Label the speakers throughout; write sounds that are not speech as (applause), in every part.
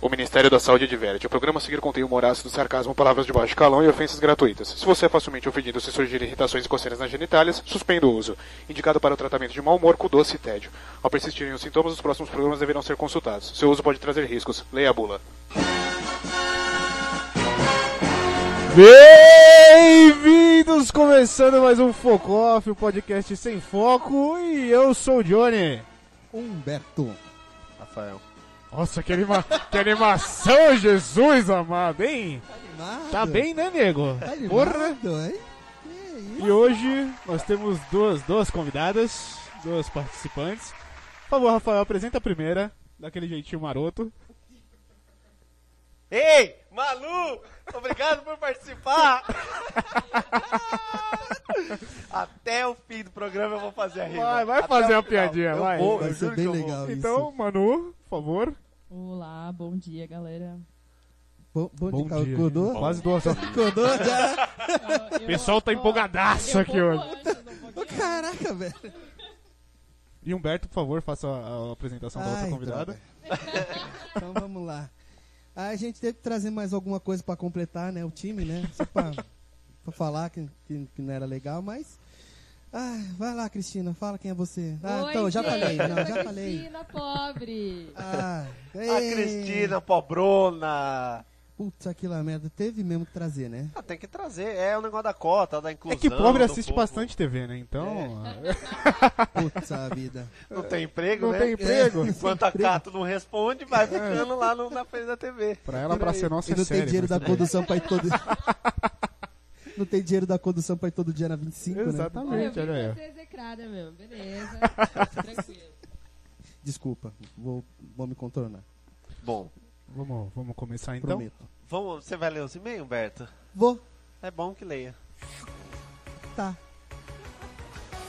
Speaker 1: O Ministério da Saúde adverte. O programa a seguir contém humor ácido, sarcasmo, palavras de baixo calão e ofensas gratuitas. Se você é facilmente ofendido se surgirem irritações e coceiras nas genitálias, suspenda o uso. Indicado para o tratamento de mau humor com doce e tédio. Ao persistirem os sintomas, os próximos programas deverão ser consultados. Seu uso pode trazer riscos. Leia a bula.
Speaker 2: Bem-vindos! Começando mais um Foco Off, o podcast sem foco. E eu sou o Johnny.
Speaker 3: Humberto.
Speaker 4: Rafael.
Speaker 2: Nossa, que, anima... (laughs) que animação, Jesus amado, hein?
Speaker 3: Animado?
Speaker 2: Tá bem, né, nego?
Speaker 3: Tá animado,
Speaker 2: Porra!
Speaker 3: hein? Que isso?
Speaker 2: E hoje nós temos duas, duas convidadas, duas participantes. Por favor, Rafael, apresenta a primeira, daquele jeitinho maroto.
Speaker 4: Ei, Malu! Obrigado por participar! (laughs) Até o fim do programa eu vou fazer a rima.
Speaker 2: Vai, vai
Speaker 4: Até
Speaker 2: fazer
Speaker 4: o
Speaker 2: a
Speaker 4: final.
Speaker 2: piadinha,
Speaker 4: Eu
Speaker 2: vai.
Speaker 4: vou,
Speaker 3: Vai
Speaker 4: eu
Speaker 3: ser
Speaker 4: juro
Speaker 3: bem
Speaker 4: que eu vou.
Speaker 3: legal isso.
Speaker 2: Então, Manu, por favor.
Speaker 5: Olá, bom dia, galera.
Speaker 3: Bom, bom,
Speaker 2: Bom
Speaker 3: dia,
Speaker 2: dia.
Speaker 3: acordou?
Speaker 2: Quase duas
Speaker 3: (laughs)
Speaker 2: horas.
Speaker 3: Acordou já?
Speaker 5: O
Speaker 2: O pessoal tá empolgadaço aqui hoje.
Speaker 3: Ô, Caraca, velho.
Speaker 2: E Humberto, por favor, faça a, a apresentação da outra
Speaker 3: Ai,
Speaker 2: convidada.
Speaker 3: droga. Então vamos lá. Aí a gente teve que trazer mais alguma coisa pra completar, né? O time, né? Só pra, pra falar que, que, que não era legal, mas. Ai, vai lá, Cristina, fala quem é você. Ah, então, já falei, não, já falei.
Speaker 5: Cristina
Speaker 4: (laughs)
Speaker 5: pobre.
Speaker 3: Ah,
Speaker 4: A
Speaker 3: ei.
Speaker 4: Cristina, pobrona!
Speaker 3: Puta que lá merda, teve mesmo que trazer, né?
Speaker 4: Ah, tem que trazer, é o negócio da cota, da inclusão.
Speaker 2: É que pobre
Speaker 4: do
Speaker 2: assiste
Speaker 4: povo.
Speaker 2: bastante TV, né? Então,
Speaker 3: É. Puta vida.
Speaker 4: Não tem
Speaker 2: é,
Speaker 4: emprego,
Speaker 2: não
Speaker 4: né?
Speaker 2: tem emprego. É.
Speaker 4: (laughs) Enquanto a Cato não responde, vai ficando lá no- na frente da TV.
Speaker 2: Pra ela, pra ser nossa,
Speaker 3: E não
Speaker 2: é sério.
Speaker 3: tem dinheiro
Speaker 2: mas
Speaker 3: da
Speaker 2: tudo bem.
Speaker 3: condução pra ir todo (laughs) Não tem dinheiro da condução pra ir todo dia na 25, né?
Speaker 2: Exatamente,
Speaker 5: eu
Speaker 2: olha aí.
Speaker 5: vim pra
Speaker 2: ó.
Speaker 5: ser execrada mesmo, beleza.
Speaker 4: (laughs)
Speaker 5: Tranquilo.
Speaker 3: Desculpa, vou, vou me contornar.
Speaker 4: Bom,
Speaker 2: Vamos, vamos começar então.
Speaker 3: Prometo.
Speaker 4: vamos, você vai ler os e-mails, Humberto?
Speaker 3: Vou.
Speaker 4: É bom que leia.
Speaker 3: Tá.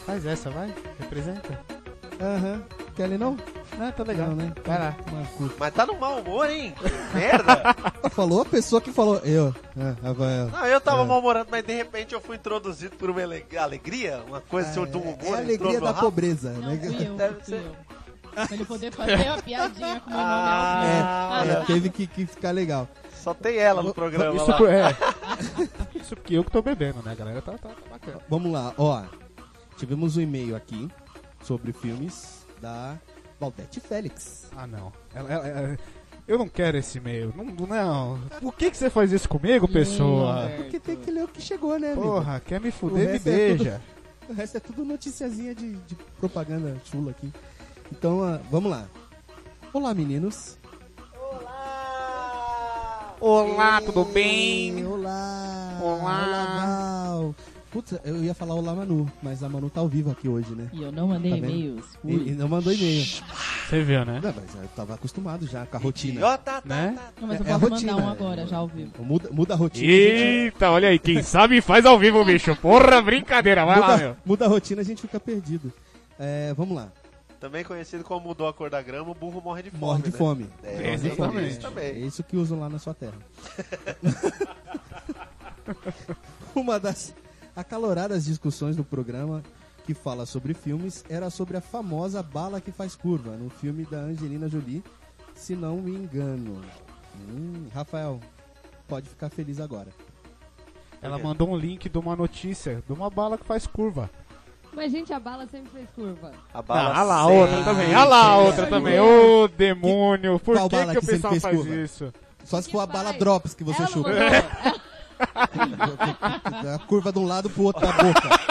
Speaker 2: Faz essa, vai. Representa.
Speaker 3: Aham. Quer ler não?
Speaker 2: Ah, tá legal.
Speaker 3: Não, né?
Speaker 2: Vai lá.
Speaker 3: Marco.
Speaker 4: Mas tá no mau humor, hein? Merda!
Speaker 3: Falou a pessoa que falou. Eu. Ah, agora.
Speaker 4: Não, eu tava mal-humorado, mas de repente eu fui introduzido por uma ele- alegria, uma coisa assim, do
Speaker 3: é,
Speaker 4: humor.
Speaker 3: a
Speaker 4: entrou
Speaker 3: alegria
Speaker 4: no
Speaker 3: da
Speaker 4: rabo.
Speaker 3: pobreza,
Speaker 5: Não, fui
Speaker 3: né?
Speaker 5: eu,
Speaker 4: Deve
Speaker 5: fui
Speaker 4: ser.
Speaker 5: eu. Pra ele poder fazer uma piadinha com o meu nome
Speaker 4: Ah,
Speaker 5: ao vivo.
Speaker 4: Ah,
Speaker 3: É, teve que, que ficar legal.
Speaker 4: Só tem ela no programa
Speaker 2: Isso,
Speaker 4: lá.
Speaker 2: por- é. (laughs) Isso porque eu que tô bebendo, né, galera? Tá, tá, tá bacana.
Speaker 3: Vamos lá, ó. Tivemos um e-mail aqui sobre filmes da Valdete Félix.
Speaker 2: Ah, não. Ela- ela- ela- eu não quero esse e-mail. Não, não. Por que, que você faz isso comigo, pessoa?
Speaker 3: Porque tem que ler o que chegou, né, amigo?
Speaker 2: Porra, quer me
Speaker 3: O
Speaker 2: fuder, me
Speaker 3: resto é tudo-
Speaker 2: beija.
Speaker 3: O resto é tudo noticiazinha de, de propaganda chula aqui. Então, ah, vamos lá. Olá, meninos.
Speaker 2: Olá, Ah, tudo
Speaker 3: Ei,
Speaker 2: bem?
Speaker 3: Olá.
Speaker 2: Olá.
Speaker 3: Olá, Val. Putz, eu ia falar olá, Manu, mas a Manu tá ao vivo aqui hoje, né?
Speaker 5: E eu não mandei
Speaker 3: Tá vendo?
Speaker 5: e-mails.
Speaker 3: E, e
Speaker 5: Ui.
Speaker 3: não mandou e-mail. Ah,
Speaker 2: Você viu, né?
Speaker 3: Não, mas eu tava acostumado já com a rotina.
Speaker 4: Idiota, tá,
Speaker 2: Né?
Speaker 4: tá.
Speaker 5: Não, mas eu
Speaker 3: é a
Speaker 5: posso
Speaker 3: rotina,
Speaker 5: mandar um
Speaker 3: é.
Speaker 5: agora, já ao vivo.
Speaker 3: Muda, muda a rotina. a gente-
Speaker 2: Eita, olha aí, quem sabe faz ao vivo, bicho. Porra, brincadeira, vai lá, meu.
Speaker 3: muda, muda a rotina, a gente fica perdido. É, vamos lá.
Speaker 4: Também conhecido como mudou a cor da grama, o burro morre de fome.
Speaker 3: Morre de
Speaker 4: né?
Speaker 3: fome.
Speaker 4: É,
Speaker 3: Morre de
Speaker 2: exatamente.
Speaker 3: fome.
Speaker 4: Isso também.
Speaker 3: É isso que usam lá na sua terra. (laughs) Uma das acaloradas discussões do programa que fala sobre filmes era sobre a famosa bala que faz curva no filme da Angelina Jolie, se não me engano. Hum, Rafael, pode ficar feliz agora.
Speaker 2: Ela mandou um link de uma notícia, de uma bala que faz curva.
Speaker 5: Mas, gente, a bala sempre fez curva.
Speaker 4: A bala
Speaker 2: ah, lá a
Speaker 4: sempre-
Speaker 2: outra também. Ah lá a outra também. Ô, demônio. Por
Speaker 3: Qual
Speaker 2: que,
Speaker 3: bala
Speaker 2: que o
Speaker 3: que sempre
Speaker 2: pessoal
Speaker 3: fez
Speaker 2: faz
Speaker 3: curva?
Speaker 2: isso?
Speaker 3: Só se
Speaker 5: Que
Speaker 3: for a
Speaker 5: faz?
Speaker 3: bala drops que você
Speaker 5: Ela
Speaker 3: chupa. (laughs)
Speaker 5: mandou. (laughs)
Speaker 3: A curva de um lado pro outro da boca.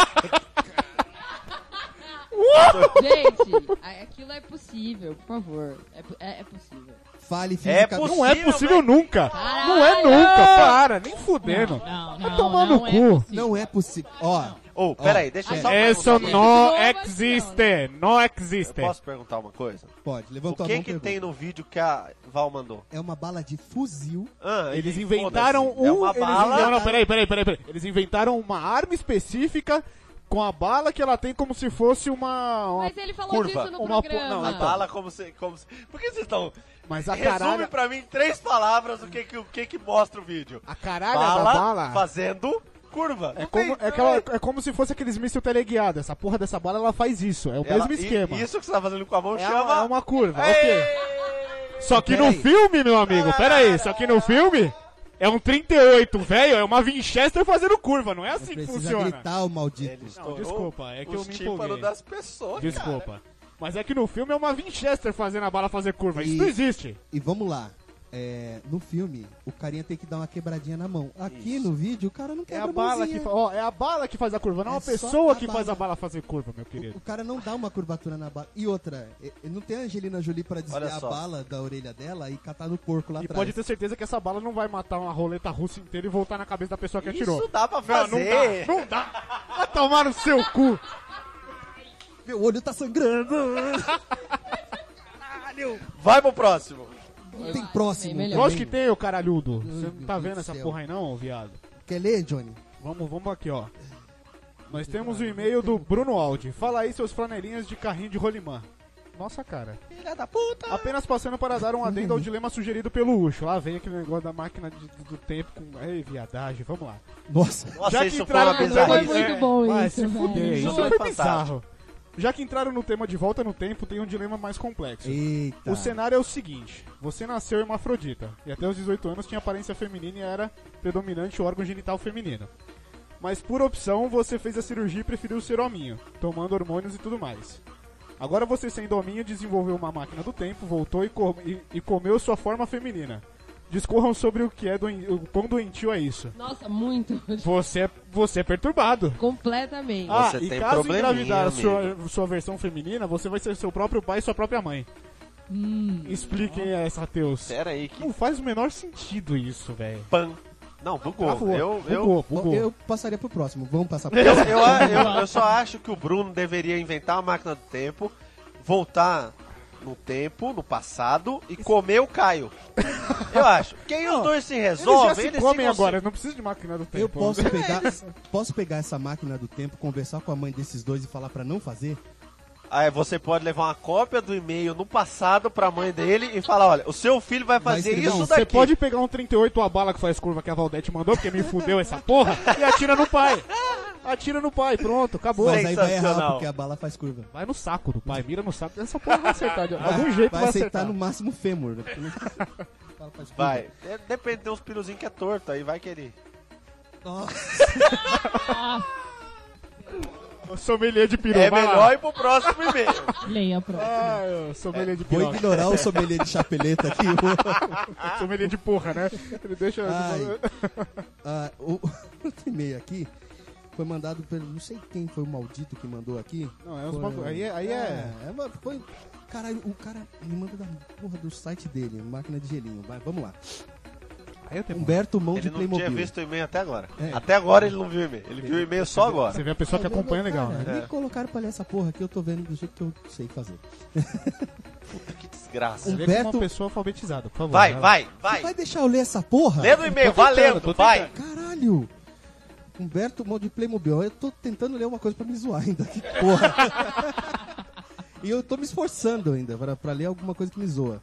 Speaker 5: Gente, a- aquilo é possível, por favor. É, po- é- é possível.
Speaker 3: Fale fisicamente.
Speaker 2: Não é possível nunca.
Speaker 5: Caralho!
Speaker 2: Não é nunca, para. Nem fudendo.
Speaker 5: Não,
Speaker 2: Vai
Speaker 5: não,
Speaker 2: tomar
Speaker 5: não
Speaker 2: no
Speaker 5: é
Speaker 2: cu.
Speaker 5: possível.
Speaker 3: Não é possível. Ó,
Speaker 4: Ô, peraí, deixa eu
Speaker 5: Ai,
Speaker 4: só
Speaker 2: Essa
Speaker 4: perguntar.
Speaker 2: não
Speaker 5: Não,
Speaker 2: existe. Não
Speaker 4: Eu
Speaker 2: existe.
Speaker 4: posso perguntar uma coisa?
Speaker 3: pode,
Speaker 4: O
Speaker 3: levantou a
Speaker 4: que
Speaker 3: mão.
Speaker 4: que
Speaker 3: pergunta.
Speaker 4: tem no vídeo que a Val mandou?
Speaker 3: É uma bala de fuzil.
Speaker 4: Ah,
Speaker 2: Eles
Speaker 4: e
Speaker 2: inventaram
Speaker 4: foda-se,
Speaker 2: um.
Speaker 4: É uma
Speaker 2: eles
Speaker 4: bala...
Speaker 2: inventaram- não, peraí, peraí, peraí, peraí. Eles inventaram uma arma específica com a bala que ela tem como se fosse uma. uma-
Speaker 5: Mas ele falou
Speaker 4: Curva.
Speaker 5: disso no
Speaker 2: Uma po-
Speaker 5: programa.
Speaker 2: não,
Speaker 4: A bala como se... Como se... Por que vocês estão...
Speaker 2: Mas a
Speaker 4: Resume
Speaker 2: caralho.
Speaker 4: pra mim em três palavras o que que, o que, que mostra o vídeo.
Speaker 2: A caralha
Speaker 4: Bala,
Speaker 2: da bala.
Speaker 4: fazendo curva.
Speaker 2: É
Speaker 4: Não
Speaker 2: como,
Speaker 4: tem-
Speaker 2: é, aquela- é como se fosse aqueles míssil teleguiado. Essa porra dessa bala, ela faz isso. É o
Speaker 4: Ela-
Speaker 2: mesmo esquema.
Speaker 4: E, isso que você tá fazendo com a mão
Speaker 2: é,
Speaker 4: chama...
Speaker 2: uma, é uma curva.
Speaker 4: Ei!
Speaker 2: ok. Só que
Speaker 3: Pera
Speaker 2: no
Speaker 3: aí.
Speaker 2: filme, meu amigo, pera aí, só que no filme é um 38, velho, é uma Winchester fazendo curva, não é assim que
Speaker 3: Precisa
Speaker 2: funciona.
Speaker 3: gritar, o maldito.
Speaker 4: Ele estourou
Speaker 2: desculpa, é que
Speaker 4: os
Speaker 2: eu me
Speaker 4: tímpanos
Speaker 2: empolguei.
Speaker 4: das pessoas,
Speaker 2: Desculpa. Mas é que no filme é uma Winchester fazendo a bala fazer curva, isso
Speaker 3: E-
Speaker 2: não existe.
Speaker 3: E vamos lá. É, no filme, o carinha tem que dar uma quebradinha na mão. Aqui
Speaker 4: Isso.
Speaker 3: no vídeo, o cara não
Speaker 2: É
Speaker 3: quebra
Speaker 2: a bala
Speaker 3: mãozinha.
Speaker 2: que, fa- ó, é a bala que faz a curva, não
Speaker 3: É
Speaker 2: a
Speaker 3: só
Speaker 2: pessoa
Speaker 3: a
Speaker 2: que
Speaker 3: bala.
Speaker 2: faz a bala fazer curva, meu querido.
Speaker 3: O, o cara não dá uma curvatura na bala. E outra, e- e não tem a Angelina Jolie pra desviar
Speaker 4: Olha
Speaker 3: a
Speaker 4: só.
Speaker 3: bala da orelha dela e catar no porco lá
Speaker 2: E
Speaker 3: atrás.
Speaker 2: pode ter certeza que essa bala não vai matar uma roleta russa inteira e voltar na cabeça da pessoa que
Speaker 4: Isso
Speaker 2: atirou. Ah,
Speaker 4: dá pra
Speaker 2: Não, não
Speaker 4: fazer. É
Speaker 2: dá, não dá. Vai tomar no seu cu.
Speaker 3: Meu olho tá
Speaker 2: (laughs)
Speaker 3: sangrando.
Speaker 4: Vai pro próximo.
Speaker 3: Não
Speaker 5: Eu
Speaker 3: tem
Speaker 5: acho
Speaker 3: próximo.
Speaker 5: bem melhor.
Speaker 3: também.
Speaker 2: Lógico que tem, ô caralhudo. Você
Speaker 3: Meu
Speaker 2: não tá
Speaker 4: é
Speaker 3: Deus
Speaker 2: vendo
Speaker 3: do
Speaker 2: essa
Speaker 3: céu.
Speaker 2: porra aí não, ô viado?
Speaker 3: Quer ler, Johnny?
Speaker 2: Vamos, vamos aqui, ó. Nós temos o e-mail do Bruno Aldi. Fala aí, seus flanelinhas de carrinho de rolimã. Nossa, cara.
Speaker 4: Filha da puta.
Speaker 2: Apenas passando para dar um adendo ao dilema sugerido pelo Ucho. Lá vem aquele negócio da máquina de- do tempo com... Ei, viadagem, vamos lá.
Speaker 3: Nossa.
Speaker 4: Nossa,
Speaker 2: Já que
Speaker 4: isso foi
Speaker 2: entraram
Speaker 4: uma
Speaker 2: no-
Speaker 5: Ah, Foi
Speaker 4: bizarrice.
Speaker 5: muito bom
Speaker 2: Vai
Speaker 5: isso, né?
Speaker 2: se
Speaker 6: Uhum.
Speaker 2: fuder,
Speaker 5: velho.
Speaker 2: isso
Speaker 4: Isso
Speaker 2: foi
Speaker 4: é fantástico.
Speaker 2: bizarro. Já que entraram no tema de volta no tempo, tem um dilema mais complexo.
Speaker 3: Eita.
Speaker 2: O cenário é o seguinte: você nasceu hermafrodita e até os 18 anos tinha aparência feminina e era predominante o órgão genital feminino. Mas por opção você fez a cirurgia e preferiu ser hominho, tomando hormônios e tudo mais. Agora você sendo hominho desenvolveu uma máquina do tempo, voltou e, co- e- e comeu sua forma feminina. Discorram sobre o que é doen- o quão doentio é isso.
Speaker 5: Nossa, muito.
Speaker 2: Você é, você é perturbado.
Speaker 5: Completamente.
Speaker 2: Ah,
Speaker 4: Você
Speaker 2: e
Speaker 4: tem
Speaker 2: caso
Speaker 4: probleminha,
Speaker 2: engravidar sua,
Speaker 4: amigo.
Speaker 2: sua versão feminina, você vai ser seu próprio pai e sua própria mãe.
Speaker 5: Hum.
Speaker 2: Expliquem essa, Teus.
Speaker 4: Pera aí, que
Speaker 2: Não faz o menor sentido isso, velho.
Speaker 4: pan. Não, bugou.
Speaker 2: Travou,
Speaker 4: eu, eu,
Speaker 2: bugou, bugou.
Speaker 3: Eu passaria pro próximo. Vamos
Speaker 2: (laughs)
Speaker 3: passar pro
Speaker 4: eu,
Speaker 3: próximo.
Speaker 4: eu, eu- eu só acho que o Bruno deveria inventar uma máquina do tempo, voltar no tempo, no passado, e comer o Caio. Eu acho. Que aí os dois se
Speaker 2: Eles já
Speaker 4: resolvem,
Speaker 2: se
Speaker 4: eles
Speaker 2: comem
Speaker 4: ficam assim. se-
Speaker 2: agora, não precisa de máquina do tempo.
Speaker 3: Eu posso
Speaker 4: (laughs)
Speaker 3: pegar, posso pegar essa máquina do tempo, conversar com a mãe desses dois e falar pra não fazer?
Speaker 4: Aí Ah, é, você pode levar uma cópia do e-mail no passado pra mãe dele e falar, olha, o seu filho vai fazer
Speaker 3: escrever
Speaker 4: isso
Speaker 3: um-
Speaker 2: Você
Speaker 4: daqui.
Speaker 2: pode pegar um 38 a bala que faz curva que a Valdete mandou, porque me fudeu essa porra, e atira no pai. Atira no pai, pronto, acabou.
Speaker 3: Mas aí vai errar,
Speaker 4: Sensacional.
Speaker 3: porque a bala faz curva.
Speaker 2: Vai no saco do pai, mira no saco. Essa porra vai acertar.
Speaker 4: Ah,
Speaker 2: De algum jeito vai,
Speaker 3: Ah,
Speaker 2: acertar.
Speaker 3: vai aceitar no máximo fêmur. né? Porque não- a bala faz curva.
Speaker 4: Vai. É, Depende de uns piruzinhos que é torto, aí vai querer.
Speaker 3: Nossa.
Speaker 2: Sommelier de peru,
Speaker 4: É
Speaker 2: vai
Speaker 4: melhor
Speaker 2: lá.
Speaker 4: ir pro próximo
Speaker 2: (laughs)
Speaker 4: e-mail.
Speaker 5: Leia a próxima.
Speaker 2: Ah, eu- sommelier de
Speaker 3: Vou
Speaker 2: piroca.
Speaker 3: ignorar o sommelier de chapeleta
Speaker 4: (laughs)
Speaker 3: aqui.
Speaker 4: Ah.
Speaker 2: Sommelier de porra, né? Ele deixa...
Speaker 3: Ai. Ah, o (laughs) outro e-mail aqui foi mandado pelo. Não sei quem foi o maldito que mandou aqui.
Speaker 2: Não, é uns
Speaker 3: Foi-
Speaker 2: bagulho. Aí é... Aí é...
Speaker 3: É, mas foi. Caralho, o cara me manda da porra do site dele, máquina de gelinho. Vai, vamos lá.
Speaker 2: Aí é eu tenho...
Speaker 3: Humberto Mão
Speaker 4: Ele
Speaker 3: de
Speaker 4: não tinha
Speaker 3: Playmobil.
Speaker 4: visto o e-mail até agora.
Speaker 3: É.
Speaker 4: Até agora ele não viu o e-mail. Ele viu o e-mail só
Speaker 2: Você
Speaker 4: agora.
Speaker 2: vê a pessoa que
Speaker 3: É, meu,
Speaker 2: acompanha
Speaker 3: meu,
Speaker 2: legal,
Speaker 3: cara,
Speaker 2: né?
Speaker 4: né?
Speaker 3: Me colocaram pra ler essa porra aqui, eu tô vendo do jeito que eu sei fazer.
Speaker 4: Puta que
Speaker 2: Você
Speaker 4: desgraça.
Speaker 2: vê como
Speaker 3: Humberto-
Speaker 2: uma pessoa alfabetizada, por favor.
Speaker 4: Vai,
Speaker 2: né?
Speaker 4: vai,
Speaker 3: Você vai
Speaker 4: vai.
Speaker 3: deixar eu ler essa porra?
Speaker 4: Lendo o e-mail,
Speaker 2: Tô tentando,
Speaker 4: valendo,
Speaker 2: tô
Speaker 4: vai.
Speaker 3: Caralho! Humberto Mão de Playmobil. Eu tô tentando ler uma coisa pra me zoar ainda. Que porra! e eu tô me esforçando ainda pra, pra ler alguma coisa que me zoa.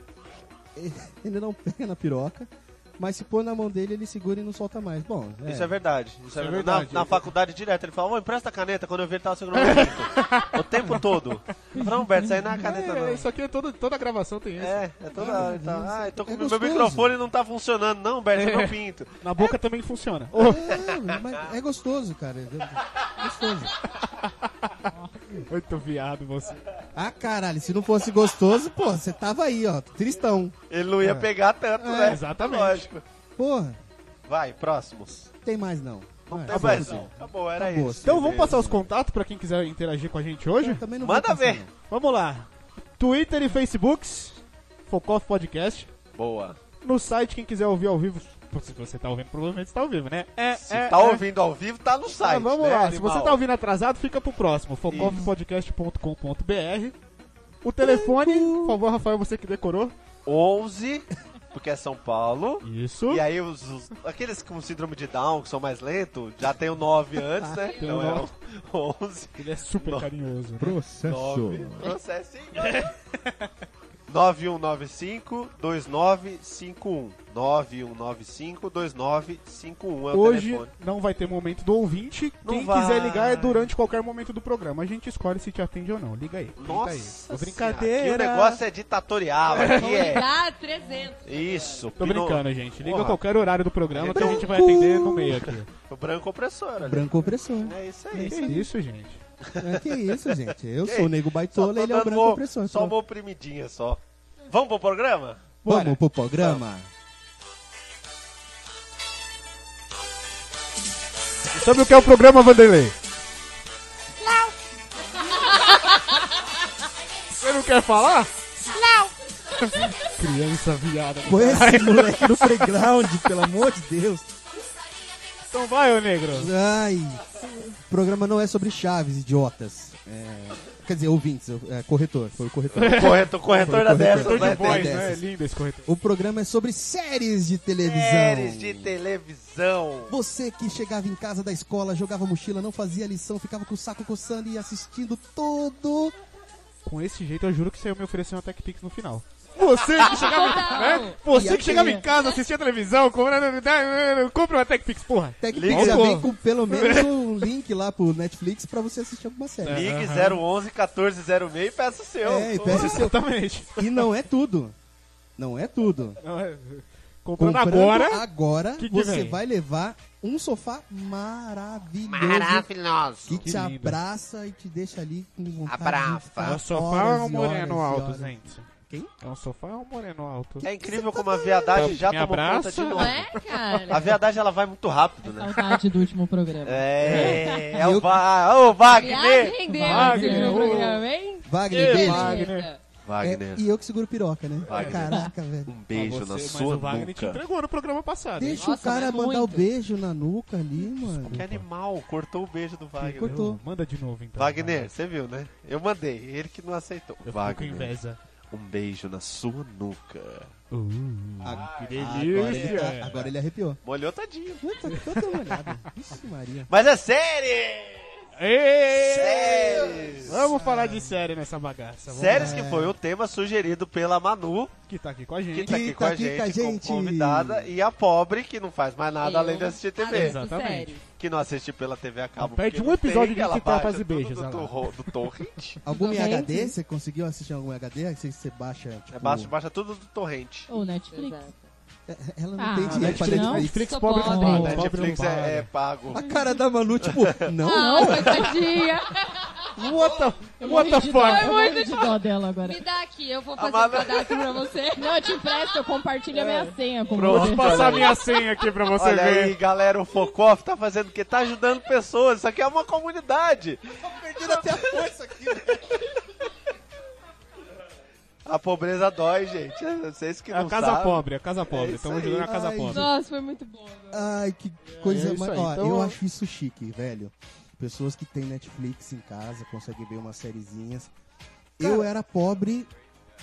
Speaker 3: Ele não pega na piroca, mas se pôr na mão dele, ele segura e não solta mais. Bom, é.
Speaker 4: Isso é verdade. Isso é
Speaker 2: é
Speaker 4: verdade.
Speaker 2: verdade.
Speaker 4: Na, na faculdade direto, ele falava, "Ô, empresta a caneta quando eu vi ele tava segurando o cinto. o tempo todo. Eu falei, não, Humberto, isso aí não é caneta,
Speaker 2: É,
Speaker 4: não.
Speaker 2: isso aqui é todo, toda gravação tem isso.
Speaker 4: É, é toda hora. ele tá, ah, eu tô com
Speaker 3: É
Speaker 4: meu
Speaker 3: gostoso.
Speaker 4: microfone não tá funcionando, não, Humberto, é meu pinto.
Speaker 2: Na boca também funciona.
Speaker 3: É, mas é gostoso, cara. É gostoso.
Speaker 2: Muito viado você.
Speaker 3: Ah, caralho, se não fosse gostoso, pô, você tava aí, ó, tristão.
Speaker 4: Ele não ia pegar tanto, né?
Speaker 2: É. exatamente.
Speaker 4: Lógico.
Speaker 3: Porra,
Speaker 4: Vai, próximos.
Speaker 3: tem mais não. É, tá
Speaker 4: Não
Speaker 3: Vai,
Speaker 2: Tá
Speaker 4: tem
Speaker 3: vai,
Speaker 4: mais, não.
Speaker 3: você.
Speaker 4: Acabou, era
Speaker 3: Acabou.
Speaker 4: isso.
Speaker 2: Então vamos
Speaker 4: Beleza.
Speaker 2: passar os contatos pra quem quiser interagir com a gente hoje?
Speaker 3: Eu também não
Speaker 4: Manda
Speaker 3: vou passar,
Speaker 4: ver.
Speaker 3: não.
Speaker 2: Vamos lá. Twitter e Facebooks, Focoff Podcast.
Speaker 4: Boa.
Speaker 2: No site, quem quiser ouvir ao vivo, se você tá ouvindo, provavelmente está ao vivo, né? É,
Speaker 4: Se
Speaker 2: é,
Speaker 4: tá
Speaker 2: é.
Speaker 4: ouvindo ao vivo, tá no site.
Speaker 2: Ah, vamos
Speaker 4: né,
Speaker 2: lá, se
Speaker 4: animal?
Speaker 2: você tá ouvindo atrasado, fica pro próximo, focofpodcast.com.br. O telefone, por favor, Rafael, você que decorou.
Speaker 4: 11, porque é São Paulo.
Speaker 2: Isso.
Speaker 4: E aí, os, os- aqueles com síndrome de Down, que são mais lentos, já tem o 9 antes, né?
Speaker 2: Tem
Speaker 4: Então
Speaker 2: o
Speaker 4: é
Speaker 2: nove.
Speaker 4: o 11,
Speaker 2: Ele é super carinhoso. né?
Speaker 4: assim, né? 9, processinho. 9195-2951. 9195-2951 é o
Speaker 2: Hoje
Speaker 4: telefone.
Speaker 2: não vai ter momento do ouvinte.
Speaker 4: Não
Speaker 2: Quem
Speaker 4: vai.
Speaker 2: quiser ligar é durante qualquer momento do programa. A gente escolhe se te atende ou não. Liga aí. Tenta
Speaker 4: Nossa,
Speaker 2: aí.
Speaker 4: senhora,
Speaker 2: brincadeira.
Speaker 4: Aqui o negócio é ditatorial, aqui é...
Speaker 5: Dá 300.
Speaker 4: Isso.
Speaker 2: Tô
Speaker 4: Pino-
Speaker 2: brincando, gente. Liga
Speaker 4: Porra.
Speaker 2: a qualquer horário do programa que a
Speaker 4: Então-
Speaker 2: gente vai atender no meio
Speaker 4: (laughs)
Speaker 2: aqui.
Speaker 4: O branco opressor ali.
Speaker 3: Branco opressor.
Speaker 4: É isso
Speaker 2: Que
Speaker 4: aí.
Speaker 2: isso, gente.
Speaker 3: É, que
Speaker 4: (laughs)
Speaker 3: isso, gente. Eu
Speaker 4: Que
Speaker 3: sou o Nego Baitola, ele é o Branco
Speaker 4: uma-
Speaker 3: Opressor.
Speaker 4: Só
Speaker 2: então.
Speaker 4: uma oprimidinha só. Vamos pro programa?
Speaker 2: Bora.
Speaker 3: Vamos pro programa?
Speaker 2: Sabe o que é o programa, Vanderlei? Você não quer falar? Criança viada.
Speaker 3: Põe esse moleque no playground, pelo amor de Deus.
Speaker 2: Então vai, ô negro.
Speaker 3: Ai. O programa não é sobre chaves, idiotas. É, quer dizer, ouvintes, eu- é, corretor. Foi o corretor.
Speaker 4: (laughs) Corretor, corretor da
Speaker 3: Corretor.
Speaker 4: dessa,
Speaker 2: Corretor de
Speaker 4: né?
Speaker 2: voz,
Speaker 3: dessas.
Speaker 2: né? É lindo esse corretor.
Speaker 3: O programa é sobre séries de televisão.
Speaker 4: Séries de televisão.
Speaker 3: Você que chegava em casa da escola, jogava mochila, não fazia lição, ficava com o saco coçando e assistindo tudo.
Speaker 2: Com esse jeito, eu juro que você me ofereceu uma Tech Pix no final. Você que chegava, né?
Speaker 3: E
Speaker 2: Você
Speaker 3: aquele-
Speaker 2: que chegava em casa, assistia televisão, compra compra uma Tech Pix, porra.
Speaker 3: TechPix
Speaker 4: Liga.
Speaker 3: já
Speaker 2: Opa.
Speaker 3: vem com
Speaker 2: (laughs)
Speaker 3: pelo menos um link lá pro Netflix pra você assistir alguma série.
Speaker 4: Ligue 011 1406 e peça o seu.
Speaker 3: É, e peça o seu.
Speaker 2: Exatamente.
Speaker 3: E não é tudo. Não é tudo.
Speaker 2: Não, é- Comprando
Speaker 3: Comprando
Speaker 2: agora,
Speaker 3: agora
Speaker 2: que que
Speaker 3: você
Speaker 2: vem?
Speaker 3: vai levar um sofá maravilhoso
Speaker 4: Maravilhoso.
Speaker 3: que,
Speaker 2: Que
Speaker 3: te
Speaker 2: lindo.
Speaker 3: abraça e te deixa ali com vontade
Speaker 4: Abraça.
Speaker 3: de ficar
Speaker 2: o sofá
Speaker 3: horas
Speaker 2: é um
Speaker 3: e
Speaker 2: moreno
Speaker 3: horas e
Speaker 2: alto,
Speaker 3: horas.
Speaker 2: gente.
Speaker 3: Quem?
Speaker 2: É um sofá é um moreno alto.
Speaker 4: É incrível como a viadagem já
Speaker 2: Me
Speaker 4: tomou conta
Speaker 2: abraça.
Speaker 4: de
Speaker 5: Não
Speaker 4: novo.
Speaker 5: é,
Speaker 4: A
Speaker 5: cara?
Speaker 4: viadagem ela vai muito rápido, né?
Speaker 5: Saudade do último programa.
Speaker 4: É, é
Speaker 3: Eu-
Speaker 4: o Va- Ô,
Speaker 5: Aliás,
Speaker 4: Wagner!
Speaker 5: rendeu
Speaker 2: Wagner,
Speaker 5: esse
Speaker 2: ô.
Speaker 5: programa, hein?
Speaker 3: Wagner, beijo.
Speaker 2: Wagner.
Speaker 3: É,
Speaker 4: Wagner,
Speaker 3: e eu que seguro piroca, né?
Speaker 4: Wagner.
Speaker 3: Caraca, velho.
Speaker 4: um beijo
Speaker 2: Você-
Speaker 4: na
Speaker 2: mas
Speaker 4: sua
Speaker 2: o Wagner te
Speaker 4: nuca.
Speaker 2: entregou no programa passado. hein?
Speaker 3: Deixa
Speaker 5: Nossa,
Speaker 3: o cara
Speaker 5: mas é
Speaker 3: mandar o
Speaker 5: muito.
Speaker 3: beijo na nuca ali, mano.
Speaker 4: Que animal, cortou o beijo do Wagner.
Speaker 3: Cortou.
Speaker 2: Eu- Manda de novo, então.
Speaker 4: Wagner, você viu, né? Eu mandei, ele que não aceitou.
Speaker 2: Eu fico com
Speaker 4: Wagner,
Speaker 2: inveja.
Speaker 4: um beijo na sua nuca.
Speaker 2: Uh,
Speaker 3: Ah,
Speaker 2: que
Speaker 3: Agora ele,
Speaker 2: delícia.
Speaker 3: agora ele arrepiou.
Speaker 4: Molhou tadinho.
Speaker 3: Puta, toda molhada. Vixe, Maria.
Speaker 4: Mas é série!
Speaker 2: Ê!
Speaker 4: Séries!
Speaker 2: Vamos falar de série nessa bagaça. vamos
Speaker 4: Séries que foi o tema sugerido pela Manu,
Speaker 2: lá, Que tá aqui com a
Speaker 4: que
Speaker 2: gente.
Speaker 4: tá aqui com a gente,
Speaker 3: gente.
Speaker 4: como convidada, e a pobre, que não faz mais nada
Speaker 5: Eu
Speaker 4: além de assistir
Speaker 6: Ah,
Speaker 4: TV.
Speaker 5: assisto
Speaker 2: Exatamente.
Speaker 5: séries.
Speaker 4: que não assiste pela TV a cabo.
Speaker 2: Não perde
Speaker 4: porque
Speaker 2: um episódio
Speaker 4: tem,
Speaker 2: de
Speaker 4: ela
Speaker 2: Citar
Speaker 4: baixa
Speaker 2: Faz e
Speaker 4: tudo
Speaker 2: Beijos, olha
Speaker 4: do,
Speaker 2: lá.
Speaker 4: ro- do torrent.
Speaker 3: Algum em
Speaker 5: Torrente.
Speaker 3: HD? Você conseguiu assistir algum em HD? Aí Você, você baixa, tipo... É,
Speaker 4: É, baixa, baixa tudo do torrent.
Speaker 5: Ou Netflix.
Speaker 3: Ela não
Speaker 5: Ah,
Speaker 3: tem dinheiro pra
Speaker 2: Netflix,
Speaker 5: Não,
Speaker 2: Netflix
Speaker 5: sou
Speaker 2: pobre não
Speaker 5: pobre.
Speaker 2: paga.
Speaker 5: o
Speaker 4: Netflix
Speaker 2: pobre não paga.
Speaker 4: é, é pago.
Speaker 3: A cara da Manu, tipo, não,
Speaker 5: Não, coitadinha.
Speaker 2: What the, what the fuck?
Speaker 5: muito de dó dela agora. Me dá aqui, eu vou fazer
Speaker 4: Manu-
Speaker 5: um cadastro pra você. Não, eu te empresto, eu compartilho a
Speaker 2: É.
Speaker 5: minha senha com
Speaker 4: Pronto.
Speaker 5: você.
Speaker 2: Vou passar minha senha aqui pra você
Speaker 4: Olha
Speaker 2: ver.
Speaker 4: aí, galera, o Focoff tá fazendo o quê? Tá ajudando pessoas. Isso aqui é uma comunidade.
Speaker 3: perdendo até a força aqui. né? velho.
Speaker 4: A pobreza dói, gente. Vocês que
Speaker 2: É a
Speaker 4: não
Speaker 2: casa
Speaker 4: sabem.
Speaker 2: pobre, a casa pobre.
Speaker 4: isso
Speaker 2: Estamos
Speaker 4: aí.
Speaker 2: ajudando a casa
Speaker 3: Ai,
Speaker 2: pobre.
Speaker 5: Nossa, foi muito bom. agora.
Speaker 3: Ai, que coisa
Speaker 2: É isso
Speaker 3: mais...
Speaker 2: aí,
Speaker 3: Ó,
Speaker 2: então-
Speaker 3: eu acho isso chique, velho. Pessoas que têm Netflix em casa, conseguem ver umas sériezinhas. Eu era pobre,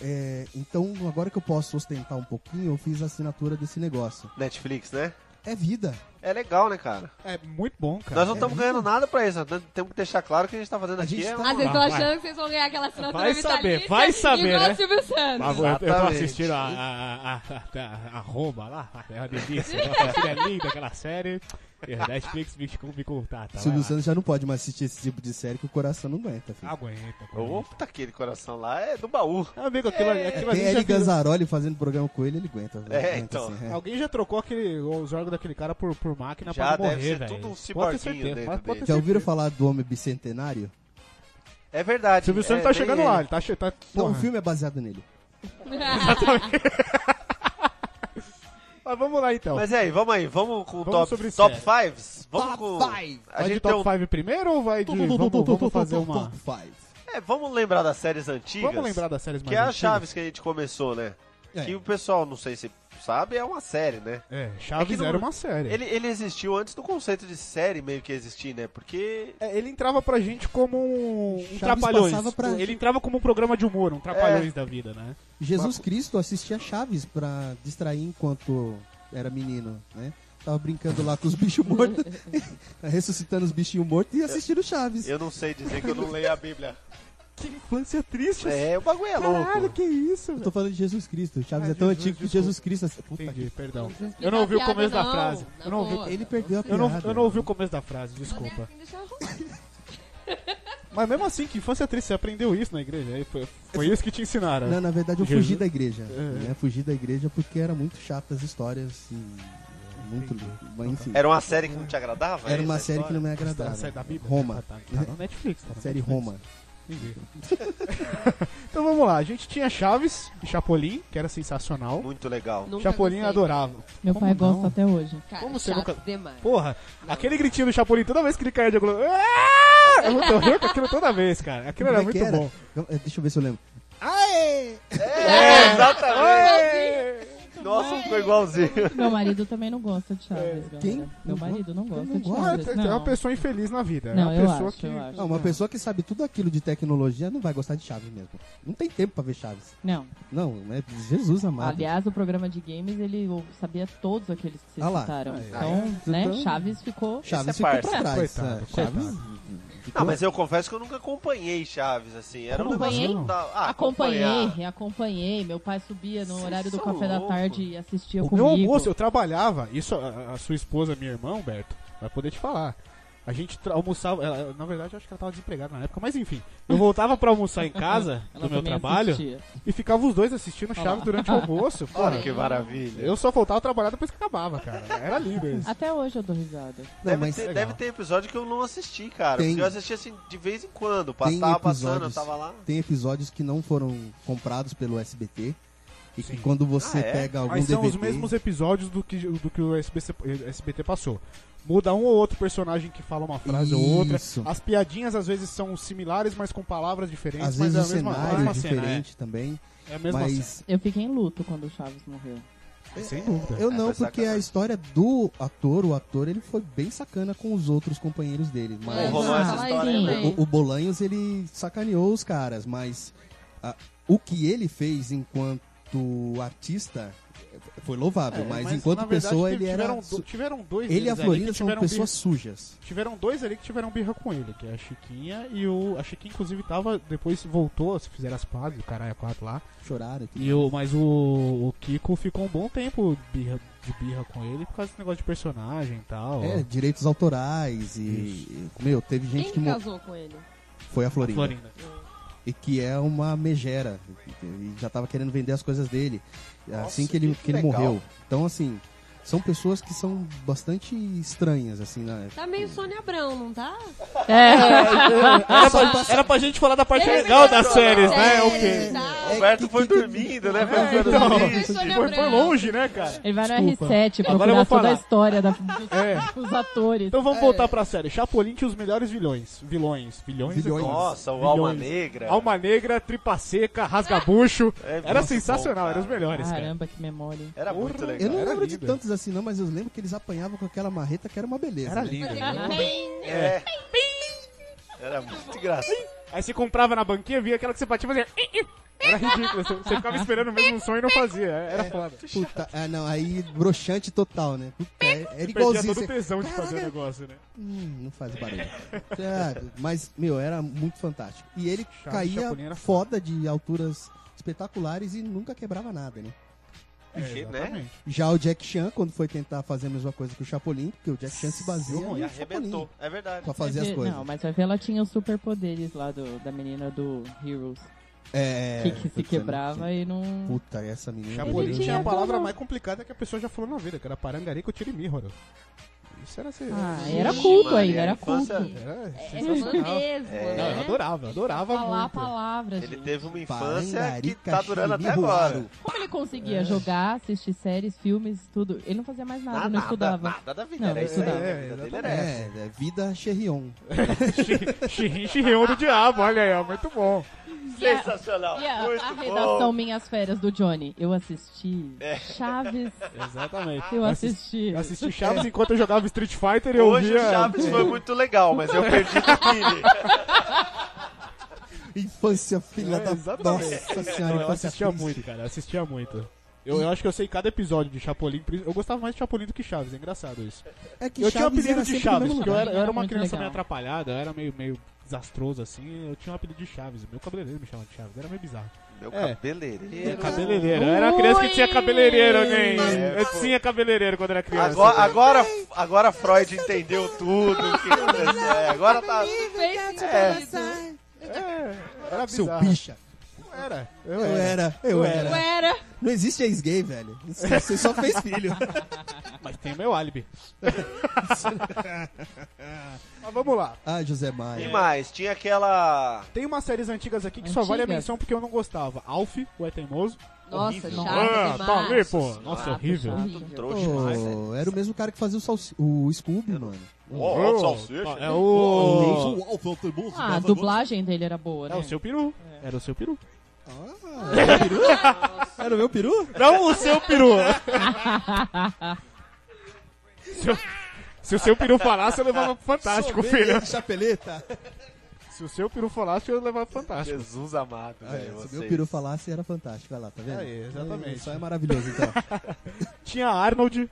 Speaker 3: é, então agora que eu posso ostentar um pouquinho, eu fiz a assinatura desse negócio.
Speaker 4: Netflix, né?
Speaker 3: É vida.
Speaker 4: É legal, né, cara?
Speaker 2: É muito bom,
Speaker 4: Nós
Speaker 2: cara.
Speaker 4: não estamos ganhando nada pra isso. né? nós Temos que deixar claro que a gente tá fazendo
Speaker 3: A
Speaker 4: aqui.
Speaker 3: gente
Speaker 4: é
Speaker 3: tá-
Speaker 4: um-
Speaker 5: Ah, vocês estão
Speaker 2: Vai,
Speaker 5: achando que vocês vão ganhar aquela assinatura
Speaker 2: Vai saber,
Speaker 5: vitalícia
Speaker 2: vai saber,
Speaker 5: igual
Speaker 2: né?
Speaker 5: o Silvio Santos.
Speaker 2: Ah, vou- eu tô
Speaker 4: Exatamente.
Speaker 2: assistindo a, a, a, a- a- a Roma lá, é uma delícia. Nossa, aquilo é linda aquela série. E a Netflix me, me contar, tá?
Speaker 3: Silvio
Speaker 2: vai lá.
Speaker 3: Santos já não pode mais assistir esse tipo de série que o coração não aguenta, filho.
Speaker 2: Aguenta. aguenta.
Speaker 4: Opa, aquele coração lá é do baú.
Speaker 2: Ah, Amigo, aquilo, aquilo ali
Speaker 3: Tem
Speaker 2: já um
Speaker 3: Eric
Speaker 2: virou-
Speaker 3: Ganzaroli fazendo programa com ele, ele aguenta. velho.
Speaker 4: É,
Speaker 3: Aguenta,
Speaker 4: então.
Speaker 3: assim, é.
Speaker 2: Alguém já trocou aquele, os órgãos daquele cara por, por máquina
Speaker 4: Já
Speaker 2: pra não
Speaker 4: deve
Speaker 2: morrer,
Speaker 4: ser
Speaker 2: velho.
Speaker 4: tudo um
Speaker 2: Pode ter
Speaker 4: ciborguinho
Speaker 2: certeza,
Speaker 4: dentro
Speaker 2: mas pode
Speaker 4: dele.
Speaker 2: ter
Speaker 3: Já ouviram
Speaker 2: certeza.
Speaker 3: falar do Homem Bicentenário?
Speaker 4: É verdade.
Speaker 2: Silvio Santos
Speaker 4: é,
Speaker 2: tá
Speaker 4: tem
Speaker 2: chegando
Speaker 4: ele.
Speaker 2: lá, ele tá... che- tá
Speaker 3: Então, o
Speaker 2: porra.
Speaker 3: filme é baseado nele.
Speaker 2: Mas vamos lá, então.
Speaker 4: Mas e aí, vamos aí, vamos com o
Speaker 2: Vamos
Speaker 4: top
Speaker 2: sobre
Speaker 4: 5?
Speaker 2: série.
Speaker 4: Top 5? Vamos
Speaker 3: Top
Speaker 4: com.
Speaker 3: five.
Speaker 4: A
Speaker 2: Vai de
Speaker 4: gente tem um...
Speaker 2: top 5 primeiro ou vai de... Vamos, vamos fazer uma...
Speaker 3: Top 5.
Speaker 4: É, vamos lembrar das séries antigas.
Speaker 2: Vamos lembrar das séries mais
Speaker 4: Que é a
Speaker 2: antigas?
Speaker 4: Chaves que a gente começou, né?
Speaker 3: É.
Speaker 4: Que o pessoal, não sei se sabe, é uma série, né?
Speaker 2: É,
Speaker 4: É
Speaker 2: Chaves
Speaker 4: que não-
Speaker 2: era uma série.
Speaker 4: Ele, ele existiu antes do conceito de série meio que existir, né? Porque.
Speaker 2: É, ele entrava pra gente como um, um
Speaker 3: Chaves passava
Speaker 2: trapalhões.
Speaker 3: pra-
Speaker 2: Ele entrava como um programa de humor, um trapalhões da vida, né?
Speaker 3: Jesus Cristo assistia Chaves pra distrair enquanto era menino, né? Tava brincando lá com
Speaker 2: (laughs)
Speaker 3: os bichos mortos, (laughs) ressuscitando os bichinhos mortos e assistindo
Speaker 2: (laughs)
Speaker 3: Chaves.
Speaker 4: Eu não sei dizer que eu não leio a Bíblia.
Speaker 2: Que infância triste. assim.
Speaker 4: É, o bagulho é louco.
Speaker 2: Caralho, que isso,
Speaker 3: Eu
Speaker 2: velho.
Speaker 3: tô falando de Jesus Cristo. Chaves
Speaker 2: Ah,
Speaker 3: é tão
Speaker 2: Jesus,
Speaker 3: antigo que
Speaker 2: desculpa.
Speaker 3: Jesus Cristo. Puta
Speaker 2: Entendi, precisa
Speaker 3: que...
Speaker 5: Não
Speaker 2: perdão.
Speaker 5: precisa explicar
Speaker 2: Eu não ouvi o
Speaker 5: piada,
Speaker 2: começo da
Speaker 5: não,
Speaker 2: frase.
Speaker 5: na
Speaker 2: Eu não ouvi-
Speaker 5: boa.
Speaker 3: Ele perdeu a
Speaker 2: Eu não,
Speaker 3: piada.
Speaker 2: eu não ouvi o começo da frase,
Speaker 5: Mas é
Speaker 2: desculpa.
Speaker 5: assim, deixa eu arrumar.
Speaker 2: Mas mesmo assim, que infância triste, você aprendeu isso na igreja. aí Foi, foi isso que te ensinaram.
Speaker 3: Não, na verdade eu
Speaker 2: Jesus.
Speaker 3: fugi da igreja.
Speaker 2: É.
Speaker 3: né? Fugi da igreja porque era muito chata as histórias e é, muito mas, enfim.
Speaker 4: Era uma série que não te agradava?
Speaker 3: Era uma
Speaker 4: essa
Speaker 3: série que não me
Speaker 4: história?
Speaker 2: Tá,
Speaker 3: agradava.
Speaker 2: sai da Bíblia. Ah,
Speaker 3: Roma.
Speaker 2: Tá, tá no Netflix. Tá no
Speaker 3: (laughs) Série
Speaker 2: Netflix.
Speaker 3: Roma.
Speaker 2: Entendi. então vamos lá, a gente tinha Chaves e Chapolin, que era sensacional.
Speaker 4: Muito
Speaker 7: (laughs)
Speaker 4: legal.
Speaker 5: Nunca
Speaker 2: Chapolin
Speaker 5: gostei.
Speaker 2: adorava.
Speaker 7: Meu
Speaker 2: Como
Speaker 7: pai
Speaker 2: não?
Speaker 7: gosta até hoje.
Speaker 5: Cara,
Speaker 2: Como você
Speaker 5: chato
Speaker 2: nunca-
Speaker 5: demais.
Speaker 2: Porra, aquele gritinho do Chapolin toda vez que ele caía de (laughs) algum lugar. Eu não tô rindo com aquilo toda vez, cara. Aquilo era
Speaker 3: Como é
Speaker 2: muito
Speaker 3: que
Speaker 2: bom.
Speaker 3: Eh, Deixa eu ver se eu lembro.
Speaker 4: É, exatamente.
Speaker 2: É,
Speaker 4: Nossa, ficou igualzinho.
Speaker 7: Meu marido também não gosta de Chaves, galera.
Speaker 3: Quem? Não
Speaker 7: Meu marido não gosta
Speaker 3: não
Speaker 7: de
Speaker 3: gosta?
Speaker 7: Chaves.
Speaker 2: é
Speaker 7: não.
Speaker 2: uma pessoa infeliz na vida.
Speaker 7: Não,
Speaker 2: é
Speaker 7: eu
Speaker 2: uma pessoa
Speaker 7: acho,
Speaker 2: que.
Speaker 7: eu acho.
Speaker 3: Não, uma pessoa que sabe tudo aquilo de tecnologia não vai gostar de Chaves mesmo. Não tem tempo pra ver Chaves.
Speaker 7: Não.
Speaker 3: Não, é Jesus amado.
Speaker 7: Aliás, o programa de games, ele sabia todos aqueles que vocês
Speaker 3: Ah lá.
Speaker 7: citaram.
Speaker 3: Ah, é.
Speaker 7: Então, né,
Speaker 3: Então-
Speaker 7: Chaves ficou...
Speaker 3: Chaves
Speaker 4: Esse é
Speaker 3: ficou pra
Speaker 4: parça.
Speaker 3: trás.
Speaker 2: Coitado,
Speaker 3: é. Chaves.
Speaker 4: Não, mas eu confesso que eu nunca acompanhei Chaves, assim. Era um negócio que
Speaker 7: Acompanhei?
Speaker 4: não dava. Ah, acompanhar.
Speaker 7: Acompanhei, acompanhei. Meu pai subia no
Speaker 4: Vocês
Speaker 7: horário do
Speaker 4: são
Speaker 7: café da
Speaker 4: loucos.
Speaker 7: tarde e assistia
Speaker 2: O meu
Speaker 7: comigo.
Speaker 2: almoço, eu trabalhava. Isso, a, a sua esposa, minha irmã, Humberto, vai poder te falar. A gente tra- almoçava. ela- na verdade, eu acho que ela tava desempregada na época, mas enfim. Eu voltava pra almoçar em casa,
Speaker 7: (laughs) Ela
Speaker 2: do meu
Speaker 7: também
Speaker 2: trabalho,
Speaker 7: assistia.
Speaker 2: e ficava os dois assistindo
Speaker 7: lá.
Speaker 2: Chaves durante o
Speaker 7: (laughs)
Speaker 2: almoço. Porra,
Speaker 4: Olha que maravilha.
Speaker 2: eu só voltava a trabalhar depois que acabava, cara. Era lindo isso.
Speaker 7: Até hoje eu dou risada.
Speaker 3: Não,
Speaker 4: Deve,
Speaker 3: mas
Speaker 4: ter,
Speaker 2: legal.
Speaker 4: deve ter episódio que eu não assisti, cara.
Speaker 3: Tem.
Speaker 4: Porque eu assisti assim de vez em quando.
Speaker 3: tem
Speaker 4: Passava passando, eu
Speaker 3: episódios,
Speaker 4: tava lá.
Speaker 3: tem episódios que não foram comprados pelo SBT. E que
Speaker 2: Sim.
Speaker 3: quando você
Speaker 4: Ah, é?
Speaker 3: pega algum
Speaker 2: Mas são
Speaker 3: DVD...
Speaker 2: os mesmos episódios do que, do que o SBC, eh, SBT passou. Muda um ou outro personagem que fala uma frase ou outra.
Speaker 3: Isso.
Speaker 2: As piadinhas às vezes são similares, mas com palavras diferentes.
Speaker 3: Às
Speaker 2: mas
Speaker 3: vezes
Speaker 2: é
Speaker 3: o
Speaker 2: a mesma, a
Speaker 3: cenário é
Speaker 2: mesma cena,
Speaker 3: diferente também.
Speaker 2: é. É a mesma cena.
Speaker 3: mas é,
Speaker 7: Eu fiquei em luto quando o Chaves
Speaker 2: (laughs)
Speaker 7: morreu.
Speaker 2: Sem
Speaker 5: É
Speaker 2: dúvida.
Speaker 3: eu não,
Speaker 4: foi
Speaker 3: porque
Speaker 4: sacanagem.
Speaker 3: a história do ator, o ator, ele foi bem sacana com os outros companheiros dele. Mas...
Speaker 4: O
Speaker 7: Ah,
Speaker 4: romance
Speaker 5: fala
Speaker 4: história
Speaker 5: isso,
Speaker 6: né?
Speaker 4: também.
Speaker 5: gente.
Speaker 3: O, o Bolanhos, ele sacaneou os caras, mas ah, o que ele fez enquanto artista eh, foi louvável,
Speaker 2: É,
Speaker 3: mas,
Speaker 2: mas, na
Speaker 3: enquanto
Speaker 2: verdade,
Speaker 3: pessoa
Speaker 2: teve-
Speaker 3: ele era...
Speaker 2: Tiveram, do-
Speaker 3: su-
Speaker 2: tiveram dois
Speaker 3: Ele e a
Speaker 2: deles ali
Speaker 3: Florinda
Speaker 2: que
Speaker 3: são
Speaker 2: tiveram
Speaker 3: pessoas sujas.
Speaker 2: birra- tiveram dois ali que tiveram birra com ele, que é a Chiquinha e o. A Chiquinha, inclusive, tava. Depois voltou, se fizeram as pazes, o caralho, a quatro lá.
Speaker 3: Choraram. e tudo.
Speaker 2: E o, mas o, o Kiko ficou um bom tempo birra- de birra com ele por causa desse negócio de personagem e tal.
Speaker 3: É, direitos autorais e... Meu, teve
Speaker 5: Quem
Speaker 3: gente que...
Speaker 5: que
Speaker 3: mo-
Speaker 5: casou com ele?
Speaker 3: Foi a Florinda.
Speaker 2: Florinda.
Speaker 3: E que é uma megera. E já tava querendo vender as coisas dele. assim que ele,
Speaker 4: que
Speaker 3: que ele
Speaker 4: legal.
Speaker 3: morreu. Então, assim... São pessoas que são bastante estranhas, assim, né?
Speaker 5: Tá
Speaker 6: Hum.
Speaker 5: meio Sônia Abrão, não tá?
Speaker 2: É, Era pra, era pra gente falar da parte legal das
Speaker 6: É,
Speaker 2: séries, né? O
Speaker 5: Sério,
Speaker 2: quê?
Speaker 5: tá?
Speaker 3: É
Speaker 4: O Roberto foi dormindo, né? Foi ficando
Speaker 2: então.
Speaker 4: triste.
Speaker 5: Sônia
Speaker 2: Foi, foi
Speaker 5: Abrão.
Speaker 2: longe, né, cara?
Speaker 7: Ele vai
Speaker 2: Desculpa.
Speaker 7: no
Speaker 2: Agora
Speaker 7: R7
Speaker 2: eu vou
Speaker 7: procurar toda
Speaker 2: falar.
Speaker 7: a história da- dos,
Speaker 2: É.
Speaker 7: dos atores.
Speaker 2: Então vamos voltar pra série. Chapolin tinha os melhores vilões. Vilões. Vilões.
Speaker 3: Vilhões.
Speaker 4: Nossa, o Alma
Speaker 2: Bilhões.
Speaker 4: Negra.
Speaker 2: Alma Negra, tripa seca, rasgabucho.
Speaker 4: É,
Speaker 2: Era
Speaker 4: muito
Speaker 2: sensacional,
Speaker 4: bom,
Speaker 2: eram
Speaker 4: cara.
Speaker 2: os melhores, cara.
Speaker 7: Caramba, que memória.
Speaker 4: Era muito
Speaker 2: Porra.
Speaker 3: Eu
Speaker 4: legal.
Speaker 3: não
Speaker 2: Era
Speaker 3: lembro de
Speaker 2: lindo.
Speaker 3: tantos assim, não, mas eu lembro que eles apanhavam com aquela marreta que era uma beleza.
Speaker 2: Era
Speaker 3: né?
Speaker 2: lindo.
Speaker 6: é,
Speaker 4: É. Era muito engraçado.
Speaker 2: Aí você comprava na banquinha, via aquela que você batia e fazia... Era ridículo. Você você ficava esperando o mesmo um sonho e não fazia. Era foda.
Speaker 3: Puta, ah, não, aí broxante total, né? Puta, é- era
Speaker 2: Perdia
Speaker 3: igualzinho.
Speaker 2: todo o
Speaker 3: você-
Speaker 2: tesão de fazer o
Speaker 3: Caraca.
Speaker 2: negócio, né?
Speaker 3: Hum, não faz barulho. (laughs) Ah, mas, meu, era muito fantástico. E ele
Speaker 2: Chaves, Chapolin
Speaker 3: caía
Speaker 2: era
Speaker 3: foda de alturas espetaculares e nunca quebrava nada, né?
Speaker 2: É,
Speaker 4: Porque, né?
Speaker 2: exatamente.
Speaker 3: Já o Jack Chan, quando foi tentar fazer a mesma coisa que o Chapolin, porque o Jack Chan se baseia
Speaker 2: Sim,
Speaker 3: no
Speaker 4: E
Speaker 3: Chapolin
Speaker 4: arrebentou. É verdade.
Speaker 3: pra fazer as
Speaker 7: Vai ver-
Speaker 3: coisas.
Speaker 7: Não, mas vai ver, ela tinha os superpoderes lá do, da menina do Heroes.
Speaker 3: É,
Speaker 7: que, que se
Speaker 3: putz,
Speaker 7: quebrava e não...
Speaker 3: Puta, essa menina.
Speaker 2: Chapolin
Speaker 7: Ele
Speaker 2: tinha
Speaker 7: tinha
Speaker 2: a palavra
Speaker 7: todo-
Speaker 2: mais complicada que a pessoa já falou na vida, que era parangarico tirimíhoro. Isso era ser.
Speaker 7: Ah, É, era
Speaker 5: Ixi,
Speaker 7: culto
Speaker 4: Maria,
Speaker 7: ainda,
Speaker 4: a
Speaker 7: era culto.
Speaker 4: infância-
Speaker 2: Era
Speaker 5: Essa
Speaker 2: sensacional.
Speaker 5: mesmo,
Speaker 4: É.
Speaker 2: Não, eu
Speaker 5: né?
Speaker 2: adorava, eu adorava
Speaker 7: Falar a
Speaker 2: muito.
Speaker 7: palavra,
Speaker 4: Ele
Speaker 7: gente.
Speaker 4: teve uma infância que
Speaker 3: Parangarica
Speaker 4: tá durando até
Speaker 3: Chimiruaro.
Speaker 4: agora.
Speaker 7: Como ele conseguia
Speaker 3: É.
Speaker 7: jogar, assistir séries, filmes, tudo? Ele não fazia mais nada,
Speaker 4: Nada,
Speaker 7: Ah, não estudava.
Speaker 4: Nada, da vida.
Speaker 7: Não,
Speaker 4: era
Speaker 7: não
Speaker 4: isso aí.
Speaker 7: estudava.
Speaker 4: A vida dele era essa.
Speaker 3: É, é vida Cherion.
Speaker 2: (laughs) Chi- Chirin Chirrião do Diabo, olha aí, ó, muito bom.
Speaker 7: E a-
Speaker 4: Sensacional.
Speaker 7: E a, a
Speaker 4: Muito
Speaker 7: redação
Speaker 4: bom.
Speaker 7: Minhas Férias do Johnny? Eu assisti.
Speaker 6: É. (laughs)
Speaker 7: Chaves,
Speaker 2: Exatamente. É.
Speaker 7: eu assisti.
Speaker 2: Eu assisti Chaves enquanto eu jogava Street Fighter e eu
Speaker 4: Hoje
Speaker 2: via.
Speaker 4: o Chaves foi muito legal, mas eu perdi do Billy.
Speaker 3: Infância, filha
Speaker 2: É,
Speaker 3: da.
Speaker 2: exatamente.
Speaker 3: Nossa senhora,
Speaker 2: Não, eu
Speaker 3: infância
Speaker 2: assistia
Speaker 3: triste.
Speaker 2: muito, cara, eu assistia muito. Eu, eu acho que eu sei cada episódio de Chapolin. por isso- Eu gostava mais de Chapolin do que Chaves, é engraçado isso.
Speaker 3: É que
Speaker 2: eu tinha o
Speaker 3: Chaves
Speaker 2: apelido
Speaker 3: era
Speaker 2: de
Speaker 3: sempre no
Speaker 2: Chaves,
Speaker 3: mesmo
Speaker 2: porque eu
Speaker 3: lugar.
Speaker 2: era, eu era uma
Speaker 7: Muito
Speaker 2: criança
Speaker 7: legal.
Speaker 2: meio atrapalhada, eu era meio, meio desastroso assim, eu tinha um apelido de Chaves. O meu cabeleireiro me chamava de Chaves, era meio bizarro.
Speaker 4: Meu
Speaker 2: É.
Speaker 4: cabeleireiro.
Speaker 2: Cabeleireiro, eu era criança que tinha cabeleireiro, alguém.
Speaker 4: É,
Speaker 2: Eu tinha cabeleireiro quando era criança.
Speaker 4: Agora, agora, agora Freud entendeu tudo. o que aconteceu. É, agora tá.
Speaker 5: Fez
Speaker 4: É.
Speaker 5: sentido.
Speaker 2: era
Speaker 3: Seu
Speaker 2: bizarro.
Speaker 3: bicha.
Speaker 2: Era, eu,
Speaker 3: Eu
Speaker 2: era.
Speaker 3: era, eu
Speaker 6: É.
Speaker 3: era.
Speaker 5: Eu era.
Speaker 3: Não existe ex-gay, velho. Você só
Speaker 2: (laughs)
Speaker 3: fez filho.
Speaker 2: Mas tem o meu álibi. (laughs) Mas vamos lá.
Speaker 3: Ah, José
Speaker 4: E
Speaker 3: Maia.
Speaker 4: mais, tinha aquela.
Speaker 2: Tem umas séries antigas aqui que só vale a
Speaker 7: Antigas?
Speaker 2: menção porque eu não gostava. Alf, o É Teimoso.
Speaker 5: Nossa,
Speaker 4: Horrível.
Speaker 5: chato
Speaker 6: é Ah,
Speaker 5: demais.
Speaker 2: tá ali, pô. Nossa,
Speaker 5: Chato,
Speaker 2: horrível.
Speaker 5: chato.
Speaker 4: Trouxa demais, né?
Speaker 3: Oh, era o mesmo cara que fazia o, salsi- o Scooby, mano.
Speaker 4: Ó, ó, salsicha.
Speaker 2: É o...
Speaker 7: Ah, a dublagem dele era boa, né?
Speaker 2: É o seu peru. Ah, Era o seu peru.
Speaker 3: Era o meu peru?
Speaker 2: Não o seu peru. se, o- se o seu peru falasse, eu levava pro fantástico, filho.
Speaker 3: Sorvete, Chapeleta.
Speaker 2: Se o seu peru falasse, eu levava pro fantástico.
Speaker 4: Jesus amado,
Speaker 3: Ah, é,
Speaker 4: velho.
Speaker 3: se o meu
Speaker 4: vocês.
Speaker 3: peru falasse, era fantástico. Vai lá, tá vendo?
Speaker 2: Aí, exatamente.
Speaker 3: Só é maravilhoso, então.
Speaker 2: Tinha Arnold,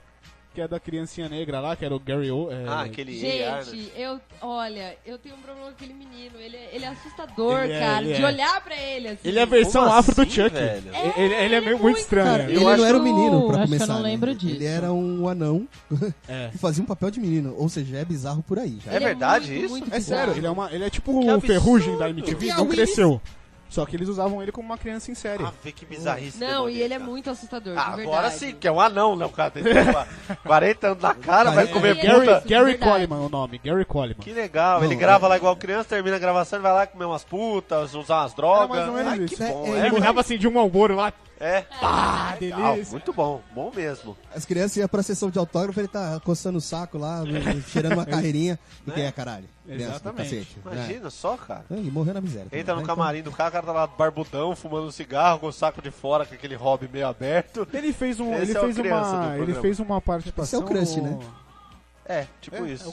Speaker 2: que é da criancinha negra lá, que era o Gary O. é,
Speaker 4: Ah, aquele AR, né?
Speaker 5: Gente, eu, olha, eu tenho um problema com aquele menino. Ele, é- ele é assustador,
Speaker 2: Ele é,
Speaker 5: cara.
Speaker 2: ele
Speaker 5: de
Speaker 2: é.
Speaker 5: olhar pra ele, assim.
Speaker 2: Ele é a versão
Speaker 4: Como
Speaker 2: afro do
Speaker 4: assim,
Speaker 2: Chuck.
Speaker 4: velho?
Speaker 2: Ele, ele é meio muito
Speaker 3: Cara,
Speaker 2: estranho.
Speaker 3: ele
Speaker 4: acho
Speaker 3: não era um
Speaker 5: que eu-
Speaker 3: menino, pra
Speaker 7: acho que eu
Speaker 3: começar.
Speaker 7: não
Speaker 3: né?
Speaker 7: lembro disso.
Speaker 3: Ele era um anão (laughs)
Speaker 2: É.
Speaker 3: que fazia um papel de menino. Ou seja, é bizarro por aí, já.
Speaker 4: É verdade
Speaker 5: muito,
Speaker 4: isso?
Speaker 5: muito
Speaker 2: É sério,
Speaker 5: bizarro.
Speaker 2: ele é, uma, ele é tipo
Speaker 4: Que
Speaker 2: o
Speaker 4: absurdo.
Speaker 2: Ferrugem da MTV,
Speaker 3: Piauí.
Speaker 2: não cresceu. Só que eles usavam ele como uma criança em série.
Speaker 4: Ah, vê que bizarrice.
Speaker 5: Não, e
Speaker 4: demoníaca.
Speaker 5: ele é muito assustador,
Speaker 4: Ah,
Speaker 5: de verdade.
Speaker 4: agora sim, que é um anão, né? O cara tem
Speaker 7: (laughs)
Speaker 4: sei lá, 40 anos na cara, vai
Speaker 3: É,
Speaker 4: comer
Speaker 5: é,
Speaker 2: Gary,
Speaker 4: puta.
Speaker 5: isso,
Speaker 2: Gary
Speaker 5: verdade.
Speaker 2: Coleman é o nome, Gary Coleman.
Speaker 4: Que legal, ele
Speaker 3: Não,
Speaker 2: é.
Speaker 4: grava lá igual criança, termina a gravação, ele vai lá comer umas putas, usar umas drogas.
Speaker 2: É mais ou menos
Speaker 4: Ai, que
Speaker 3: isso.
Speaker 4: bom,
Speaker 3: É,
Speaker 4: é,
Speaker 3: é,
Speaker 2: Terminava assim de um alboro lá.
Speaker 4: é.
Speaker 2: Pá,
Speaker 4: Legal,
Speaker 2: delícia. É.
Speaker 4: muito bom, bom mesmo.
Speaker 3: As crianças iam pra sessão de autógrafo, ele tá coçando o saco lá, cheirando uma carreirinha. E quem é, caralho? Criança do
Speaker 2: Exatamente.
Speaker 3: cacete, né?
Speaker 4: Imagina só, cara.
Speaker 3: Ah, E morreu na miséria. também,
Speaker 4: Entra no
Speaker 3: né? Então,
Speaker 4: camarim do cara, o cara tá lá barbudão, fumando um cigarro, com o saco de fora, com aquele hobby meio aberto.
Speaker 2: Ele fez um,
Speaker 4: Esse
Speaker 2: ele
Speaker 4: é o
Speaker 2: fez
Speaker 4: criança do
Speaker 2: uma, ele
Speaker 4: programa.
Speaker 2: fez uma participação.
Speaker 3: Esse é o crush,
Speaker 2: no-
Speaker 3: né?
Speaker 4: É, tipo isso.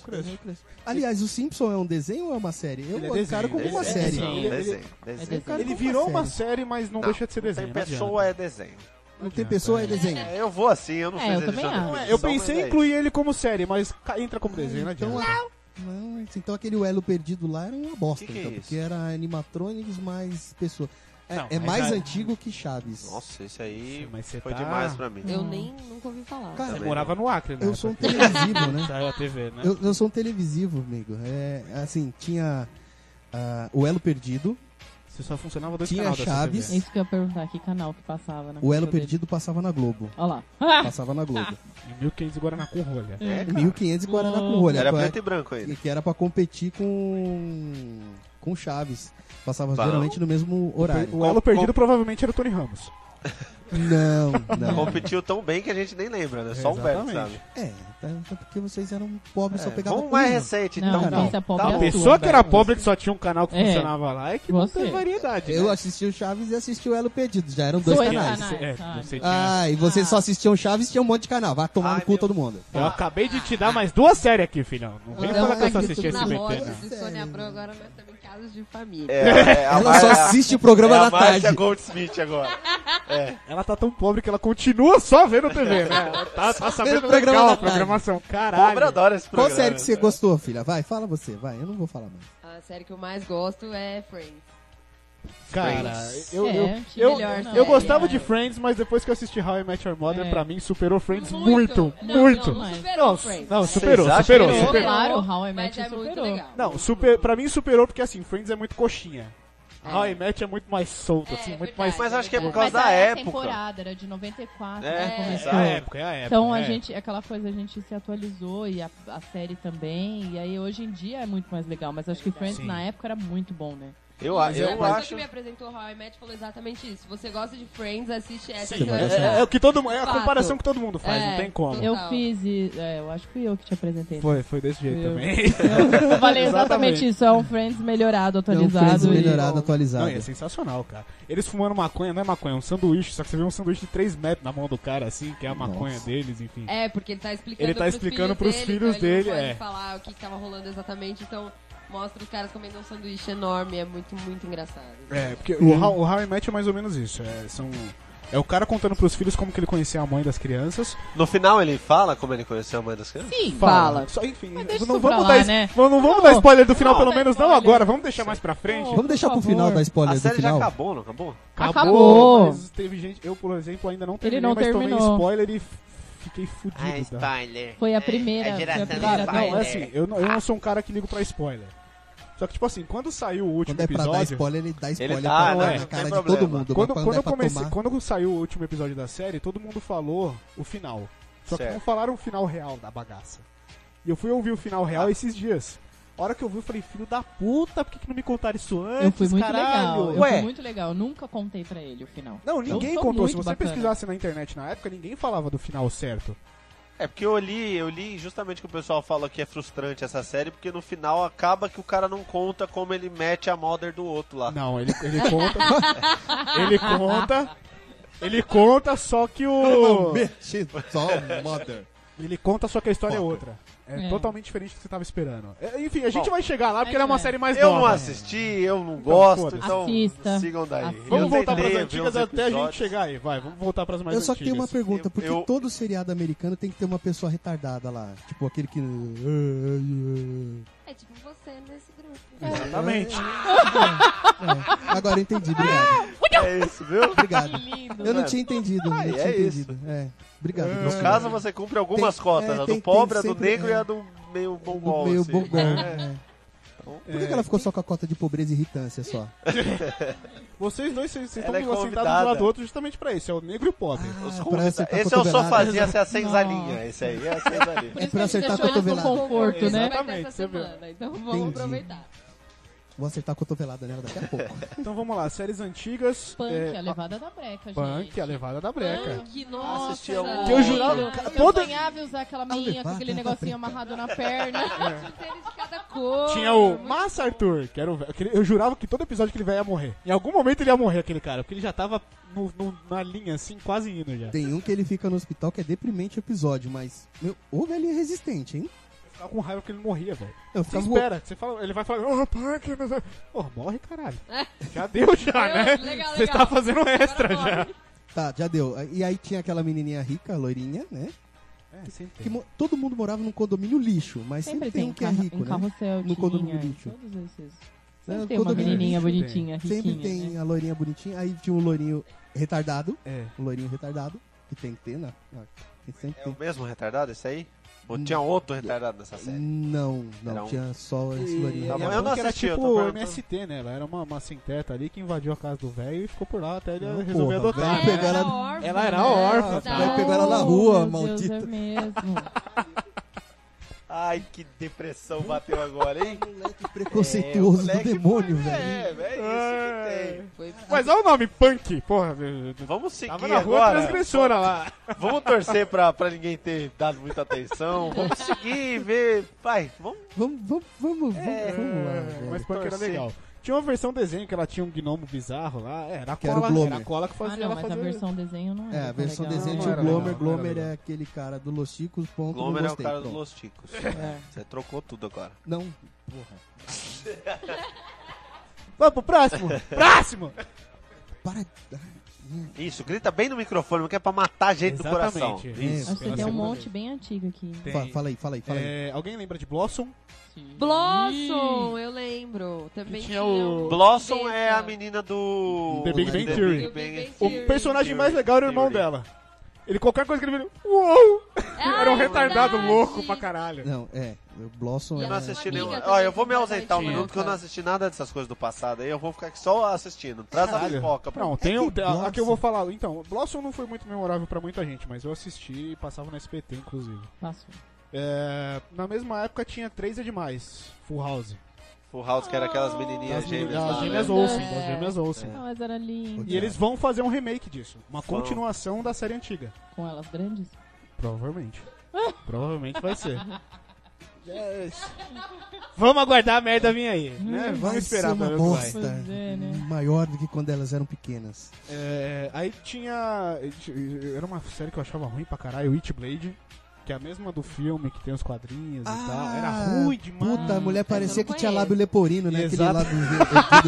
Speaker 3: Aliás, o Simpson é um desenho ou é uma série? Eu
Speaker 2: Ele é
Speaker 3: encaro
Speaker 2: desenho,
Speaker 3: como
Speaker 2: ele é
Speaker 3: uma
Speaker 2: desenho.
Speaker 3: série.
Speaker 2: Ele- ele-
Speaker 4: Desenho, desenho, desenho.
Speaker 3: Cara,
Speaker 2: Ele
Speaker 3: como uma
Speaker 2: virou uma
Speaker 3: série.
Speaker 2: série, mas não,
Speaker 4: Não,
Speaker 2: deixa de ser desenho.
Speaker 4: Tem
Speaker 2: não
Speaker 4: pessoa é desenho.
Speaker 3: Não tem pessoa, é desenho.
Speaker 4: É, eu vou assim, eu não
Speaker 7: É,
Speaker 4: sei
Speaker 7: eu
Speaker 4: se
Speaker 7: também
Speaker 4: eles já-
Speaker 7: acho.
Speaker 2: adianta. Eu
Speaker 4: são, mas
Speaker 2: pensei
Speaker 4: é
Speaker 2: em incluir ele como série, mas ca- entra como desenho, não
Speaker 3: Então,
Speaker 2: adianta.
Speaker 3: Não, então aquele elo perdido lá era uma bosta,
Speaker 4: Que que é
Speaker 3: então,
Speaker 4: isso?
Speaker 3: porque era animatronics mais pessoa. É,
Speaker 2: Não,
Speaker 3: é
Speaker 2: mas
Speaker 3: mais
Speaker 2: a-
Speaker 3: antigo que Chaves.
Speaker 4: isso. Nossa, isso aí
Speaker 2: Mas você
Speaker 4: foi
Speaker 2: tá-
Speaker 4: demais pra mim.
Speaker 5: Eu nem nunca ouvi falar.
Speaker 3: Cara,
Speaker 2: Você
Speaker 4: também
Speaker 2: morava no Acre, né?
Speaker 3: ah, eu
Speaker 4: (laughs)
Speaker 3: sou um televisivo,
Speaker 4: Tá.
Speaker 3: né?
Speaker 2: Saiu a TV, né?
Speaker 3: Eu, eu sou um televisivo, amigo. É, assim, tinha ah, o Elo Perdido.
Speaker 2: Você só funcionava dois
Speaker 3: Tinha
Speaker 2: canal dessa
Speaker 3: Chaves.
Speaker 2: TV.
Speaker 7: É isso que eu ia perguntar, que canal que passava na
Speaker 3: O Elo
Speaker 7: casa dele.
Speaker 3: Perdido passava na Globo.
Speaker 7: Olha lá.
Speaker 3: Passava na Globo.
Speaker 2: Em 1500 Guaraná com rolha.
Speaker 4: É, cara.
Speaker 3: 1500 e Guaraná com rolha.
Speaker 4: Era
Speaker 3: pra-
Speaker 4: preto e
Speaker 3: (laughs)
Speaker 4: branco ainda.
Speaker 3: e que era pra competir com com Chaves. Passava
Speaker 4: Bom.
Speaker 3: geralmente no mesmo horário.
Speaker 2: O elo
Speaker 4: Com-
Speaker 2: perdido
Speaker 4: com-
Speaker 2: provavelmente era o Tony Ramos.
Speaker 3: Não, não.
Speaker 4: Competiu tão bem que a gente nem lembra, né? Só o Humberto,
Speaker 2: Exatamente.
Speaker 4: sabe?
Speaker 3: É, tá- tá porque vocês eram pobres, só
Speaker 4: É,
Speaker 3: pegavam
Speaker 4: vamos mais
Speaker 3: uma.
Speaker 4: recente,
Speaker 7: Não,
Speaker 4: então.
Speaker 3: não.
Speaker 7: pensa pobre
Speaker 4: Tá
Speaker 7: é
Speaker 4: bom.
Speaker 2: A
Speaker 7: sua,
Speaker 2: pessoa que era
Speaker 7: Humberto.
Speaker 2: pobre que só tinha um canal que
Speaker 7: É.
Speaker 2: funcionava lá é que não
Speaker 7: Você.
Speaker 2: tem variedade.
Speaker 3: Eu
Speaker 2: né?
Speaker 3: assisti o Chaves e assisti o Elo Perdido. Já eram dois
Speaker 7: Dois
Speaker 3: canais.
Speaker 7: canais.
Speaker 2: É,
Speaker 7: Ah,
Speaker 2: você tinha-
Speaker 3: Ah, e vocês só assistiam Chaves e tinha um monte de canal. Vai tomar
Speaker 4: Ai,
Speaker 3: no cu
Speaker 4: meu-
Speaker 3: todo mundo.
Speaker 2: Eu acabei de te dar mais duas séries aqui, filhão. Não vem
Speaker 3: Não,
Speaker 2: falar que eu só
Speaker 3: ai,
Speaker 2: assisti
Speaker 3: que tudo
Speaker 2: esse
Speaker 5: Na
Speaker 2: BT,
Speaker 5: roda
Speaker 2: não.
Speaker 5: de Sônia Abrão, agora nós estamos em casas de família.
Speaker 4: É, é, a
Speaker 3: Ela
Speaker 4: Mar-
Speaker 3: só
Speaker 4: é a-
Speaker 3: assiste o programa
Speaker 4: é
Speaker 3: da
Speaker 4: a Márcia
Speaker 3: tarde. (laughs)
Speaker 4: Goldsmith agora.
Speaker 2: Ela tá tão pobre que ela continua só vendo TV, né? Ela Tá, tá sabendo
Speaker 3: Vendo o programa
Speaker 2: legal
Speaker 3: da
Speaker 2: a programação.
Speaker 4: Pobre
Speaker 2: Caralho.
Speaker 4: adora esse
Speaker 3: Qual
Speaker 4: programa. né?
Speaker 3: série que você gostou, filha? Vai, fala você. Vai, eu não vou falar mais.
Speaker 5: A série que eu mais gosto é Friends.
Speaker 2: Cara, eu,
Speaker 7: É,
Speaker 2: eu,
Speaker 7: achei
Speaker 2: eu,
Speaker 5: melhor,
Speaker 2: eu
Speaker 5: sério,
Speaker 2: gostava
Speaker 7: é.
Speaker 2: de Friends, mas depois que eu assisti How I Met Your Mother,
Speaker 7: É.
Speaker 2: pra mim superou Friends muito,
Speaker 5: Não,
Speaker 2: muito.
Speaker 5: Não, não superou
Speaker 2: Não,
Speaker 5: Friends.
Speaker 2: não, superou,
Speaker 4: Vocês acham
Speaker 2: superou,
Speaker 4: que não?
Speaker 2: superou.
Speaker 7: Claro, How I Met
Speaker 5: mas é muito
Speaker 7: superou.
Speaker 5: legal.
Speaker 2: Não, super, pra mim superou porque assim, Friends é muito coxinha.
Speaker 5: É.
Speaker 2: How I Met é muito mais solto,
Speaker 5: É,
Speaker 2: assim, muito
Speaker 5: verdade.
Speaker 2: mais.
Speaker 4: Mas acho que é por
Speaker 5: Mas
Speaker 4: causa
Speaker 7: Mas
Speaker 4: da
Speaker 7: a
Speaker 4: época.
Speaker 7: temporada era de 94,
Speaker 4: É,
Speaker 7: né? Começou.
Speaker 2: É a época, é a época.
Speaker 7: Então a
Speaker 2: é.
Speaker 7: gente, aquela coisa, a gente se atualizou e a, a série também. E aí hoje em dia é muito mais legal. Mas acho que Friends
Speaker 2: Sim.
Speaker 7: na época era muito bom, né?
Speaker 4: Eu,
Speaker 2: Ah,
Speaker 5: Mas a
Speaker 4: eu
Speaker 5: pessoa
Speaker 4: acho.
Speaker 5: que me apresentou How I Met falou exatamente isso. Você gosta de Friends, assiste essa
Speaker 2: Sim,
Speaker 5: que vai
Speaker 2: é,
Speaker 5: gostar.
Speaker 2: é, é o que todo mu- é a
Speaker 5: Fato.
Speaker 2: comparação que todo mundo faz, não
Speaker 5: É,
Speaker 2: tem como.
Speaker 5: total.
Speaker 7: Eu fiz, e- é, eu acho que fui eu que te apresentei.
Speaker 2: Foi, foi desse jeito
Speaker 7: Eu-
Speaker 2: também.
Speaker 7: Eu falei
Speaker 2: Exatamente.
Speaker 7: exatamente isso, é um Friends melhorado,
Speaker 3: Então,
Speaker 7: atualizado.
Speaker 3: Friends
Speaker 7: e-
Speaker 3: melhorado,
Speaker 2: Não,
Speaker 3: atualizado.
Speaker 2: e é sensacional, cara. Eles fumando maconha, não é maconha, é um sanduíche, só que você vê um sanduíche de 3 metros na mão do cara, assim, que é a maconha
Speaker 3: Nossa.
Speaker 2: deles, enfim.
Speaker 5: É, porque ele tá explicando
Speaker 2: Ele tá
Speaker 5: pros filhos
Speaker 2: explicando pros
Speaker 5: dele,
Speaker 2: filhos
Speaker 5: então ele não
Speaker 2: dele,
Speaker 5: pode
Speaker 2: é.
Speaker 5: falar o que que tava rolando exatamente, então mostra os caras comendo um sanduíche enorme, é muito, muito engraçado.
Speaker 2: É, porque o How, o How I Met é mais ou menos isso. é, são É o cara contando pros filhos como que ele conhecia a mãe das crianças.
Speaker 4: No final ele fala como ele conheceu a mãe das crianças?
Speaker 7: Sim, fala.
Speaker 2: Só, enfim,
Speaker 7: Mas deixa
Speaker 2: não
Speaker 7: isso pra
Speaker 2: vamos,
Speaker 7: lá,
Speaker 2: dar, es-
Speaker 7: né?
Speaker 2: não, não vamos dar spoiler do final,
Speaker 7: Não,
Speaker 2: pelo
Speaker 7: dá
Speaker 2: menos não
Speaker 7: spoiler.
Speaker 2: agora. Vamos deixar mais pra frente.
Speaker 7: Não.
Speaker 3: Vamos deixar pro
Speaker 7: Por
Speaker 3: final
Speaker 7: favor.
Speaker 3: da spoiler
Speaker 4: a
Speaker 3: do
Speaker 4: série já
Speaker 3: final.
Speaker 4: acabou, não acabou?
Speaker 7: Acabou.
Speaker 2: Mas teve gente, eu, por exemplo, ainda não terminei,
Speaker 7: não
Speaker 2: mas tomei
Speaker 7: terminou.
Speaker 2: spoiler e f- fiquei fudido. tá? da-
Speaker 8: spoiler.
Speaker 7: Foi a primeira.
Speaker 8: A
Speaker 7: foi
Speaker 8: geração
Speaker 7: a
Speaker 8: do
Speaker 7: primeira
Speaker 2: Cara, não, é
Speaker 8: spoiler.
Speaker 2: assim, eu não, eu não sou um cara que ligo pra spoiler. Só que, tipo assim, quando saiu o
Speaker 4: tipo,
Speaker 2: último
Speaker 3: Quando é pra dar
Speaker 2: episódio.
Speaker 3: spoiler, ele dá spoiler
Speaker 4: dá,
Speaker 3: pra-
Speaker 4: né?
Speaker 3: na
Speaker 4: Não tem
Speaker 3: cara de
Speaker 4: problema.
Speaker 3: todo mundo.
Speaker 2: Quando,
Speaker 3: mas quando,
Speaker 2: quando
Speaker 3: é
Speaker 2: eu
Speaker 3: pra
Speaker 2: comecei,
Speaker 3: tomar,
Speaker 2: quando saiu o último episódio da série, todo mundo falou o final. Só que
Speaker 4: Certo.
Speaker 2: não falaram o final real da bagaça. E eu fui ouvir o final real esses dias. A hora que eu vi, eu falei, filho da puta, por que, que não me contaram isso antes?
Speaker 7: Eu fui muito
Speaker 2: caralho?
Speaker 7: legal. Eu
Speaker 4: Ué.
Speaker 7: fui muito legal. Nunca contei pra ele o final.
Speaker 2: Não,
Speaker 7: Eu
Speaker 2: ninguém
Speaker 7: sou
Speaker 2: contou. Se
Speaker 7: muito
Speaker 2: você
Speaker 7: bacana.
Speaker 2: pesquisasse na internet na época, ninguém falava do final certo.
Speaker 4: É porque eu li, eu li justamente que o pessoal fala que é frustrante essa série, porque no final acaba que o cara não conta como ele mete a mother do outro lá.
Speaker 2: Não, ele, ele conta. ele conta. Ele conta, só que
Speaker 3: Não
Speaker 2: o.
Speaker 3: mexe só, mother.
Speaker 2: Ele conta, só que a história é outra. É,
Speaker 7: É.
Speaker 2: totalmente diferente do que você tava esperando. É, Enfim, a gente
Speaker 4: Bom,
Speaker 2: vai chegar lá porque ela é uma
Speaker 7: é.
Speaker 2: série mais
Speaker 4: Eu
Speaker 2: nova.
Speaker 4: não assisti, eu não gosto,
Speaker 2: foda-se.
Speaker 4: então
Speaker 7: Assista.
Speaker 4: sigam daí.
Speaker 7: Assista.
Speaker 4: Eu
Speaker 2: Vamos voltar
Speaker 4: tentei
Speaker 2: pras
Speaker 4: ver
Speaker 2: antigas
Speaker 4: uns
Speaker 2: até a gente
Speaker 4: episódios.
Speaker 2: chegar aí. Vai, vamos voltar pras mais
Speaker 3: eu só
Speaker 2: antigas.
Speaker 3: tenho uma pergunta, por que
Speaker 4: assim. Eu-
Speaker 3: todo seriado americano tem que ter uma pessoa retardada lá? Tipo aquele que. (laughs)
Speaker 6: É tipo você nesse grupo.
Speaker 2: Exatamente.
Speaker 3: É, Agora eu entendi,
Speaker 7: (laughs)
Speaker 3: obrigado.
Speaker 4: É isso, viu?
Speaker 3: Obrigado.
Speaker 7: Que lindo.
Speaker 3: Eu não tinha entendido,
Speaker 4: Ai,
Speaker 3: não tinha
Speaker 4: é isso.
Speaker 3: entendido. É, obrigado.
Speaker 4: No
Speaker 3: Gustavo.
Speaker 4: caso, você cumpre algumas
Speaker 3: Tem-
Speaker 4: cotas,
Speaker 3: é,
Speaker 4: a
Speaker 3: tem-
Speaker 4: do
Speaker 3: tem
Speaker 4: pobre, a do
Speaker 3: sempre-
Speaker 4: negro
Speaker 3: é.
Speaker 4: e a do meio bongol.
Speaker 3: meio
Speaker 4: assim. Então,
Speaker 3: bobão. é. Por que,
Speaker 2: É.
Speaker 3: que ela ficou só com a cota de pobreza e irritância só?
Speaker 2: Vocês dois, vocês vocês
Speaker 4: Ela é
Speaker 2: estão sentados um
Speaker 4: convidada.
Speaker 2: do lado do outro justamente pra isso. É o negro e o pobre.
Speaker 3: Ah,
Speaker 4: Os
Speaker 3: pra
Speaker 4: convidados.
Speaker 3: acertar
Speaker 4: Esse eu só
Speaker 3: cotovelada.
Speaker 4: fazia essa é a senzalinha, esse aí é a senzalinha.
Speaker 5: Por isso
Speaker 3: pra
Speaker 5: que a gente
Speaker 3: acertar
Speaker 5: deixou eles no
Speaker 3: cotovelada.
Speaker 5: conforto, né?
Speaker 2: Exatamente,
Speaker 5: Essa
Speaker 2: você viu.
Speaker 5: semana, então vamos
Speaker 3: Entendi.
Speaker 5: aproveitar.
Speaker 3: Vou acertar a cotovelada nela daqui a
Speaker 4: (laughs)
Speaker 3: pouco.
Speaker 2: Então vamos lá, séries antigas.
Speaker 7: Punk,
Speaker 2: é,
Speaker 7: a levada da breca, gente.
Speaker 2: Punk, a levada da breca.
Speaker 5: Que nossa,
Speaker 4: Assistia um-
Speaker 2: É, Que eu jurava-
Speaker 7: Eu
Speaker 2: toda-
Speaker 7: sonhava em usar aquela meinha com
Speaker 3: levada
Speaker 7: aquele
Speaker 3: da
Speaker 7: negocinho
Speaker 3: breca.
Speaker 7: amarrado na perna.
Speaker 5: tênis de cada cor.
Speaker 2: Tinha o Massa Arthur, que era um velho. aquele- Eu jurava que todo episódio que ele velho ia morrer. Em algum momento ele ia morrer, aquele cara, porque ele já tava no- no- na linha, assim, quase indo já.
Speaker 3: Tem um que ele fica no hospital que é deprimente o episódio, mas. Meu, o velhinho é resistente, hein?
Speaker 2: Ficava com raiva que ele morria, velho.
Speaker 3: Eu
Speaker 2: Você
Speaker 3: ficava.
Speaker 2: espera, você fala, ele vai falar, ô Parker, mas. Ô, morre, caralho. Já deu já,
Speaker 5: Deu,
Speaker 2: né?
Speaker 5: legal,
Speaker 2: Você
Speaker 5: legal.
Speaker 2: tá fazendo extra
Speaker 5: Agora
Speaker 2: já.
Speaker 3: Tá, já deu. E aí tinha aquela menininha rica, loirinha, né?
Speaker 2: É, sempre.
Speaker 3: Que mo- todo mundo morava num condomínio lixo, mas sempre,
Speaker 7: Sempre
Speaker 3: tem um que é
Speaker 7: carro-
Speaker 3: rico,
Speaker 7: um
Speaker 3: né?
Speaker 7: carrossel,
Speaker 3: No condomínio
Speaker 7: tinha,
Speaker 3: lixo.
Speaker 7: todos esses.
Speaker 3: É,
Speaker 7: Sempre tem uma
Speaker 3: condomínio
Speaker 7: menininha
Speaker 2: lixo tem.
Speaker 7: bonitinha, riquinha.
Speaker 3: Sempre tem
Speaker 7: né?
Speaker 3: a loirinha bonitinha, aí tinha um loirinho retardado,
Speaker 2: É.
Speaker 3: um loirinho retardado, que tem que ter, né? Ah, que sempre
Speaker 4: É o
Speaker 3: tem.
Speaker 4: mesmo retardado esse aí? Ou tinha outro retardado nessa série?
Speaker 3: Não,
Speaker 4: Era
Speaker 3: não,
Speaker 4: um.
Speaker 3: tinha só esse
Speaker 2: E,
Speaker 3: loirinho.
Speaker 4: Tá
Speaker 2: a
Speaker 4: bom,
Speaker 3: retardado.
Speaker 4: eu não
Speaker 2: Punk era
Speaker 4: assisti, eu tô
Speaker 2: tipo
Speaker 4: perguntando.
Speaker 2: MST, né? Ela era uma, uma sem teta ali que invadiu a casa do velho e ficou por lá até ele
Speaker 3: Não,
Speaker 2: resolver
Speaker 3: porra,
Speaker 2: adotar.
Speaker 3: velho.
Speaker 2: né?
Speaker 3: Pegou ela-
Speaker 5: órfã,
Speaker 2: Ela era
Speaker 5: né?
Speaker 2: órfã,
Speaker 5: Tá.
Speaker 3: Vai pegar ela na rua,
Speaker 7: meu Deus,
Speaker 3: maldita.
Speaker 7: é (laughs) mesmo.
Speaker 4: Ai, que depressão bateu agora, hein? É,
Speaker 3: Moleque preconceituoso do
Speaker 4: moleque,
Speaker 3: demônio,
Speaker 4: foi-
Speaker 3: velho.
Speaker 4: É, é isso que tem.
Speaker 5: Foi-
Speaker 2: Mas olha o nome, Punk, porra. velho.
Speaker 4: Vamos seguir
Speaker 2: Tava na rua
Speaker 4: agora.
Speaker 2: transgressora lá.
Speaker 4: Vamos torcer pra, pra ninguém ter dado muita atenção. Vamos seguir, ver. Pai, vamos.
Speaker 3: Vamos, vamos, vamos, vamos, vamos lá.
Speaker 2: É,
Speaker 3: agora.
Speaker 2: mas punk era
Speaker 4: Torcer.
Speaker 2: legal. Tinha uma versão desenho que ela tinha um gnomo bizarro lá. é, Era a
Speaker 3: Que era o
Speaker 2: cola,
Speaker 3: Glomer.
Speaker 2: era a cola que
Speaker 7: Ah,
Speaker 2: fazia
Speaker 7: não,
Speaker 2: ela
Speaker 7: mas a
Speaker 2: fazer.
Speaker 7: versão desenho não é.
Speaker 3: É, a versão
Speaker 7: legal.
Speaker 3: desenho
Speaker 2: Não,
Speaker 3: tinha o
Speaker 2: era
Speaker 3: Glomer.
Speaker 2: legal, não era
Speaker 3: Glomer
Speaker 2: legal.
Speaker 3: é aquele cara do Los Chicos. Ponto, não
Speaker 4: Glomer é o
Speaker 3: gostei,
Speaker 4: cara dos
Speaker 3: pronto.
Speaker 4: Los Ticos.
Speaker 2: É.
Speaker 4: Você trocou tudo agora.
Speaker 3: Não,
Speaker 2: Vamos pro próximo! (laughs) próximo!
Speaker 3: para.
Speaker 4: Isso, grita bem no microfone, porque é pra matar a gente do coração.
Speaker 2: Exatamente.
Speaker 3: Isso.
Speaker 7: Acho que
Speaker 2: Pela
Speaker 7: tem um
Speaker 2: segunda
Speaker 7: monte
Speaker 2: vez.
Speaker 7: bem antigo aqui.
Speaker 2: Tem.
Speaker 3: Fa- Fala aí, fala aí, fala aí.
Speaker 2: É, alguém lembra de Blossom?
Speaker 5: Blossom, eu lembro. Também
Speaker 2: E tinha
Speaker 5: tinha
Speaker 2: o-
Speaker 5: o...
Speaker 4: Blossom
Speaker 5: Cabeça.
Speaker 4: é a menina do.
Speaker 2: The Big Bang
Speaker 4: The
Speaker 2: Theory.
Speaker 4: Big Bang
Speaker 5: O
Speaker 2: O
Speaker 5: Theory.
Speaker 2: personagem mais legal era o irmão
Speaker 4: Theory.
Speaker 2: dela. Ele, qualquer coisa que ele viu, uou!
Speaker 5: Ah,
Speaker 2: era um
Speaker 5: é
Speaker 2: retardado
Speaker 5: verdade.
Speaker 2: louco pra caralho.
Speaker 3: Não, é. O Blossom
Speaker 5: E
Speaker 3: é.
Speaker 4: Eu não
Speaker 5: Ela
Speaker 4: assisti
Speaker 5: é uma
Speaker 4: nenhum.
Speaker 5: amiga
Speaker 4: Ó,
Speaker 5: também
Speaker 4: eu vou me
Speaker 5: que
Speaker 4: ausentar um
Speaker 5: tinha.
Speaker 4: minuto, que eu não assisti nada dessas coisas do passado aí. Eu vou ficar aqui só assistindo. Traz a pipoca pra
Speaker 2: Não,
Speaker 4: mim.
Speaker 2: tem, um-
Speaker 3: É que
Speaker 2: o- tem a, a que eu
Speaker 3: Blossom.
Speaker 2: vou falar. Então, Blossom não foi muito memorável pra muita gente, mas eu assisti e passava no SPT, inclusive.
Speaker 7: Passou.
Speaker 2: É, na mesma época tinha três é demais, Full House.
Speaker 4: Full House, que era aquelas
Speaker 2: Das
Speaker 4: menininhas
Speaker 2: gêmeas,
Speaker 4: gêmeas.
Speaker 2: das
Speaker 4: lá,
Speaker 2: gêmeas
Speaker 4: né?
Speaker 2: Olsen,
Speaker 7: É.
Speaker 2: das gêmeas Olsen.
Speaker 7: Não, mas era lindo.
Speaker 2: E eles vão fazer um remake disso. Uma
Speaker 4: Vão.
Speaker 2: continuação da série antiga.
Speaker 7: Com elas grandes?
Speaker 2: É.
Speaker 3: (laughs)
Speaker 2: Provavelmente. Provavelmente vai ser.
Speaker 3: (laughs)
Speaker 2: Vamos aguardar a merda vir aí, né? Vamos
Speaker 3: Vai
Speaker 2: esperar
Speaker 3: ser uma
Speaker 2: pra ver o que vai.
Speaker 3: bosta
Speaker 7: Pois é, né?
Speaker 3: maior do que quando elas eram pequenas.
Speaker 2: É, aí tinha. Era uma série que eu achava ruim pra caralho, Witchblade. que é a mesma do filme, que tem os quadrinhos e tal.
Speaker 3: Ah,
Speaker 2: Era ruim demais.
Speaker 3: Puta, a
Speaker 5: Essa
Speaker 3: mulher
Speaker 5: eu
Speaker 3: parecia
Speaker 5: não
Speaker 3: que tinha
Speaker 5: conheço.
Speaker 3: lábio leporino, né? Aquele
Speaker 2: Exato.
Speaker 3: lábio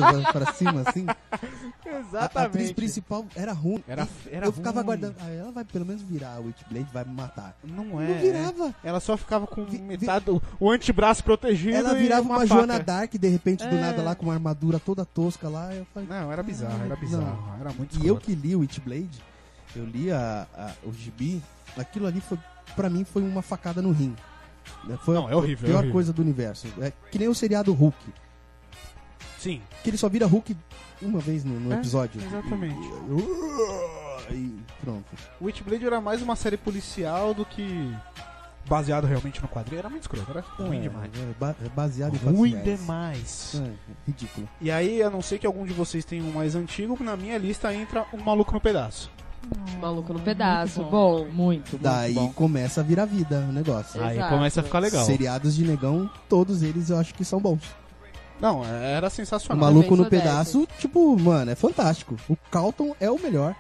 Speaker 3: erguido pra cima, assim. A- A atriz principal era ruim.
Speaker 2: Era-
Speaker 3: E
Speaker 2: era
Speaker 3: eu ficava
Speaker 2: ruim.
Speaker 3: aguardando. Ah, ela vai pelo menos virar a Witchblade, vai me matar.
Speaker 2: Não é.
Speaker 3: Não virava.
Speaker 2: Ela só ficava com
Speaker 3: Vi- vi-
Speaker 2: metade, do- o antebraço protegido
Speaker 3: Ela
Speaker 2: e
Speaker 3: virava
Speaker 2: uma,
Speaker 3: uma,
Speaker 2: faca.
Speaker 3: Joana Dark, de repente, do
Speaker 2: É.
Speaker 3: nada lá, com uma armadura toda tosca lá. Eu falei,
Speaker 2: Não, era bizarro, era
Speaker 3: Não.
Speaker 2: bizarro. Era muito
Speaker 3: E eu
Speaker 2: escroto.
Speaker 3: que li o Witchblade, eu li a, a- o gibi, aquilo ali foi, pra mim foi uma facada no rim. Né, Foi
Speaker 2: Não,
Speaker 3: a
Speaker 2: é horrível. é
Speaker 3: pior
Speaker 2: horrível.
Speaker 3: coisa do universo. É que nem o seriado Hulk,
Speaker 2: Sim.
Speaker 3: que ele só vira Hulk uma vez no, no
Speaker 2: É,
Speaker 3: episódio.
Speaker 2: exatamente.
Speaker 3: E, e pronto.
Speaker 2: Witchblade era mais uma série policial do que baseado realmente no quadrinho. Era muito escroto, era ruim
Speaker 3: É,
Speaker 2: demais.
Speaker 3: é ba- é baseado em fatos
Speaker 2: Ruim
Speaker 3: reais.
Speaker 2: demais.
Speaker 3: É, ridículo.
Speaker 2: E aí, a não ser que algum de vocês tenha um mais antigo, na minha lista entra um maluco no pedaço.
Speaker 5: Maluco no pedaço.
Speaker 7: Ah, Muito
Speaker 5: Bom.
Speaker 7: Muito.
Speaker 3: Daí
Speaker 2: bom.
Speaker 3: começa a virar vida o negócio.
Speaker 5: É.
Speaker 2: Aí
Speaker 5: Exato.
Speaker 2: começa a ficar legal.
Speaker 3: Seriados de negão, todos eles eu acho que são bons.
Speaker 2: Não, era
Speaker 3: O
Speaker 2: sensacional.
Speaker 3: maluco no
Speaker 5: sou dessas.
Speaker 3: pedaço, tipo, mano, é fantástico. O Calton é o melhor.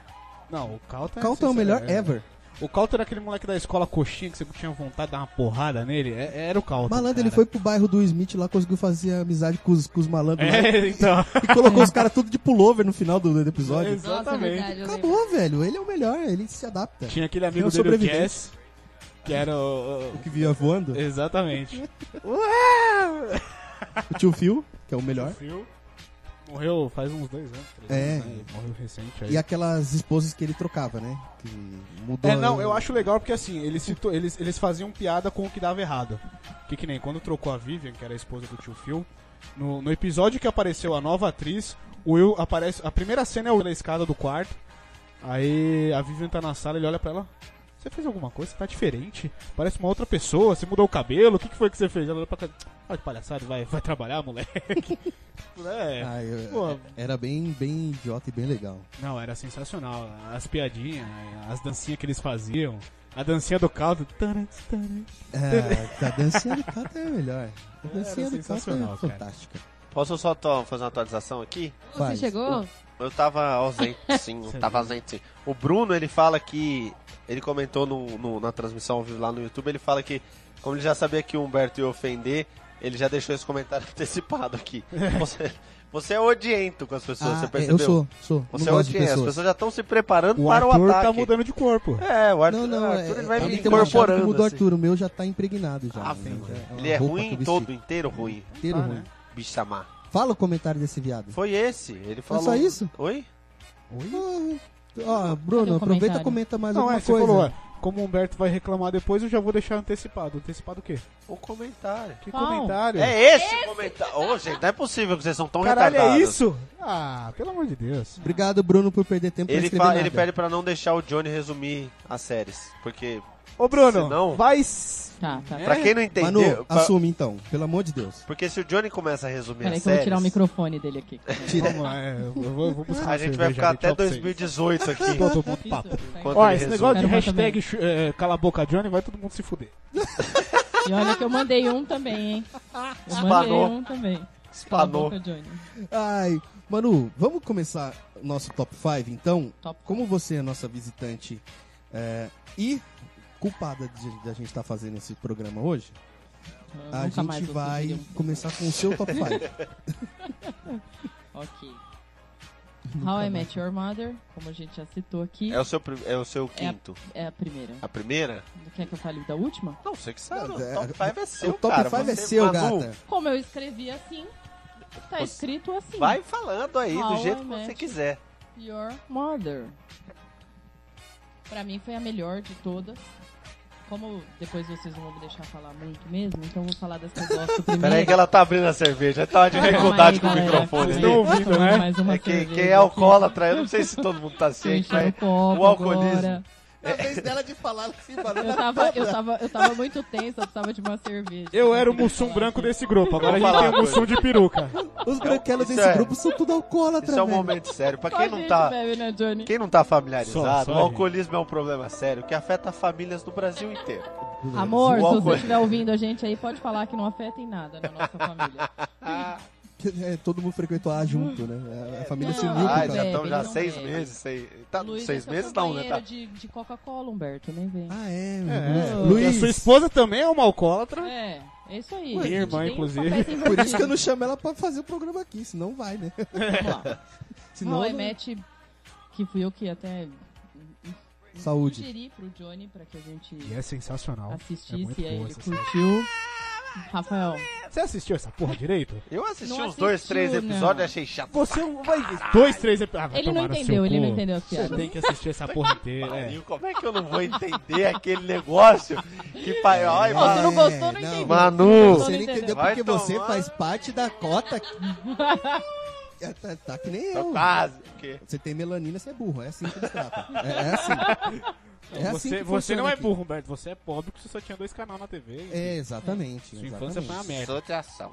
Speaker 2: Não, o Calton é,
Speaker 3: Calton é o melhor
Speaker 2: sensacional.
Speaker 3: ever.
Speaker 2: O Calton era aquele moleque da escola coxinha que você tinha vontade de dar uma porrada nele. É- Era o Calton.
Speaker 3: Malandro,
Speaker 2: cara.
Speaker 3: ele foi pro bairro do Smith lá, conseguiu fazer amizade com os, com os malandros lá,
Speaker 2: É, (laughs)
Speaker 3: (laughs)
Speaker 2: então.
Speaker 3: e colocou os caras tudo de pullover no final do, do episódio.
Speaker 5: Nossa, é
Speaker 2: Exatamente.
Speaker 5: verdade. eu lembro.
Speaker 3: Acabou, velho. Ele é o melhor, ele se adapta.
Speaker 2: Tinha aquele
Speaker 3: É
Speaker 2: amigo
Speaker 3: um
Speaker 2: dele, o
Speaker 3: sobrevivente.
Speaker 2: Cass, que era o. o-
Speaker 3: que via (laughs) voando,
Speaker 2: É. Exatamente.
Speaker 3: o tio Phil, que é o melhor.
Speaker 2: Phil Morreu faz uns dois anos, três
Speaker 3: É.
Speaker 2: anos, né? Morreu recente aí.
Speaker 3: E aquelas esposas que ele trocava, né? Que mudou.
Speaker 2: É, não, eu acho legal porque assim, eles, se to- eles, eles faziam piada com o que dava errado. Que que nem quando trocou a Vivian, que era a esposa do tio Phil, no, no episódio que apareceu a nova atriz, o Will aparece. A primeira cena é o Will na escada do quarto. Aí a Vivian tá na sala, ele olha pra ela. Você fez alguma coisa? Você tá diferente? Parece uma outra pessoa, você mudou o cabelo, o que, que foi que você fez? Ela olha pra cá. Olha de palhaçada, vai, vai trabalhar, moleque. (laughs) é.
Speaker 3: Ah, eu-
Speaker 2: Pô.
Speaker 3: Era bem, bem idiota e
Speaker 2: (laughs)
Speaker 3: bem legal.
Speaker 2: Não, era sensacional. As piadinhas, as dancinhas que eles faziam. A dancinha do caldo. Tarantz, tarantz.
Speaker 3: É, a dancinha do Calton é a melhor. A dancinha do Calton
Speaker 2: sensacional,
Speaker 3: é
Speaker 2: cara.
Speaker 3: fantástica.
Speaker 4: Posso só to- fazer uma atualização aqui?
Speaker 5: Você
Speaker 3: Faz.
Speaker 5: chegou?
Speaker 4: Eu tava
Speaker 3: (laughs)
Speaker 4: ausente, sim. eu tava ausente, sim. O Bruno, ele fala que... Ele comentou no, no- na transmissão ao vivo lá no YouTube, ele fala que, como ele já sabia que o Humberto ia ofender, ele já deixou esse comentário (laughs) antecipado
Speaker 3: (laughs)
Speaker 4: aqui. Você, você é odiento com as pessoas,
Speaker 3: Ah,
Speaker 4: você
Speaker 3: é,
Speaker 4: percebeu?
Speaker 3: eu sou, sou.
Speaker 4: Você é
Speaker 3: não gosto de
Speaker 4: odiento, as
Speaker 3: pessoas.
Speaker 4: pessoas já estão se preparando
Speaker 2: O
Speaker 4: para o
Speaker 2: Arthur
Speaker 4: ataque.
Speaker 2: tá mudando de corpo.
Speaker 4: É, o
Speaker 3: Não,
Speaker 4: Arthur,
Speaker 3: não,
Speaker 4: o Arthur,
Speaker 3: é-
Speaker 4: ele vai
Speaker 3: ele tem um machado
Speaker 4: incorporando.
Speaker 3: como o do
Speaker 4: assim.
Speaker 3: Arthur, o meu já tá impregnado já.
Speaker 4: Ah,
Speaker 3: né?
Speaker 2: sim.
Speaker 3: Já é uma
Speaker 4: Ele é
Speaker 3: roupa que
Speaker 4: ruim
Speaker 3: eu
Speaker 4: todo,
Speaker 3: vesti,
Speaker 4: inteiro ruim.
Speaker 3: Inteiro
Speaker 2: Tá,
Speaker 3: ruim.
Speaker 2: né?
Speaker 4: Bicho chamar.
Speaker 3: Fala o comentário desse viado.
Speaker 4: Foi esse, ele falou. um
Speaker 3: só isso?
Speaker 4: Oi?
Speaker 3: Ah, Ó, Bruno,
Speaker 7: Cadê
Speaker 3: aproveita
Speaker 7: o
Speaker 3: e
Speaker 7: comentário?
Speaker 3: comenta mais
Speaker 2: Não, é,
Speaker 3: alguma
Speaker 2: você
Speaker 3: coisa.
Speaker 2: falou, ó, como o Humberto vai reclamar depois, eu já vou deixar antecipado. Antecipado o quê?
Speaker 4: O Um comentário.
Speaker 2: Que
Speaker 7: Qual?
Speaker 2: comentário?
Speaker 4: É esse, o comentário. Ô, gente, não é possível que vocês são tão
Speaker 2: Caralho, é
Speaker 4: retardados.
Speaker 2: isso? Ah, pelo amor de Deus.
Speaker 3: Obrigado, Bruno, por perder tempo pra
Speaker 4: é. Ele,
Speaker 3: escrever
Speaker 4: fa-
Speaker 3: nada.
Speaker 4: ele pede pra não deixar o Johnny resumir as séries. Porque,
Speaker 2: Ô, Bruno,
Speaker 4: Senão-
Speaker 2: vai...
Speaker 7: Tá, tá.
Speaker 4: pra quem não entendeu.
Speaker 3: É? Manu,
Speaker 4: pra-
Speaker 3: assume então, pelo amor de Deus.
Speaker 4: Porque se o Johnny começa a resumir
Speaker 7: Peraí
Speaker 4: as
Speaker 7: que eu vou
Speaker 4: séries.
Speaker 7: tirar o microfone
Speaker 3: (laughs)
Speaker 7: dele aqui.
Speaker 3: Tira.
Speaker 2: Vamos lá, é, eu vou, eu vou buscar uma
Speaker 4: A gente
Speaker 2: cerveja
Speaker 4: vai ficar
Speaker 2: ali,
Speaker 4: até
Speaker 2: tchau pra vocês.
Speaker 4: 2018 aqui.
Speaker 2: Tô, tô, tô, papo.
Speaker 4: enquanto
Speaker 2: Ó,
Speaker 4: ele
Speaker 2: esse
Speaker 4: resume.
Speaker 2: negócio de
Speaker 7: Quero mais
Speaker 2: hashtag eh, cala a boca Johnny vai todo mundo se fuder.
Speaker 7: E olha que eu mandei um também, hein? Eu mandei
Speaker 4: Espanou.
Speaker 7: um também. Cala a
Speaker 4: Espanou.
Speaker 7: boca, Johnny.
Speaker 3: Ai, Manu, vamos começar o nosso top 5 então?
Speaker 7: Top.
Speaker 3: Como você é nossa visitante é, e culpada de, de a gente estar fazendo esse programa hoje,
Speaker 7: Eu
Speaker 3: a
Speaker 7: nunca mais
Speaker 3: gente
Speaker 7: vou
Speaker 3: vai
Speaker 7: sugerir um.
Speaker 3: começar com o seu top 5.
Speaker 7: Ok. How I Met Your Mother, como a gente já citou aqui,
Speaker 4: É o seu, pri- é o seu quinto.
Speaker 7: é a primeira.
Speaker 4: A primeira?
Speaker 7: Quer que eu fale da última?
Speaker 4: Não, você que sabe.
Speaker 3: Não,
Speaker 4: O
Speaker 3: é-
Speaker 4: top 5 é (laughs) seu,
Speaker 3: o top
Speaker 4: cara.
Speaker 3: 5 é
Speaker 4: Você-
Speaker 3: seu,
Speaker 4: Manu,
Speaker 3: gata.
Speaker 7: Como eu escrevi assim, tá
Speaker 4: Você-
Speaker 7: escrito assim.
Speaker 4: Vai falando aí, do
Speaker 7: How
Speaker 4: jeito
Speaker 7: I
Speaker 4: que
Speaker 2: né?
Speaker 4: você
Speaker 7: Met
Speaker 4: quiser.
Speaker 7: Your Mother. Pra mim foi a melhor de todas. Como depois vocês não vão me deixar falar muito mesmo, então eu vou falar das que eu gosto primeiro.
Speaker 4: (laughs) Peraí que ela tá abrindo a cerveja. Tá uma
Speaker 7: Calma aí,
Speaker 4: dificuldade com o
Speaker 7: galera.
Speaker 4: microfone
Speaker 2: Vocês estão
Speaker 4: ali.
Speaker 2: ouvindo,
Speaker 7: Toma
Speaker 2: né?
Speaker 7: mais uma
Speaker 4: É quem,
Speaker 7: cerveja
Speaker 4: quem é
Speaker 7: aqui.
Speaker 4: alcoólatra, eu não sei se todo mundo tá ciente,
Speaker 7: Enchendo
Speaker 4: mas
Speaker 7: o copo
Speaker 4: o alcoolismo.
Speaker 7: agora.
Speaker 3: Na vez dela de falar assim, falando
Speaker 7: Eu tava, eu, tava, eu tava muito tensa, eu precisava de uma cerveja.
Speaker 2: Eu era o
Speaker 7: Tem que
Speaker 2: mussum
Speaker 7: falar
Speaker 2: branco
Speaker 7: assim.
Speaker 2: desse grupo, agora a
Speaker 4: Vou
Speaker 2: gente tem
Speaker 4: falar
Speaker 2: o mussum de peruca.
Speaker 3: Os branquelos
Speaker 4: Isso
Speaker 3: desse
Speaker 4: é-
Speaker 3: grupo são tudo alcoólatra,
Speaker 4: Isso é um
Speaker 3: velho.
Speaker 4: momento sério. Pra
Speaker 7: Só
Speaker 4: quem
Speaker 7: a
Speaker 4: não
Speaker 7: gente
Speaker 4: tá,
Speaker 7: bebe, né, Johnny?
Speaker 4: quem não tá familiarizado,
Speaker 2: Só- só
Speaker 4: o
Speaker 2: a
Speaker 4: alcoolismo é um problema sério que afeta famílias do Brasil inteiro.
Speaker 7: Amor,
Speaker 4: O
Speaker 7: se
Speaker 4: álcool-
Speaker 7: (laughs) você estiver ouvindo a gente aí, pode falar que não afeta em nada na nossa família.
Speaker 3: É, todo mundo frequentou A junto, né? A, a família se
Speaker 7: não,
Speaker 3: uniu. por
Speaker 4: Ah,
Speaker 7: Ai,
Speaker 3: causa-
Speaker 4: já
Speaker 7: bebe,
Speaker 4: estão já
Speaker 7: tá não
Speaker 4: seis
Speaker 7: bebe.
Speaker 4: meses, seis, tá,
Speaker 7: Luiz é
Speaker 4: seis
Speaker 7: seu
Speaker 4: meses não, né? Tá,
Speaker 7: companheiro de, de Coca-Cola, Humberto, nem vem.
Speaker 3: Ah, é.
Speaker 2: É,
Speaker 3: meu Deus.
Speaker 2: Luiz. A sua
Speaker 3: Luiz.
Speaker 2: esposa também é uma alcoólatra.
Speaker 7: É, é isso aí.
Speaker 2: Minha
Speaker 7: A gente
Speaker 2: irmã,
Speaker 7: tem
Speaker 2: inclusive.
Speaker 7: papéis invertidos.
Speaker 3: Por isso que eu não chamo ela pra fazer o programa aqui, senão vai, né? (laughs)
Speaker 7: Vamos lá.
Speaker 3: Senão,
Speaker 7: Raul
Speaker 3: não-
Speaker 7: Emmett, que fui eu que até
Speaker 3: Saúde.
Speaker 7: sugeri pro Johnny pra que a gente
Speaker 2: E é sensacional. É
Speaker 7: assistisse.
Speaker 2: muito
Speaker 7: aí
Speaker 2: boa
Speaker 7: ele
Speaker 2: essa série.
Speaker 7: curtiu. Rafael,
Speaker 2: Você assistiu essa porra direito?
Speaker 4: Eu assisti
Speaker 7: Não
Speaker 4: uns dois,
Speaker 7: assistiu,
Speaker 4: três
Speaker 7: não.
Speaker 4: episódios e achei chato.
Speaker 2: Você é um. vai- Dois, três. epi- Ah, vai
Speaker 7: ele não
Speaker 2: tomar no seu
Speaker 7: entendeu, ele não
Speaker 2: cu.
Speaker 7: entendeu a
Speaker 2: Você
Speaker 7: piada.
Speaker 2: tem que assistir essa porra inteira. é.
Speaker 4: Pariu, Como é que eu não vou entender aquele negócio que pai, olha,
Speaker 3: É.
Speaker 7: Ó, se
Speaker 4: mano,
Speaker 7: não gostou, não
Speaker 3: É, não.
Speaker 7: entendeu.
Speaker 4: Manu.
Speaker 7: Se
Speaker 3: Você
Speaker 7: não
Speaker 3: não
Speaker 7: gostou,
Speaker 3: entendeu
Speaker 4: Vai
Speaker 3: porque você
Speaker 4: tomar-
Speaker 3: faz parte da cota. É, tá, tá que nem
Speaker 4: tô
Speaker 3: eu.
Speaker 4: quase. porque-
Speaker 3: Você tem melanina, você é burro. É assim que eles tratam. É, é assim. É assim
Speaker 2: você
Speaker 3: que
Speaker 2: você
Speaker 3: funciona
Speaker 2: não é
Speaker 3: aqui.
Speaker 2: burro, Humberto. Você é pobre porque você só tinha dois canais na TV.
Speaker 3: É, exatamente. Ah,
Speaker 2: Sua
Speaker 3: exatamente.
Speaker 2: infância foi uma merda.
Speaker 4: Sou de ação.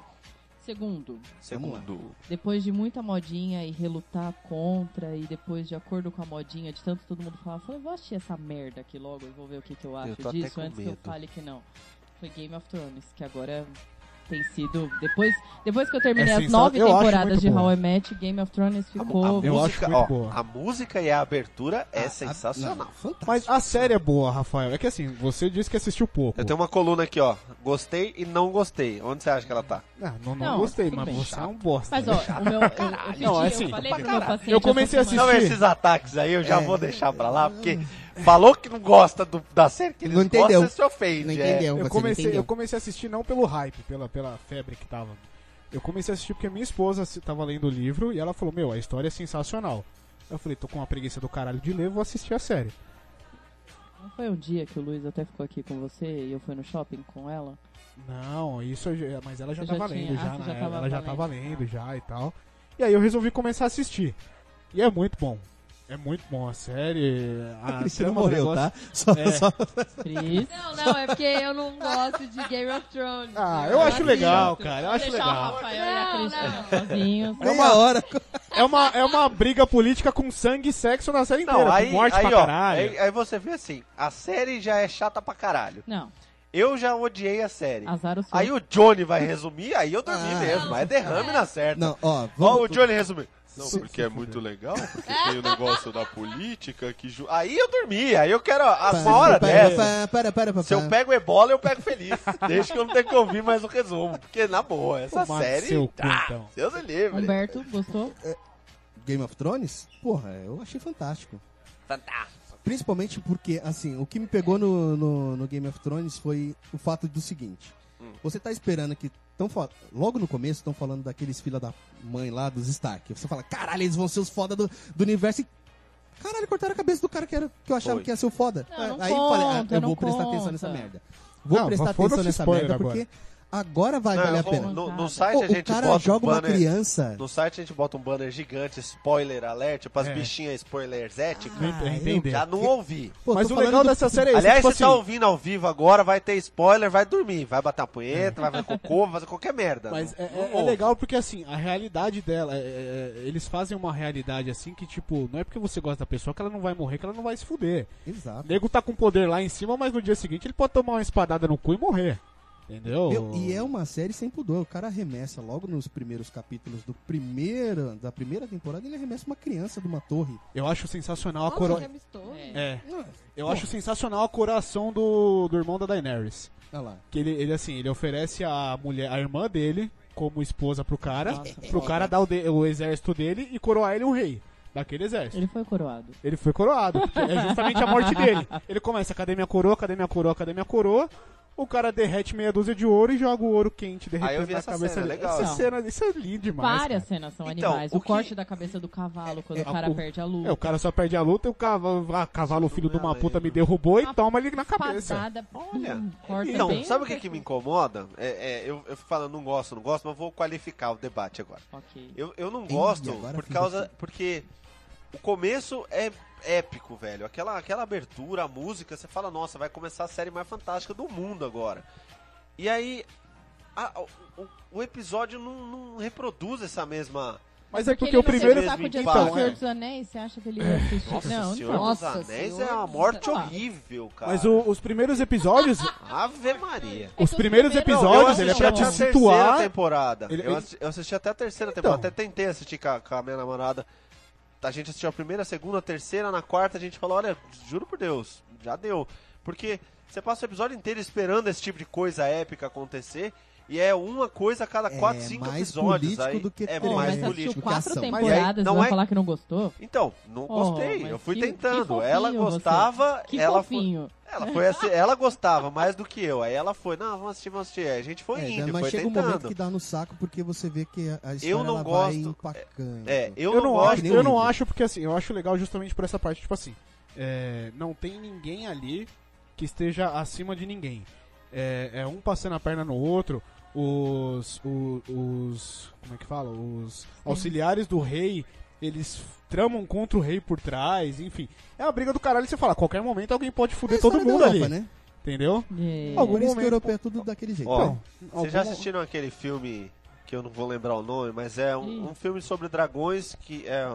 Speaker 7: Segundo,
Speaker 4: Segundo.
Speaker 7: depois de muita modinha e relutar contra, e depois de acordo com a modinha, de tanto todo mundo falar, eu falei, vou assistir essa merda aqui logo e vou ver o que, que eu acho
Speaker 4: tô até
Speaker 7: disso
Speaker 4: com
Speaker 7: antes que eu
Speaker 4: medo.
Speaker 7: fale que não. Foi Game of Thrones, que agora tem sido. Depois, depois que eu terminei
Speaker 2: É
Speaker 7: as
Speaker 2: sensa-
Speaker 7: nove
Speaker 2: eu acho
Speaker 7: temporadas
Speaker 2: muito
Speaker 7: de
Speaker 2: boa.
Speaker 7: How I Met, Game of Thrones
Speaker 4: A, a
Speaker 7: ficou.
Speaker 2: Eu acho
Speaker 4: música,
Speaker 2: muito
Speaker 4: ó,
Speaker 2: boa.
Speaker 4: a música e a abertura é
Speaker 3: Ah, ah,
Speaker 4: sensacional.
Speaker 3: não, fantástico.
Speaker 2: Mas a série é boa, Rafael. É que assim, você disse que assistiu pouco.
Speaker 4: Eu tenho uma coluna aqui, ó. Gostei e não gostei. Onde você acha que ela tá?
Speaker 2: Ah, não, não,
Speaker 7: Não,
Speaker 2: gostei,
Speaker 7: tudo
Speaker 2: mas
Speaker 7: bem.
Speaker 2: você é um bosta.
Speaker 7: Mas ó, o meu. Eu, eu, pedi,
Speaker 2: Não, é assim,
Speaker 7: eu falei
Speaker 2: pra
Speaker 7: pro meu paciente.
Speaker 2: Eu comecei a
Speaker 7: essa semana,
Speaker 4: Então
Speaker 2: Assisti.
Speaker 4: esses ataques aí eu já vou deixar pra lá, porque falou que não gosta do- da série que eles
Speaker 3: Não entendeu.
Speaker 4: gostam, você se ofende.
Speaker 3: Não
Speaker 4: é.
Speaker 3: entendeu.
Speaker 2: eu
Speaker 3: você
Speaker 2: comecei,
Speaker 3: não entendeu.
Speaker 2: eu comecei a assistir não pelo hype, pela, pela febre que tava. Eu comecei a assistir porque minha esposa assi- tava lendo o livro e ela falou: Meu, a história é sensacional. Eu falei: Tô com uma preguiça do caralho de ler, vou assistir a série.
Speaker 7: Não foi um dia que o Luiz até ficou aqui com você e eu fui no shopping com ela?
Speaker 2: Não, isso eu já- mas ela já
Speaker 7: Você já
Speaker 2: tava
Speaker 7: tinha-
Speaker 2: lendo
Speaker 7: ah,
Speaker 2: já,
Speaker 7: você
Speaker 2: né?
Speaker 7: já tava
Speaker 2: ela já
Speaker 7: lendo.
Speaker 2: tava lendo já e tal. E aí eu resolvi começar a assistir. E é muito bom. É muito bom a série.
Speaker 3: A
Speaker 7: (laughs)
Speaker 2: A
Speaker 3: Cristina
Speaker 2: trama do
Speaker 3: morreu,
Speaker 2: negócio-
Speaker 3: tá? Só,
Speaker 2: É.
Speaker 3: só-
Speaker 7: Cris?
Speaker 6: Não, não, é porque eu não gosto de Game of Thrones.
Speaker 2: Ah, eu acho
Speaker 7: assisto.
Speaker 2: legal, cara. Eu acho
Speaker 7: deixar o
Speaker 2: legal.
Speaker 7: Rafael e a
Speaker 6: Não,
Speaker 7: Cristina sozinhos.
Speaker 3: meia hora.
Speaker 2: É uma, é uma briga política com sangue e sexo na série inteira.
Speaker 4: Não, aí,
Speaker 2: com morte
Speaker 4: aí,
Speaker 2: pra
Speaker 4: ó,
Speaker 2: caralho.
Speaker 4: aí, aí você vê assim, a série já é chata pra caralho.
Speaker 7: Não,
Speaker 4: Eu já odiei a série.
Speaker 7: azar o seu.
Speaker 4: Aí o Johnny vai resumir, aí eu dormi
Speaker 3: Ah.
Speaker 4: mesmo, mas é derrame na certa.
Speaker 3: Não, ó,
Speaker 4: Ó, o
Speaker 3: vamos.
Speaker 4: Johnny resumiu. Não,
Speaker 3: Se-
Speaker 4: porque é muito legal, porque tem o negócio da política que... ju- Aí eu dormi, aí eu quero a
Speaker 3: Pá,
Speaker 4: uma hora
Speaker 3: pá,
Speaker 4: dessa.
Speaker 3: pá, Para, para, para.
Speaker 4: Se
Speaker 2: É.
Speaker 4: eu pego ebola, eu pego feliz. Deixa que eu não tenho que ouvir mais o resumo. Porque, na boa, essa
Speaker 2: Tomar
Speaker 4: série...
Speaker 2: seu cu,
Speaker 4: tá,
Speaker 2: então.
Speaker 4: Deus me livre.
Speaker 7: Humberto, gostou?
Speaker 3: Game of Thrones? Porra, eu achei fantástico. Principalmente porque, assim, o que me pegou no, no, no Game of Thrones foi o fato do seguinte.
Speaker 4: Hum.
Speaker 3: Você tá esperando que... Tão fal- Logo no começo estão falando daqueles filha da mãe lá, dos Stark. Você fala, caralho, eles vão ser os foda do, do universo. E, caralho, cortaram a cabeça do cara que, era, que eu achava
Speaker 4: Foi.
Speaker 3: que ia ser o foda.
Speaker 7: Não, não
Speaker 3: Aí eu
Speaker 7: conta,
Speaker 3: falei, ah, eu
Speaker 7: não
Speaker 3: vou prestar
Speaker 7: conta.
Speaker 3: atenção nessa merda. Vou
Speaker 2: Não,
Speaker 3: prestar
Speaker 2: foda-se
Speaker 3: atenção nessa
Speaker 2: spoiler
Speaker 3: merda
Speaker 2: agora.
Speaker 3: porque agora vai
Speaker 4: Não,
Speaker 3: valer a
Speaker 4: vou-
Speaker 3: pena.
Speaker 4: No, no site
Speaker 3: Pô,
Speaker 4: a gente
Speaker 3: o cara
Speaker 4: bota
Speaker 3: joga
Speaker 4: um
Speaker 3: uma
Speaker 4: banner...
Speaker 3: criança...
Speaker 4: No site a gente bota um banner gigante, spoiler alert, pras
Speaker 2: É.
Speaker 4: bichinhas spoilerzéticas.
Speaker 2: Não ent-
Speaker 3: eu
Speaker 2: entender.
Speaker 4: Já não ouvi.
Speaker 3: Pô,
Speaker 2: Mas
Speaker 3: tô
Speaker 2: o
Speaker 3: falando
Speaker 2: legal
Speaker 3: do-
Speaker 2: dessa série é isso.
Speaker 4: Aliás,
Speaker 2: tipo
Speaker 4: você tá
Speaker 2: assim,
Speaker 4: ouvindo ao vivo agora, vai ter spoiler, vai dormir, vai bater a punheta, vai fazer cocô, vai fazer qualquer merda.
Speaker 2: É. Mas
Speaker 4: Não-
Speaker 2: é,
Speaker 4: não
Speaker 2: é- é
Speaker 4: ouve.
Speaker 2: legal porque, assim, a realidade dela, é- é- é- eles fazem uma realidade assim que, tipo, não é porque você gosta da pessoa que ela não vai morrer, que ela não vai se fuder. O
Speaker 3: Exato.
Speaker 2: nego tá com poder lá em cima, mas no dia seguinte ele pode tomar uma espadada no cu e morrer. Entendeu?
Speaker 3: Meu, e é uma série sem pudor. O cara arremessa logo nos primeiros capítulos do primeira, da primeira temporada, ele arremessa uma criança de uma torre.
Speaker 2: Eu acho sensacional a
Speaker 6: Nossa,
Speaker 2: coroa.
Speaker 6: que amistoso.
Speaker 2: É, eu acho sensacional a coroação do, do irmão da Daenerys.
Speaker 3: Olha lá.
Speaker 2: Que ele, ele, assim, ele oferece a mulher, a irmã dele, como esposa pro cara, pro cara dar o, de- o exército dele e coroar ele um rei daquele exército.
Speaker 7: Ele foi coroado.
Speaker 2: Ele foi coroado, porque é justamente a morte dele. Ele começa, cadê minha coroa, cadê minha coroa, cadê minha coroa? O cara derrete meia dúzia de ouro e joga o ouro quente
Speaker 4: Aí eu
Speaker 2: derretendo
Speaker 4: vi
Speaker 2: na
Speaker 4: essa
Speaker 2: cabeça
Speaker 4: cena,
Speaker 2: dele.
Speaker 4: legal.
Speaker 2: Essa cena, isso é lindo demais.
Speaker 7: Várias
Speaker 2: cara.
Speaker 7: cenas são
Speaker 4: Então,
Speaker 7: animais.
Speaker 4: o
Speaker 7: O,
Speaker 4: que-
Speaker 7: corte da cabeça do cavalo, quando o cara
Speaker 2: o-
Speaker 7: perde a luta.
Speaker 2: É, o cara só perde a luta e o cavalo, ah, cavalo filho de uma puta me derrubou e
Speaker 7: Uma
Speaker 2: toma ele na cabeça.
Speaker 7: Espadada.
Speaker 4: Olha.
Speaker 7: hum, corta
Speaker 4: Então,
Speaker 7: bem
Speaker 4: sabe
Speaker 7: no
Speaker 4: o que, que me
Speaker 7: pescoço.
Speaker 4: incomoda? É, é, eu, eu fico falando, não gosto, não gosto, mas vou qualificar o debate agora.
Speaker 7: Ok.
Speaker 4: Eu, eu não
Speaker 3: Ih,
Speaker 4: gosto
Speaker 3: agora
Speaker 4: por
Speaker 3: fiz
Speaker 4: causa.
Speaker 3: assim.
Speaker 4: Porque o começo é épico, velho. Aquela, aquela abertura, a música, você fala, nossa, vai começar a série mais fantástica do mundo agora. E aí. a- o, o- o episódio não, não reproduz essa mesma.
Speaker 2: Mas é porque
Speaker 7: ele
Speaker 2: o
Speaker 7: não
Speaker 2: primeiro.
Speaker 7: Teve um saco de
Speaker 4: Então,
Speaker 7: assistir
Speaker 4: é.
Speaker 7: Senhor dos Anéis, você acha que ele ia assistir?
Speaker 4: Nossa
Speaker 7: não,
Speaker 4: Senhora
Speaker 7: então.
Speaker 4: dos
Speaker 5: Nossa
Speaker 4: Anéis é
Speaker 5: Senhora
Speaker 4: uma
Speaker 5: dos-
Speaker 4: morte
Speaker 7: Ah.
Speaker 4: horrível, cara.
Speaker 2: Mas o- os primeiros episódios.
Speaker 4: Ave Maria.
Speaker 2: Os primeiros episódios, ele é
Speaker 4: assisti
Speaker 2: pra
Speaker 4: até
Speaker 2: te
Speaker 4: a terceira
Speaker 2: situar.
Speaker 4: temporada.
Speaker 2: Ele-
Speaker 4: Eu,
Speaker 2: ele-
Speaker 4: assisti, eu assisti até a terceira
Speaker 3: Então.
Speaker 4: temporada. Até tentei assistir com a, com a minha namorada. A gente assistiu a primeira, a segunda, a terceira, na quarta a gente falou, olha, juro por Deus, já deu. Porque você passa o episódio inteiro esperando esse tipo de coisa épica acontecer e é uma coisa a cada
Speaker 3: É
Speaker 4: quatro, cinco
Speaker 3: mais
Speaker 4: episódios.
Speaker 3: político
Speaker 4: Aí
Speaker 3: do que
Speaker 4: é
Speaker 3: trilha,
Speaker 7: Pô,
Speaker 4: mais
Speaker 7: mas
Speaker 3: né?
Speaker 7: assistiu
Speaker 4: político.
Speaker 7: quatro
Speaker 3: Educação. Mas
Speaker 4: aí,
Speaker 7: temporadas,
Speaker 4: não
Speaker 7: não vai
Speaker 4: é-
Speaker 7: falar que não gostou?
Speaker 4: Então, não
Speaker 7: Oh,
Speaker 4: gostei. eu
Speaker 7: mas
Speaker 4: fui
Speaker 7: que-
Speaker 4: tentando.
Speaker 7: que
Speaker 4: Ela
Speaker 7: fofinho você.
Speaker 4: gostava,
Speaker 7: Que
Speaker 4: ela foi.
Speaker 7: fofinho.
Speaker 4: Ela foi assim, ela gostava mais do que eu. Aí ela foi, não, vamos assistir, vamos assistir. Aí a gente foi
Speaker 3: É,
Speaker 4: indo,
Speaker 3: mas
Speaker 4: foi
Speaker 3: chega um
Speaker 4: tentando.
Speaker 3: momento que dá no saco porque você vê que a a história
Speaker 4: não
Speaker 3: ela vai
Speaker 4: gosto.
Speaker 3: empacando.
Speaker 4: É, eu,
Speaker 2: Eu
Speaker 4: não
Speaker 2: não
Speaker 4: gosto.
Speaker 2: acho,
Speaker 3: nem
Speaker 2: eu não
Speaker 3: livro.
Speaker 2: acho porque assim, eu acho legal justamente por essa parte, tipo assim, é, não tem ninguém ali que esteja acima de ninguém. É, é um passando a perna no outro, os, o- os, como é que fala, os auxiliares do rei, eles tramam contra o rei por trás, enfim, é uma briga do caralho. Você fala, a qualquer momento alguém pode
Speaker 3: É a
Speaker 2: foder
Speaker 3: história
Speaker 2: todo
Speaker 3: da
Speaker 2: mundo
Speaker 3: Europa,
Speaker 2: ali,
Speaker 3: Né?
Speaker 2: entendeu?
Speaker 7: É.
Speaker 2: Algum
Speaker 3: Por isso que o
Speaker 2: momento-
Speaker 3: europeu é tudo daquele jeito.
Speaker 4: Ó,
Speaker 3: Então,
Speaker 4: Vocês já assistiram aquele filme que eu não vou lembrar o nome, mas é um, um filme sobre dragões que é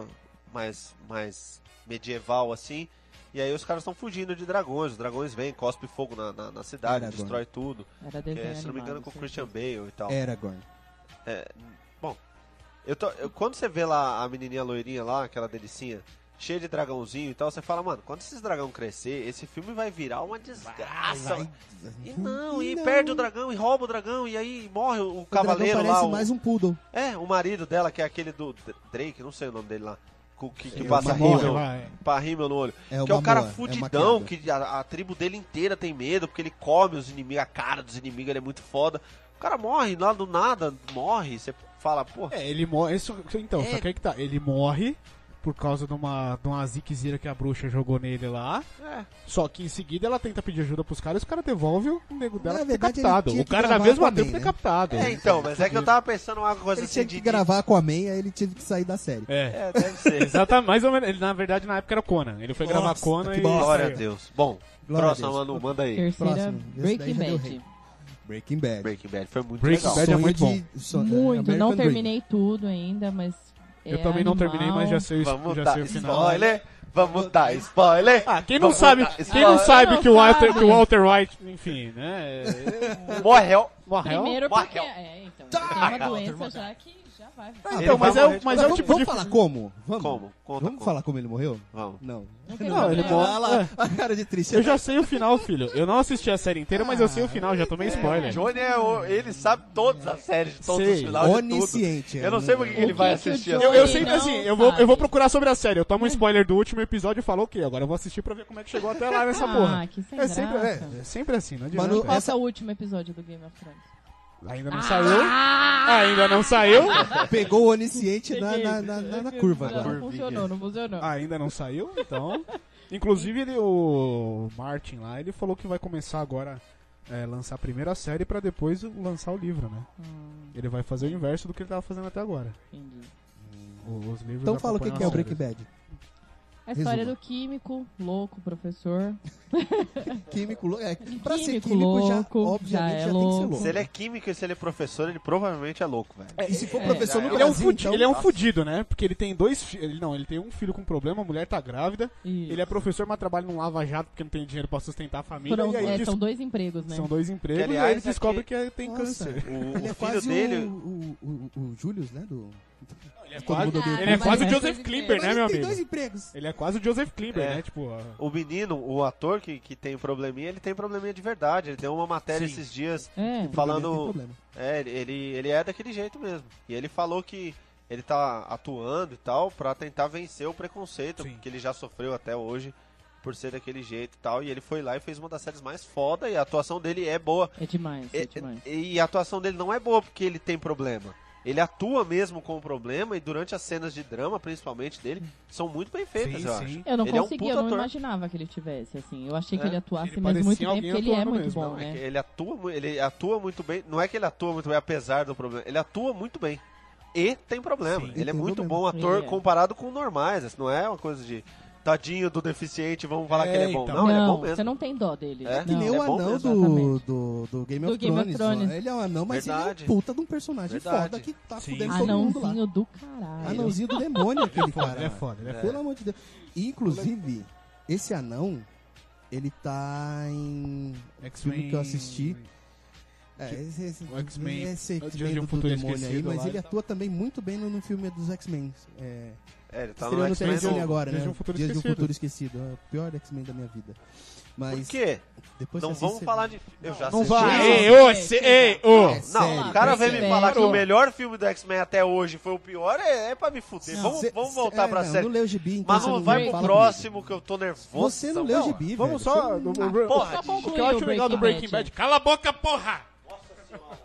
Speaker 4: mais, mais medieval assim. E aí os caras estão fugindo de dragões, os dragões vêm, cospe fogo na, na, na cidade,
Speaker 3: Aragorn.
Speaker 4: destrói tudo.
Speaker 7: Era
Speaker 4: Que
Speaker 7: desenho
Speaker 4: é, se não me engano,
Speaker 7: animado,
Speaker 4: com o
Speaker 7: sei.
Speaker 4: Christian Bale e tal.
Speaker 3: Aragorn.
Speaker 4: Eu tô- eu- quando você vê lá a menininha loirinha lá, aquela delicinha, cheia de dragãozinho e tal, você fala, mano, quando esses dragão crescer, esse filme vai virar uma desgraça.
Speaker 3: Vai-
Speaker 4: E não, e perde o dragão, e rouba o dragão, e aí morre o,
Speaker 3: Hum, O dragão
Speaker 4: cavaleiro
Speaker 3: parece
Speaker 4: lá. o-
Speaker 3: mais um poodle.
Speaker 4: É, o marido dela, que é aquele do D- Drake, não sei o nome dele lá, com- que, que
Speaker 3: É,
Speaker 4: passa
Speaker 3: o Mamoa.
Speaker 4: rímel,
Speaker 2: lá, é.
Speaker 4: pá rímel no olho.
Speaker 3: É o
Speaker 4: que é um cara
Speaker 3: Mamoa, é o
Speaker 4: fudidão,
Speaker 3: maquiado.
Speaker 4: que a, a tribo dele inteira tem medo, porque ele come os inimigos, a cara dos inimigos, ele é muito foda. O cara morre lá do nada, morre, você fala, porra.
Speaker 2: É, ele morre. Isso, então, só que aí que tá. Ele morre por causa de uma, de uma ziquezira que a bruxa jogou nele lá.
Speaker 4: É.
Speaker 2: Só que em seguida ela tenta pedir ajuda pros caras e os caras devolvem o nego dela
Speaker 3: Na
Speaker 2: que
Speaker 3: verdade,
Speaker 2: foi
Speaker 3: ele
Speaker 2: captado.
Speaker 3: tinha
Speaker 2: O
Speaker 3: que
Speaker 2: cara na
Speaker 3: gravar
Speaker 2: mesma
Speaker 3: Aquaman,
Speaker 2: tempo foi
Speaker 3: né?
Speaker 2: captado.
Speaker 4: É, então, mas é que eu tava pensando uma coisa
Speaker 3: Ele
Speaker 4: assim
Speaker 3: tinha
Speaker 4: de.
Speaker 3: que
Speaker 4: de-
Speaker 3: gravar com a Man, aí ele teve que sair da série.
Speaker 2: É.
Speaker 4: É, deve ser.
Speaker 2: Exatamente, mais ou menos. Ele, na verdade, na época era Conan. Ele foi
Speaker 3: Nossa,
Speaker 2: gravar Conan
Speaker 3: que
Speaker 2: e.
Speaker 3: bosta.
Speaker 4: Glória a Deus. Bom,
Speaker 3: Glória a
Speaker 4: próxima,
Speaker 3: Deus.
Speaker 4: Manu, manda aí.
Speaker 7: Terceira,
Speaker 3: Próximo. Esse daí
Speaker 7: Breaking
Speaker 3: já deu
Speaker 7: Bad.
Speaker 3: rei. Breaking Bad.
Speaker 4: Breaking Bad foi muito
Speaker 2: Breaking
Speaker 4: legal.
Speaker 2: Bad é muito
Speaker 3: Sonho de- sonho- é,
Speaker 7: Muito,
Speaker 3: American
Speaker 7: não
Speaker 3: Dream.
Speaker 7: terminei tudo ainda, mas.
Speaker 2: Eu
Speaker 7: é
Speaker 2: também não
Speaker 7: animal.
Speaker 2: terminei, mas já sei, o-
Speaker 4: Vamos
Speaker 2: já
Speaker 4: dar
Speaker 2: sei o final.
Speaker 4: spoiler, vamos dar spoiler.
Speaker 2: Ah, quem não
Speaker 4: Vamos
Speaker 2: sabe,
Speaker 4: dar
Speaker 2: quem não
Speaker 4: spoiler.
Speaker 2: sabe que o Walter,
Speaker 7: sabe.
Speaker 2: que o Walter White, enfim, né?
Speaker 4: Morreu.
Speaker 2: Morreu.
Speaker 4: Morreu.
Speaker 7: Primeiro porque. É, então. Tem uma doença já que já vai.
Speaker 3: Ah,
Speaker 2: Então,
Speaker 4: Ele
Speaker 2: mas é,
Speaker 4: vai morrer
Speaker 2: o-
Speaker 4: de
Speaker 2: mas é o
Speaker 3: vamos,
Speaker 2: tipo
Speaker 3: vamos
Speaker 2: de.
Speaker 3: falar como? Vamos.
Speaker 4: Como? Conta
Speaker 3: vamos
Speaker 4: como.
Speaker 3: falar como ele morreu?
Speaker 4: Vamos.
Speaker 3: Não.
Speaker 7: Não tem
Speaker 2: Não,
Speaker 7: problema.
Speaker 2: ele morre.
Speaker 3: Olha lá, a cara de triste.
Speaker 2: Eu já sei o final, filho. Eu não assisti a série inteira, mas eu
Speaker 7: Ah.
Speaker 2: sei o final, já tomei spoiler.
Speaker 4: Johnny é o- ele sabe todas as séries, de todos os
Speaker 2: Sei.
Speaker 4: finais de tudo.
Speaker 3: Onisciente. é,
Speaker 4: Eu não sei porque que ele
Speaker 7: O
Speaker 4: vai
Speaker 7: que que o
Speaker 4: assistir.
Speaker 7: Johnny-
Speaker 2: Eu,
Speaker 4: essa
Speaker 2: eu
Speaker 4: série.
Speaker 2: sempre
Speaker 7: não
Speaker 2: assim, eu vou,
Speaker 7: sabe.
Speaker 2: eu vou procurar sobre a série. Eu tomo um spoiler do último episódio e falo, ok, agora eu vou assistir pra ver como é que chegou até lá nessa
Speaker 7: ah,
Speaker 2: porra.
Speaker 7: que sem
Speaker 2: É sempre,
Speaker 7: graça.
Speaker 2: é, é sempre assim, não adianta.
Speaker 3: Manu,
Speaker 7: Qual
Speaker 3: Essa-
Speaker 7: que é o último episódio do Game of Thrones?
Speaker 2: Ainda não saiu.
Speaker 7: Ah!
Speaker 2: Ainda não
Speaker 7: (laughs)
Speaker 2: saiu.
Speaker 3: Pegou o onisciente na, na, na, na- na curva
Speaker 7: não,
Speaker 3: agora.
Speaker 7: não funcionou, não funcionou.
Speaker 2: Ainda não saiu, então. Inclusive, ele, o Martin lá, ele falou que vai começar agora é, lançar a primeira série pra depois lançar o livro, né?
Speaker 7: Hum.
Speaker 2: Ele vai fazer o inverso do que ele tava fazendo até agora.
Speaker 7: Entendi.
Speaker 2: O- Os livros
Speaker 3: Então fala o que,
Speaker 2: acompanham
Speaker 3: que é o
Speaker 2: as séries.
Speaker 3: Breaking Bad.
Speaker 7: A história
Speaker 3: Resuma.
Speaker 7: do químico, louco, professor.
Speaker 3: Químico louco. É, pra ser
Speaker 7: Químico
Speaker 3: químico, já,
Speaker 7: louco,
Speaker 3: obviamente,
Speaker 7: já é
Speaker 3: já, tem que ser
Speaker 7: louco.
Speaker 3: louco.
Speaker 4: Se ele é químico e se ele é professor, ele provavelmente é louco, velho.
Speaker 3: E se for professor no
Speaker 4: já é
Speaker 2: Ele é, um
Speaker 3: Brasil,
Speaker 2: fudido,
Speaker 3: então...
Speaker 2: ele é um fudido, né? Porque ele tem dois filhos. Ele, não, ele tem um filho com problema, a mulher tá grávida.
Speaker 7: Isso.
Speaker 2: Ele é professor, mas trabalha num lava-jato porque não tem dinheiro pra sustentar a família.
Speaker 7: Foram-
Speaker 2: e aí
Speaker 7: é,
Speaker 2: des-
Speaker 7: são dois empregos, né?
Speaker 2: são dois empregos
Speaker 4: Que,
Speaker 2: e aí
Speaker 4: aliás,
Speaker 2: ele descobre
Speaker 4: aqui-
Speaker 2: que tem
Speaker 3: Nossa.
Speaker 2: câncer.
Speaker 4: O,
Speaker 3: Ele
Speaker 4: o
Speaker 3: é
Speaker 4: filho
Speaker 3: quase
Speaker 4: dele.
Speaker 3: o, o, o, o Julius, né? Do...
Speaker 2: Ele é
Speaker 3: quase-
Speaker 2: quase,
Speaker 3: mundo odeia
Speaker 2: ele é
Speaker 7: mas
Speaker 2: quase o
Speaker 7: é
Speaker 2: Joseph
Speaker 7: coisa
Speaker 2: Klimber,
Speaker 3: Mas
Speaker 2: né,
Speaker 3: ele
Speaker 2: meu
Speaker 3: tem
Speaker 2: amigo?
Speaker 3: dois empregos.
Speaker 2: Ele é quase o Joseph Klimber,
Speaker 4: É.
Speaker 2: né? Tipo, ó,
Speaker 4: O menino, o ator que, que tem um probleminha, ele tem probleminha de verdade. Ele deu uma matéria
Speaker 2: Sim.
Speaker 4: esses dias
Speaker 7: É,
Speaker 3: Tem
Speaker 4: falando.
Speaker 3: problema.
Speaker 4: É, ele- ele, ele é daquele jeito mesmo. E ele falou que ele tá atuando e tal pra tentar vencer o preconceito
Speaker 2: Sim.
Speaker 4: que ele já sofreu até hoje por ser daquele jeito e tal. E ele foi lá e fez uma das séries mais foda e a atuação dele é boa.
Speaker 7: é demais, é,
Speaker 4: E,
Speaker 7: demais.
Speaker 4: e a atuação dele não é boa porque ele tem problema. Ele atua mesmo com o problema e durante as cenas de drama, principalmente dele, são muito bem feitas,
Speaker 2: Sim,
Speaker 4: eu
Speaker 2: sim.
Speaker 4: acho.
Speaker 7: Eu não
Speaker 4: Ele é um
Speaker 7: consegui,
Speaker 4: puta
Speaker 7: eu não
Speaker 4: ator.
Speaker 7: imaginava que ele tivesse, assim. Eu achei que
Speaker 4: É.
Speaker 7: ele atuasse
Speaker 2: Ele
Speaker 7: mesmo muito
Speaker 2: parecia
Speaker 7: bem,
Speaker 2: alguém
Speaker 7: porque ele é
Speaker 2: atuando
Speaker 7: muito
Speaker 2: mesmo,
Speaker 7: bom,
Speaker 2: não,
Speaker 4: É que
Speaker 7: né?
Speaker 4: Ele atua, mu- ele atua muito bem. Não é que ele atua muito bem, apesar do problema. Ele atua muito bem. E tem problema.
Speaker 2: Sim.
Speaker 4: ele é
Speaker 3: Tem
Speaker 4: muito
Speaker 3: problema.
Speaker 4: bom ator
Speaker 7: Ele é.
Speaker 4: comparado com normais. assim, Não é uma coisa de. tadinho do deficiente, vamos falar
Speaker 2: É,
Speaker 4: que ele é bom.
Speaker 2: então.
Speaker 4: Não, ele é bom mesmo.
Speaker 7: você não tem dó dele.
Speaker 4: É?
Speaker 7: Não.
Speaker 3: Que nem
Speaker 4: é
Speaker 3: o
Speaker 4: bom
Speaker 3: anão
Speaker 4: mesmo,
Speaker 3: do,
Speaker 7: exatamente.
Speaker 3: do, do Game
Speaker 7: Do
Speaker 3: of
Speaker 7: Game of
Speaker 3: Thrones.
Speaker 7: Thrones.
Speaker 3: ó. Ele é um anão, mas ele é
Speaker 4: Verdade.
Speaker 3: um puta de um personagem
Speaker 4: Verdade.
Speaker 3: foda que tá
Speaker 2: Sim.
Speaker 3: fudendo todo mundo lá.
Speaker 7: Anãozinho do caralho.
Speaker 3: Anãozinho do demônio aquele cara.
Speaker 2: Ele (laughs) é foda, ele é foda.
Speaker 3: Pelo amor de Deus. E, inclusive, esse anão, ele tá em. filme que eu assisti. É, esse, esse,
Speaker 2: o X-Men,
Speaker 3: esse
Speaker 2: Dias
Speaker 3: X-Men
Speaker 2: de um
Speaker 3: do, do
Speaker 2: Futuro
Speaker 3: demônio aí,
Speaker 2: Esquecido
Speaker 3: mas
Speaker 2: lá
Speaker 3: ele
Speaker 2: e
Speaker 3: atua também muito bem no, no filme dos X-Men. É,
Speaker 4: É, ele tá
Speaker 3: estreou
Speaker 4: no
Speaker 3: no
Speaker 4: X-Men
Speaker 3: Telecine
Speaker 4: novo.
Speaker 3: agora,
Speaker 2: Dias
Speaker 3: né?
Speaker 2: de um Futuro
Speaker 3: Dias de um
Speaker 2: Esquecido.
Speaker 3: Futuro Esquecido. É o pior X-Men da minha vida. Mas
Speaker 4: Por quê?
Speaker 3: depois
Speaker 4: Não
Speaker 2: Então
Speaker 3: você é assiste,
Speaker 4: vamos
Speaker 3: você-
Speaker 4: falar de... Eu já
Speaker 2: Não
Speaker 4: assisti.
Speaker 2: vai. Ei,
Speaker 7: ô,
Speaker 2: ei, ô!
Speaker 3: É sério,
Speaker 4: Não, o cara
Speaker 3: é
Speaker 4: vem me
Speaker 3: sério.
Speaker 4: falar que o melhor filme do X-Men até hoje foi o pior, é, é pra me fuder.
Speaker 3: Não,
Speaker 4: Vamos,
Speaker 3: cê-
Speaker 4: vamos
Speaker 3: cê-
Speaker 4: voltar
Speaker 3: é,
Speaker 4: pra
Speaker 3: não,
Speaker 4: série.
Speaker 3: Não leu o gibi, então
Speaker 4: Mas
Speaker 3: você
Speaker 4: não
Speaker 3: vai
Speaker 4: vai pro
Speaker 3: falar
Speaker 4: próximo que eu tô nervoso.
Speaker 3: Você não leu o
Speaker 4: Não,
Speaker 3: gibi,
Speaker 2: Vamos
Speaker 3: velho.
Speaker 2: só. o- o-
Speaker 4: Porra,
Speaker 7: Só
Speaker 2: O que eu acho
Speaker 7: concluir
Speaker 2: legal do Breaking Bad. Cala a boca, porra!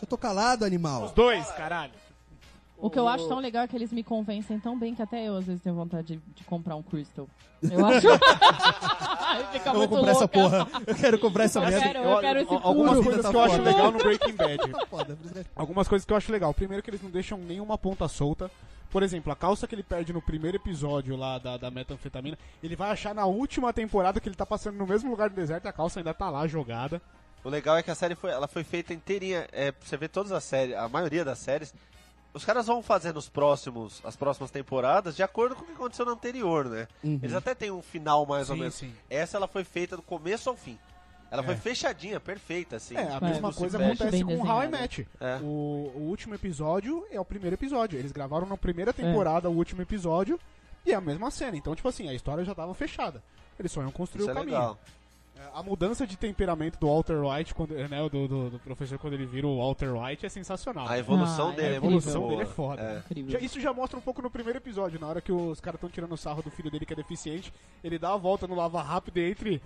Speaker 3: Eu tô calado, animal.
Speaker 2: Os dois, caralho.
Speaker 7: O que eu acho tão legal é que eles me convencem tão bem que até eu às vezes tenho vontade de, de comprar um Crystal. Eu
Speaker 3: (laughs)
Speaker 7: acho. Ai, Fica
Speaker 3: Eu vou
Speaker 7: muito
Speaker 3: comprar essa
Speaker 7: louca.
Speaker 3: porra. Eu quero comprar essa
Speaker 7: Eu
Speaker 3: merda.
Speaker 7: quero, eu quero esse
Speaker 2: Algumas
Speaker 3: puro.
Speaker 2: coisas
Speaker 3: Tá
Speaker 2: que eu acho
Speaker 3: foda.
Speaker 2: legal no Breaking Bad.
Speaker 3: Tá foda, por isso que-
Speaker 2: Algumas coisas que eu acho legal. Primeiro que eles não deixam nenhuma ponta solta. Por exemplo, a calça que ele perde no primeiro episódio lá da, da metanfetamina, ele vai achar na última temporada que ele tá passando no mesmo lugar do deserto e a calça ainda tá lá jogada.
Speaker 4: O legal é que a série foi, ela foi feita inteirinha. É, você vê todas as séries, a maioria das séries, os caras vão fazendo os próximos, as próximas temporadas de acordo com o que aconteceu no anterior, né? Eles até têm um final mais ou
Speaker 2: Uhum. Sim,
Speaker 4: menos.
Speaker 2: sim.
Speaker 4: Essa ela foi feita do começo ao fim. Ela foi
Speaker 2: É.
Speaker 4: fechadinha, perfeita, assim.
Speaker 2: É, a
Speaker 4: Tudo
Speaker 2: mesma
Speaker 4: se
Speaker 2: coisa
Speaker 4: fecha.
Speaker 7: muito
Speaker 2: acontece
Speaker 7: bem
Speaker 2: com How I
Speaker 7: desenhada.
Speaker 2: Met.
Speaker 4: É.
Speaker 2: O, o último episódio é o primeiro episódio. Eles gravaram na primeira temporada o último episódio e é a mesma cena. Então, tipo assim, a história já tava fechada. Eles só iam construir
Speaker 4: Isso
Speaker 2: o
Speaker 4: é
Speaker 2: caminho.
Speaker 4: legal.
Speaker 2: A mudança de temperamento do Walter White, quando, né, do, do- do professor, quando ele vira o Walter White, é sensacional.
Speaker 4: A evolução
Speaker 7: Ah,
Speaker 4: dele
Speaker 7: é
Speaker 4: é,
Speaker 2: a
Speaker 4: muito
Speaker 2: evolução
Speaker 4: boa.
Speaker 2: dele é foda.
Speaker 4: É.
Speaker 2: Já-
Speaker 7: Incrível.
Speaker 2: isso já mostra um pouco no primeiro episódio, na hora que os caras estão tirando sarro do filho dele que é deficiente, ele dá a volta no lava rápido e entre,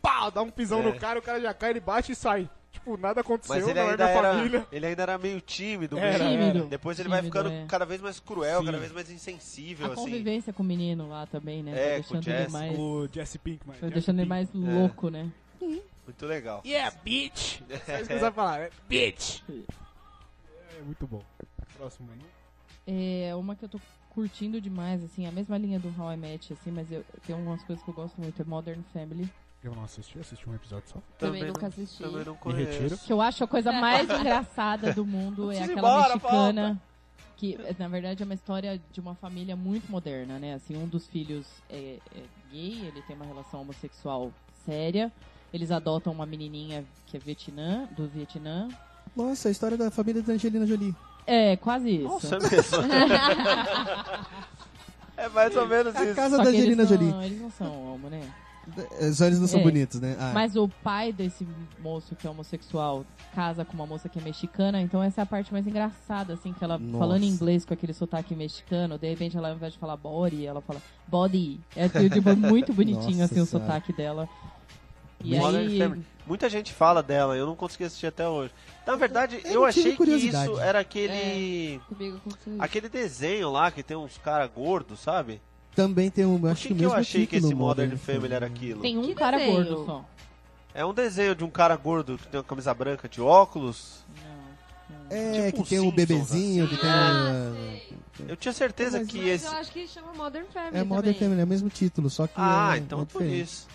Speaker 2: pá, dá um pisão
Speaker 4: É.
Speaker 2: no cara, o cara já cai, ele bate e sai. Tipo, nada aconteceu,
Speaker 4: Mas
Speaker 2: não
Speaker 4: ele
Speaker 2: é
Speaker 4: ainda,
Speaker 2: minha
Speaker 4: era,
Speaker 2: família.
Speaker 4: ele ainda era meio tímido.
Speaker 2: Era,
Speaker 4: meio-
Speaker 7: Tímido.
Speaker 4: Depois ele vai
Speaker 7: Tímido,
Speaker 4: ficando
Speaker 7: é.
Speaker 4: cada vez mais cruel,
Speaker 2: Sim.
Speaker 4: cada vez mais insensível,
Speaker 7: A
Speaker 4: assim.
Speaker 7: convivência com o menino lá também, né?
Speaker 4: É,
Speaker 7: Foi
Speaker 4: com é. o
Speaker 7: deixando ele
Speaker 4: Jesse.
Speaker 7: mais.
Speaker 2: O Jesse Pinkman.
Speaker 7: Foi
Speaker 2: Jesse
Speaker 7: deixando ele
Speaker 2: Pinkman.
Speaker 7: mais louco, né?
Speaker 4: Muito legal.
Speaker 2: Yeah,
Speaker 4: (laughs)
Speaker 2: bitch! É isso que você vai falar, é, bitch! É muito bom. Próximo né? mano.
Speaker 7: É uma que eu tô curtindo demais, assim, a mesma linha do How I Met, assim, mas eu tem algumas coisas que eu gosto muito, é Modern Family,
Speaker 2: Eu não assisti, assisti um episódio só.
Speaker 6: Também
Speaker 4: não-
Speaker 6: nunca assisti.
Speaker 4: Também não
Speaker 2: Me
Speaker 4: conheço.
Speaker 2: retiro.
Speaker 7: que eu acho a coisa
Speaker 4: (laughs)
Speaker 7: mais engraçada do mundo, é
Speaker 4: Precisa ir
Speaker 7: aquela
Speaker 4: embora,
Speaker 7: mexicana, que na verdade é uma história de uma família muito moderna, né, assim, um dos filhos é, é gay, ele tem uma relação homossexual séria, eles adotam uma menininha que é Vietnã, do Vietnã,
Speaker 3: Nossa, a história da família da Angelina Jolie.
Speaker 7: é, quase isso.
Speaker 4: Nossa, é mesmo. (laughs) é mais ou menos
Speaker 3: A
Speaker 4: isso.
Speaker 3: casa
Speaker 7: Só
Speaker 3: da
Speaker 7: que eles
Speaker 3: Angelina
Speaker 7: não-
Speaker 3: Jolie.
Speaker 7: Eles não são homo, né?
Speaker 3: É, Só eles não são
Speaker 7: É.
Speaker 3: bonitos, né? Ah,
Speaker 7: Mas o pai desse moço que é homossexual casa com uma moça que é mexicana, então essa é a parte mais engraçada, assim, que ela
Speaker 3: Nossa.
Speaker 7: falando inglês com aquele sotaque mexicano, de repente ela ao invés de falar body, ela fala body. É tipo,
Speaker 3: (laughs)
Speaker 7: muito bonitinho,
Speaker 3: Nossa
Speaker 7: assim, o
Speaker 3: Senhora.
Speaker 7: sotaque dela. E
Speaker 4: Modern
Speaker 7: aí,
Speaker 4: Family. Muita gente fala dela, eu não consegui assistir até hoje. Na verdade, eu,
Speaker 3: eu não tive
Speaker 4: achei que
Speaker 3: curiosidade. É.
Speaker 4: isso era aquele.
Speaker 6: Comigo com tudo.
Speaker 4: Aquele desenho lá que tem uns caras gordos, sabe?
Speaker 3: também tem um.
Speaker 4: Por
Speaker 3: Acho
Speaker 4: que,
Speaker 3: que o
Speaker 4: que eu
Speaker 3: mesmo
Speaker 4: achei que
Speaker 3: título,
Speaker 4: esse Modern
Speaker 3: Family.
Speaker 4: Family era aquilo?
Speaker 7: tem um
Speaker 6: Que
Speaker 7: cara
Speaker 6: desenho?
Speaker 7: gordo só.
Speaker 4: É um desenho de um cara gordo que tem uma camisa branca de óculos.
Speaker 3: É,
Speaker 4: Tipo
Speaker 3: que tem o
Speaker 4: Simpsons, né?
Speaker 3: bebezinho, que tem. um, é,
Speaker 6: Ah,
Speaker 3: o-
Speaker 6: sei.
Speaker 4: Eu tinha certeza
Speaker 3: Mas
Speaker 4: que
Speaker 6: Mas
Speaker 4: esse.
Speaker 6: eu acho que chama Modern Family
Speaker 3: É Modern
Speaker 6: também.
Speaker 3: Family, é o mesmo título, só que.
Speaker 4: Ah,
Speaker 3: é,
Speaker 4: então
Speaker 3: é
Speaker 4: é por
Speaker 3: diferente.
Speaker 4: isso.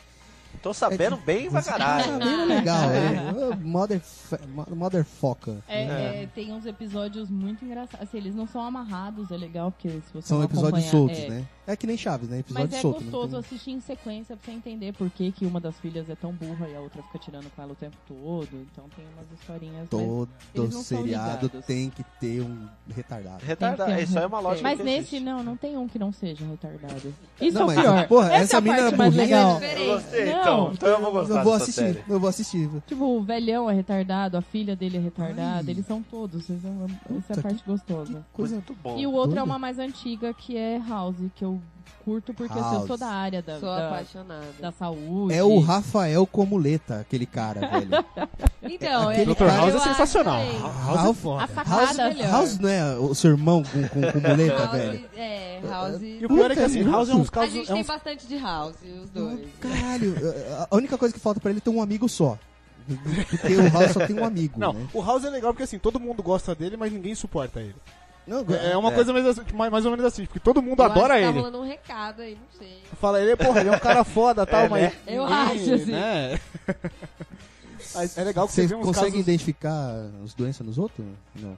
Speaker 4: Tô sabendo bem pra
Speaker 3: Ah,
Speaker 4: caralho.
Speaker 3: bem legal, é. Modern, Fa- Mo- Modern Foca.
Speaker 7: É, é, tem uns episódios muito engraçados. Assim, eles não são amarrados, é legal, porque se você
Speaker 3: São
Speaker 7: não
Speaker 3: episódios
Speaker 7: acompanhar-
Speaker 3: soltos,
Speaker 7: é,
Speaker 3: né? É que nem Chaves, né? Episódio
Speaker 7: Mas é
Speaker 3: solto. não
Speaker 7: gostoso
Speaker 3: tem-
Speaker 7: assistir em sequência pra você entender por que, que uma das filhas é tão burra e a outra fica tirando com ela o tempo todo. Então tem umas historinhas. mas-
Speaker 3: Todo
Speaker 7: eles não são
Speaker 3: seriado
Speaker 7: ligados.
Speaker 3: tem que ter um retardado.
Speaker 4: Retardado.
Speaker 7: Tem que ter um
Speaker 4: Isso aí é uma lógica.
Speaker 7: Mas
Speaker 4: que
Speaker 7: nesse,
Speaker 4: existe.
Speaker 7: não, não tem um que não seja retardado. Isso
Speaker 3: Não,
Speaker 7: é o
Speaker 3: mas,
Speaker 7: pior.
Speaker 3: porra,
Speaker 7: essa,
Speaker 3: essa
Speaker 7: é a
Speaker 3: mina
Speaker 7: parte
Speaker 3: é
Speaker 7: mais
Speaker 3: burrinha,
Speaker 7: legal.
Speaker 6: né?
Speaker 4: Eu gostei,
Speaker 7: Não.
Speaker 4: então. Então eu vou gostar
Speaker 3: Eu vou
Speaker 4: dessa
Speaker 3: assistir,
Speaker 4: série.
Speaker 3: eu vou assistir.
Speaker 7: Tipo, o velhão é retardado, a filha dele é retardada,
Speaker 3: Ai.
Speaker 7: eles são todos. Essa é uma- essa é
Speaker 3: Puta,
Speaker 7: a parte gostosa.
Speaker 3: Coisa
Speaker 4: Muito bom.
Speaker 7: E o outro é
Speaker 3: doido.
Speaker 7: uma mais antiga, que é House, que eu curto porque assim, eu sou
Speaker 3: House.
Speaker 7: da área da,
Speaker 6: Sou
Speaker 7: da,
Speaker 6: apaixonada.
Speaker 7: da saúde.
Speaker 3: É o Rafael Comuleta, aquele
Speaker 7: (laughs)
Speaker 3: cara, velho.
Speaker 6: Então,
Speaker 3: Aquele
Speaker 6: ele
Speaker 3: Dr. House
Speaker 6: eu
Speaker 3: é
Speaker 6: acho
Speaker 2: sensacional.
Speaker 6: também.
Speaker 3: House é
Speaker 7: A
Speaker 2: foda.
Speaker 3: House,
Speaker 7: sacada
Speaker 6: melhor.
Speaker 3: House não é o seu irmão com, com, com muleta, velho?
Speaker 6: House, é, House.
Speaker 2: E o pior é que
Speaker 3: Puta,
Speaker 2: assim, House é uns
Speaker 6: A
Speaker 2: casos.
Speaker 6: gente
Speaker 2: É
Speaker 6: tem
Speaker 2: uns...
Speaker 6: bastante de House, os dois.
Speaker 3: Caralho, a única coisa que falta pra ele é ter um amigo só. Porque o House só tem um amigo,
Speaker 2: Não,
Speaker 3: né?
Speaker 2: o House é legal porque assim, todo mundo gosta dele, mas ninguém suporta ele.
Speaker 3: Não,
Speaker 2: É uma
Speaker 4: É.
Speaker 2: coisa mais, assim- mais, mais ou menos assim, porque todo mundo
Speaker 6: Eu acho
Speaker 2: adora
Speaker 6: que Tá
Speaker 2: ele.
Speaker 6: rolando um recado aí, não sei.
Speaker 2: Fala, ele, porra, ele é né? um cara (laughs) foda, tal, mas.
Speaker 5: Eu
Speaker 2: ninguém,
Speaker 5: acho, assim.
Speaker 2: né? (laughs) Mas É legal que você
Speaker 3: Vocês
Speaker 2: vê uns
Speaker 3: conseguem
Speaker 2: casos...
Speaker 3: identificar as doenças nos outros? Não.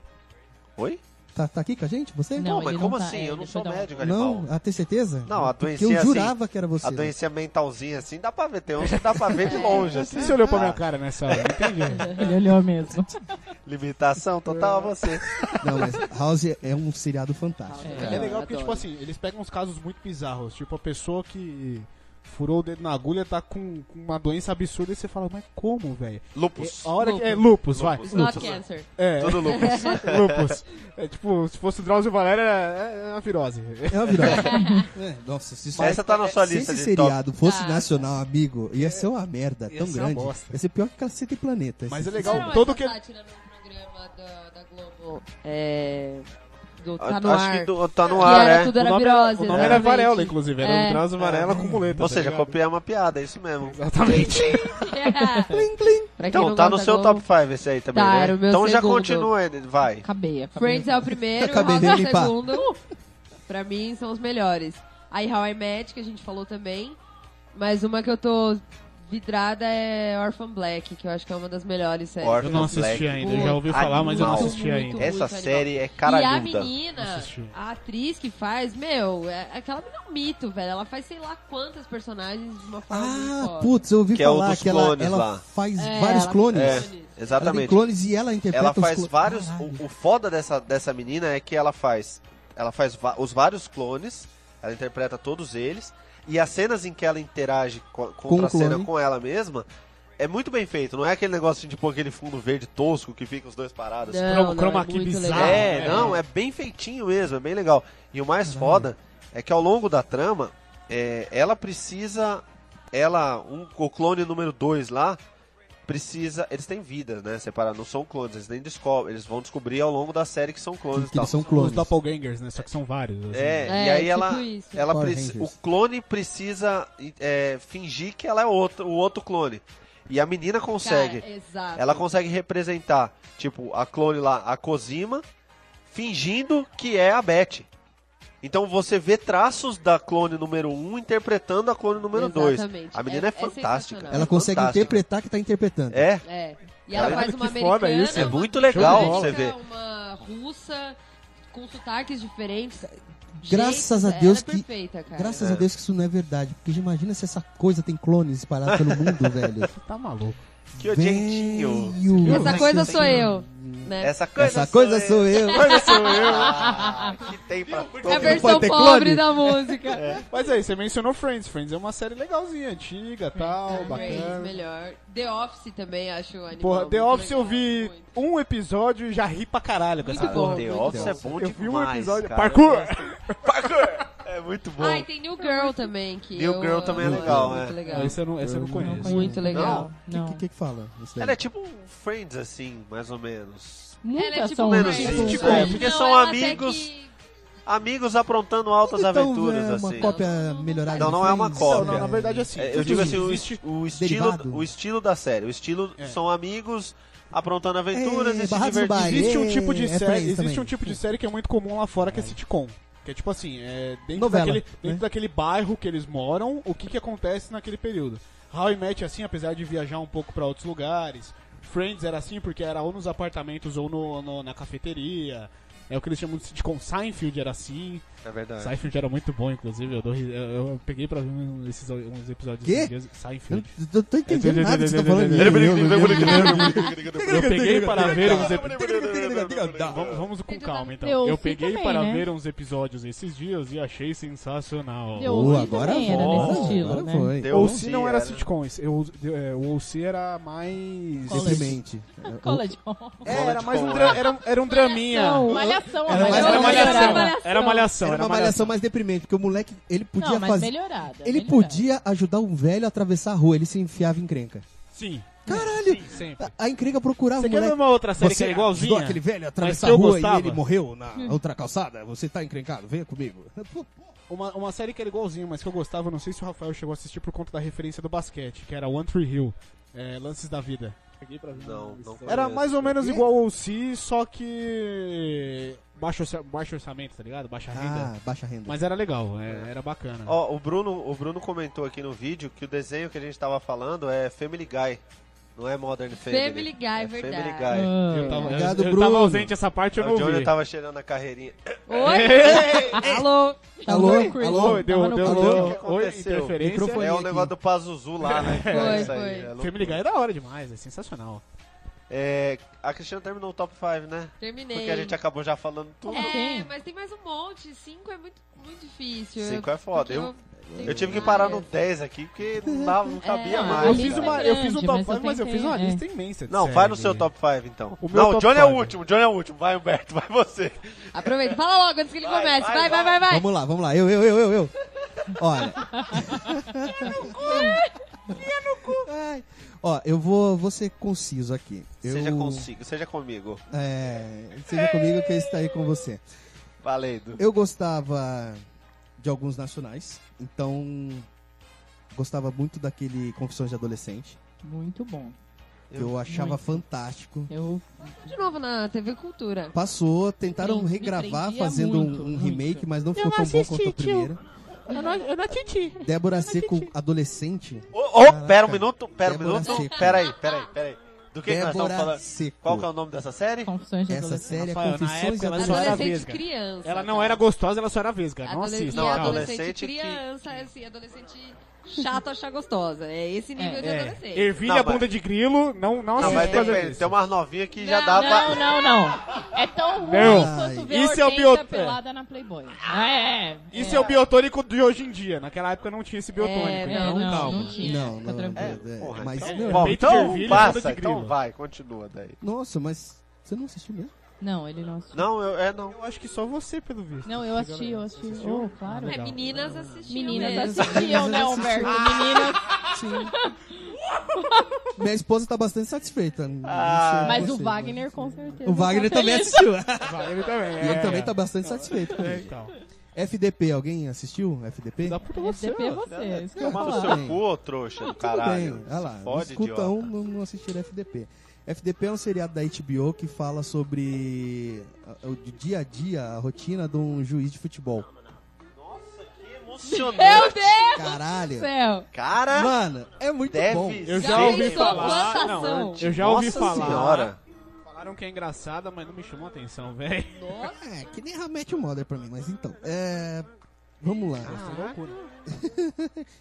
Speaker 4: Oi?
Speaker 3: Tá, tá aqui com a gente? Você?
Speaker 7: Não,
Speaker 4: mas
Speaker 7: ele
Speaker 4: como
Speaker 7: tá,
Speaker 4: assim?
Speaker 7: é,
Speaker 4: eu não
Speaker 7: deixa
Speaker 4: sou
Speaker 7: dar um-
Speaker 4: médico, animal.
Speaker 3: Não? Ah, tem certeza?
Speaker 4: Não, a
Speaker 3: Porque
Speaker 4: doencinha
Speaker 3: eu
Speaker 4: assim,
Speaker 3: jurava que era você.
Speaker 4: A doença mentalzinha assim, dá pra ver. Tem uns que dá pra
Speaker 6: (laughs) É.
Speaker 4: ver de longe, assim.
Speaker 2: Você olhou pra
Speaker 4: Ah,
Speaker 2: minha cara nessa hora, não entendi.
Speaker 7: Ele olhou mesmo.
Speaker 4: Limitação total a você.
Speaker 3: Não, mas
Speaker 4: (laughs)
Speaker 3: House é um seriado fantástico.
Speaker 7: É.
Speaker 2: É,
Speaker 5: eu
Speaker 2: legal porque,
Speaker 5: adoro.
Speaker 2: tipo assim, eles pegam uns casos muito bizarros. Tipo, a pessoa que furou o dedo na agulha tá com, com uma doença absurda e você fala, mas como, velho?
Speaker 4: Lupus.
Speaker 2: É, a hora que- É
Speaker 4: Lupus.
Speaker 2: lupus, vai.
Speaker 4: Lupus.
Speaker 5: Not cancer.
Speaker 2: É,
Speaker 4: Tudo lupus.
Speaker 2: (laughs) lupus. É tipo, se fosse o Drauzio Valéria, é, é uma virose.
Speaker 3: É uma virose. É, nossa, se, isso- é,
Speaker 4: Essa tá na sua
Speaker 3: se
Speaker 4: lista
Speaker 3: esse
Speaker 4: de top.
Speaker 3: seriado fosse
Speaker 5: Ah.
Speaker 3: nacional, amigo, ia ser uma merda
Speaker 2: Ia
Speaker 3: tão
Speaker 2: ser uma
Speaker 3: grande.
Speaker 2: bosta.
Speaker 3: Ia ser pior que Caceta e Planeta.
Speaker 2: Mas
Speaker 3: esse
Speaker 2: é legal,
Speaker 3: filme.
Speaker 2: todo
Speaker 6: Todo
Speaker 2: que...
Speaker 6: que... sátira no programa da, da Globo. É... Do, tá no
Speaker 4: Acho
Speaker 6: ar.
Speaker 4: que do- tá no
Speaker 6: Que
Speaker 4: ar,
Speaker 6: era
Speaker 4: é.
Speaker 6: tudo era
Speaker 2: o nome,
Speaker 6: virose.
Speaker 2: o nome era
Speaker 6: exatamente.
Speaker 2: Varela, inclusive. Era
Speaker 6: É.
Speaker 2: o Drauzio Varela
Speaker 4: (laughs)
Speaker 2: com muleta.
Speaker 4: Ou
Speaker 2: tá
Speaker 4: seja,
Speaker 2: ligado?
Speaker 4: copiar uma piada, é isso mesmo.
Speaker 2: Exatamente.
Speaker 6: (laughs) Pra quem
Speaker 4: Então,
Speaker 6: não
Speaker 4: tá no
Speaker 6: gosta
Speaker 4: seu
Speaker 6: da
Speaker 4: top
Speaker 6: Globo.
Speaker 4: 5 esse aí também,
Speaker 6: Tá,
Speaker 4: né?
Speaker 6: era o meu
Speaker 4: então já
Speaker 6: segundo.
Speaker 4: continua ele, vai.
Speaker 7: Acabei, acabei.
Speaker 6: Friends é o primeiro,
Speaker 3: Acabei
Speaker 6: House
Speaker 3: de
Speaker 6: é o
Speaker 3: limpar.
Speaker 6: segundo. pra mim, são os melhores. Aí, How I Met, que a gente falou também. Mas uma que eu tô vidrada é Orphan Black, que eu acho que é uma das melhores séries.
Speaker 4: Orphan
Speaker 2: Eu não assisti
Speaker 4: Black.
Speaker 2: ainda, eu já ouvi falar, mas eu não
Speaker 4: Animal.
Speaker 2: assisti ainda.
Speaker 6: Muito
Speaker 4: Essa
Speaker 6: animal.
Speaker 4: série é
Speaker 6: e a
Speaker 4: caralhuda.
Speaker 6: menina,
Speaker 2: Assisti.
Speaker 6: a atriz que faz, meu, é, aquela menina é um mito, velho. Ela faz sei lá quantas personagens de uma forma muito
Speaker 3: Ah,
Speaker 6: foda.
Speaker 3: putz, eu ouvi
Speaker 4: Que é o
Speaker 3: falar
Speaker 4: dos
Speaker 3: que ela,
Speaker 4: clones
Speaker 3: ela
Speaker 4: lá.
Speaker 3: faz
Speaker 6: É,
Speaker 3: vários
Speaker 6: ela-
Speaker 3: clones.
Speaker 4: É,
Speaker 3: Ela tem
Speaker 4: exatamente.
Speaker 3: clones e ela interpreta
Speaker 4: Ela
Speaker 3: os
Speaker 4: faz
Speaker 3: clones.
Speaker 4: vários. um
Speaker 3: Caralho.
Speaker 4: O, o foda dessa, dessa menina é que ela faz. Ela faz va- os vários clones, ela interpreta todos eles. E as cenas em que ela interage co-
Speaker 3: o
Speaker 4: contra a cena
Speaker 3: clone.
Speaker 4: com ela mesma é muito bem feito. Não é aquele negócio de tipo aquele fundo verde tosco que fica os dois parados. assim,
Speaker 6: Não,
Speaker 2: Chroma-
Speaker 6: não,
Speaker 2: chroma
Speaker 6: é
Speaker 2: key
Speaker 6: muito
Speaker 2: bizarro.
Speaker 6: legal.
Speaker 4: É,
Speaker 3: né?
Speaker 2: É.
Speaker 4: não, é bem feitinho mesmo, é bem legal. E o mais foda é que ao longo da trama, é, ela precisa. Ela. Um, o clone número 2 lá precisa. Eles têm vidas, né? Separado, não são clones, eles nem descobrem. Eles vão descobrir ao longo da série que são clones e
Speaker 3: Que
Speaker 4: tal.
Speaker 3: eles são
Speaker 2: Os
Speaker 3: clones.
Speaker 2: doppelgangers, né? Só que são vários. assim.
Speaker 4: É,
Speaker 6: É,
Speaker 4: e aí
Speaker 6: tipo
Speaker 4: ela.
Speaker 6: isso.
Speaker 4: ela
Speaker 3: Power
Speaker 4: preci- o
Speaker 3: Rangers.
Speaker 4: clone precisa é, fingir que ela é outro, o outro clone. E a menina consegue.
Speaker 6: Cara, exato.
Speaker 4: Ela consegue representar, tipo, a clone lá, a Cosima, fingindo que é a Beth. Então você vê traços da clone número 1 um interpretando a clone número 2.
Speaker 6: Exatamente.
Speaker 4: A menina é,
Speaker 6: É- é
Speaker 4: fantástica.
Speaker 6: sensacional.
Speaker 3: Ela consegue
Speaker 4: fantástica.
Speaker 3: interpretar que tá interpretando.
Speaker 4: É,
Speaker 6: É. E ela
Speaker 4: Caralho,
Speaker 6: faz uma
Speaker 2: que foda
Speaker 6: americana,
Speaker 2: isso.
Speaker 4: é
Speaker 6: uma
Speaker 4: muito legal
Speaker 6: britânica,
Speaker 4: você ver.
Speaker 6: Uma russa com sotaques diferentes.
Speaker 3: Graças
Speaker 6: Jeitos,
Speaker 3: a Deus
Speaker 6: ela
Speaker 3: que-
Speaker 6: é perfeita, cara.
Speaker 3: Graças a Deus que isso não é verdade. Porque já imagina se essa coisa tem clones espalhados pelo
Speaker 7: (laughs)
Speaker 3: mundo, velho.
Speaker 2: Tá maluco.
Speaker 4: Que gentinho.
Speaker 3: Velho.
Speaker 6: Essa coisa sou eu, né?
Speaker 4: Essa coisa
Speaker 3: Essa coisa
Speaker 4: eu.
Speaker 3: sou
Speaker 7: (laughs)
Speaker 3: eu.
Speaker 4: Coisa sou
Speaker 6: (laughs)
Speaker 4: eu. Ah, que tem pra todo
Speaker 6: É a
Speaker 4: mundo.
Speaker 6: versão
Speaker 3: pode ter clone?
Speaker 6: pobre da música.
Speaker 4: É.
Speaker 2: Mas aí, você mencionou Friends. Friends é uma série legalzinha, antiga, tal,
Speaker 6: Friends,
Speaker 2: bacana.
Speaker 6: melhor. The Office também, acho um animal.
Speaker 2: Porra, The
Speaker 6: muito
Speaker 2: Office eu
Speaker 6: legal,
Speaker 2: vi
Speaker 6: muito.
Speaker 2: um episódio e já ri pra caralho com essa
Speaker 6: Muito
Speaker 2: porra.
Speaker 6: bom.
Speaker 4: The Office é bom
Speaker 2: Eu
Speaker 4: demais,
Speaker 2: vi um episódio.
Speaker 4: cara.
Speaker 2: Parkour!
Speaker 4: É muito bom.
Speaker 6: Ah, e tem New Girl também. Que
Speaker 4: New
Speaker 6: eu
Speaker 4: Girl também é
Speaker 6: amo,
Speaker 4: legal,
Speaker 6: muito
Speaker 4: é.
Speaker 6: legal.
Speaker 2: Esse eu não, esse eu não
Speaker 7: Não
Speaker 2: conheço.
Speaker 7: conheço.
Speaker 6: Muito legal.
Speaker 3: O
Speaker 7: Não.
Speaker 3: que, que, que fala? isso daí?
Speaker 4: Ela é tipo um Friends, assim, mais ou menos.
Speaker 6: Ela é
Speaker 7: Muitas
Speaker 2: um
Speaker 6: tipo
Speaker 7: são
Speaker 4: menos
Speaker 6: Friends,
Speaker 4: gente,
Speaker 6: né?
Speaker 4: é, porque
Speaker 6: Não,
Speaker 4: são
Speaker 6: ela até
Speaker 4: amigos.
Speaker 6: que-
Speaker 4: Amigos aprontando altas
Speaker 3: Então,
Speaker 4: aventuras,
Speaker 3: é uma
Speaker 4: assim.
Speaker 3: cópia melhorada.
Speaker 4: Não,
Speaker 3: de
Speaker 4: não é uma
Speaker 3: Friends?
Speaker 4: cópia.
Speaker 2: Não, não, na verdade, assim.
Speaker 4: É, eu digo assim, o,
Speaker 2: existe-
Speaker 4: es- o estilo,
Speaker 3: derivado.
Speaker 4: o estilo da série. O estilo
Speaker 2: É.
Speaker 4: são amigos aprontando aventuras
Speaker 3: É,
Speaker 4: e se
Speaker 3: barrados no
Speaker 4: divertindo.
Speaker 3: bar.
Speaker 2: Existe um
Speaker 3: É,
Speaker 2: tipo de
Speaker 3: é
Speaker 2: série,
Speaker 3: Friends
Speaker 2: existe
Speaker 3: também.
Speaker 2: um tipo de série que é muito comum lá fora, que é sitcom. Que é tipo assim, é dentro,
Speaker 3: Novela,
Speaker 2: daquele,
Speaker 3: né?
Speaker 2: dentro daquele bairro que eles moram, o que, que acontece naquele período. How I Met é assim, apesar de viajar um pouco pra outros lugares. Friends era assim porque era ou nos apartamentos ou no, no- na cafeteria. É o que eles chamam de sitcom. Seinfeld era assim.
Speaker 4: É verdade.
Speaker 2: Seinfeld era muito bom, inclusive. Eu, dou ri- eu- eu peguei pra ver um- esses, uns episódios.
Speaker 3: Quê?
Speaker 2: esses dias.
Speaker 3: Eu
Speaker 2: Seinfeld.
Speaker 3: não tô entendendo nada que você tá falando.
Speaker 4: é
Speaker 2: Eu peguei para ver uns episódios. Vamos, vamos com
Speaker 6: Tenta
Speaker 2: calma,
Speaker 6: dar-
Speaker 2: então.
Speaker 7: Eu
Speaker 2: Eu
Speaker 7: ouvi
Speaker 2: peguei
Speaker 7: também,
Speaker 2: para
Speaker 7: né?
Speaker 2: ver uns episódios esses dias e achei sensacional.
Speaker 7: Eu
Speaker 3: Boa,
Speaker 7: ouvi
Speaker 3: agora
Speaker 7: também, era
Speaker 3: foi.
Speaker 7: nesse estilo,
Speaker 3: agora
Speaker 7: né?
Speaker 3: foi.
Speaker 4: Deu
Speaker 2: Ou
Speaker 4: um
Speaker 2: se
Speaker 4: sim,
Speaker 2: não era assim, sitcoms, eu, eu- é, o OC era mais.
Speaker 7: College.
Speaker 3: Deprimente.
Speaker 7: Cola de pó.
Speaker 2: É, era mais um, dra- era, um- era um draminha.
Speaker 7: Malhação,
Speaker 3: Era mais-
Speaker 2: Era
Speaker 3: Era
Speaker 2: malhação.
Speaker 6: malhação.
Speaker 2: Era malhação.
Speaker 3: Era uma
Speaker 4: assim.
Speaker 3: malhação mais deprimente, porque o moleque, ele podia
Speaker 7: Não, mas
Speaker 3: fazer...
Speaker 7: melhorada.
Speaker 3: Ele
Speaker 7: melhorada.
Speaker 3: podia ajudar um velho a atravessar a rua, ele se enfiava em encrenca.
Speaker 2: Sim.
Speaker 3: Caralho!
Speaker 2: Sim, sempre.
Speaker 3: A, a encrenca procurava
Speaker 2: Você
Speaker 3: o
Speaker 2: quer ver
Speaker 3: Ah, moleque.
Speaker 2: uma outra série que é
Speaker 3: ajudou
Speaker 2: igualzinha?
Speaker 3: aquele velho a
Speaker 2: que
Speaker 3: atravessar a
Speaker 2: eu
Speaker 3: rua
Speaker 2: gostava.
Speaker 3: e ele morreu na outra calçada? Você tá encrencado? Venha comigo. Pô,
Speaker 2: Uma, uma série que era igualzinha, mas que eu gostava, não sei se o Rafael chegou a assistir por conta da referência do basquete, que era One Tree Hill, é, Lances da Vida.
Speaker 8: peguei pra ver.
Speaker 4: Não,
Speaker 8: esse
Speaker 4: não
Speaker 8: sério.
Speaker 2: Era
Speaker 4: Parece.
Speaker 2: mais um- ou menos igual ao OC, só que. Baixo, orça- baixo orçamento, tá ligado? Baixa renda.
Speaker 3: (laughs) Ah, baixa renda.
Speaker 2: Mas era legal, é, era bacana.
Speaker 4: Ó, o Bruno, o Bruno comentou aqui no vídeo que o desenho que a gente tava falando é Family Guy, não é Modern Family.
Speaker 6: Family Guy,
Speaker 4: é
Speaker 6: verdade.
Speaker 4: Family Guy.
Speaker 7: Ah,
Speaker 2: eu tava, eu-
Speaker 3: Obrigado,
Speaker 2: eu,
Speaker 3: Bruno.
Speaker 2: tava ausente essa parte, eu
Speaker 4: O
Speaker 2: não vi.
Speaker 4: Johnny tava cheirando a carreirinha. (laughs)
Speaker 6: Oi? Alô?
Speaker 7: tava
Speaker 3: Alô?
Speaker 7: tranquilo.
Speaker 3: Alô?
Speaker 7: Tava
Speaker 2: Oi, deu,
Speaker 7: no
Speaker 2: deu,
Speaker 4: cu.
Speaker 7: clima.
Speaker 4: O que
Speaker 2: deu,
Speaker 4: que
Speaker 2: oi,
Speaker 4: aconteceu?
Speaker 2: interferência.
Speaker 3: Microfone.
Speaker 4: É o
Speaker 3: aqui.
Speaker 4: negócio do Pazuzu lá,
Speaker 2: (laughs)
Speaker 4: né?
Speaker 6: Foi,
Speaker 4: Isso aí,
Speaker 6: foi.
Speaker 4: é loucura.
Speaker 2: Family Guy é da hora demais, é sensacional.
Speaker 4: É, a Cristina terminou o top 5, né?
Speaker 6: Terminei.
Speaker 4: Porque a gente acabou já falando tudo.
Speaker 6: É,
Speaker 2: assim?
Speaker 7: Sim.
Speaker 6: mas tem mais um monte. Cinco é muito, muito difícil.
Speaker 4: 5 é foda. Eu,
Speaker 6: tem
Speaker 4: eu tive que parar
Speaker 6: várias.
Speaker 4: no 10 aqui porque não, dava, não cabia
Speaker 7: É,
Speaker 4: mais.
Speaker 2: eu,
Speaker 7: a
Speaker 4: cara.
Speaker 2: fiz
Speaker 7: lista
Speaker 2: uma,
Speaker 7: é
Speaker 2: eu fiz um
Speaker 7: grande,
Speaker 2: top
Speaker 7: mas
Speaker 2: 5, mas eu fiz
Speaker 7: tem-
Speaker 2: uma
Speaker 7: é.
Speaker 2: lista imensa. de
Speaker 4: Não, vai no
Speaker 2: série.
Speaker 4: seu top 5 então.
Speaker 2: O meu
Speaker 4: Não, o
Speaker 2: top
Speaker 4: Johnny é o
Speaker 2: five.
Speaker 4: último, o Johnny é o último. Vai, Humberto, vai você.
Speaker 6: Aproveita. Fala logo antes que ele
Speaker 4: Vai,
Speaker 6: comece.
Speaker 4: vai,
Speaker 6: Vai, vai, vai, vai.
Speaker 3: Vamos lá, vamos lá. Eu, eu, eu, eu, eu. Olha. Ai. Ó, eu vou, vou ser conciso aqui. Eu,
Speaker 4: Seja consigo, seja comigo.
Speaker 3: É, seja comigo que eu estarei com você.
Speaker 4: Valendo.
Speaker 3: Eu gostava de alguns nacionais, então gostava muito daquele Confissões de Adolescente,
Speaker 7: Muito bom.
Speaker 3: que eu achava
Speaker 7: muito.
Speaker 3: fantástico.
Speaker 7: Eu
Speaker 6: De novo na TV Cultura.
Speaker 3: Passou, tentaram
Speaker 7: Me
Speaker 3: regravar
Speaker 7: prendia
Speaker 3: fazendo um-
Speaker 7: muito,
Speaker 3: um,
Speaker 7: muito.
Speaker 3: remake, mas não ficou tão bom quanto o primeiro.
Speaker 7: Eu não, eu não assisti.
Speaker 3: Débora Seco, adolescente.
Speaker 4: Ô, ô, pera um
Speaker 3: Caraca.
Speaker 4: minuto, pera um
Speaker 3: Débora
Speaker 4: minuto.
Speaker 3: Seco.
Speaker 4: Pera aí, pera aí, pera aí. Do que, que nós estamos
Speaker 3: Débora
Speaker 4: falando?
Speaker 3: Seco.
Speaker 4: Qual que é o nome dessa série?
Speaker 7: Confissões de
Speaker 3: Essa
Speaker 7: adolescente.
Speaker 3: série é
Speaker 2: Rafael, na
Speaker 3: Confissões
Speaker 2: época
Speaker 3: de
Speaker 2: ela só era
Speaker 3: Adolescente.
Speaker 6: Adolescente
Speaker 2: vesga.
Speaker 6: criança.
Speaker 2: Ela não
Speaker 6: tá?
Speaker 2: era gostosa, ela só era vesga. Não
Speaker 6: Adolescente,
Speaker 2: assista.
Speaker 4: Não,
Speaker 2: cara.
Speaker 4: adolescente que-
Speaker 6: criança, assim, adolescente chato achar gostosa. É esse nível de
Speaker 2: É,
Speaker 6: adolescente.
Speaker 2: ervilha
Speaker 4: Não,
Speaker 2: a bunda
Speaker 4: mas-
Speaker 2: de grilo, não, não
Speaker 4: Não,
Speaker 2: assista
Speaker 4: mas
Speaker 2: por causa
Speaker 4: tem,
Speaker 2: disso.
Speaker 4: tem umas novinhas que já dá pra.
Speaker 7: Não, não, não. É tão ruim
Speaker 2: Não.
Speaker 7: quanto ver
Speaker 2: Isso é o
Speaker 7: Hortência
Speaker 2: biot-
Speaker 7: pelada na Playboy. É, é.
Speaker 2: Isso é. o biotônico de hoje em dia. Naquela época não tinha esse biotônico,
Speaker 6: É,
Speaker 2: então
Speaker 7: Não, não,
Speaker 2: calma.
Speaker 7: não tinha.
Speaker 3: Não,
Speaker 7: Fica
Speaker 3: não,
Speaker 7: tranquilo.
Speaker 3: é,
Speaker 4: Porra,
Speaker 3: mas
Speaker 4: então,
Speaker 3: meu,
Speaker 4: bom,
Speaker 2: peito é de
Speaker 4: então
Speaker 2: ervilha, bunda
Speaker 4: passa,
Speaker 2: de grilo.
Speaker 4: então vai, continua daí.
Speaker 3: Nossa, mas você não assistiu mesmo?
Speaker 7: Não, ele não assistiu.
Speaker 4: Não, eu, é não.
Speaker 2: Eu acho que só você, pelo visto.
Speaker 7: Não, eu assisti, eu assisti. Oh, claro.
Speaker 6: É, meninas assistiam. mesmo.
Speaker 7: Meninas assistiam, né, Humberto? Meninas.
Speaker 3: Sim. Minha esposa tá bastante satisfeita. Não sei
Speaker 4: Ah.
Speaker 7: Mas o
Speaker 3: você,
Speaker 7: Wagner, com certeza.
Speaker 3: O Wagner
Speaker 7: tá
Speaker 3: também
Speaker 7: feliz.
Speaker 3: assistiu. (laughs)
Speaker 2: Vai, ele também.
Speaker 3: E
Speaker 4: É.
Speaker 3: ele também tá bastante satisfeito com
Speaker 2: É,
Speaker 3: isso.
Speaker 2: então.
Speaker 3: FDP, alguém assistiu? FDP?
Speaker 2: Dá pra você.
Speaker 7: FDP é você, isso que eu ia
Speaker 4: Manda o
Speaker 7: falar.
Speaker 4: seu cu, ô trouxa do caralho.
Speaker 3: Tudo bem, olha lá.
Speaker 4: Fode,
Speaker 3: escuta
Speaker 4: idiota.
Speaker 3: um, não, não assistir FDP. FDP é um seriado da HBO que fala sobre a- o dia a dia, a rotina de um juiz de futebol.
Speaker 4: Emocionante.
Speaker 3: Caralho!
Speaker 6: Céu.
Speaker 4: Cara,
Speaker 3: Mano, é muito
Speaker 4: deve
Speaker 3: bom.
Speaker 2: Eu
Speaker 4: ser.
Speaker 2: já ouvi
Speaker 6: pensou
Speaker 2: falar.
Speaker 6: quanta
Speaker 2: Não,
Speaker 6: ação?
Speaker 2: eu já ouvi
Speaker 4: Nossa
Speaker 2: falar.
Speaker 4: Senhora.
Speaker 2: Falaram que é engraçada, mas não me chamou a atenção, velho.
Speaker 3: É, que nem Hamet o Mother pra mim, mas então. É. Vamos lá.
Speaker 7: Do
Speaker 3: Gosto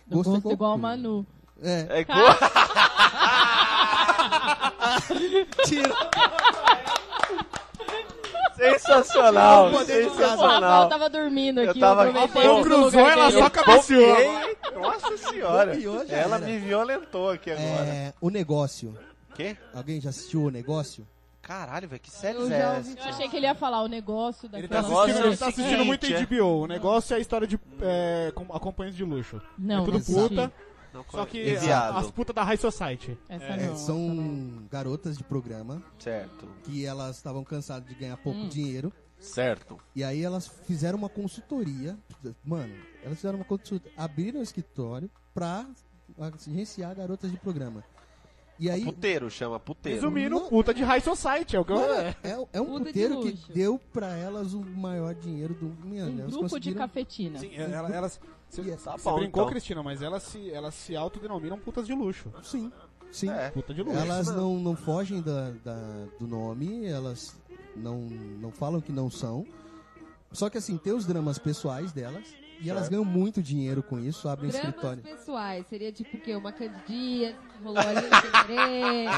Speaker 7: gosto
Speaker 3: igual
Speaker 7: igual
Speaker 3: cu.
Speaker 7: a Manu.
Speaker 3: É,
Speaker 4: É igual. (laughs)
Speaker 3: tira.
Speaker 4: Sensacional,
Speaker 7: Rafael
Speaker 4: sensacional.
Speaker 7: tava dormindo
Speaker 4: Eu
Speaker 7: aqui.
Speaker 4: tava-
Speaker 7: aproveitei
Speaker 4: Rafael
Speaker 7: esse
Speaker 2: cruzou,
Speaker 7: lugar
Speaker 2: ela
Speaker 7: dele.
Speaker 2: só cabeceou.
Speaker 4: Ei, Nossa senhora.
Speaker 3: Copiou, já
Speaker 4: Ela
Speaker 3: era.
Speaker 4: me violentou aqui agora.
Speaker 3: É, o negócio.
Speaker 4: Quê?
Speaker 3: Alguém já assistiu o negócio?
Speaker 4: Caralho, velho, que série
Speaker 7: Eu
Speaker 4: é
Speaker 7: já
Speaker 4: essa?
Speaker 7: ouvi. Eu achei que ele ia falar o negócio
Speaker 2: Ele
Speaker 7: daquela...
Speaker 2: tá assistindo, ele tá assistindo
Speaker 4: Gente,
Speaker 2: muito
Speaker 4: é.
Speaker 2: HBO. O negócio é a história de é, com- acompanhantes de luxo.
Speaker 7: Não,
Speaker 2: é tudo
Speaker 7: não
Speaker 2: puta,
Speaker 7: assisti.
Speaker 4: Não,
Speaker 2: só que
Speaker 4: e
Speaker 2: a-
Speaker 4: viado.
Speaker 2: as putas da High Society.
Speaker 7: Essa
Speaker 3: É,
Speaker 7: não,
Speaker 3: são
Speaker 7: essa não.
Speaker 3: garotas de programa
Speaker 4: Certo,
Speaker 3: que elas estavam cansadas de ganhar pouco
Speaker 7: Hum.
Speaker 3: dinheiro.
Speaker 4: certo.
Speaker 3: E aí elas fizeram uma consultoria. Mano, elas fizeram uma consulta, abriram o escritório pra agenciar garotas de programa. E aí.
Speaker 4: Puteiro chama, puteiro.
Speaker 2: Resumindo,
Speaker 3: Não.
Speaker 2: puta de High Society. É o que eu...
Speaker 3: mano, é, é um
Speaker 6: Puta de
Speaker 3: puteiro que
Speaker 6: luxo.
Speaker 3: deu pra elas o maior dinheiro do. Mano,
Speaker 7: Um
Speaker 3: elas
Speaker 7: grupo de
Speaker 3: conseguiram-
Speaker 7: cafetina.
Speaker 2: Sim, é, ela- elas... Você,
Speaker 4: Tá
Speaker 2: você
Speaker 4: bom,
Speaker 2: brincou,
Speaker 4: então.
Speaker 2: Cristina, mas elas se, elas se autodenominam putas de luxo.
Speaker 3: Sim, sim.
Speaker 4: É.
Speaker 2: Puta de luxo. né?
Speaker 3: Elas não, não fogem da, da- do nome, elas não, não falam que não são. Só que assim, tem os dramas pessoais delas. E elas ganham muito dinheiro com isso, abrem
Speaker 6: Dramas
Speaker 3: escritório.
Speaker 6: pessoais. Seria tipo o quê? Uma candidia que rolou ali sem
Speaker 4: (laughs)
Speaker 6: querer.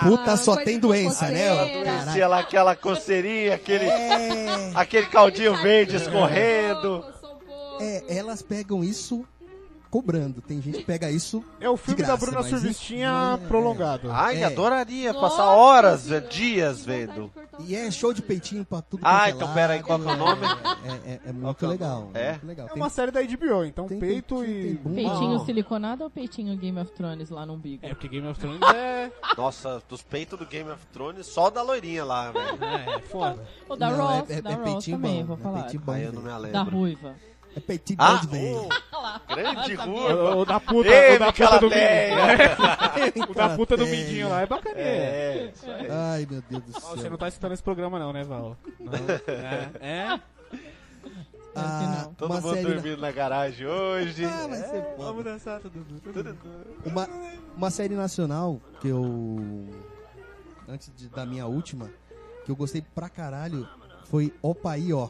Speaker 3: Puta só
Speaker 6: Ah, coisa
Speaker 3: tem
Speaker 6: de
Speaker 3: doença, né?
Speaker 6: fofoqueira.
Speaker 3: Caralho.
Speaker 4: Tinha lá aquela coceirinha, aquele,
Speaker 3: É,
Speaker 4: aquele caldinho
Speaker 6: Ai,
Speaker 4: verde
Speaker 6: sou um
Speaker 4: escorrendo.
Speaker 6: pouco, sou um pouco.
Speaker 3: é, elas pegam isso cobrando. Tem gente que pega isso.
Speaker 2: É o filme
Speaker 3: De graça,
Speaker 2: da Bruna
Speaker 3: mas isso
Speaker 2: Survistinha
Speaker 3: não é-
Speaker 2: prolongado.
Speaker 4: Ai,
Speaker 3: É.
Speaker 4: adoraria
Speaker 6: Nossa
Speaker 4: passar horas,
Speaker 6: senhora,
Speaker 4: dias
Speaker 6: que assim, vontade de
Speaker 4: vendo.
Speaker 6: cortar um o
Speaker 3: E é
Speaker 6: cabelo.
Speaker 3: show de peitinho pra tudo.
Speaker 4: Ah,
Speaker 3: quanto é
Speaker 4: então
Speaker 3: lado,
Speaker 4: pera aí, qual que é o nome?
Speaker 3: É, é- é muito
Speaker 4: que é o
Speaker 3: legal.
Speaker 4: nome? É?
Speaker 3: muito legal.
Speaker 2: É
Speaker 3: Tem-
Speaker 2: uma série da HBO, então
Speaker 3: tem-
Speaker 2: peito
Speaker 3: tem-
Speaker 2: e...
Speaker 3: tem bunda.
Speaker 7: Peitinho
Speaker 2: Não.
Speaker 7: siliconado ou peitinho Game of Thrones lá no umbigo?
Speaker 2: É, porque Game of Thrones é...
Speaker 4: Nossa, dos peitos do Game of Thrones, só da loirinha lá, velho.
Speaker 2: É, é foda.
Speaker 7: Ou da
Speaker 3: Não, é,
Speaker 7: Ross, da Ross também,
Speaker 3: bom,
Speaker 7: vou
Speaker 3: é
Speaker 7: falar.
Speaker 3: peitinho bom,
Speaker 4: Aí eu não me
Speaker 3: velho.
Speaker 4: lembro.
Speaker 7: Da ruiva.
Speaker 3: É peitinho
Speaker 4: Ah,
Speaker 3: bom, velho.
Speaker 4: o- Grande Ruiva.
Speaker 2: O, o da puta,
Speaker 4: Ei,
Speaker 2: o da puta do
Speaker 4: Micalateia!
Speaker 2: Mindinho. (laughs) O da puta do Mindinho lá. É bacaninha.
Speaker 4: É, isso aí.
Speaker 3: Ai, meu Deus do
Speaker 4: Ah,
Speaker 2: Ó, Você não
Speaker 3: céu.
Speaker 2: tá escutando esse programa não, né, Val? Não. É? é?
Speaker 3: Ah,
Speaker 4: tá Todo
Speaker 3: uma
Speaker 2: né?
Speaker 4: mundo É,
Speaker 3: série...
Speaker 4: dormindo na garagem hoje.
Speaker 3: Ah, vai ser foda.
Speaker 2: Vamos dançar tudo. tudo.
Speaker 3: Uma, uma série nacional que eu. Antes de- da minha última, que eu gostei pra caralho, foi Opaí, ó.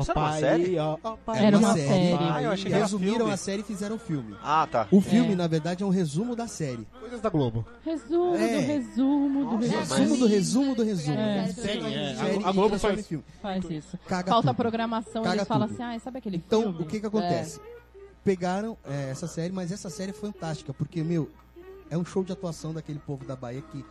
Speaker 4: Isso era uma série?
Speaker 2: ó. ó, pai,
Speaker 7: Era
Speaker 2: ó,
Speaker 7: uma
Speaker 2: pai.
Speaker 7: série.
Speaker 4: Ah, eu achei que era
Speaker 3: Resumiram
Speaker 4: filme.
Speaker 3: a série e fizeram o filme.
Speaker 4: Ah, tá.
Speaker 2: Uh,
Speaker 3: O filme,
Speaker 7: É.
Speaker 3: na verdade, é um resumo da série.
Speaker 2: Coisas da Globo.
Speaker 7: Resumo
Speaker 3: É.
Speaker 7: do resumo do
Speaker 4: Nossa,
Speaker 7: resumo.
Speaker 3: Resumo do resumo do resumo.
Speaker 7: É.
Speaker 2: É, a-
Speaker 3: Série
Speaker 2: a Globo
Speaker 3: e
Speaker 2: faz-
Speaker 3: transforma em filme.
Speaker 7: Faz isso.
Speaker 3: Caga
Speaker 7: Falta
Speaker 3: tudo.
Speaker 7: programação,
Speaker 3: Caga
Speaker 7: eles falam
Speaker 3: tudo.
Speaker 7: assim, ah, sabe aquele
Speaker 3: Então,
Speaker 7: filme?
Speaker 3: o que que acontece? Pegaram é, essa série, mas essa série é fantástica, porque, meu, é um show de atuação daquele povo da Bahia que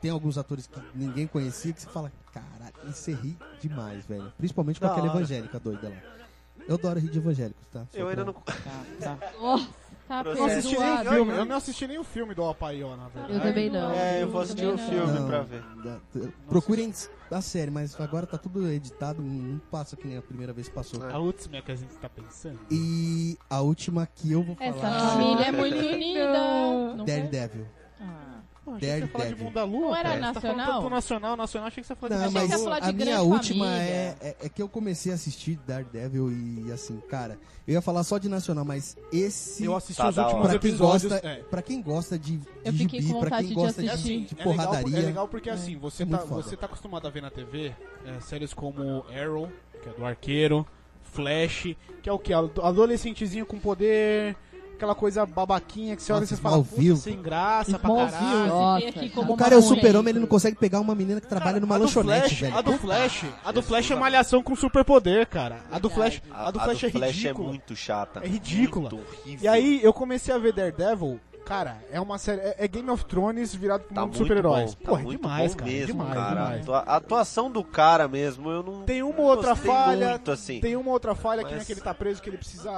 Speaker 3: tem alguns atores que ninguém conhecia, que você fala, caralho, e você ri demais, velho. Principalmente com
Speaker 4: Da
Speaker 3: aquela
Speaker 4: hora.
Speaker 3: evangélica doida lá. Eu adoro rir de evangélicos, tá? Só
Speaker 4: Eu ainda
Speaker 3: pra-
Speaker 4: não.
Speaker 7: É. Tá, tá.
Speaker 6: Nossa,
Speaker 7: Tá
Speaker 4: Eu
Speaker 2: Eu não
Speaker 4: É.
Speaker 2: assisti
Speaker 7: perdoado.
Speaker 2: nem o
Speaker 6: Zoado.
Speaker 2: filme. Eu não assisti nem o filme do Apaió, na
Speaker 7: Tá
Speaker 2: verdade.
Speaker 6: Eu também não.
Speaker 7: perdoado.
Speaker 4: É, eu vou assistir o
Speaker 7: Também não.
Speaker 4: filme pra ver.
Speaker 3: da- t- procurem a série, mas agora tá tudo editado, não passa que nem a primeira vez que passou.
Speaker 4: É.
Speaker 2: A última que a gente tá pensando.
Speaker 3: E a última que eu vou
Speaker 7: Essa
Speaker 3: falar
Speaker 7: família é
Speaker 6: Ah,
Speaker 7: muito
Speaker 6: lindo.
Speaker 7: unida. Não foi?
Speaker 3: Daredevil.
Speaker 7: Ah.
Speaker 2: Pô, achei que você ia falar de
Speaker 3: Daredevil.
Speaker 2: Mundo da Lua,
Speaker 7: Não era
Speaker 2: cara. Você tá falando
Speaker 7: nacional?
Speaker 2: tanto nacional, nacional, achei que você ia falar de
Speaker 3: Não,
Speaker 2: Mundo da
Speaker 7: Achei que
Speaker 3: mas
Speaker 7: ia
Speaker 2: Lua.
Speaker 7: falar de
Speaker 3: a minha
Speaker 7: Grande
Speaker 3: última
Speaker 7: Família.
Speaker 3: é, é, é que eu comecei a assistir Daredevil e assim, cara, eu ia falar só de nacional, mas esse
Speaker 2: Eu assisti
Speaker 4: Tá
Speaker 2: os
Speaker 4: da hora.
Speaker 2: últimos
Speaker 3: pra quem
Speaker 2: episódios.
Speaker 3: gosta,
Speaker 2: é.
Speaker 3: pra quem gosta de, de
Speaker 7: Eu fiquei
Speaker 3: gibi,
Speaker 7: com
Speaker 3: pra
Speaker 7: vontade
Speaker 3: quem
Speaker 7: de
Speaker 3: gosta de,
Speaker 7: assistir.
Speaker 3: de
Speaker 2: É legal,
Speaker 3: porradaria.
Speaker 2: é legal porque assim, você,
Speaker 3: É
Speaker 2: tá,
Speaker 3: muito foda.
Speaker 2: você tá acostumado a ver na TV é, séries como Arrow, que é do arqueiro, Flash, que é o que? Adolescentezinho com poder, aquela coisa babaquinha que você olha e
Speaker 3: Nossa, é
Speaker 2: você fala, puta,
Speaker 3: Smallville.
Speaker 2: sem
Speaker 3: é
Speaker 2: graça pra
Speaker 7: Smallville,
Speaker 2: caralho.
Speaker 6: Nossa.
Speaker 7: Vem aqui como
Speaker 3: O cara é o
Speaker 7: uma mulher.
Speaker 3: super-homem, ele não consegue pegar é uma menina que trabalha numa
Speaker 2: a do
Speaker 3: lanchonete,
Speaker 2: Flash,
Speaker 3: velho.
Speaker 2: A do Flash, a do Flash é malhação com superpoder, cara. A do Flash, a do Flash é ridícula.
Speaker 4: muito chata.
Speaker 2: É ridícula.
Speaker 4: Muito horrível.
Speaker 2: E aí eu comecei a ver Daredevil, cara, é uma série, é, é Game of Thrones virado pro
Speaker 4: Tá
Speaker 2: mundo
Speaker 4: muito
Speaker 2: de super-heróis.
Speaker 4: bom,
Speaker 2: Pô,
Speaker 4: tá
Speaker 2: é
Speaker 4: muito
Speaker 2: demais,
Speaker 4: bom
Speaker 2: cara, é
Speaker 4: mesmo,
Speaker 2: demais,
Speaker 4: cara.
Speaker 2: demais.
Speaker 4: Atua- A atuação do cara mesmo, eu não.
Speaker 2: Tem uma outra
Speaker 4: gostei
Speaker 2: falha,
Speaker 4: Muito, assim.
Speaker 2: Tem uma outra falha que
Speaker 4: Mas-
Speaker 2: nem que ele tá preso, que ele precisa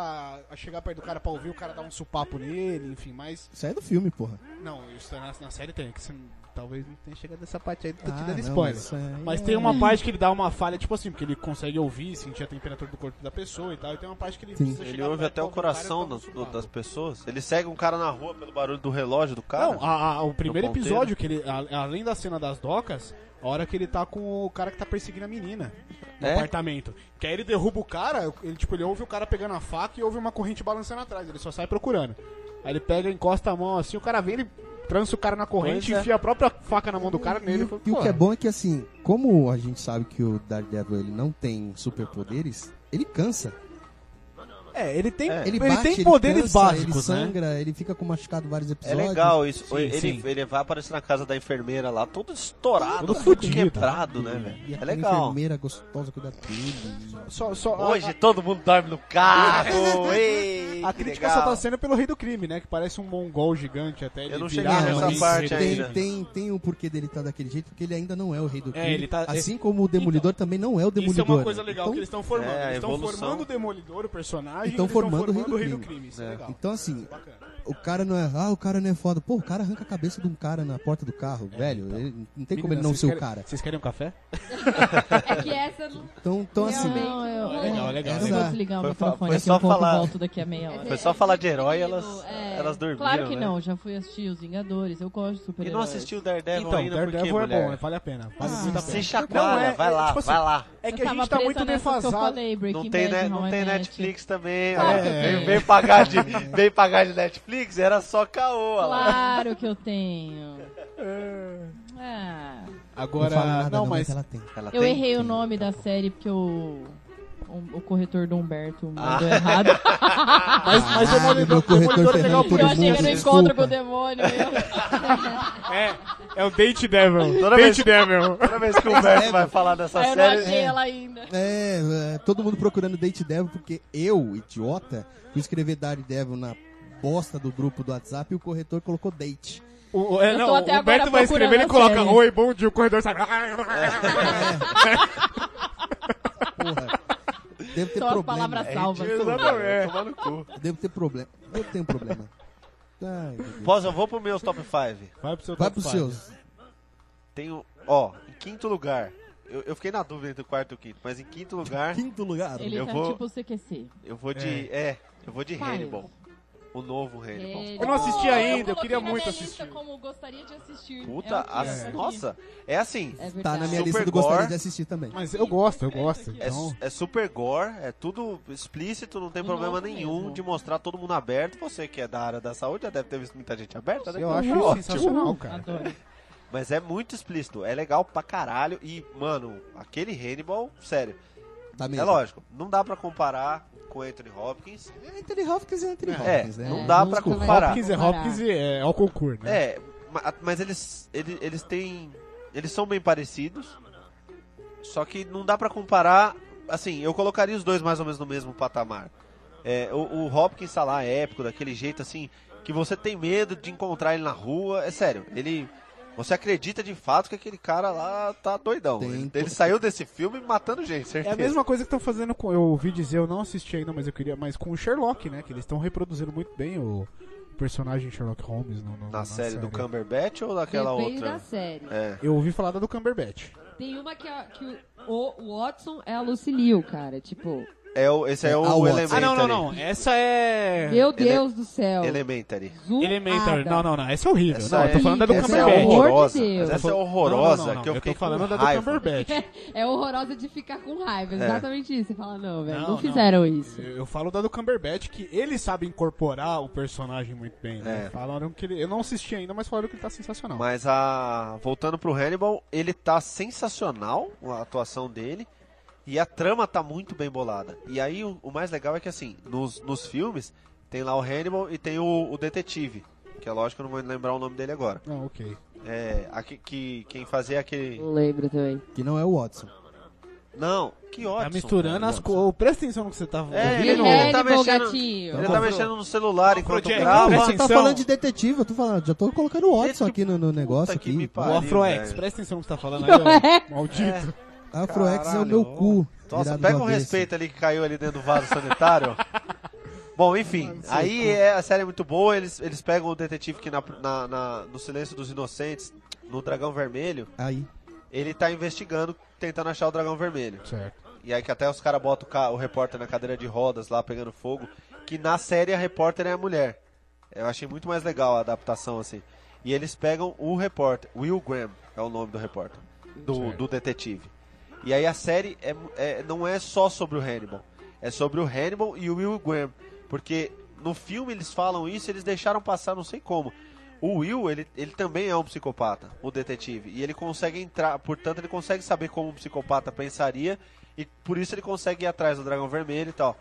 Speaker 2: chegar perto do cara pra ouvir, o cara dá um supapo nele, enfim, mas.
Speaker 3: Isso aí é do filme, porra.
Speaker 2: Não, isso na, na série tem, que você não- talvez não tenha chegado nessa parte aí, tô te
Speaker 3: Ah,
Speaker 2: dando
Speaker 3: não,
Speaker 2: spoiler.
Speaker 3: isso aí
Speaker 2: Mas
Speaker 3: é-
Speaker 2: tem uma parte que ele dá uma falha, tipo assim, porque ele consegue ouvir, sentir a temperatura do corpo da pessoa e tal, e tem uma parte que ele
Speaker 3: Sim.
Speaker 2: precisa
Speaker 4: Ele
Speaker 2: chegar
Speaker 4: ouve
Speaker 2: perto
Speaker 4: até
Speaker 2: pra
Speaker 4: o
Speaker 2: ouvir cara e
Speaker 4: coração
Speaker 2: dar um
Speaker 4: das, do-
Speaker 2: supapo.
Speaker 4: das pessoas. Ele segue um cara na rua pelo barulho do relógio do cara. É
Speaker 2: Não, a- a- o primeiro
Speaker 4: Tá, né? ponteiro.
Speaker 2: episódio, que ele, a- além da cena das docas, a hora que ele tá com o cara que tá perseguindo a menina no
Speaker 4: É?
Speaker 2: apartamento. Que aí ele derruba o cara, ele, tipo, ele ouve o cara pegando a faca e ouve uma corrente balançando atrás, ele só sai procurando. Aí ele pega, encosta a mão assim, o cara vem, ele trança o cara na corrente,
Speaker 4: Pois é.
Speaker 2: enfia a própria faca na mão um do cara
Speaker 3: E,
Speaker 2: nele.
Speaker 3: o-
Speaker 2: fala,
Speaker 3: e o
Speaker 2: "Pô,
Speaker 3: que é bom é que, assim, como a gente sabe que o Daredevil ele não tem superpoderes, ele cansa.
Speaker 2: É, ele tem,
Speaker 4: É.
Speaker 2: Ele
Speaker 3: bate,
Speaker 2: tem poderes
Speaker 3: cansa, ele
Speaker 2: básicos, né?
Speaker 3: sangra, ele fica com machucado vários
Speaker 4: É
Speaker 3: episódios.
Speaker 4: legal isso.
Speaker 2: Sim,
Speaker 4: ele,
Speaker 2: sim.
Speaker 4: ele vai aparecer na casa da enfermeira lá, todo estourado,
Speaker 2: Todo
Speaker 4: todo
Speaker 2: fudido.
Speaker 4: quebrado, né,
Speaker 3: E
Speaker 4: velho? É
Speaker 3: aquela
Speaker 4: legal.
Speaker 3: enfermeira gostosa cuida dele.
Speaker 2: Só, só, a-
Speaker 4: Hoje todo mundo dorme no
Speaker 2: (laughs)
Speaker 4: carro. ei,
Speaker 2: a, a
Speaker 4: que
Speaker 2: crítica
Speaker 4: legal.
Speaker 2: só tá sendo pelo rei do crime, né? Que parece um mongol gigante até. ele
Speaker 4: não
Speaker 2: virar
Speaker 4: cheguei
Speaker 2: realmente
Speaker 4: nessa
Speaker 2: um rei
Speaker 4: parte
Speaker 2: do
Speaker 3: tem,
Speaker 4: ainda.
Speaker 2: crime.
Speaker 3: Tem, tem um porquê dele estar daquele jeito, porque ele ainda não é o rei do crime.
Speaker 2: ele tá-
Speaker 3: assim como o Demolidor também não é o Demolidor.
Speaker 2: Isso é uma coisa legal
Speaker 3: então,
Speaker 2: que eles estão formando.
Speaker 4: É, a
Speaker 2: eles estão
Speaker 4: evolução.
Speaker 2: formando o Demolidor, o personagem,
Speaker 3: E tão
Speaker 2: eles tão
Speaker 3: formando o Rei do
Speaker 2: Rei do
Speaker 3: Crime.
Speaker 2: Crime. Isso é,
Speaker 4: É.
Speaker 2: legal.
Speaker 3: Então, assim,
Speaker 2: Bacana.
Speaker 3: o cara não é. Ah, o cara não é foda. Pô, o cara arranca a cabeça de um cara na porta do carro,
Speaker 2: É,
Speaker 3: velho.
Speaker 2: então.
Speaker 3: ele- não tem como ele não
Speaker 2: Meninas,
Speaker 3: ser
Speaker 2: vocês
Speaker 3: o cara.
Speaker 2: querem- Vocês querem um café?
Speaker 6: é que
Speaker 4: (laughs)
Speaker 6: essa não.
Speaker 3: Então, então assim.
Speaker 7: Não, eu,
Speaker 6: Legal,
Speaker 2: legal,
Speaker 7: legal, legal. Eu
Speaker 3: legal.
Speaker 7: vou desligar o
Speaker 4: Foi fa-
Speaker 7: microfone
Speaker 4: foi
Speaker 7: aqui
Speaker 4: só
Speaker 7: um pouco,
Speaker 4: falar- né?
Speaker 7: volto daqui a meia hora.
Speaker 4: Foi só falar de herói, elas,
Speaker 6: É.
Speaker 4: elas dormiram.
Speaker 7: Claro que
Speaker 4: né?
Speaker 7: não, já fui assistir Os Vingadores, eu gosto de super
Speaker 4: E não assistiu o Daredevil
Speaker 2: Então,
Speaker 4: ainda
Speaker 2: Daredevil
Speaker 4: porque,
Speaker 2: é
Speaker 4: mulher?
Speaker 2: bom, vale a pena. Vale
Speaker 7: Ah.
Speaker 2: muito a
Speaker 4: Se
Speaker 2: pena.
Speaker 4: chacoalha,
Speaker 2: Não, é-
Speaker 4: vai
Speaker 2: é
Speaker 4: lá,
Speaker 2: tipo assim,
Speaker 4: vai lá.
Speaker 2: É que
Speaker 7: eu
Speaker 2: a
Speaker 7: tava
Speaker 2: gente tá
Speaker 7: presa
Speaker 2: muito
Speaker 7: nessas que eu
Speaker 2: defasado.
Speaker 7: falei, Breaking
Speaker 4: Não tem,
Speaker 7: Bad,
Speaker 4: né, não
Speaker 7: How I
Speaker 4: tem
Speaker 7: Met.
Speaker 4: Netflix também.
Speaker 7: Claro
Speaker 4: ó.
Speaker 7: que eu
Speaker 4: Vem,
Speaker 7: tenho.
Speaker 4: vem pagar de, vem pagar de Netflix, era só caoa lá.
Speaker 7: Claro que eu tenho.
Speaker 4: É.
Speaker 7: Ah,
Speaker 3: Não fala
Speaker 2: Agora,
Speaker 3: nada,
Speaker 2: não,
Speaker 3: não,
Speaker 2: mas...
Speaker 3: ela tem.
Speaker 4: Ela
Speaker 7: eu
Speaker 4: tem-
Speaker 7: errei o nome da série porque o, o, o corretor do Humberto
Speaker 4: Ah.
Speaker 7: mandou errado.
Speaker 4: (laughs)
Speaker 2: Mas, mas
Speaker 3: Caralho, Ah, meu
Speaker 2: Demolidor,
Speaker 3: corretor
Speaker 2: Demolidor é legal
Speaker 3: Fernando
Speaker 2: por
Speaker 7: eu
Speaker 2: isso.
Speaker 7: achei que era um
Speaker 3: desculpa.
Speaker 7: encontro com o demônio. eu-
Speaker 2: É, é o Date Devil.
Speaker 4: Toda
Speaker 2: Date Devil.
Speaker 4: Toda vez que o Humberto vai falar dessa
Speaker 7: Aí eu não
Speaker 4: série,
Speaker 7: achei ela ainda.
Speaker 3: É, é, todo mundo procurando Date Devil, porque eu, idiota, fui escrever Daredevil na bosta do grupo do WhatsApp e o corretor colocou Date.
Speaker 2: O, o- é,
Speaker 7: Eu
Speaker 2: não,
Speaker 7: tô
Speaker 2: o
Speaker 7: até agora
Speaker 2: Humberto vai escrever, ele
Speaker 7: procurando a
Speaker 2: coloca
Speaker 7: série.
Speaker 2: Oi, bom dia, o corredor sai.
Speaker 3: Porra. Devo ter
Speaker 7: Só as
Speaker 3: problema.
Speaker 7: palavras salvas.
Speaker 4: É,
Speaker 2: Exatamente.
Speaker 4: tomar no cu.
Speaker 3: Devo ter problema. Eu tenho problema. Ai, meu Deus.
Speaker 4: Posso, eu vou pro meus top 5.
Speaker 2: Vai pro seu
Speaker 3: Vai
Speaker 2: top
Speaker 3: pros
Speaker 2: five.
Speaker 3: seus.
Speaker 4: Tenho, ó, em quinto lugar, Eu, eu fiquei na dúvida entre o quarto e o quinto, mas em quinto lugar,
Speaker 3: Quinto lugar.
Speaker 7: Ele
Speaker 4: Eu
Speaker 7: tá
Speaker 4: vou-
Speaker 7: tipo CQC.
Speaker 4: eu vou de. É, eu vou de
Speaker 7: Qual?
Speaker 4: Hannibal. O novo Hannibal.
Speaker 5: Ele-
Speaker 2: Eu não assisti
Speaker 5: Oh,
Speaker 2: ainda, eu
Speaker 5: coloquei
Speaker 2: queria
Speaker 5: na
Speaker 2: muito
Speaker 5: minha lista
Speaker 2: assistir.
Speaker 5: como gostaria de assistir.
Speaker 4: Puta,
Speaker 5: É o que eu
Speaker 4: as-
Speaker 5: assisti.
Speaker 4: nossa, é assim.
Speaker 5: É verdade.
Speaker 3: Tá na minha
Speaker 4: Super
Speaker 3: lista do gostaria
Speaker 4: Gore.
Speaker 3: de assistir também.
Speaker 2: Mas eu gosto, eu gosto.
Speaker 4: É,
Speaker 2: Então,
Speaker 4: su- é super gore, é tudo explícito, não é tem
Speaker 7: Do
Speaker 4: problema
Speaker 7: novo
Speaker 4: nenhum
Speaker 7: mesmo.
Speaker 4: de mostrar todo mundo aberto. Você que é da área da saúde já deve ter visto muita gente aberta, né?
Speaker 2: eu
Speaker 4: Então,
Speaker 2: acho
Speaker 4: tá ótimo.
Speaker 2: sensacional, cara.
Speaker 7: Adoro.
Speaker 4: Mas é muito explícito, é legal pra caralho. E, mano, aquele Hannibal, sério,
Speaker 3: Tá
Speaker 4: é
Speaker 3: mesmo.
Speaker 4: lógico, não dá pra comparar com Anthony Hopkins.
Speaker 3: Anthony Hopkins é Anthony
Speaker 4: É,
Speaker 3: Hopkins, né?
Speaker 4: não
Speaker 7: É,
Speaker 4: dá
Speaker 3: Vamos
Speaker 4: pra
Speaker 3: com-
Speaker 4: comparar.
Speaker 2: Hopkins é Hopkins e é ao concurso, né?
Speaker 4: É, ma- mas eles, ele- eles, têm. Eles são bem parecidos. Só que não dá pra comparar. Assim, eu colocaria os dois mais ou menos no mesmo patamar. É, o, o Hopkins tá lá, épico, daquele jeito assim, que você tem medo de encontrar ele na rua. É sério, ele. Você acredita de fato que aquele cara lá tá doidão.
Speaker 3: Tem-
Speaker 4: Ele, ele saiu desse filme matando gente,
Speaker 2: É
Speaker 4: certeza.
Speaker 2: a mesma coisa que estão fazendo com. Eu ouvi dizer, eu não assisti ainda, mas eu queria. Mas com o Sherlock, né? Que eles estão reproduzindo muito bem o personagem Sherlock Holmes no, no-
Speaker 4: Na série do Cumberbatch ou daquela
Speaker 6: Depende
Speaker 4: outra?
Speaker 6: da série.
Speaker 4: É.
Speaker 2: Eu ouvi falar da do Cumberbatch.
Speaker 6: Tem uma que, é- que o, o Watson é a Lucy Liu, cara. Tipo,
Speaker 4: é o, esse é
Speaker 3: Ah,
Speaker 4: o
Speaker 3: o
Speaker 4: Elementary.
Speaker 3: Watson.
Speaker 2: Ah, não, não, não. Essa é.
Speaker 6: meu Deus do céu.
Speaker 4: é- Elementary.
Speaker 6: Zoada.
Speaker 2: Elementor. é Não, não, não. Essa é horrível.
Speaker 4: Essa
Speaker 2: não, eu tô
Speaker 4: é-
Speaker 2: falando da do
Speaker 4: essa
Speaker 6: Cumberbatch.
Speaker 4: É
Speaker 2: Cumberbatch.
Speaker 4: horrorosa.
Speaker 6: Pelo amor de Deus.
Speaker 4: Mas essa é
Speaker 2: Não,
Speaker 4: horrorosa
Speaker 2: não, não,
Speaker 4: que eu fiquei
Speaker 2: tô falando
Speaker 4: com
Speaker 2: da do
Speaker 4: raiva.
Speaker 2: Cumberbatch.
Speaker 6: É horrorosa de ficar com
Speaker 4: É.
Speaker 6: raiva, exatamente isso. Você fala, não, velho,
Speaker 2: Não,
Speaker 6: não,
Speaker 2: não.
Speaker 6: fizeram isso.
Speaker 2: Eu eu falo da do Cumberbatch que ele sabe incorporar o personagem muito bem. Né?
Speaker 4: É.
Speaker 2: Falaram que ele. Eu não assisti ainda, mas falaram que ele tá sensacional.
Speaker 4: Mas a voltando pro Hannibal, ele tá sensacional a atuação dele e a trama tá muito bem bolada. E aí o, o mais legal é que assim, nos, nos filmes tem lá o Hannibal e tem o, o detetive, que é lógico que eu não vou lembrar o nome dele agora.
Speaker 2: Não, ok.
Speaker 4: É, aqui que quem fazia aquele
Speaker 6: Não lembro também.
Speaker 3: Que não é o Watson.
Speaker 4: Não, que ótimo.
Speaker 2: tá misturando as coisas. Presta atenção no que você tá
Speaker 4: É,
Speaker 2: ouvindo.
Speaker 4: ele- ele tá
Speaker 6: Hannibal,
Speaker 4: mexendo-
Speaker 6: gatinho.
Speaker 4: Ele tá mexendo no celular enquanto
Speaker 2: Project,
Speaker 4: grava.
Speaker 2: presta
Speaker 3: Você tá
Speaker 2: atenção.
Speaker 3: falando de detetive, eu tô falando, já tô colocando o Watson
Speaker 4: Gente,
Speaker 3: aqui no, no negócio
Speaker 4: que
Speaker 3: aqui.
Speaker 4: me
Speaker 2: O
Speaker 4: pariu,
Speaker 2: Afroex,
Speaker 4: velho.
Speaker 2: presta atenção no que você tá falando
Speaker 6: é.
Speaker 2: aí, ó. Maldito.
Speaker 3: Afroex é o
Speaker 4: Caralho,
Speaker 3: meu
Speaker 4: ó.
Speaker 3: cu.
Speaker 4: Nossa,
Speaker 3: virado
Speaker 4: pega
Speaker 3: do
Speaker 4: um
Speaker 3: avesso.
Speaker 4: respeito ali que caiu ali dentro do
Speaker 3: (laughs)
Speaker 4: vaso sanitário. Bom, enfim, aí é, a série é muito boa, eles, eles pegam o detetive que na, na- na- no Silêncio dos Inocentes, no Dragão Vermelho,
Speaker 3: Aí.
Speaker 4: ele tá investigando, tentando achar o Dragão Vermelho.
Speaker 2: Certo.
Speaker 4: E aí que até os caras botam o, ca- o repórter na cadeira de rodas lá, pegando fogo, que na série a repórter é a mulher. Eu achei muito mais legal a adaptação, assim. E eles pegam o repórter, Will Graham é o nome do repórter, do,
Speaker 2: Certo.
Speaker 4: do detetive. E aí a série é, mu- é- não é só sobre o Hannibal, é sobre o Hannibal e o Will Graham. Porque no filme eles falam isso, eles deixaram passar não sei como. O Will, ele, ele também é um psicopata, o detetive. E ele consegue entrar, portanto, ele consegue saber como um psicopata pensaria. E por isso ele consegue ir atrás do Dragão Vermelho e tal.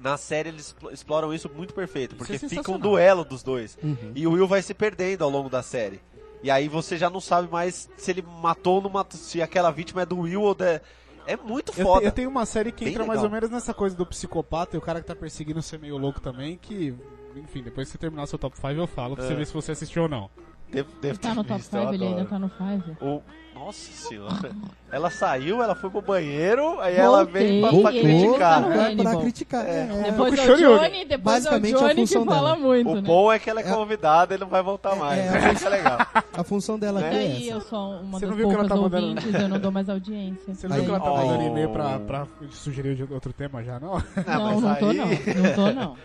Speaker 4: Na série eles explo- exploram isso muito perfeito, porque
Speaker 2: é
Speaker 4: fica um
Speaker 2: sensacional.
Speaker 4: duelo dos dois.
Speaker 3: Uhum.
Speaker 4: E o Will vai se perdendo ao longo da série. E aí você já não sabe mais se ele matou ou não matou, se aquela vítima é do Will ou da. É muito
Speaker 2: Eu,
Speaker 4: foda.
Speaker 2: te- eu tenho uma série que
Speaker 4: Bem
Speaker 2: entra mais ou
Speaker 4: legal.
Speaker 2: menos nessa coisa do psicopata e o cara que tá perseguindo ser meio louco também, que. Enfim, depois que você terminar seu top 5 eu falo
Speaker 7: É.
Speaker 2: pra você ver se você assistiu ou não.
Speaker 4: Devo,
Speaker 7: Ele
Speaker 4: devo
Speaker 7: tá no
Speaker 4: ter
Speaker 7: top
Speaker 4: visto, eu
Speaker 7: 5, ele ainda
Speaker 4: adoro.
Speaker 7: tá no 5.
Speaker 4: O- Nossa senhora. ela saiu, ela foi pro banheiro, aí ela veio pra, pra
Speaker 3: Voltou,
Speaker 4: criticar.
Speaker 7: né?
Speaker 3: vai pra
Speaker 7: Hannibal.
Speaker 3: criticar. né? É,
Speaker 7: Depois
Speaker 2: com
Speaker 7: é o
Speaker 2: Shoryuken.
Speaker 7: Johnny, depois é o
Speaker 3: Basicamente, é a
Speaker 7: Johnny que
Speaker 3: função
Speaker 7: fala
Speaker 3: dela.
Speaker 7: muito,
Speaker 4: O
Speaker 7: né?
Speaker 4: bom é que ela é convidada, ele não vai voltar mais.
Speaker 3: é.
Speaker 4: Isso é legal.
Speaker 3: A função dela aqui é
Speaker 7: Daí
Speaker 3: essa.
Speaker 7: eu sou uma
Speaker 2: Você não
Speaker 7: das
Speaker 2: viu que ela
Speaker 7: poucas
Speaker 2: tá mandando-
Speaker 7: ouvintes, eu não dou mais audiência.
Speaker 2: Você não viu que ela tá
Speaker 4: Oh.
Speaker 2: mandando e-mail pra, pra sugerir outro tema já, não?
Speaker 7: Não,
Speaker 4: mas
Speaker 7: não tô
Speaker 4: aí-
Speaker 7: não, não tô não.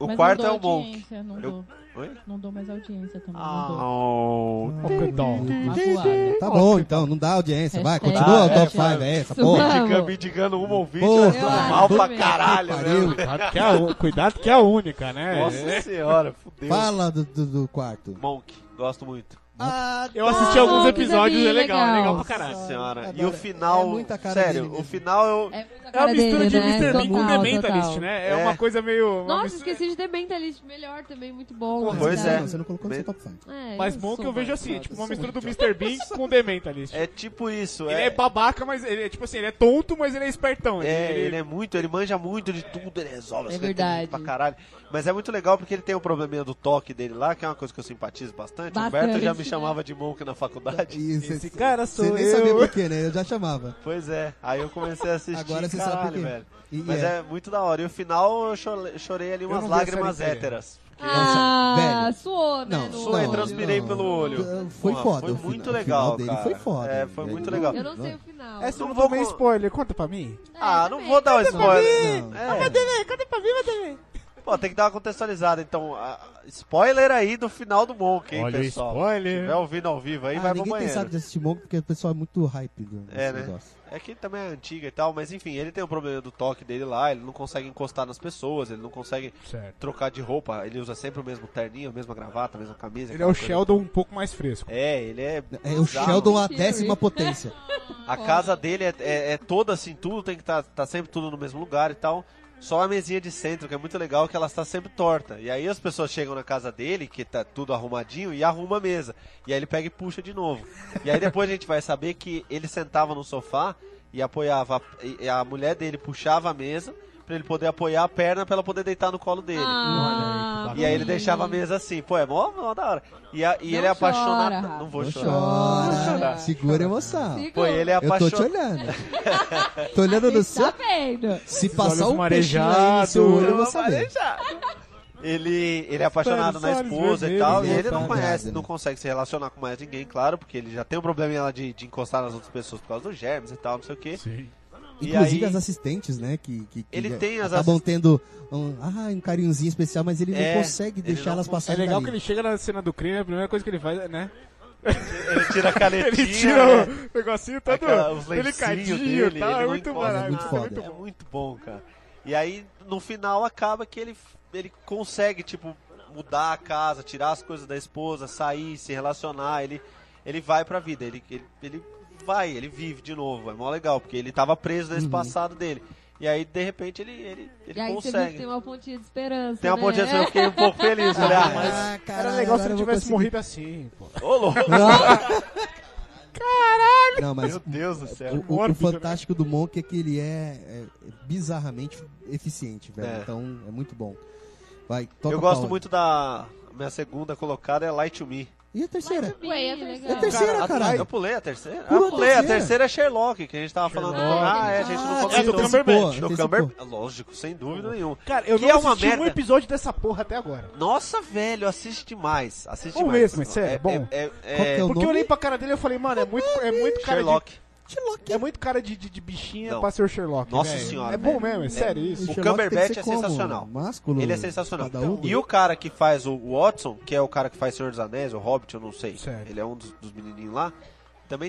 Speaker 4: O
Speaker 7: Mas
Speaker 4: quarto é
Speaker 7: não
Speaker 4: o
Speaker 7: dou
Speaker 4: Monk.
Speaker 7: audiência, Não
Speaker 4: Eu-
Speaker 7: dou,
Speaker 4: Oi?
Speaker 7: não dou mais audiência também, não
Speaker 4: Oh.
Speaker 2: Ó, que dó.
Speaker 7: dou. Magoada.
Speaker 3: Então, Tá bom, então, não dá audiência, vai, continua
Speaker 4: dá,
Speaker 3: o
Speaker 4: é,
Speaker 3: top 5,
Speaker 7: tchau.
Speaker 3: é essa,
Speaker 6: Isso
Speaker 3: porra.
Speaker 6: vai.
Speaker 4: Digam- Me digando uma ouvinte,
Speaker 3: Porra,
Speaker 4: ela tá
Speaker 6: eu
Speaker 4: mal
Speaker 6: acho
Speaker 4: pra
Speaker 6: mesmo.
Speaker 4: caralho,
Speaker 3: Pariu.
Speaker 4: né?
Speaker 2: Cuidado que, é a, u- cuidado que é a única, né?
Speaker 4: Nossa senhora, fudeu.
Speaker 3: Fala do, do- do quarto.
Speaker 4: Monk, gosto muito.
Speaker 2: Eu assisti alguns
Speaker 6: Ah, que
Speaker 2: episódios,
Speaker 6: desenho
Speaker 2: é legal, é
Speaker 6: legal.
Speaker 2: legal pra caralho.
Speaker 4: Nossa senhora. E
Speaker 3: Adoro.
Speaker 4: o final.
Speaker 3: É muita cara
Speaker 4: sério,
Speaker 3: dele
Speaker 4: o
Speaker 3: mesmo.
Speaker 4: final um, eu.
Speaker 6: É, muita
Speaker 2: É uma
Speaker 6: cara
Speaker 2: mistura
Speaker 6: dele,
Speaker 2: de
Speaker 6: né?
Speaker 2: Mr. Bean com
Speaker 6: Total,
Speaker 2: Dementalist,
Speaker 6: total.
Speaker 2: né? É uma
Speaker 4: É.
Speaker 2: coisa meio. uma
Speaker 6: Nossa,
Speaker 2: mistura-
Speaker 6: esqueci de Dementalist, melhor também, muito bom.
Speaker 4: Pois
Speaker 3: Não,
Speaker 4: é.
Speaker 3: Você não colocou no seu top 5.
Speaker 6: É,
Speaker 2: Mas bom que eu vejo assim, tipo, uma mistura do Mr. Bean com o Dementalist.
Speaker 4: É tipo isso.
Speaker 2: Ele é babaca, mas ele é tipo assim, ele é tonto, mas ele é espertão.
Speaker 4: É, ele é muito, ele manja muito de tudo, ele resolve as
Speaker 6: É
Speaker 4: coisas, ele é inteligente
Speaker 6: verdade.
Speaker 4: pra caralho. Mas é muito legal porque ele tem o probleminha do toque dele lá, que é uma coisa que eu simpatizo bastante. O
Speaker 6: Bastante,
Speaker 4: Humberto já me
Speaker 6: né?
Speaker 4: chamava de Monk
Speaker 3: (laughs)
Speaker 4: na faculdade.
Speaker 3: Isso,
Speaker 2: Esse cara sou
Speaker 3: Você nem
Speaker 2: eu.
Speaker 3: sabia por quê, né? Eu já chamava.
Speaker 4: Pois é, aí eu comecei a assistir,
Speaker 3: Agora você
Speaker 4: caralho,
Speaker 3: sabe por quê.
Speaker 4: velho.
Speaker 3: E
Speaker 4: Mas
Speaker 3: é.
Speaker 4: é muito da hora. E o final eu chorei, chorei ali
Speaker 2: Eu
Speaker 4: umas
Speaker 2: não vi a série
Speaker 4: lágrimas
Speaker 2: inteira.
Speaker 4: héteras. porque.
Speaker 5: Ah,
Speaker 3: velho.
Speaker 5: suou, né?
Speaker 3: Não,
Speaker 5: no
Speaker 3: suou,
Speaker 5: olho.
Speaker 4: Suei,
Speaker 3: não,
Speaker 4: transpirei pelo olho.
Speaker 3: Foi
Speaker 4: Porra,
Speaker 3: foda.
Speaker 4: Foi
Speaker 3: o fina-
Speaker 4: muito
Speaker 3: o
Speaker 4: legal,
Speaker 3: final dele
Speaker 4: cara.
Speaker 3: foi foda. né?
Speaker 4: É, foi
Speaker 3: velho.
Speaker 4: muito legal.
Speaker 5: Eu não sei o final.
Speaker 6: É,
Speaker 2: Essa
Speaker 4: Não
Speaker 2: eu não
Speaker 4: vou
Speaker 2: tomei
Speaker 4: con-
Speaker 2: spoiler, conta pra mim.
Speaker 4: É, Ah, não vou dar o spoiler.
Speaker 3: Não.
Speaker 4: É.
Speaker 2: Conta pra mim, também.
Speaker 4: Pô, tem que dar uma contextualizada. Então, a- spoiler aí do final do Monk, hein,
Speaker 2: Olha o
Speaker 4: pessoal? Se
Speaker 2: spoiler.
Speaker 4: tiver ouvindo ao vivo aí,
Speaker 3: É. Ah,
Speaker 4: vai pro
Speaker 3: ninguém tem
Speaker 4: banheiro.
Speaker 3: saco de assistir Monk porque o pessoal é muito hype do desse
Speaker 4: É, né?
Speaker 3: negócio.
Speaker 4: É que também é antiga e tal, mas enfim, ele tem o problema do toque dele lá, ele não consegue encostar nas pessoas, ele não consegue
Speaker 2: Certo.
Speaker 4: trocar de roupa, ele usa sempre o mesmo terninho, a mesma gravata, a mesma camisa.
Speaker 2: Ele é o
Speaker 4: aquela coisa.
Speaker 2: Sheldon um pouco mais fresco.
Speaker 4: É, ele é.
Speaker 3: É o
Speaker 4: bizarro.
Speaker 3: Sheldon à décima
Speaker 4: (laughs)
Speaker 3: potência.
Speaker 4: A casa dele é, é- é toda assim, tudo tem que estar tá, tá sempre tudo no mesmo lugar e tal. Só a mesinha de centro, que é muito legal, que ela está sempre torta. E aí as pessoas chegam na casa dele, que tá tudo arrumadinho, e arruma a mesa. E aí ele pega e puxa de novo. E aí depois a gente vai saber que ele sentava no sofá e apoiava. a- E a mulher dele puxava a mesa pra ele poder apoiar a perna pra ela poder deitar no colo dele.
Speaker 5: Ah,
Speaker 4: E aí ele deixava a mesa assim, pô, é mó, mó da hora. E, a- e
Speaker 5: Não
Speaker 4: ele é apaixonado.
Speaker 5: chora, Rafa.
Speaker 4: não vou
Speaker 3: Não
Speaker 4: chorar.
Speaker 5: Vou chorar.
Speaker 3: Segura a emoção.
Speaker 5: Sigo.
Speaker 4: Pô, ele é
Speaker 3: Eu tô
Speaker 4: apaixonado.
Speaker 3: te olhando. tô olhando no
Speaker 5: Tá
Speaker 3: céu.
Speaker 5: vendo?
Speaker 3: Se
Speaker 2: olhos
Speaker 3: passar um peixinho aí no
Speaker 2: marejados.
Speaker 3: seu olho, eu
Speaker 4: Não
Speaker 3: vou saber.
Speaker 4: apareja. Ele, ele é apaixonado na
Speaker 2: Espera, os olhos
Speaker 4: esposa e tal, e
Speaker 3: vermelhos,
Speaker 4: ele não
Speaker 3: tá
Speaker 4: conhece,
Speaker 3: ligado,
Speaker 4: não
Speaker 3: né?
Speaker 4: consegue se relacionar com mais ninguém, claro, porque ele já tem um probleminha lá de, de encostar nas outras pessoas por causa dos germes e tal, não sei o quê.
Speaker 2: Sim.
Speaker 4: E
Speaker 3: Inclusive
Speaker 4: aí-
Speaker 3: as assistentes, né? Que, que, que
Speaker 4: Ele tem as
Speaker 3: acabam tendo um, ah, um carinhozinho especial, mas ele
Speaker 4: É,
Speaker 3: não consegue
Speaker 4: ele
Speaker 3: deixar
Speaker 4: não
Speaker 3: elas
Speaker 4: consegue.
Speaker 2: É
Speaker 3: passarem
Speaker 2: legal que
Speaker 3: dali.
Speaker 2: ele chega na cena do crime, a primeira coisa que ele faz é, né?
Speaker 4: Ele tira a canetinha,
Speaker 2: Ele tira
Speaker 4: né?
Speaker 2: o negocinho todo
Speaker 4: Aquela- os lencinhos
Speaker 2: delicadinho
Speaker 4: dele,
Speaker 2: e tal.
Speaker 4: ele
Speaker 2: É
Speaker 4: não
Speaker 2: muito
Speaker 4: encosta
Speaker 2: maravilhoso.
Speaker 3: nada.
Speaker 2: é
Speaker 3: Muito
Speaker 2: muito
Speaker 4: É
Speaker 2: bom.
Speaker 4: muito bom, cara. E aí, no final, acaba que ele, ele consegue, tipo, mudar a casa, tirar as coisas da esposa, sair, se relacionar. Ele, ele vai pra vida, ele, ele, ele vai, ele vive de novo. É mó legal, porque ele tava preso
Speaker 2: Uhum.
Speaker 4: nesse passado dele. E aí, de repente, ele, ele, ele
Speaker 5: E aí você vê que
Speaker 4: consegue.
Speaker 5: tem uma pontinha de esperança.
Speaker 4: Tem uma
Speaker 5: né?
Speaker 4: pontinha
Speaker 6: É,
Speaker 4: assim, eu fiquei um pouco
Speaker 5: (laughs)
Speaker 4: feliz. Falei, ah, mas.
Speaker 3: Ah, caralho,
Speaker 2: Era legal se ele
Speaker 3: agora eu vou
Speaker 2: tivesse
Speaker 3: conseguir.
Speaker 2: morrido assim, pô.
Speaker 4: Ô, louco!
Speaker 3: Não, mas
Speaker 4: Meu Deus do céu.
Speaker 3: o, o- o
Speaker 2: Mórbido, né?
Speaker 3: fantástico do Monk é que ele é, é, bizarramente eficiente, velho.
Speaker 4: É.
Speaker 3: Então é muito bom. Vai, toca
Speaker 4: Eu
Speaker 3: a
Speaker 4: gosto
Speaker 3: Paula.
Speaker 4: muito da. Minha segunda colocada é Light to Me.
Speaker 3: E a terceira?
Speaker 5: Muito bem,
Speaker 6: Ué, é
Speaker 5: legal.
Speaker 3: É
Speaker 6: (laughs)
Speaker 3: a terceira,
Speaker 4: a-
Speaker 3: caralho.
Speaker 4: Eu pulei a terceira? Ah,
Speaker 3: Pulou
Speaker 4: eu
Speaker 3: a
Speaker 4: pulei. A
Speaker 3: terceira.
Speaker 4: terceira é Sherlock, que a gente tava falando.
Speaker 2: Sherlock.
Speaker 4: Ah, é, a gente não
Speaker 3: Ah,
Speaker 2: é
Speaker 4: falou
Speaker 2: do
Speaker 4: disso.
Speaker 3: antecipou,
Speaker 2: Cumberbatch.
Speaker 4: Do
Speaker 3: antecipou.
Speaker 4: Cumber... Lógico, sem dúvida nenhuma.
Speaker 2: Cara, eu
Speaker 4: Que
Speaker 2: não
Speaker 4: é uma
Speaker 2: assisti
Speaker 4: merda.
Speaker 2: um episódio dessa porra até agora.
Speaker 4: Nossa, velho, assiste demais. Assiste
Speaker 2: Vamos
Speaker 4: demais.
Speaker 2: ver, mas sério, é bom?
Speaker 4: É, é-
Speaker 3: Qual que é o
Speaker 2: Porque eu
Speaker 3: nome?
Speaker 2: olhei pra cara dele e falei, mano, é muito, é muito cara de...
Speaker 4: Sherlock.
Speaker 3: Sherlock.
Speaker 2: É muito cara de, de, de bichinha
Speaker 4: Não.
Speaker 2: pra ser o Sherlock.
Speaker 4: Nossa
Speaker 2: velho.
Speaker 4: senhora,
Speaker 2: É bom
Speaker 4: velho.
Speaker 2: mesmo, é sério isso.
Speaker 3: Sherlock
Speaker 4: O
Speaker 3: tem que
Speaker 4: Cumberbatch
Speaker 3: ser
Speaker 4: é
Speaker 3: como?
Speaker 4: sensacional.
Speaker 3: Másculo, um?
Speaker 4: Ele é sensacional.
Speaker 3: Padaúdo?
Speaker 4: E o cara que faz o Watson, que é o cara que faz Senhor dos Anéis, o Hobbit, eu não sei.
Speaker 2: Certo.
Speaker 4: Ele é um dos, dos menininhos lá. Também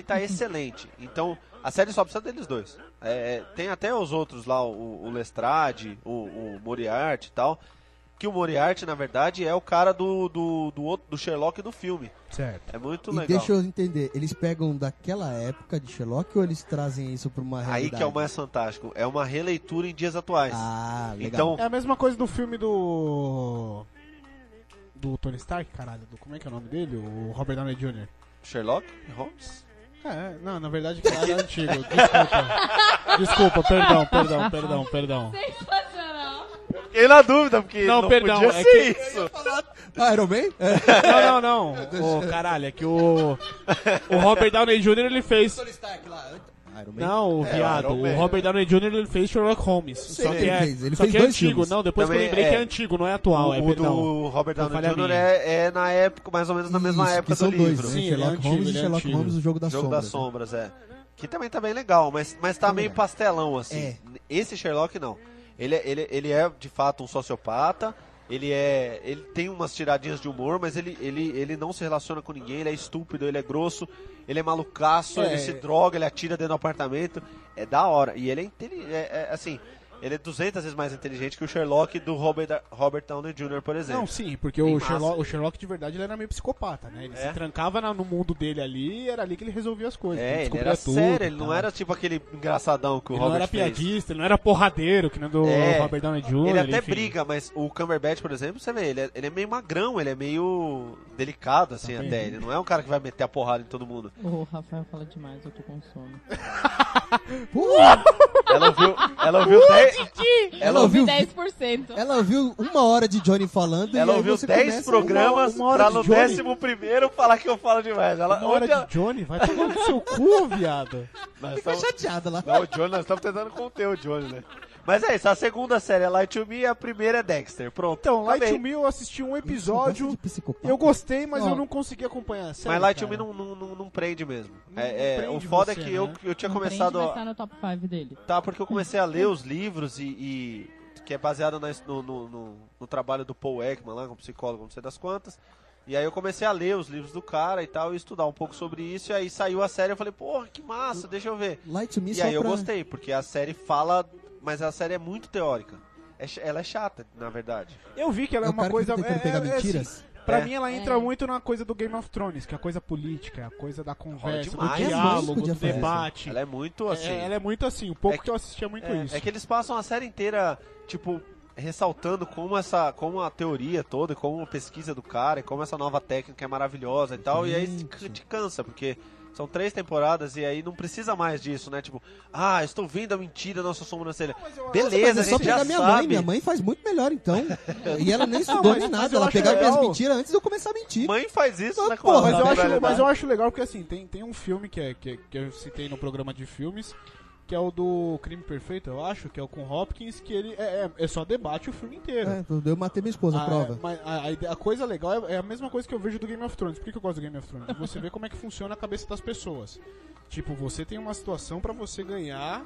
Speaker 3: (laughs)
Speaker 4: tá excelente. Então, a série só precisa deles dois. É, é, tem até os outros lá, o, o Lestrade, o, o Moriarty e tal. Que o Moriarty, na verdade, é o cara do, do, do, outro- do Sherlock do filme.
Speaker 2: Certo.
Speaker 4: É muito
Speaker 3: E
Speaker 4: legal.
Speaker 3: deixa eu entender, eles pegam daquela época de Sherlock ou eles trazem isso pra uma realidade?
Speaker 4: Aí que é o mais fantástico. É uma releitura em dias atuais.
Speaker 3: Ah, legal.
Speaker 4: então,
Speaker 2: É a mesma coisa do filme do... Do Tony Stark, caralho. Do, como é que é o nome dele? O Robert Downey Jr.
Speaker 4: Sherlock Holmes?
Speaker 2: É, não, na verdade aquele lá era antigo. Desculpa. Desculpa, perdão, perdão, perdão, perdão.
Speaker 5: Sensacional.
Speaker 4: Fiquei na dúvida, porque
Speaker 2: Não,
Speaker 4: não,
Speaker 2: não perdão,
Speaker 4: podia
Speaker 2: podia é
Speaker 4: ser
Speaker 2: ser
Speaker 4: isso. Então-
Speaker 3: Ah, Iron Man? É.
Speaker 2: Não, não, não. Ô, caralho, é que o. O Robert Downey Jr. ele fez.
Speaker 3: Iron Man.
Speaker 2: Não, o viado.
Speaker 4: É, Iron Man,
Speaker 2: o Robert Downey Jr. ele fez Sherlock Holmes. Só
Speaker 3: que
Speaker 2: que
Speaker 3: ele
Speaker 2: é,
Speaker 3: fez, ele
Speaker 2: só
Speaker 3: fez
Speaker 2: que é
Speaker 3: dois
Speaker 2: antigo.
Speaker 3: filmes.
Speaker 2: Não, depois que
Speaker 4: Também
Speaker 2: eu lembrei
Speaker 4: é.
Speaker 2: que é antigo, não é atual. é,
Speaker 4: o
Speaker 2: perdão.
Speaker 4: do Robert
Speaker 2: Foi
Speaker 4: Downey
Speaker 2: falha
Speaker 4: Jr.
Speaker 2: minha.
Speaker 4: É, é na época, mais ou menos na mesma
Speaker 3: Isso,
Speaker 4: época
Speaker 3: que são
Speaker 4: do
Speaker 3: dois,
Speaker 4: livro.
Speaker 3: né?
Speaker 2: Sim, ele é
Speaker 3: Sherlock
Speaker 2: antigo,
Speaker 3: Holmes e
Speaker 2: ele é
Speaker 3: Sherlock
Speaker 2: antigo.
Speaker 3: Holmes, o jogo né? das
Speaker 4: Jogo
Speaker 3: sombras.
Speaker 4: das Sombras, é. Que também tá bem legal, mas, mas tá
Speaker 3: é.
Speaker 4: meio pastelão, assim. Esse Sherlock, não. Ele, é- ele, ele é, de fato, um sociopata. Ele é. Ele tem umas tiradinhas de humor, mas ele, ele, ele não se relaciona com ninguém, ele é estúpido, ele é grosso, ele é malucaço,
Speaker 2: É.
Speaker 4: ele se droga, ele atira dentro do apartamento. É da hora. E ele é inteligente. É, é, assim, ele é 200 vezes mais inteligente que o Sherlock do Robert, Robert Downey Jr., por exemplo.
Speaker 2: Não, sim, porque
Speaker 4: Bem
Speaker 2: o
Speaker 4: massa.
Speaker 2: Sherlock, o Sherlock de verdade ele era meio psicopata, né? Ele
Speaker 4: É.
Speaker 2: se trancava na- no mundo dele ali e era ali que ele resolvia as coisas.
Speaker 4: É, ele
Speaker 2: descobria
Speaker 4: era
Speaker 2: tudo
Speaker 4: sério,
Speaker 2: e
Speaker 4: ele não
Speaker 2: tal.
Speaker 4: era tipo aquele engraçadão que o
Speaker 2: Ele não
Speaker 4: Robert
Speaker 2: era
Speaker 4: fez.
Speaker 2: piadista, ele não era porradeiro, que nem do
Speaker 4: É.
Speaker 2: Robert Downey Jr.
Speaker 4: Ele até
Speaker 2: enfim.
Speaker 4: briga, mas o Cumberbatch, por exemplo, você vê, ele é, ele é meio magrão, ele é meio delicado, assim,
Speaker 2: Tá bem.
Speaker 4: até. Ele não é um cara que vai meter a porrada em todo mundo.
Speaker 7: O Rafael fala demais, eu tô com sono.
Speaker 3: Pô,
Speaker 4: Ela ouviu, ela ouviu 10,
Speaker 3: ela ouviu
Speaker 7: 10%.
Speaker 3: Ela ouviu uma hora de Johnny falando
Speaker 4: ela
Speaker 3: e aí
Speaker 4: ouviu
Speaker 3: você
Speaker 4: 10
Speaker 3: começa
Speaker 4: programas
Speaker 2: uma hora
Speaker 4: pra
Speaker 2: de
Speaker 4: no
Speaker 2: Johnny.
Speaker 4: 11 primeiro falar que eu falo demais. Ela,
Speaker 2: Na hora
Speaker 4: onde ela...
Speaker 2: de Johnny, vai tomar no seu cu, viado.
Speaker 4: Nós
Speaker 3: Ficou
Speaker 4: (laughs) tamo-
Speaker 3: chateada lá.
Speaker 4: Não, o Johnny, nós estamos tentando conter o Johnny, né? Mas é isso, a segunda série é Light to Me e a primeira é Dexter. Pronto.
Speaker 2: Então, Light
Speaker 4: acabei.
Speaker 2: to Me eu assisti um
Speaker 3: Gosta
Speaker 2: episódio.
Speaker 3: de psicopata.
Speaker 2: Eu gostei, mas
Speaker 3: Ó.
Speaker 2: eu não consegui acompanhar. Sério,
Speaker 4: Mas Light to
Speaker 2: cara.
Speaker 4: Me não, não, não, não prende mesmo.
Speaker 2: Não
Speaker 4: É, é,
Speaker 2: prende
Speaker 4: o foda
Speaker 2: você,
Speaker 4: é que eu,
Speaker 2: né?
Speaker 4: eu tinha
Speaker 7: Não prende,
Speaker 4: começado.
Speaker 7: mas tá no top 5 dele.
Speaker 4: Tá, porque eu comecei a ler os livros e. e- que é baseado na- no, no, no- no trabalho do Paul Ekman lá, como psicólogo, não sei das quantas. E aí eu comecei a ler os livros do cara e tal, e estudar um pouco sobre isso. E aí saiu a série, eu falei, porra, que massa, deixa eu ver.
Speaker 3: Light to Me
Speaker 4: E
Speaker 3: só
Speaker 4: aí eu
Speaker 3: é pra-
Speaker 4: gostei, porque a série fala. Mas a série é muito teórica. É ch- ela é chata, na verdade.
Speaker 2: Eu vi que ela
Speaker 3: É
Speaker 2: é
Speaker 3: o
Speaker 2: uma
Speaker 3: cara que
Speaker 2: coisa.
Speaker 3: fica
Speaker 2: É,
Speaker 3: tentando pegar
Speaker 2: é, é assim,
Speaker 3: mentiras.
Speaker 2: pra
Speaker 4: É.
Speaker 2: mim ela entra
Speaker 5: É.
Speaker 2: muito na coisa do Game of Thrones, que é a coisa política, a coisa da conversa, do
Speaker 4: é demais.
Speaker 3: Mas
Speaker 2: diálogo,
Speaker 3: podia
Speaker 2: do
Speaker 3: fazer isso.
Speaker 2: debate.
Speaker 4: Ela é muito
Speaker 2: É,
Speaker 4: assim.
Speaker 2: ela é muito assim. O pouco
Speaker 4: É que-
Speaker 2: que eu assisti é muito
Speaker 4: É,
Speaker 2: isso.
Speaker 4: é que eles passam a série inteira, tipo, ressaltando como essa, como a teoria toda, como a pesquisa do cara, e como essa nova técnica é maravilhosa e tal, e aí
Speaker 3: Gente.
Speaker 4: te, te cansa, porque são três temporadas e aí não precisa mais disso, né? Tipo, ah, estou vendo a mentira, nossa sobrancelha.
Speaker 3: Mas
Speaker 4: Beleza,
Speaker 3: é
Speaker 4: a
Speaker 3: só
Speaker 4: gente
Speaker 3: pegar
Speaker 4: já
Speaker 3: minha mãe.
Speaker 4: sabe.
Speaker 3: Minha mãe faz muito melhor,
Speaker 4: (laughs)
Speaker 3: então. E ela nem estudou
Speaker 2: mas-
Speaker 3: nem
Speaker 2: mas
Speaker 3: nada.
Speaker 2: eu
Speaker 3: Ela
Speaker 2: acho é
Speaker 3: pegava minhas
Speaker 2: legal.
Speaker 3: mentiras antes de eu começar a mentir.
Speaker 4: Mãe faz isso,
Speaker 3: Ah,
Speaker 4: né?
Speaker 3: porra,
Speaker 2: Mas eu,
Speaker 3: Na
Speaker 2: acho,
Speaker 3: verdade.
Speaker 2: mas eu acho legal porque assim, tem, tem um filme que, é, que, que eu citei no programa de filmes, que é o do Crime Perfeito, eu acho, que é o com Hopkins, que ele é, é- é só debate o filme inteiro.
Speaker 3: É, eu matei minha
Speaker 4: Ah,
Speaker 3: esposa,
Speaker 2: A-
Speaker 3: prova.
Speaker 2: Ah, é, mas a, a ide- a coisa legal é, é a mesma coisa que eu vejo do Game of Thrones. Por que, que eu gosto do Game of Thrones? Você vê como é que funciona a cabeça das pessoas. Tipo, você tem uma situação pra você ganhar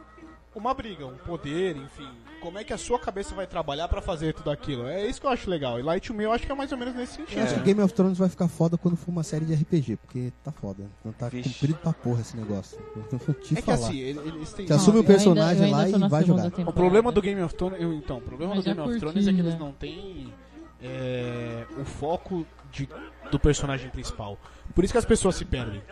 Speaker 2: uma briga, um poder, enfim. Como é que a sua cabeça vai trabalhar pra fazer tudo aquilo? É isso que eu acho legal. E Light to Me eu acho que é mais ou menos nesse sentido.
Speaker 3: Eu acho que Game of Thrones vai ficar foda quando for uma série de RPG, porque tá foda. Não tá
Speaker 4: Vixe.
Speaker 3: cumprido pra porra esse negócio. Eu vou te
Speaker 2: É que
Speaker 3: falar.
Speaker 2: assim, ele- eles têm.
Speaker 3: Você Então assume
Speaker 7: Não,
Speaker 3: o
Speaker 7: eu
Speaker 3: personagem
Speaker 7: ainda- eu ainda
Speaker 3: lá
Speaker 7: tô
Speaker 3: e
Speaker 7: na
Speaker 3: vai
Speaker 7: segunda
Speaker 3: jogar.
Speaker 2: O
Speaker 7: temporada.
Speaker 2: problema do Game of Thrones. eu- Então, o problema
Speaker 7: né? Mas
Speaker 2: do
Speaker 7: já
Speaker 2: Game of
Speaker 7: curti,
Speaker 2: Thrones é que eles
Speaker 7: né?
Speaker 2: não têm é, o foco de- do personagem principal. Por isso que as pessoas se perdem.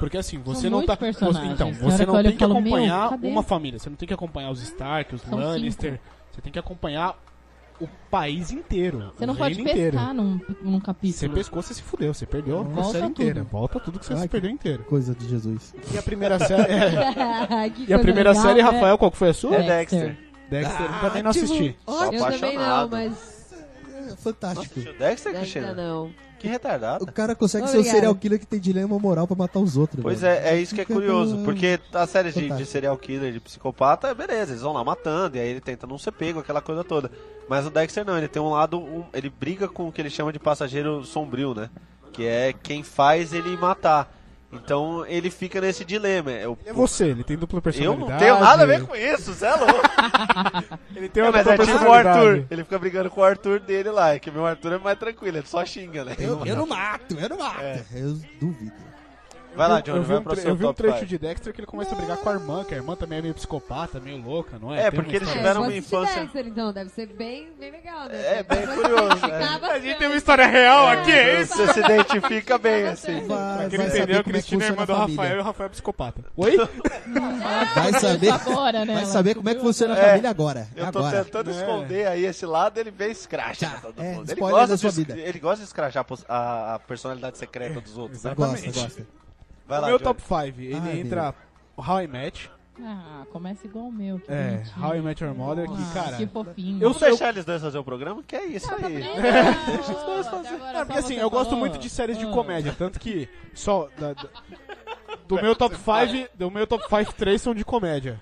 Speaker 2: Porque assim, você não
Speaker 7: muitos
Speaker 2: tá. você-
Speaker 7: personagens. né?
Speaker 2: então,
Speaker 7: Na
Speaker 2: você
Speaker 7: hora que eu
Speaker 2: não
Speaker 7: olho,
Speaker 2: tem que
Speaker 7: eu falo, "Meu,
Speaker 2: acompanhar
Speaker 7: cadê?"
Speaker 2: uma família. Você não tem que acompanhar os Stark, os
Speaker 7: São
Speaker 2: Lannister. Você tem que acompanhar o país inteiro.
Speaker 7: Você
Speaker 2: o
Speaker 7: não pode
Speaker 2: reino
Speaker 7: pescar
Speaker 2: inteiro.
Speaker 7: num, num
Speaker 2: Você
Speaker 7: capítulo.
Speaker 2: pescou, você se fudeu, você perdeu a
Speaker 7: Volta
Speaker 2: série
Speaker 7: tudo.
Speaker 2: inteira. Volta tudo que você
Speaker 3: Ai,
Speaker 2: se
Speaker 3: que-
Speaker 2: perdeu inteiro.
Speaker 3: Coisa de Jesus.
Speaker 2: E a primeira (laughs) série. é.
Speaker 5: Que
Speaker 2: E a
Speaker 5: coisa
Speaker 2: primeira
Speaker 5: legal,
Speaker 2: série,
Speaker 5: né?
Speaker 2: Rafael, qual que foi a sua? Ah,
Speaker 4: É Dexter.
Speaker 2: Dexter, eu também não
Speaker 3: Ativo.
Speaker 2: assisti.
Speaker 3: Ótimo.
Speaker 6: Eu também não,
Speaker 4: apaixonado.
Speaker 6: mas
Speaker 3: É Fantástico.
Speaker 4: O Dexter,
Speaker 6: ainda
Speaker 4: Cristina?
Speaker 6: não.
Speaker 4: Que retardado.
Speaker 3: O cara consegue ser o
Speaker 6: Obrigada.
Speaker 3: serial killer que tem dilema moral pra matar os outros.
Speaker 4: Pois
Speaker 3: velho.
Speaker 4: é, é isso que é curioso, porque as séries de, de
Speaker 3: Fantástico.
Speaker 4: serial killer, de psicopata, é beleza, eles vão lá matando, e aí ele tenta não ser pego, aquela coisa toda. Mas o Dexter não, ele tem um lado, um- ele briga com o que ele chama de passageiro sombrio, né? Que é quem faz ele matar. Então ele fica nesse dilema. é o-
Speaker 2: Ele é você, ele tem dupla
Speaker 4: eu
Speaker 2: personalidade.
Speaker 4: não tenho nada a ver com isso, você é louco.
Speaker 2: (laughs) ele. tem
Speaker 4: É,
Speaker 2: uma
Speaker 4: mas
Speaker 2: dupla
Speaker 4: é tipo o
Speaker 2: personalidade.
Speaker 4: Arthur, ele fica brigando com o Arthur dele lá, que meu Arthur é mais tranquilo, ele só xinga, né?
Speaker 3: Eu, eu não mato, eu não mato.
Speaker 4: É.
Speaker 3: Eu duvido.
Speaker 4: Vai lá,
Speaker 2: Eu-
Speaker 4: Johnny,
Speaker 2: eu vi
Speaker 4: vai
Speaker 2: um
Speaker 4: pro
Speaker 2: tre-
Speaker 4: seu
Speaker 2: Eu vi um
Speaker 4: top
Speaker 2: trecho
Speaker 4: five.
Speaker 2: de Dexter que ele começa a brigar com a irmã, que a irmã também é meio psicopata, meio louca, não é?
Speaker 4: É,
Speaker 2: Tem uma
Speaker 4: porque eles
Speaker 2: história-
Speaker 4: tiveram
Speaker 6: é,
Speaker 4: uma
Speaker 6: eu assisti
Speaker 4: infância-
Speaker 6: Dexter, então, deve ser bem, bem legal, né? assim,
Speaker 4: É, bem
Speaker 6: Deve
Speaker 4: curioso,
Speaker 6: ficar
Speaker 4: né?
Speaker 6: bastante.
Speaker 2: A gente tem um uma história real aqui, é isso?
Speaker 4: Você se identifica bem,
Speaker 3: Vai,
Speaker 4: assim.
Speaker 2: Porque ele
Speaker 3: vai saber
Speaker 2: entendeu que
Speaker 3: como é que
Speaker 2: Cristina é
Speaker 3: funciona
Speaker 2: irmã
Speaker 3: a
Speaker 2: do Rafael e
Speaker 3: família.
Speaker 2: o Tá Rafael é psicopata. (laughs) Oi?
Speaker 3: Vai saber,
Speaker 7: Agora, né?
Speaker 3: vai
Speaker 7: ela-
Speaker 3: saber como é que funciona a
Speaker 4: É.
Speaker 3: família agora. É
Speaker 4: Eu tô
Speaker 3: agora.
Speaker 4: tentando
Speaker 2: É.
Speaker 4: esconder aí esse lado, ele vem e escracha
Speaker 3: Tá,
Speaker 4: pra todo
Speaker 3: é,
Speaker 4: mundo. Ele
Speaker 3: spoiler
Speaker 4: gosta,
Speaker 3: da sua
Speaker 4: de,
Speaker 3: vida.
Speaker 4: ele gosta de escrachar a pos- a, a personalidade secreta dos outros, né?
Speaker 3: Gosta,
Speaker 2: Exatamente.
Speaker 3: gosta.
Speaker 4: Vai lá,
Speaker 2: Meu
Speaker 4: Johnny. Ah,
Speaker 2: top 5, ele
Speaker 3: Ai,
Speaker 2: entra How I Met,
Speaker 7: Ah, começa igual o meu. Que
Speaker 2: é,
Speaker 7: bonitinho.
Speaker 2: How I Met Your Mother, que
Speaker 7: Ah,
Speaker 2: cara...
Speaker 7: que fofinho.
Speaker 2: eu
Speaker 4: Vamos
Speaker 2: sou-
Speaker 4: deixar eles dois fazer o programa, que é isso aí.
Speaker 7: Deixa os dois fazer.
Speaker 2: É, porque assim, eu gosto muito de séries
Speaker 7: Ah,
Speaker 2: de comédia, tanto que só da- da- do meu top 5, do meu top 5 três são de comédia.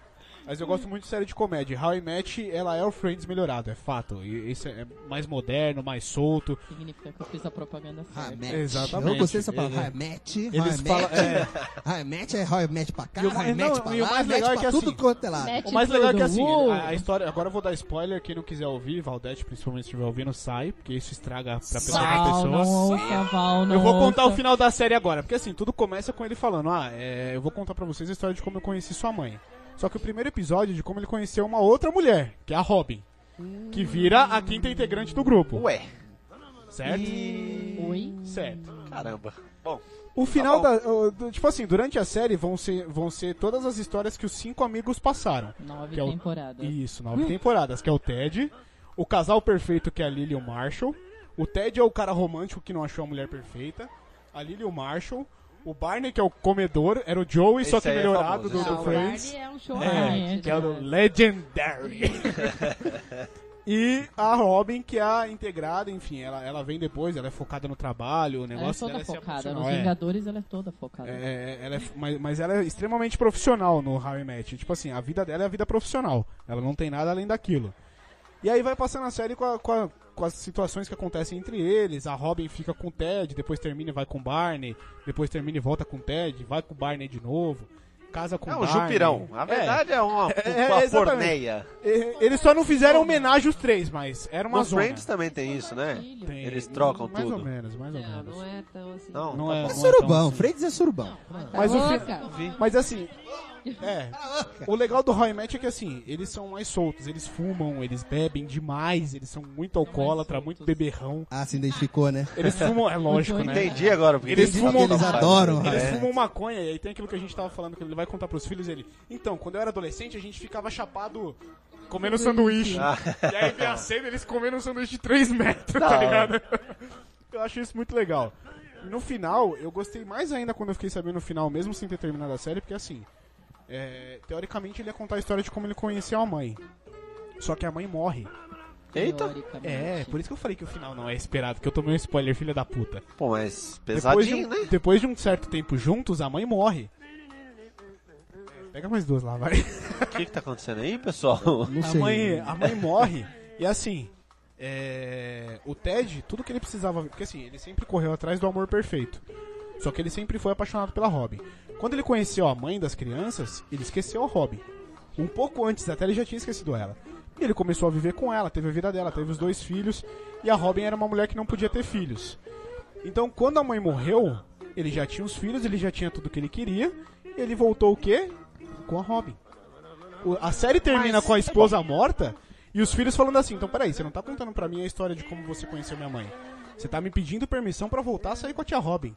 Speaker 2: Mas eu gosto muito de série de comédia. How I Met, ela é o Friends melhorado, é fato. E esse é mais moderno, mais solto.
Speaker 7: Significa que eu fiz a propaganda certa.
Speaker 3: Ramet.
Speaker 2: Exatamente.
Speaker 3: Eu gostei dessa palavra.
Speaker 2: Ele-
Speaker 3: Ramet.
Speaker 2: Eles falam, é,
Speaker 7: (laughs)
Speaker 3: Ramet é Ramet pra cá,
Speaker 2: E o mais- não,
Speaker 3: Ramet pra
Speaker 2: e o
Speaker 3: lá,
Speaker 2: mais
Speaker 3: Ramet
Speaker 2: legal é
Speaker 3: pra
Speaker 2: que
Speaker 3: tudo
Speaker 2: assim-
Speaker 3: quanto é lado.
Speaker 7: Mete
Speaker 2: o mais legal é que
Speaker 7: tudo.
Speaker 2: assim,
Speaker 7: Uou!
Speaker 2: a, a história. Agora eu vou dar spoiler, quem não quiser ouvir, Valdete principalmente se estiver ouvindo, sai, porque isso estraga pra pessoa da
Speaker 7: Val,
Speaker 2: pessoa.
Speaker 7: não ouça, Val, não
Speaker 2: Eu vou contar o
Speaker 7: ouça.
Speaker 2: final da série agora, porque assim, tudo começa com ele falando, ah, é, eu vou contar pra vocês a história de como eu conheci sua mãe. Só que o primeiro episódio é de como ele conheceu uma outra mulher, que é a Robin, que vira a quinta integrante do grupo,
Speaker 4: Ué,
Speaker 2: certo?
Speaker 7: Oi?
Speaker 2: Certo.
Speaker 4: caramba. Bom,
Speaker 2: O final
Speaker 4: Tá
Speaker 2: da, o- do- tipo assim, durante a série vão ser, vão ser todas as histórias que os cinco amigos passaram.
Speaker 7: Nove
Speaker 2: Que é o-
Speaker 4: Né?
Speaker 7: temporadas.
Speaker 2: Isso, nove (laughs) temporadas, que é o Ted, o casal perfeito que é a Lily e o Marshall, o Ted é o cara romântico que não achou a mulher perfeita, a Lily e o Marshall, o Barney que é o comedor, era o Joey, só
Speaker 4: Esse
Speaker 2: que
Speaker 4: aí é
Speaker 2: melhorado
Speaker 4: famoso,
Speaker 2: do,
Speaker 6: um
Speaker 4: esse
Speaker 2: do
Speaker 7: Ah,
Speaker 4: é
Speaker 2: Friends.
Speaker 4: (laughs)
Speaker 6: Não, o Barney é um show.
Speaker 7: É.
Speaker 6: É.
Speaker 2: que é o Legendary. E a Robin, que é a integrada, enfim, ela, ela vem depois, ela é focada no trabalho, o
Speaker 7: Ela é
Speaker 2: negócio
Speaker 7: toda
Speaker 2: dela é ser
Speaker 7: focada. Nos
Speaker 2: profissional, é.
Speaker 7: Vingadores ela é toda focada.
Speaker 2: É, ela é- mas, mas ela é extremamente profissional no How I Met. Tipo assim, a vida dela é a vida profissional. Ela não tem nada além daquilo. E aí vai passando a série com, a- com a- com as situações que acontecem entre eles. A Robin fica com o Ted, depois termina e vai com o Barney. Depois termina e volta com o Ted, vai com o Barney de novo. Casa com o
Speaker 4: É um
Speaker 2: Barney.
Speaker 4: jupirão. A
Speaker 2: É.
Speaker 4: verdade é, uma, uma
Speaker 2: É, é, exatamente.
Speaker 4: corneia.
Speaker 2: E- Eles só não fizeram homenagem aos três, mas era uma
Speaker 4: Nos
Speaker 2: zona.
Speaker 4: Friends também tem isso, né?
Speaker 7: Filho,
Speaker 2: Tem-
Speaker 4: Eles trocam
Speaker 2: mais
Speaker 4: tudo.
Speaker 2: ou menos, mais ou
Speaker 6: Não,
Speaker 2: menos.
Speaker 6: não é tão assim. tá
Speaker 4: Não,
Speaker 2: Não
Speaker 4: tá
Speaker 2: é-
Speaker 4: bom.
Speaker 2: não
Speaker 3: É
Speaker 2: então,
Speaker 3: surubão,
Speaker 2: assim.
Speaker 3: Freds é surubão.
Speaker 2: Mas o fi-
Speaker 6: Louca.
Speaker 2: Mas assim, é. O legal do Roy Match é que assim, eles são mais soltos, eles fumam, eles bebem demais, eles são muito alcoólatra,
Speaker 7: soltos.
Speaker 2: muito beberrão.
Speaker 3: Ah, se identificou, né?
Speaker 2: Eles fumam, é lógico, né?
Speaker 4: Entendi agora. Porque É.
Speaker 2: Eles
Speaker 4: tem-
Speaker 2: fumam-
Speaker 3: Eles adoram,
Speaker 2: Eles
Speaker 3: né?
Speaker 2: fumam maconha, e aí tem aquilo que a gente tava falando, que ele vai contar pros filhos ele. Então, quando eu era adolescente, a gente ficava chapado comendo Ah. sanduíche. E aí vem a cena eles comendo um sanduíche de 3 metros, tá
Speaker 4: Da
Speaker 2: ligado? Eu acho isso muito legal. No final, eu gostei mais ainda quando eu fiquei sabendo no final, mesmo sem ter terminado a série, porque assim, é, teoricamente ele ia contar a história de como ele conheceu a mãe. Só que a mãe morre.
Speaker 4: Eita.
Speaker 7: teoricamente.
Speaker 2: É, por isso que eu falei que o final não é esperado, que eu tomei um spoiler, filha da puta.
Speaker 4: Pô, mas
Speaker 2: Depois de,
Speaker 4: pesadinho,
Speaker 2: um,
Speaker 4: né?
Speaker 2: depois de um certo tempo juntos, a mãe morre. É, Pega mais duas lá, vai.
Speaker 4: O que que tá acontecendo aí, pessoal?
Speaker 2: (laughs)
Speaker 3: Não
Speaker 2: A
Speaker 3: sei.
Speaker 2: mãe, é. a mãe morre. E assim, é, o Ted, tudo que ele precisava. Porque assim, ele sempre correu atrás do amor perfeito. Só que ele sempre foi apaixonado pela Robin. Quando ele conheceu a mãe das crianças, ele esqueceu a Robin. Um pouco antes até ele já tinha esquecido ela. E ele começou a viver com ela, teve a vida dela, teve os dois filhos. E a Robin era uma mulher que não podia ter filhos. Então, quando a mãe morreu, ele já tinha os filhos, ele já tinha tudo que ele queria. E ele voltou o quê? Com a Robin. O- A série termina com a esposa morta e os filhos falando assim: então peraí, você não tá contando pra mim a história de como você conheceu minha mãe. Você tá me pedindo permissão pra voltar a sair com a tia Robin.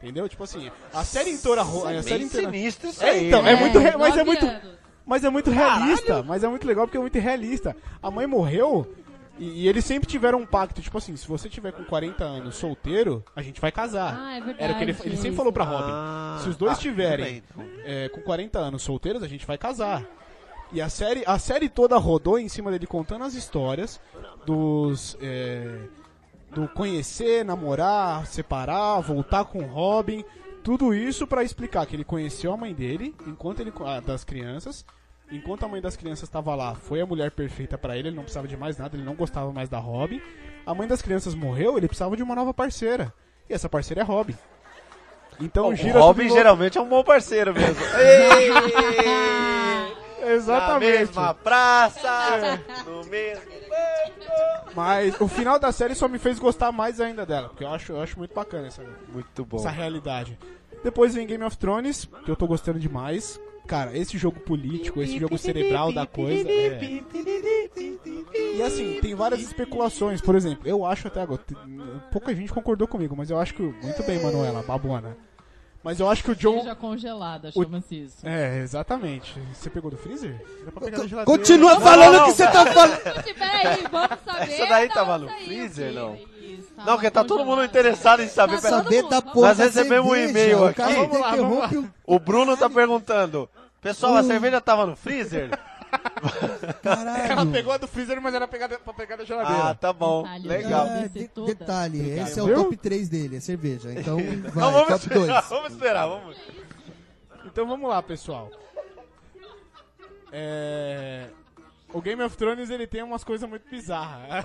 Speaker 2: Entendeu? Tipo assim, a série inteira. ro- é A série
Speaker 4: é Bem
Speaker 2: inteira
Speaker 4: sinistro isso
Speaker 2: É,
Speaker 4: aí.
Speaker 2: então,
Speaker 4: né?
Speaker 2: é muito re- mas é
Speaker 6: nove
Speaker 2: muito-
Speaker 6: anos.
Speaker 2: mas é muito realista, mas é muito legal porque é muito realista. A mãe morreu e, e eles sempre tiveram um pacto, tipo assim, se você tiver com 40 anos solteiro, a gente vai casar.
Speaker 5: Ah, é verdade.
Speaker 2: Era o que ele, ele sempre falou pra Robin.
Speaker 4: Ah,
Speaker 2: se os dois
Speaker 4: ah,
Speaker 2: tiverem
Speaker 4: tudo bem.
Speaker 2: é, com 40 anos solteiros, a gente vai casar. E a série, a série toda rodou em cima dele contando as histórias dos. é, do conhecer, namorar, separar, voltar com o Robin. Tudo isso pra explicar que ele conheceu a mãe dele, enquanto ele a das crianças. Enquanto a mãe das crianças estava lá, foi a mulher perfeita pra ele, ele não precisava de mais nada, ele não gostava mais da Robin. A mãe das crianças morreu, ele precisava de uma nova parceira. E essa parceira é Robin. Então
Speaker 4: o
Speaker 2: gira tudo
Speaker 4: Robin
Speaker 2: em volta-
Speaker 4: geralmente é um bom parceiro mesmo. (laughs) Ei, na É.
Speaker 2: Exatamente.
Speaker 4: mesma praça, no mesmo...
Speaker 2: Mas o final da série só me fez gostar mais ainda dela, porque eu acho, eu acho muito bacana essa,
Speaker 4: Muito bom.
Speaker 2: essa realidade. Depois vem Game of Thrones, que eu tô gostando demais. Cara, esse jogo político, esse jogo cerebral da coisa. é. E assim, tem várias especulações. Por exemplo, eu acho até agora. t- Pouca gente concordou comigo, mas eu acho que. Muito bem, Manuela, babona. Mas eu acho que o John.
Speaker 7: Seja congelada, chama-se isso.
Speaker 2: É, exatamente. Você pegou do freezer? Era pra pegar da geladeira.
Speaker 3: Continua falando o que você tá falando.
Speaker 6: Se tiver aí,
Speaker 2: (laughs)
Speaker 6: tipo, vamos saber.
Speaker 4: Essa daí
Speaker 6: da
Speaker 4: tava
Speaker 6: onde
Speaker 4: no
Speaker 6: saiu,
Speaker 4: freezer,
Speaker 6: filho.
Speaker 4: não?
Speaker 7: Isso, tá
Speaker 4: Não, porque tá todo mundo
Speaker 7: congelada.
Speaker 4: interessado em saber.
Speaker 6: Tá
Speaker 3: Saber
Speaker 6: mundo,
Speaker 3: da
Speaker 6: vamos-
Speaker 3: porra
Speaker 4: Nós
Speaker 3: da
Speaker 2: é
Speaker 4: recebemos um
Speaker 3: cerveja,
Speaker 4: e-mail
Speaker 3: o cara
Speaker 4: aqui.
Speaker 3: interrompe
Speaker 2: Vamos lá, (laughs)
Speaker 3: um-
Speaker 4: O Bruno tá perguntando. Pessoal, a cerveja tava no freezer?
Speaker 2: Ela
Speaker 3: Caralho.
Speaker 2: pegou a do freezer, mas era pegada- pra pegar da geladeira.
Speaker 4: Ah, tá bom.
Speaker 7: Detalhe,
Speaker 4: Legal.
Speaker 7: né?
Speaker 3: É,
Speaker 7: Deve ser
Speaker 3: de-
Speaker 7: toda.
Speaker 3: detalhe, esse é o
Speaker 2: Viu?
Speaker 3: top 3 dele, é cerveja. Então,
Speaker 4: Não,
Speaker 3: vai,
Speaker 4: vamos
Speaker 3: top 2.
Speaker 4: esperar, (laughs) vamos esperar, vamos.
Speaker 2: Então vamos lá, pessoal. É... O Game of Thrones ele tem umas coisas muito bizarras.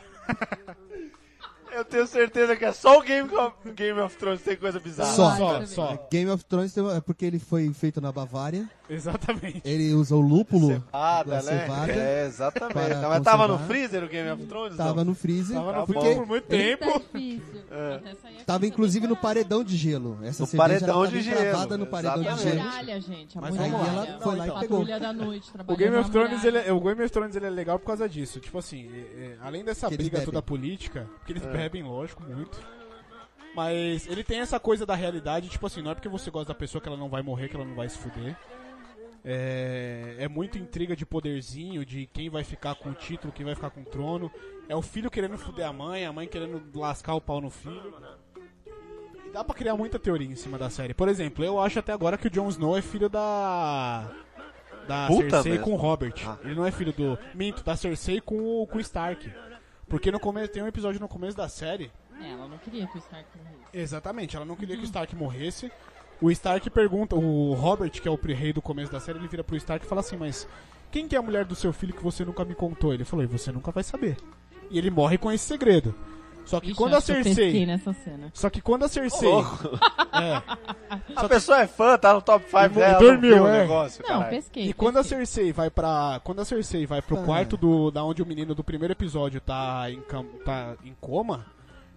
Speaker 4: Eu tenho certeza que é só o Game of, Game of Thrones tem coisa bizarra.
Speaker 3: Só.
Speaker 2: só, só.
Speaker 3: Game of Thrones tem uma- é porque ele foi feito na Bavária.
Speaker 2: Exatamente.
Speaker 3: Ele usa o lúpulo
Speaker 4: Cevada,
Speaker 3: da
Speaker 4: né?
Speaker 3: cevada.
Speaker 4: É, exatamente.
Speaker 3: para
Speaker 4: Mas tava no
Speaker 3: conservar.
Speaker 4: freezer o Game of Thrones? não?
Speaker 3: Tava no freezer.
Speaker 2: Tava no
Speaker 4: Tá bom.
Speaker 2: frio por muito tempo.
Speaker 5: Tá difícil.
Speaker 7: Essa aí é
Speaker 3: Tava
Speaker 7: coisa
Speaker 3: inclusive no
Speaker 7: bem-
Speaker 3: paredão de gelo. Essa
Speaker 4: No
Speaker 3: cerveja
Speaker 4: paredão
Speaker 3: ela tava
Speaker 4: de gelo,
Speaker 3: encravada no paredão
Speaker 7: E a
Speaker 3: de gelo.
Speaker 7: muralha, gente. A
Speaker 2: Mas
Speaker 7: muralha.
Speaker 2: vamos
Speaker 3: lá. Ela foi lá e pegou.
Speaker 7: Patrulha da noite,
Speaker 2: O
Speaker 7: trabalhando
Speaker 2: Game of
Speaker 7: na
Speaker 2: Thrones ele,
Speaker 7: muralha.
Speaker 2: é- o Game of Thrones ele é legal por causa disso. Tipo assim, é- é, além dessa
Speaker 3: Que eles
Speaker 2: briga
Speaker 3: bebem. É.
Speaker 2: toda política, porque eles bebem, lógico, muito. Mas ele tem essa coisa da realidade, tipo assim, não é porque você gosta da pessoa que ela não vai morrer, que ela não vai se fuder. É, é muito intriga de poderzinho, de quem vai ficar com o título, quem vai ficar com o trono. É o filho querendo fuder a mãe, a mãe querendo lascar o pau no filho. E dá pra criar muita teoria em cima da série. Por exemplo, eu acho até agora que o Jon Snow é filho da. da
Speaker 4: Puta
Speaker 2: Cersei
Speaker 4: mesmo.
Speaker 2: com o Robert.
Speaker 4: Ah.
Speaker 2: Ele não é filho do. Minto, da Cersei com o, com o Stark. Porque no começo, tem um episódio no começo da série
Speaker 7: É, ela não queria que o Stark morresse.
Speaker 2: Exatamente, ela não queria que o Stark morresse. O Stark pergunta, o Robert, que é o rei do começo da série, ele vira pro Stark e fala assim: Mas quem que é a mulher do seu filho que você nunca me contou? Ele falou: E você nunca vai saber. E ele morre com esse segredo. Só que
Speaker 7: Ixi,
Speaker 2: quando a
Speaker 7: acho que eu né? pesquei
Speaker 2: Cersei.
Speaker 7: nessa cena.
Speaker 2: Só que quando a Cersei. É,
Speaker 4: A pessoa é fã, tá no top 5
Speaker 2: Ele
Speaker 4: dela,
Speaker 2: dormiu,
Speaker 4: não viu o
Speaker 2: é.
Speaker 4: negócio,
Speaker 7: Não,
Speaker 4: caralho.
Speaker 7: pesquei.
Speaker 2: e quando a
Speaker 7: pesquei.
Speaker 2: Cersei vai para Quando a Cersei vai pro
Speaker 3: Ah.
Speaker 2: quarto do. Da onde o menino do primeiro episódio tá em, cam- tá em coma,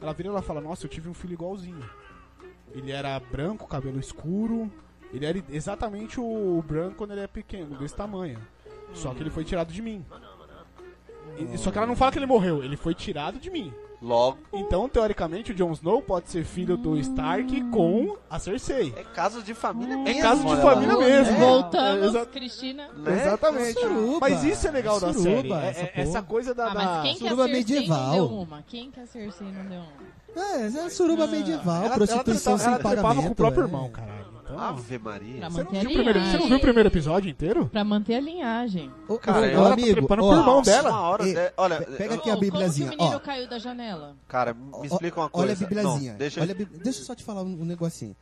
Speaker 2: ela vira e ela fala, nossa, eu tive um filho igualzinho. Ele era branco, cabelo escuro. Ele era exatamente o branco quando ele é pequeno, desse tamanho. Só que ele foi tirado de mim. E- Só que ela não fala que ele morreu, ele foi tirado de mim.
Speaker 4: Logo,
Speaker 2: Então, teoricamente, o Jon Snow pode ser filho do Stark com a Cersei.
Speaker 4: é caso de família
Speaker 2: É
Speaker 4: mesmo.
Speaker 2: caso de
Speaker 4: Hum. olha
Speaker 2: família
Speaker 4: lá. É.
Speaker 2: mesmo. É,
Speaker 7: Voltamos,
Speaker 2: Exa-
Speaker 7: Cristina.
Speaker 4: Né?
Speaker 2: Exatamente.
Speaker 3: Suruba.
Speaker 2: Mas isso é legal da
Speaker 3: Suruba,
Speaker 2: série. é- é-
Speaker 3: essa
Speaker 2: Essa,
Speaker 3: porra.
Speaker 2: coisa da.
Speaker 7: Ah, mas quem que a
Speaker 3: Suruba
Speaker 7: Cersei
Speaker 3: medieval.
Speaker 7: não deu uma? Quem que a Cersei não deu uma?
Speaker 3: É, é suruba medieval,
Speaker 2: ela-
Speaker 3: prostituição
Speaker 2: ela, tretava-
Speaker 3: sem
Speaker 2: ela
Speaker 3: pagamento.
Speaker 2: trepava com o próprio
Speaker 3: é.
Speaker 2: irmão, caralho. Então,
Speaker 4: Ave Maria.
Speaker 7: Pra
Speaker 2: você, não
Speaker 7: manter
Speaker 2: viu
Speaker 7: a
Speaker 2: o primeiro, você não viu o
Speaker 7: linhagem.
Speaker 2: primeiro episódio inteiro?
Speaker 7: Pra manter a linhagem.
Speaker 3: Ô,
Speaker 4: Cara,
Speaker 3: ô,
Speaker 4: ela
Speaker 3: ô,
Speaker 2: tá
Speaker 3: amigo,
Speaker 2: trepando
Speaker 3: ó,
Speaker 2: pro irmão dela.
Speaker 4: Uma hora,
Speaker 3: Ei,
Speaker 4: né? olha,
Speaker 3: pe- pega
Speaker 4: eu-
Speaker 3: aqui é a
Speaker 7: Ô,
Speaker 3: bibliazinha,
Speaker 7: Como que o menino
Speaker 3: ó.
Speaker 7: caiu da janela?
Speaker 4: Cara, me explica uma
Speaker 3: Ó, ó,
Speaker 4: coisa.
Speaker 3: Olha a bibliazinha.
Speaker 4: Não, deixa
Speaker 3: olha a bib- deixa eu só te falar um, um negocinho.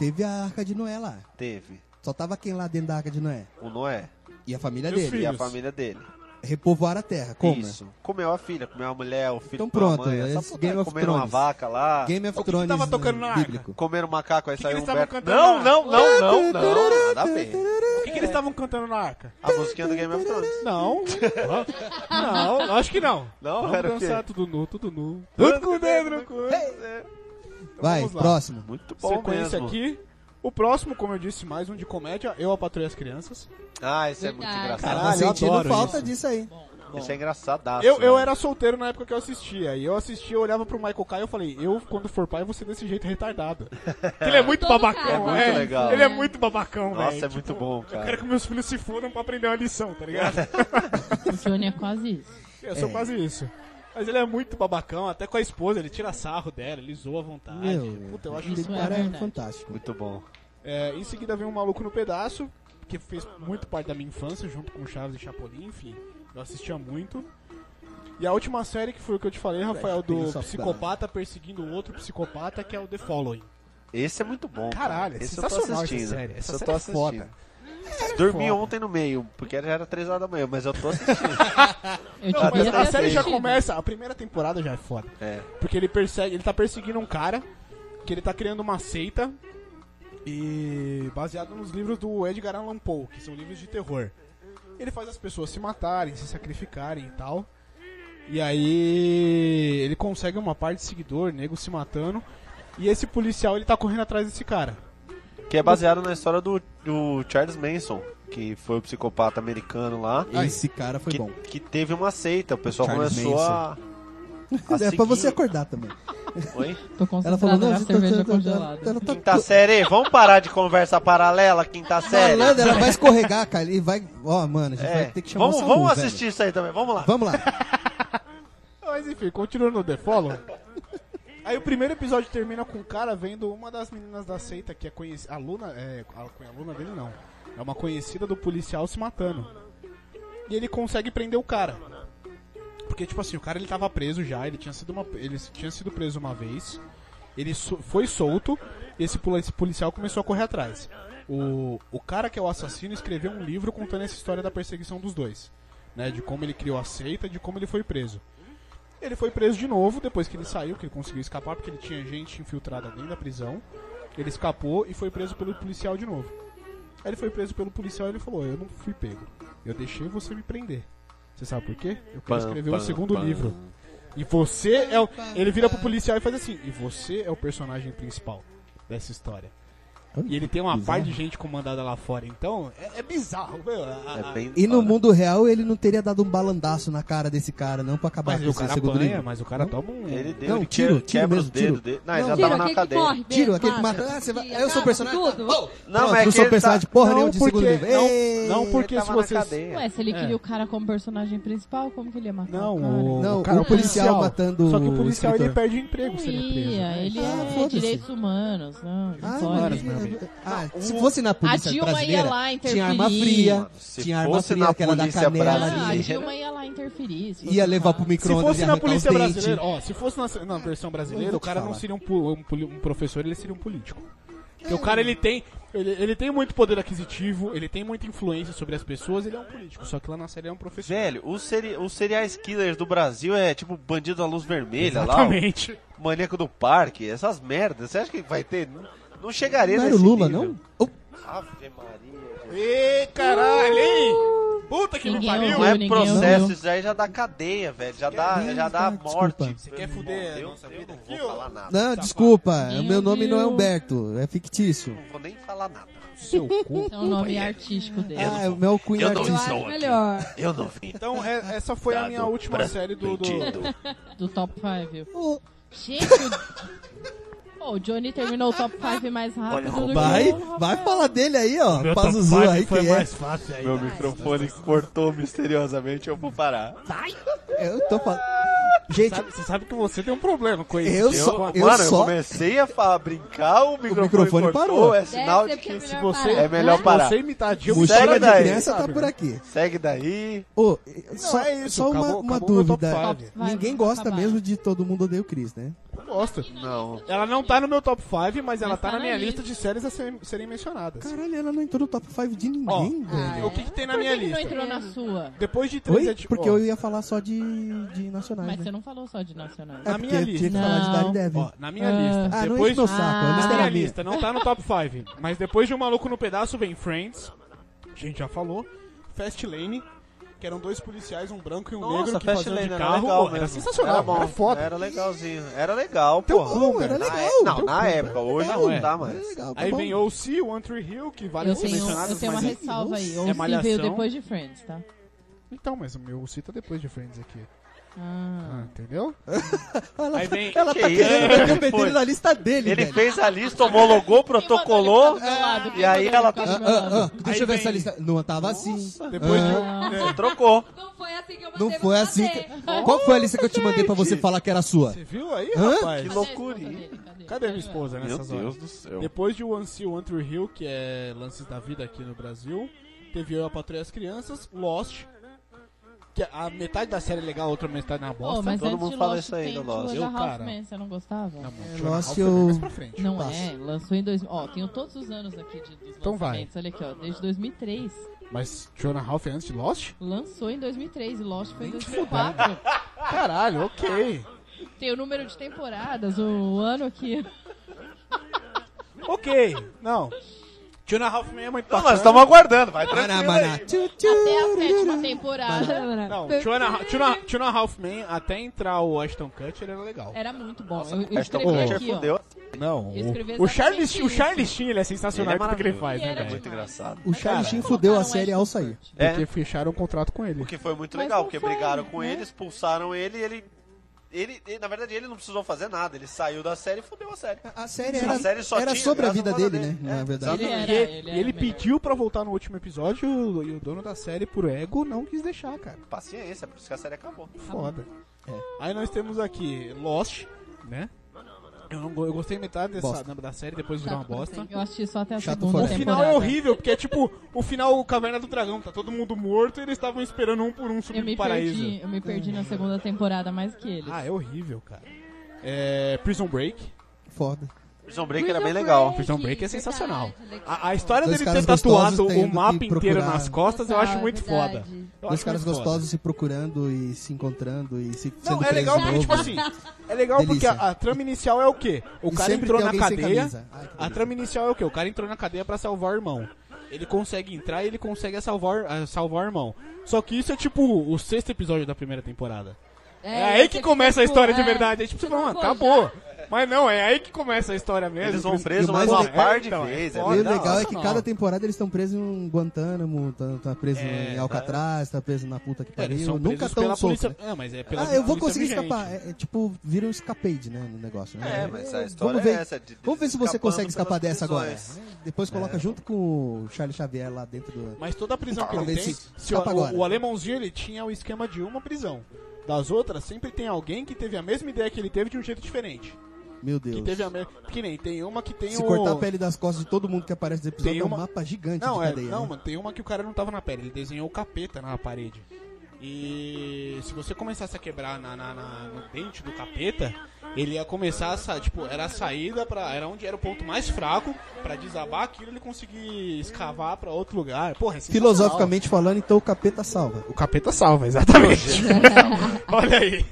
Speaker 3: Teve a Arca de Noé lá.
Speaker 4: Teve
Speaker 3: Só tava quem lá dentro da Arca de Noé?
Speaker 4: o Noé
Speaker 3: E a família
Speaker 2: E os
Speaker 3: dele.
Speaker 4: e a
Speaker 2: Filhos.
Speaker 4: família dele.
Speaker 3: Repovoar a terra. Como?
Speaker 4: Isso. Comeu a filha, comeu a mulher, o filho
Speaker 3: Então
Speaker 4: comeu a
Speaker 3: pronto,
Speaker 4: mãe.
Speaker 3: esse
Speaker 4: Essa puta
Speaker 3: Game of
Speaker 4: comeram uma
Speaker 3: Thrones.
Speaker 4: vaca lá.
Speaker 3: Game of
Speaker 2: O que que
Speaker 3: Thrones
Speaker 2: tava tocando na arca?
Speaker 3: bíblico.
Speaker 4: Comeram um macaco, aí
Speaker 2: que
Speaker 4: saiu
Speaker 2: eles
Speaker 4: o
Speaker 2: estavam
Speaker 4: Humberto.
Speaker 2: cantando
Speaker 4: Não,
Speaker 2: lá?
Speaker 4: não, não, não, não.
Speaker 3: (laughs)
Speaker 4: Nada a ver.
Speaker 2: O que, que eles estavam cantando na arca?
Speaker 4: A musiquinha do Game of Thrones.
Speaker 2: Não. (laughs) não, acho que não.
Speaker 4: Não,
Speaker 2: Vamos
Speaker 4: era o quê?
Speaker 2: dançar tudo nu, tudo nu. Tudo com o dedo, com
Speaker 3: Vai,
Speaker 2: vamos lá.
Speaker 3: próximo.
Speaker 4: É. Muito bom
Speaker 2: Sequência
Speaker 4: mesmo.
Speaker 2: aqui. O próximo, como eu disse, mais um de comédia. Eu, a Patrulha e as Crianças.
Speaker 4: Ah, esse é muito
Speaker 5: Verdade.
Speaker 4: engraçado.
Speaker 3: Cara,
Speaker 2: Caralho,
Speaker 3: tá
Speaker 2: eu
Speaker 3: sentindo
Speaker 2: adoro
Speaker 3: falta
Speaker 2: isso.
Speaker 3: disso aí.
Speaker 4: Esse é engraçadaço.
Speaker 2: Eu, eu
Speaker 4: velho.
Speaker 2: era solteiro na época que eu assistia. E eu assistia, eu olhava pro Michael Kai e eu falei, eu, quando for pai, vou ser desse jeito
Speaker 4: (laughs)
Speaker 2: retardado. Porque ele é muito
Speaker 5: Todo
Speaker 2: babacão,
Speaker 5: cara. É
Speaker 4: muito
Speaker 2: velho.
Speaker 4: legal.
Speaker 2: Ele é muito babacão, velho.
Speaker 4: Nossa, é
Speaker 2: Tipo,
Speaker 4: muito bom,
Speaker 2: Eu quero
Speaker 4: cara.
Speaker 2: que meus filhos se fodam pra aprender uma lição, tá ligado?
Speaker 4: (laughs)
Speaker 7: O Johnny é quase isso.
Speaker 2: Eu
Speaker 4: É.
Speaker 2: sou quase isso. Mas ele é muito babacão, até com a esposa, ele tira sarro dela, ele zoa à vontade.
Speaker 3: Meu,
Speaker 2: Puta, eu acho
Speaker 3: aquele
Speaker 7: isso é
Speaker 3: cara
Speaker 7: verdade.
Speaker 3: fantástico.
Speaker 4: Muito bom.
Speaker 2: É, em seguida vem um maluco no pedaço, que fez muito parte da minha infância, junto com Chaves e Chapolin, enfim. Eu assistia muito. E a última série que foi o que eu te falei, Rafael, do
Speaker 3: Prince of
Speaker 2: psicopata perseguindo um outro psicopata, que é o The Following.
Speaker 4: Esse é muito bom.
Speaker 2: Caralho, é
Speaker 4: cara. Esse eu tô
Speaker 2: sensacional essa
Speaker 4: assistindo.
Speaker 2: série. Essa
Speaker 4: Esse eu
Speaker 2: série
Speaker 4: tô
Speaker 2: é
Speaker 4: assistindo.
Speaker 2: foda. É
Speaker 4: Dormi
Speaker 2: foda.
Speaker 4: ontem no meio, porque já era 3 horas da manhã, mas eu tô assistindo.
Speaker 7: Eu
Speaker 2: Não, mas
Speaker 7: devia ter
Speaker 2: a série já
Speaker 7: assistido.
Speaker 2: começa, a primeira temporada já é foda.
Speaker 4: É.
Speaker 2: Porque ele persegue, ele tá perseguindo um cara que ele tá criando uma seita e baseado nos livros do Edgar Allan Poe, que são livros de terror. Ele faz as pessoas se matarem, se sacrificarem e tal. E aí ele consegue uma parte de seguidor, nego se matando. E esse policial ele tá correndo atrás desse cara.
Speaker 4: que é baseado na história do, do Charles Manson, que foi o psicopata americano lá.
Speaker 3: Esse cara foi
Speaker 4: que,
Speaker 3: bom.
Speaker 4: que teve uma seita. O pessoal
Speaker 3: Charles
Speaker 4: começou a. a
Speaker 3: É pra
Speaker 4: seguir-
Speaker 3: você acordar também.
Speaker 4: Oi?
Speaker 7: Tô
Speaker 3: Ela
Speaker 7: concentrada
Speaker 3: falou, não,
Speaker 7: na
Speaker 3: você tá-
Speaker 7: cerveja
Speaker 3: tá- tá-
Speaker 7: congelada.
Speaker 3: ela tá
Speaker 4: Quinta série, vamos parar de conversa paralela, quinta série.
Speaker 3: falando, ela vai escorregar, cara. E vai. Ó, mano, a gente
Speaker 4: É,
Speaker 3: vai ter que chamar
Speaker 4: vamos,
Speaker 3: o SAMU,
Speaker 4: vamos
Speaker 3: velho.
Speaker 4: assistir isso aí também, vamos lá.
Speaker 3: Vamos lá.
Speaker 2: Mas enfim, continuando no The Follow. Aí o primeiro episódio termina com o cara vendo uma das meninas da seita, que é conhecida. Aluna. É, a- aluna dele não. É uma conhecida do policial se matando. E ele consegue prender o cara. Porque, tipo assim, o cara ele tava preso já, ele tinha sido, uma, ele tinha sido preso uma vez. Ele so- foi solto e esse poli- esse policial começou a correr atrás. O, o cara que é o assassino escreveu um livro contando essa história da perseguição dos dois. Né, de como ele criou a seita, de como ele foi preso. Ele foi preso de novo depois que ele saiu, que ele conseguiu escapar, porque ele tinha gente infiltrada dentro da prisão. Ele escapou e foi preso pelo policial de novo. Aí ele foi preso pelo policial e ele falou: Eu não fui pego. Eu deixei você me prender. Você sabe por quê? Eu quero escrever um segundo livro. E você é o. Ele vira pro policial e faz assim: E você é o personagem principal dessa história. E ele tem uma
Speaker 3: Bizarro.
Speaker 2: par de gente comandada lá fora. Então, é, é bizarro, meu. A- a-
Speaker 4: É bem
Speaker 3: E no
Speaker 4: foda.
Speaker 3: mundo real ele não teria dado um balandaço na cara desse cara, não, pra acabar
Speaker 2: Mas
Speaker 3: com
Speaker 2: o
Speaker 3: esse
Speaker 2: cara
Speaker 3: segundo
Speaker 2: apanha,
Speaker 3: livro.
Speaker 2: mas o cara toma um.
Speaker 4: Ele deu,
Speaker 3: Não,
Speaker 4: ele
Speaker 3: tiro, tiro
Speaker 4: quebra, quebra os
Speaker 3: mesmo, tiro.
Speaker 4: dedos dele. Não, ele
Speaker 3: Não,
Speaker 4: já
Speaker 3: tiro,
Speaker 4: tava na cadeia.
Speaker 3: Tiro, aquele que mata. Ah, você vai- eu sou o personagem. Oh!
Speaker 6: Tudo.
Speaker 4: Não,
Speaker 3: Pronto,
Speaker 4: é
Speaker 3: não
Speaker 4: que
Speaker 3: sou
Speaker 4: ele
Speaker 3: personagem
Speaker 4: tá...
Speaker 3: porra
Speaker 2: não,
Speaker 3: nenhuma de segundo
Speaker 2: porque-
Speaker 3: livro.
Speaker 2: não,
Speaker 3: Ei!
Speaker 2: não, porque
Speaker 4: ele
Speaker 2: se
Speaker 4: tava na
Speaker 2: vocês.
Speaker 4: cadeia.
Speaker 7: Ué, se ele
Speaker 2: É.
Speaker 7: queria o cara como personagem principal, como que ele ia matar
Speaker 2: Não,
Speaker 7: o cara?
Speaker 2: o,
Speaker 3: Não,
Speaker 2: cara-
Speaker 3: o policial matando
Speaker 2: Só que
Speaker 3: o
Speaker 2: o policial ele
Speaker 3: escritor.
Speaker 2: perde o emprego se ele é preso.
Speaker 7: ia,
Speaker 2: né?
Speaker 7: ele
Speaker 3: Ah,
Speaker 7: é
Speaker 3: foda-se.
Speaker 7: direitos humanos, não, não
Speaker 3: Ah,
Speaker 7: pode.
Speaker 3: mano,
Speaker 2: meu.
Speaker 1: crime.
Speaker 3: Ah, se fosse na
Speaker 7: A
Speaker 3: polícia
Speaker 7: Dilma ia
Speaker 3: brasileira,
Speaker 7: lá interferir.
Speaker 3: tinha arma fria,
Speaker 4: Mano, se
Speaker 3: tinha arma
Speaker 4: fosse
Speaker 3: fria
Speaker 4: na
Speaker 3: aquela da
Speaker 4: polícia
Speaker 3: canela
Speaker 7: Ah, a
Speaker 3: ali,
Speaker 4: brasileira-
Speaker 7: Dilma ia lá interferir. se
Speaker 3: ia
Speaker 7: fosse um
Speaker 3: levar
Speaker 7: lá.
Speaker 3: pro
Speaker 2: Se
Speaker 3: micro-ondas
Speaker 2: fosse
Speaker 3: e
Speaker 2: na
Speaker 3: arrancar os
Speaker 2: polícia
Speaker 3: dentes.
Speaker 2: brasileira, ó, se fosse na, na versão
Speaker 3: Eu
Speaker 2: brasileira,
Speaker 3: vou
Speaker 2: o
Speaker 3: te
Speaker 2: cara não
Speaker 3: falar. É.
Speaker 2: seria um, poli- um poli- um professor, ele seria um político. Porque o cara ele tem, ele, ele tem muito poder aquisitivo, ele tem muita influência sobre as pessoas, ele é um político. Só que lá na série ele é um professor.
Speaker 4: Velho, os, seri os serial killers do Brasil é tipo bandido da luz vermelha
Speaker 2: Exatamente.
Speaker 4: lá, o maníaco do parque, essas merdas. Você acha que vai ter? Não, não chegaria
Speaker 3: Não era o
Speaker 4: nesse
Speaker 3: Lula,
Speaker 4: nível.
Speaker 3: não? Oh,
Speaker 4: Ave Maria.
Speaker 2: Ê, caralho, hein? Puta que me
Speaker 7: Ninguém
Speaker 2: pariu.
Speaker 4: Não
Speaker 7: ouviu.
Speaker 4: é
Speaker 7: ninguém
Speaker 4: processo,
Speaker 7: ouviu.
Speaker 4: isso aí já dá cadeia, velho. Já dá,
Speaker 3: Ninguém tá
Speaker 4: já dá
Speaker 3: ouviu,
Speaker 4: morte.
Speaker 3: desculpa.
Speaker 4: Você
Speaker 2: quer fuder a
Speaker 4: Eu,
Speaker 2: nossa
Speaker 4: eu
Speaker 2: vida
Speaker 4: não
Speaker 2: aqui,
Speaker 4: vou
Speaker 2: ó?
Speaker 4: falar nada.
Speaker 3: não, desculpa,
Speaker 7: Meu
Speaker 3: meu nome não é
Speaker 7: Deus.
Speaker 3: Humberto, é fictício.
Speaker 4: Não vou nem falar nada.
Speaker 2: Seu cu.
Speaker 7: Então, o nome artístico dele.
Speaker 3: Ah, é o meu cunho
Speaker 4: Eu não
Speaker 6: Eu
Speaker 3: artista.
Speaker 4: Estou
Speaker 6: acho
Speaker 4: aqui.
Speaker 6: melhor.
Speaker 4: Eu não vim.
Speaker 2: Então, é- essa foi a minha
Speaker 4: dado
Speaker 2: última
Speaker 4: pra
Speaker 2: série do. do...
Speaker 4: bandido.
Speaker 7: Do top 5.
Speaker 3: Ô,
Speaker 7: Gente, o... (laughs) Pô, o Johnny terminou o top 5 mais rápido do
Speaker 3: Vai,
Speaker 7: que o
Speaker 3: vai
Speaker 7: Rafael.
Speaker 3: falar dele aí, ó. Pazuzu aí que é.
Speaker 2: fácil aí.
Speaker 4: (laughs) Meu microfone cortou misteriosamente, eu vou parar.
Speaker 3: É, Eu tô falando. Gente,
Speaker 2: Sabe- Você sabe que você tem um problema com isso.
Speaker 3: Eu só- eu
Speaker 4: mano, eu
Speaker 3: só-
Speaker 4: comecei a fa- brincar, o microfone,
Speaker 3: microfone
Speaker 4: cortou,
Speaker 3: parou.
Speaker 4: é
Speaker 6: Deve
Speaker 4: sinal
Speaker 6: ser
Speaker 4: de
Speaker 6: porque
Speaker 4: que
Speaker 6: melhor
Speaker 2: você-
Speaker 6: parar.
Speaker 4: é melhor parar.
Speaker 2: Você imitar a Dilma.
Speaker 3: mochila
Speaker 4: Segue
Speaker 3: de
Speaker 4: daí.
Speaker 3: criança tá por aqui.
Speaker 4: Segue daí.
Speaker 3: Ô, só,
Speaker 2: é isso,
Speaker 3: só uma,
Speaker 2: acabou-
Speaker 3: uma
Speaker 2: acabou meu top
Speaker 3: dúvida.
Speaker 2: five.
Speaker 7: Vai,
Speaker 3: Ninguém
Speaker 7: vai
Speaker 3: gosta
Speaker 7: acabar.
Speaker 3: mesmo de Todo Mundo Odeia o Chris, né?
Speaker 2: Gosta.
Speaker 4: Não.
Speaker 2: Ela não tá no meu top 5, mas ela
Speaker 7: Mas
Speaker 2: tá,
Speaker 7: tá
Speaker 2: na
Speaker 7: na
Speaker 2: minha
Speaker 7: lista.
Speaker 2: lista de séries a serem, serem mencionadas.
Speaker 3: Caralho, ela não entrou no top 5 de ninguém, velho.
Speaker 2: o que, que tem na
Speaker 7: Por
Speaker 2: minha
Speaker 7: que que não
Speaker 2: lista?
Speaker 7: entrou na sua?
Speaker 2: Depois de três
Speaker 3: Oi?
Speaker 2: ati-
Speaker 3: Porque
Speaker 2: ó,
Speaker 3: eu ia falar só de, de nacionais,
Speaker 7: Mas
Speaker 3: né?
Speaker 7: você não falou só de nacional.
Speaker 3: É
Speaker 2: na
Speaker 3: porque
Speaker 2: minha
Speaker 3: eu tinha que
Speaker 2: lista.
Speaker 3: falar de
Speaker 7: Não.
Speaker 3: Daredevil.
Speaker 2: Ó, na minha
Speaker 7: Ah.
Speaker 2: lista.
Speaker 3: ah, não enche
Speaker 2: depois
Speaker 3: meu saco,
Speaker 7: Ah.
Speaker 3: a
Speaker 2: na
Speaker 3: lista
Speaker 2: minha
Speaker 3: era minha.
Speaker 2: lista, não tá no top 5. Mas depois de um maluco no pedaço vem Friends, a gente já falou, Fast Lane, que eram dois policiais, um branco e um negro que faziam de carro. Ó, era sensacional,
Speaker 4: bom,
Speaker 2: era foda.
Speaker 4: Era legalzinho. Era legal,
Speaker 2: Teu
Speaker 4: pô.
Speaker 3: Não, era
Speaker 4: Na
Speaker 3: legal.
Speaker 4: é- não,
Speaker 3: teu
Speaker 4: na
Speaker 3: cu,
Speaker 4: época,
Speaker 3: era
Speaker 4: hoje
Speaker 3: legal,
Speaker 4: não dá
Speaker 3: era
Speaker 4: mais.
Speaker 3: legal, tá
Speaker 2: Aí
Speaker 3: bom.
Speaker 2: vem OC, One Tree Hill, que vale
Speaker 7: Eu
Speaker 2: ser
Speaker 7: tenho, eu
Speaker 2: mencionados,
Speaker 7: tenho uma
Speaker 2: mas...
Speaker 7: ressalva aí. Ou se
Speaker 2: Malhação.
Speaker 7: veio depois de Friends, tá?
Speaker 2: Então, mas o meu OC tá depois de Friends aqui.
Speaker 7: Ah.
Speaker 2: Ah, entendeu?
Speaker 3: Ela,
Speaker 2: Aí vem...
Speaker 3: ela
Speaker 4: Que
Speaker 3: tá
Speaker 4: isso?
Speaker 3: querendo meter o
Speaker 4: Foi.
Speaker 3: PT na lista dele,
Speaker 4: Ele
Speaker 3: velho.
Speaker 4: fez a lista, homologou,
Speaker 7: tá
Speaker 4: protocolou.
Speaker 7: Quem mandou ele ficar do meu lado? Quem
Speaker 4: E aí
Speaker 7: mandou
Speaker 4: ela tá
Speaker 7: ele ficar
Speaker 3: Ah,
Speaker 7: tá do meu lado?
Speaker 3: ah, ah, deixa eu ver
Speaker 2: vem-
Speaker 3: essa lista. Não tava assim.
Speaker 2: Depois de...
Speaker 7: Ah.
Speaker 2: É.
Speaker 4: Você trocou.
Speaker 6: Não foi assim que eu mandei
Speaker 3: Não foi assim. que- Qual foi a lista que eu te mandei pra você falar que era sua?
Speaker 2: Você viu aí,
Speaker 3: Hã?
Speaker 2: rapaz?
Speaker 4: Que
Speaker 6: É.
Speaker 7: Cadê a
Speaker 4: loucura,
Speaker 7: esposa
Speaker 4: hein?
Speaker 7: dele? Cadê?
Speaker 2: Cadê minha esposa nessas horas?
Speaker 4: do céu.
Speaker 2: Depois de One Sea, One Tree Hill, que é Lances da Vida aqui no Brasil, teve Eu, a Patrulha e as Crianças, Lost, que a metade da série é legal, a outra metade é uma
Speaker 7: Pô,
Speaker 2: bosta.
Speaker 7: Oh, mas
Speaker 4: Todo
Speaker 7: antes
Speaker 4: mundo
Speaker 7: de
Speaker 4: fala
Speaker 7: Lost
Speaker 4: isso aí
Speaker 7: tem
Speaker 4: do Lost.
Speaker 7: Two
Speaker 2: Eu,
Speaker 7: and a Half
Speaker 2: cara.
Speaker 7: Men, você não gostava?
Speaker 2: Não, mano,
Speaker 3: É, Lost
Speaker 2: tá Jonah Hill foi
Speaker 3: eu-
Speaker 2: mais pra frente.
Speaker 7: Não
Speaker 3: Passa.
Speaker 7: é, lançou em dois. Ó, tenho todos os anos aqui de, dos
Speaker 2: Então vai.
Speaker 7: lançamentos. Olha aqui, ó, desde 2003.
Speaker 2: Mas Jonah Ralph é antes de Lost?
Speaker 7: Lançou em 2003 e Lost foi em
Speaker 2: Nem te
Speaker 7: 2004.
Speaker 2: Caralho, ok.
Speaker 7: Tem o número de temporadas, o ano aqui.
Speaker 2: Ok, não. Jonah Ralph é muito
Speaker 4: Não, nós
Speaker 2: bacana.
Speaker 4: estamos aguardando, vai
Speaker 3: Bará,
Speaker 4: tranquilo
Speaker 3: bará.
Speaker 4: aí.
Speaker 3: Tchu, tchu.
Speaker 7: (laughs) Até a sétima temporada.
Speaker 2: Não, Jonah, Jonah, Jonah Halfman, até entrar o Ashton Kutcher, era legal.
Speaker 7: Era muito bom. Eu, eu
Speaker 4: Ashton
Speaker 7: escrevi
Speaker 4: Kutcher
Speaker 7: aqui, ó.
Speaker 4: fudeu.
Speaker 2: Não,
Speaker 7: Eu
Speaker 2: o,
Speaker 7: escrevi
Speaker 2: o,
Speaker 7: exatamente
Speaker 2: Charles, Sheen- o
Speaker 7: isso.
Speaker 2: Charles Sheen, ele é sensacional
Speaker 4: Ele é
Speaker 2: porque ele faz,
Speaker 4: maravilhoso.
Speaker 2: né,
Speaker 7: Ele assim, era
Speaker 2: velho?
Speaker 4: Muito engraçado.
Speaker 3: O Charles Sheen
Speaker 7: Colocaram
Speaker 3: fudeu
Speaker 7: um
Speaker 3: a série
Speaker 7: Ashton
Speaker 3: ao sair.
Speaker 7: Kutcher.
Speaker 4: É.
Speaker 2: Porque fecharam um contrato com ele.
Speaker 4: O que foi muito
Speaker 7: Mas
Speaker 4: legal,
Speaker 7: não
Speaker 4: porque
Speaker 7: foi,
Speaker 4: brigaram com
Speaker 7: né?
Speaker 4: ele, expulsaram ele e ele, ele, ele- Na verdade, ele não precisou fazer nada. Ele saiu da série e fudeu a série.
Speaker 3: A série
Speaker 4: A
Speaker 3: era,
Speaker 4: série só
Speaker 3: era
Speaker 4: tinha
Speaker 3: sobre a
Speaker 4: graças
Speaker 3: vida
Speaker 4: a Deus.
Speaker 3: dele, né?
Speaker 4: É,
Speaker 3: Na verdade.
Speaker 7: Ele era,
Speaker 2: e
Speaker 7: ele era
Speaker 2: ele
Speaker 7: melhor.
Speaker 2: pediu pra voltar no último episódio o- e o dono da série, por ego, não quis deixar, cara.
Speaker 4: Paciência, por isso que a série acabou.
Speaker 2: Foda.
Speaker 7: Tá
Speaker 2: É. Aí nós temos aqui Lost, né? Eu, não, go- eu gostei metade dessa,
Speaker 3: Bosta.
Speaker 2: da série, depois virou
Speaker 7: Tá,
Speaker 2: uma bosta.
Speaker 7: Eu assisti só até a
Speaker 3: Chato
Speaker 7: segunda
Speaker 3: fora.
Speaker 2: O
Speaker 3: Temporada.
Speaker 2: final é horrível, porque é tipo o final Caverna do Dragão, tá todo mundo morto e eles estavam esperando um por um subir
Speaker 7: Eu me
Speaker 2: pro paraíso.
Speaker 7: perdi, eu me perdi na segunda temporada mais que ele.
Speaker 2: Ah, é horrível, cara. É, Prison Break.
Speaker 3: Foda.
Speaker 4: Prison Break era bem legal.
Speaker 2: Prison Break é
Speaker 6: verdade,
Speaker 2: sensacional.
Speaker 6: legal.
Speaker 2: A, a história
Speaker 3: Dois
Speaker 2: dele ter
Speaker 3: caras
Speaker 2: tatuado
Speaker 3: gostosos
Speaker 2: o
Speaker 3: tendo que
Speaker 2: mapa inteiro
Speaker 3: procurar-
Speaker 2: nas costas, eu
Speaker 6: Total,
Speaker 2: acho
Speaker 6: é
Speaker 2: muito
Speaker 6: verdade.
Speaker 2: foda. Eu
Speaker 3: Os
Speaker 2: acho
Speaker 3: caras
Speaker 2: muito foda.
Speaker 3: gostosos se procurando e se encontrando e se
Speaker 2: Não,
Speaker 3: sendo
Speaker 2: é legal
Speaker 3: preso
Speaker 2: porque, tipo
Speaker 3: novo.
Speaker 2: assim, é legal
Speaker 3: Delícia.
Speaker 2: porque a, a trama inicial é o quê? O
Speaker 3: E
Speaker 2: cara
Speaker 3: sempre
Speaker 2: entrou
Speaker 3: tem
Speaker 2: na
Speaker 3: alguém sem
Speaker 2: cadeia.
Speaker 3: camisa. Ai, que
Speaker 2: A trama inicial é o quê? O cara entrou na cadeia pra salvar o irmão. Ele consegue entrar e ele consegue salvar, ah, salvar o irmão. Só que isso é tipo o sexto episódio da primeira temporada. É, aí que
Speaker 6: você
Speaker 2: começa a
Speaker 6: fica,
Speaker 2: história de
Speaker 6: é,
Speaker 2: verdade. Aí tipo, você
Speaker 6: você não
Speaker 2: fala, mano,
Speaker 6: foi
Speaker 2: acabou. Mas não, é aí que começa a história mesmo.
Speaker 4: Eles vão
Speaker 2: Por isso-
Speaker 4: presos
Speaker 3: e o
Speaker 4: mais
Speaker 3: mais
Speaker 4: uma
Speaker 3: legal-
Speaker 4: par de
Speaker 2: então, é
Speaker 4: vezes.
Speaker 2: foda.
Speaker 3: E o
Speaker 2: Não,
Speaker 3: legal é que
Speaker 2: não.
Speaker 3: cada temporada eles estão presos em um Guantánamo, estão presos
Speaker 2: É,
Speaker 3: em Alcatraz, tá preso na puta que
Speaker 2: É, eles
Speaker 3: pariu.
Speaker 2: são
Speaker 3: Nunca
Speaker 2: presos
Speaker 3: tão
Speaker 2: pela
Speaker 3: solto,
Speaker 2: polícia.
Speaker 3: né?
Speaker 2: Ah, mas é pela
Speaker 3: Ah, eu vou
Speaker 2: polícia
Speaker 3: conseguir
Speaker 2: vigente.
Speaker 3: escapar. É, é tipo, vira um escapade, né, no negócio, né?
Speaker 4: É, mas a história
Speaker 3: vamos ver,
Speaker 4: é essa, de-
Speaker 3: Vamos ver se você
Speaker 4: escapando
Speaker 3: consegue
Speaker 4: pelas
Speaker 3: escapar dessa agora.
Speaker 4: prisões.
Speaker 3: Depois coloca junto com o Charles Xavier lá dentro do...
Speaker 2: Mas toda a prisão que
Speaker 3: Fala,
Speaker 2: ele
Speaker 3: vê
Speaker 2: tem,
Speaker 3: se
Speaker 2: se o,
Speaker 3: escapa agora.
Speaker 2: o, o alemãozinho ele tinha o esquema de uma prisão. Das outras, sempre tem alguém que teve a mesma ideia que ele teve de um jeito diferente.
Speaker 3: Meu Deus.
Speaker 2: Que teve a me... Que nem tem uma que tem
Speaker 3: Se
Speaker 2: o.
Speaker 3: cortar a pele das costas de todo mundo que aparece nesse episódio,
Speaker 2: Tem
Speaker 3: é um
Speaker 2: uma-
Speaker 3: mapa gigante
Speaker 2: Não,
Speaker 3: de
Speaker 2: é,
Speaker 3: cadeia.
Speaker 2: não,
Speaker 3: né?
Speaker 2: mano, tem uma que o cara não tava na pele, ele desenhou o capeta na parede. E se você começasse a quebrar na, na- na- no dente do capeta, ele ia começar a sa- tipo, era a saída para era onde era o ponto mais fraco pra desabar aquilo, ele conseguir escavar pra outro lugar. Porra, é sensacional.
Speaker 3: Filosoficamente falando, então o capeta salva.
Speaker 2: o capeta salva, exatamente. (laughs) Olha aí.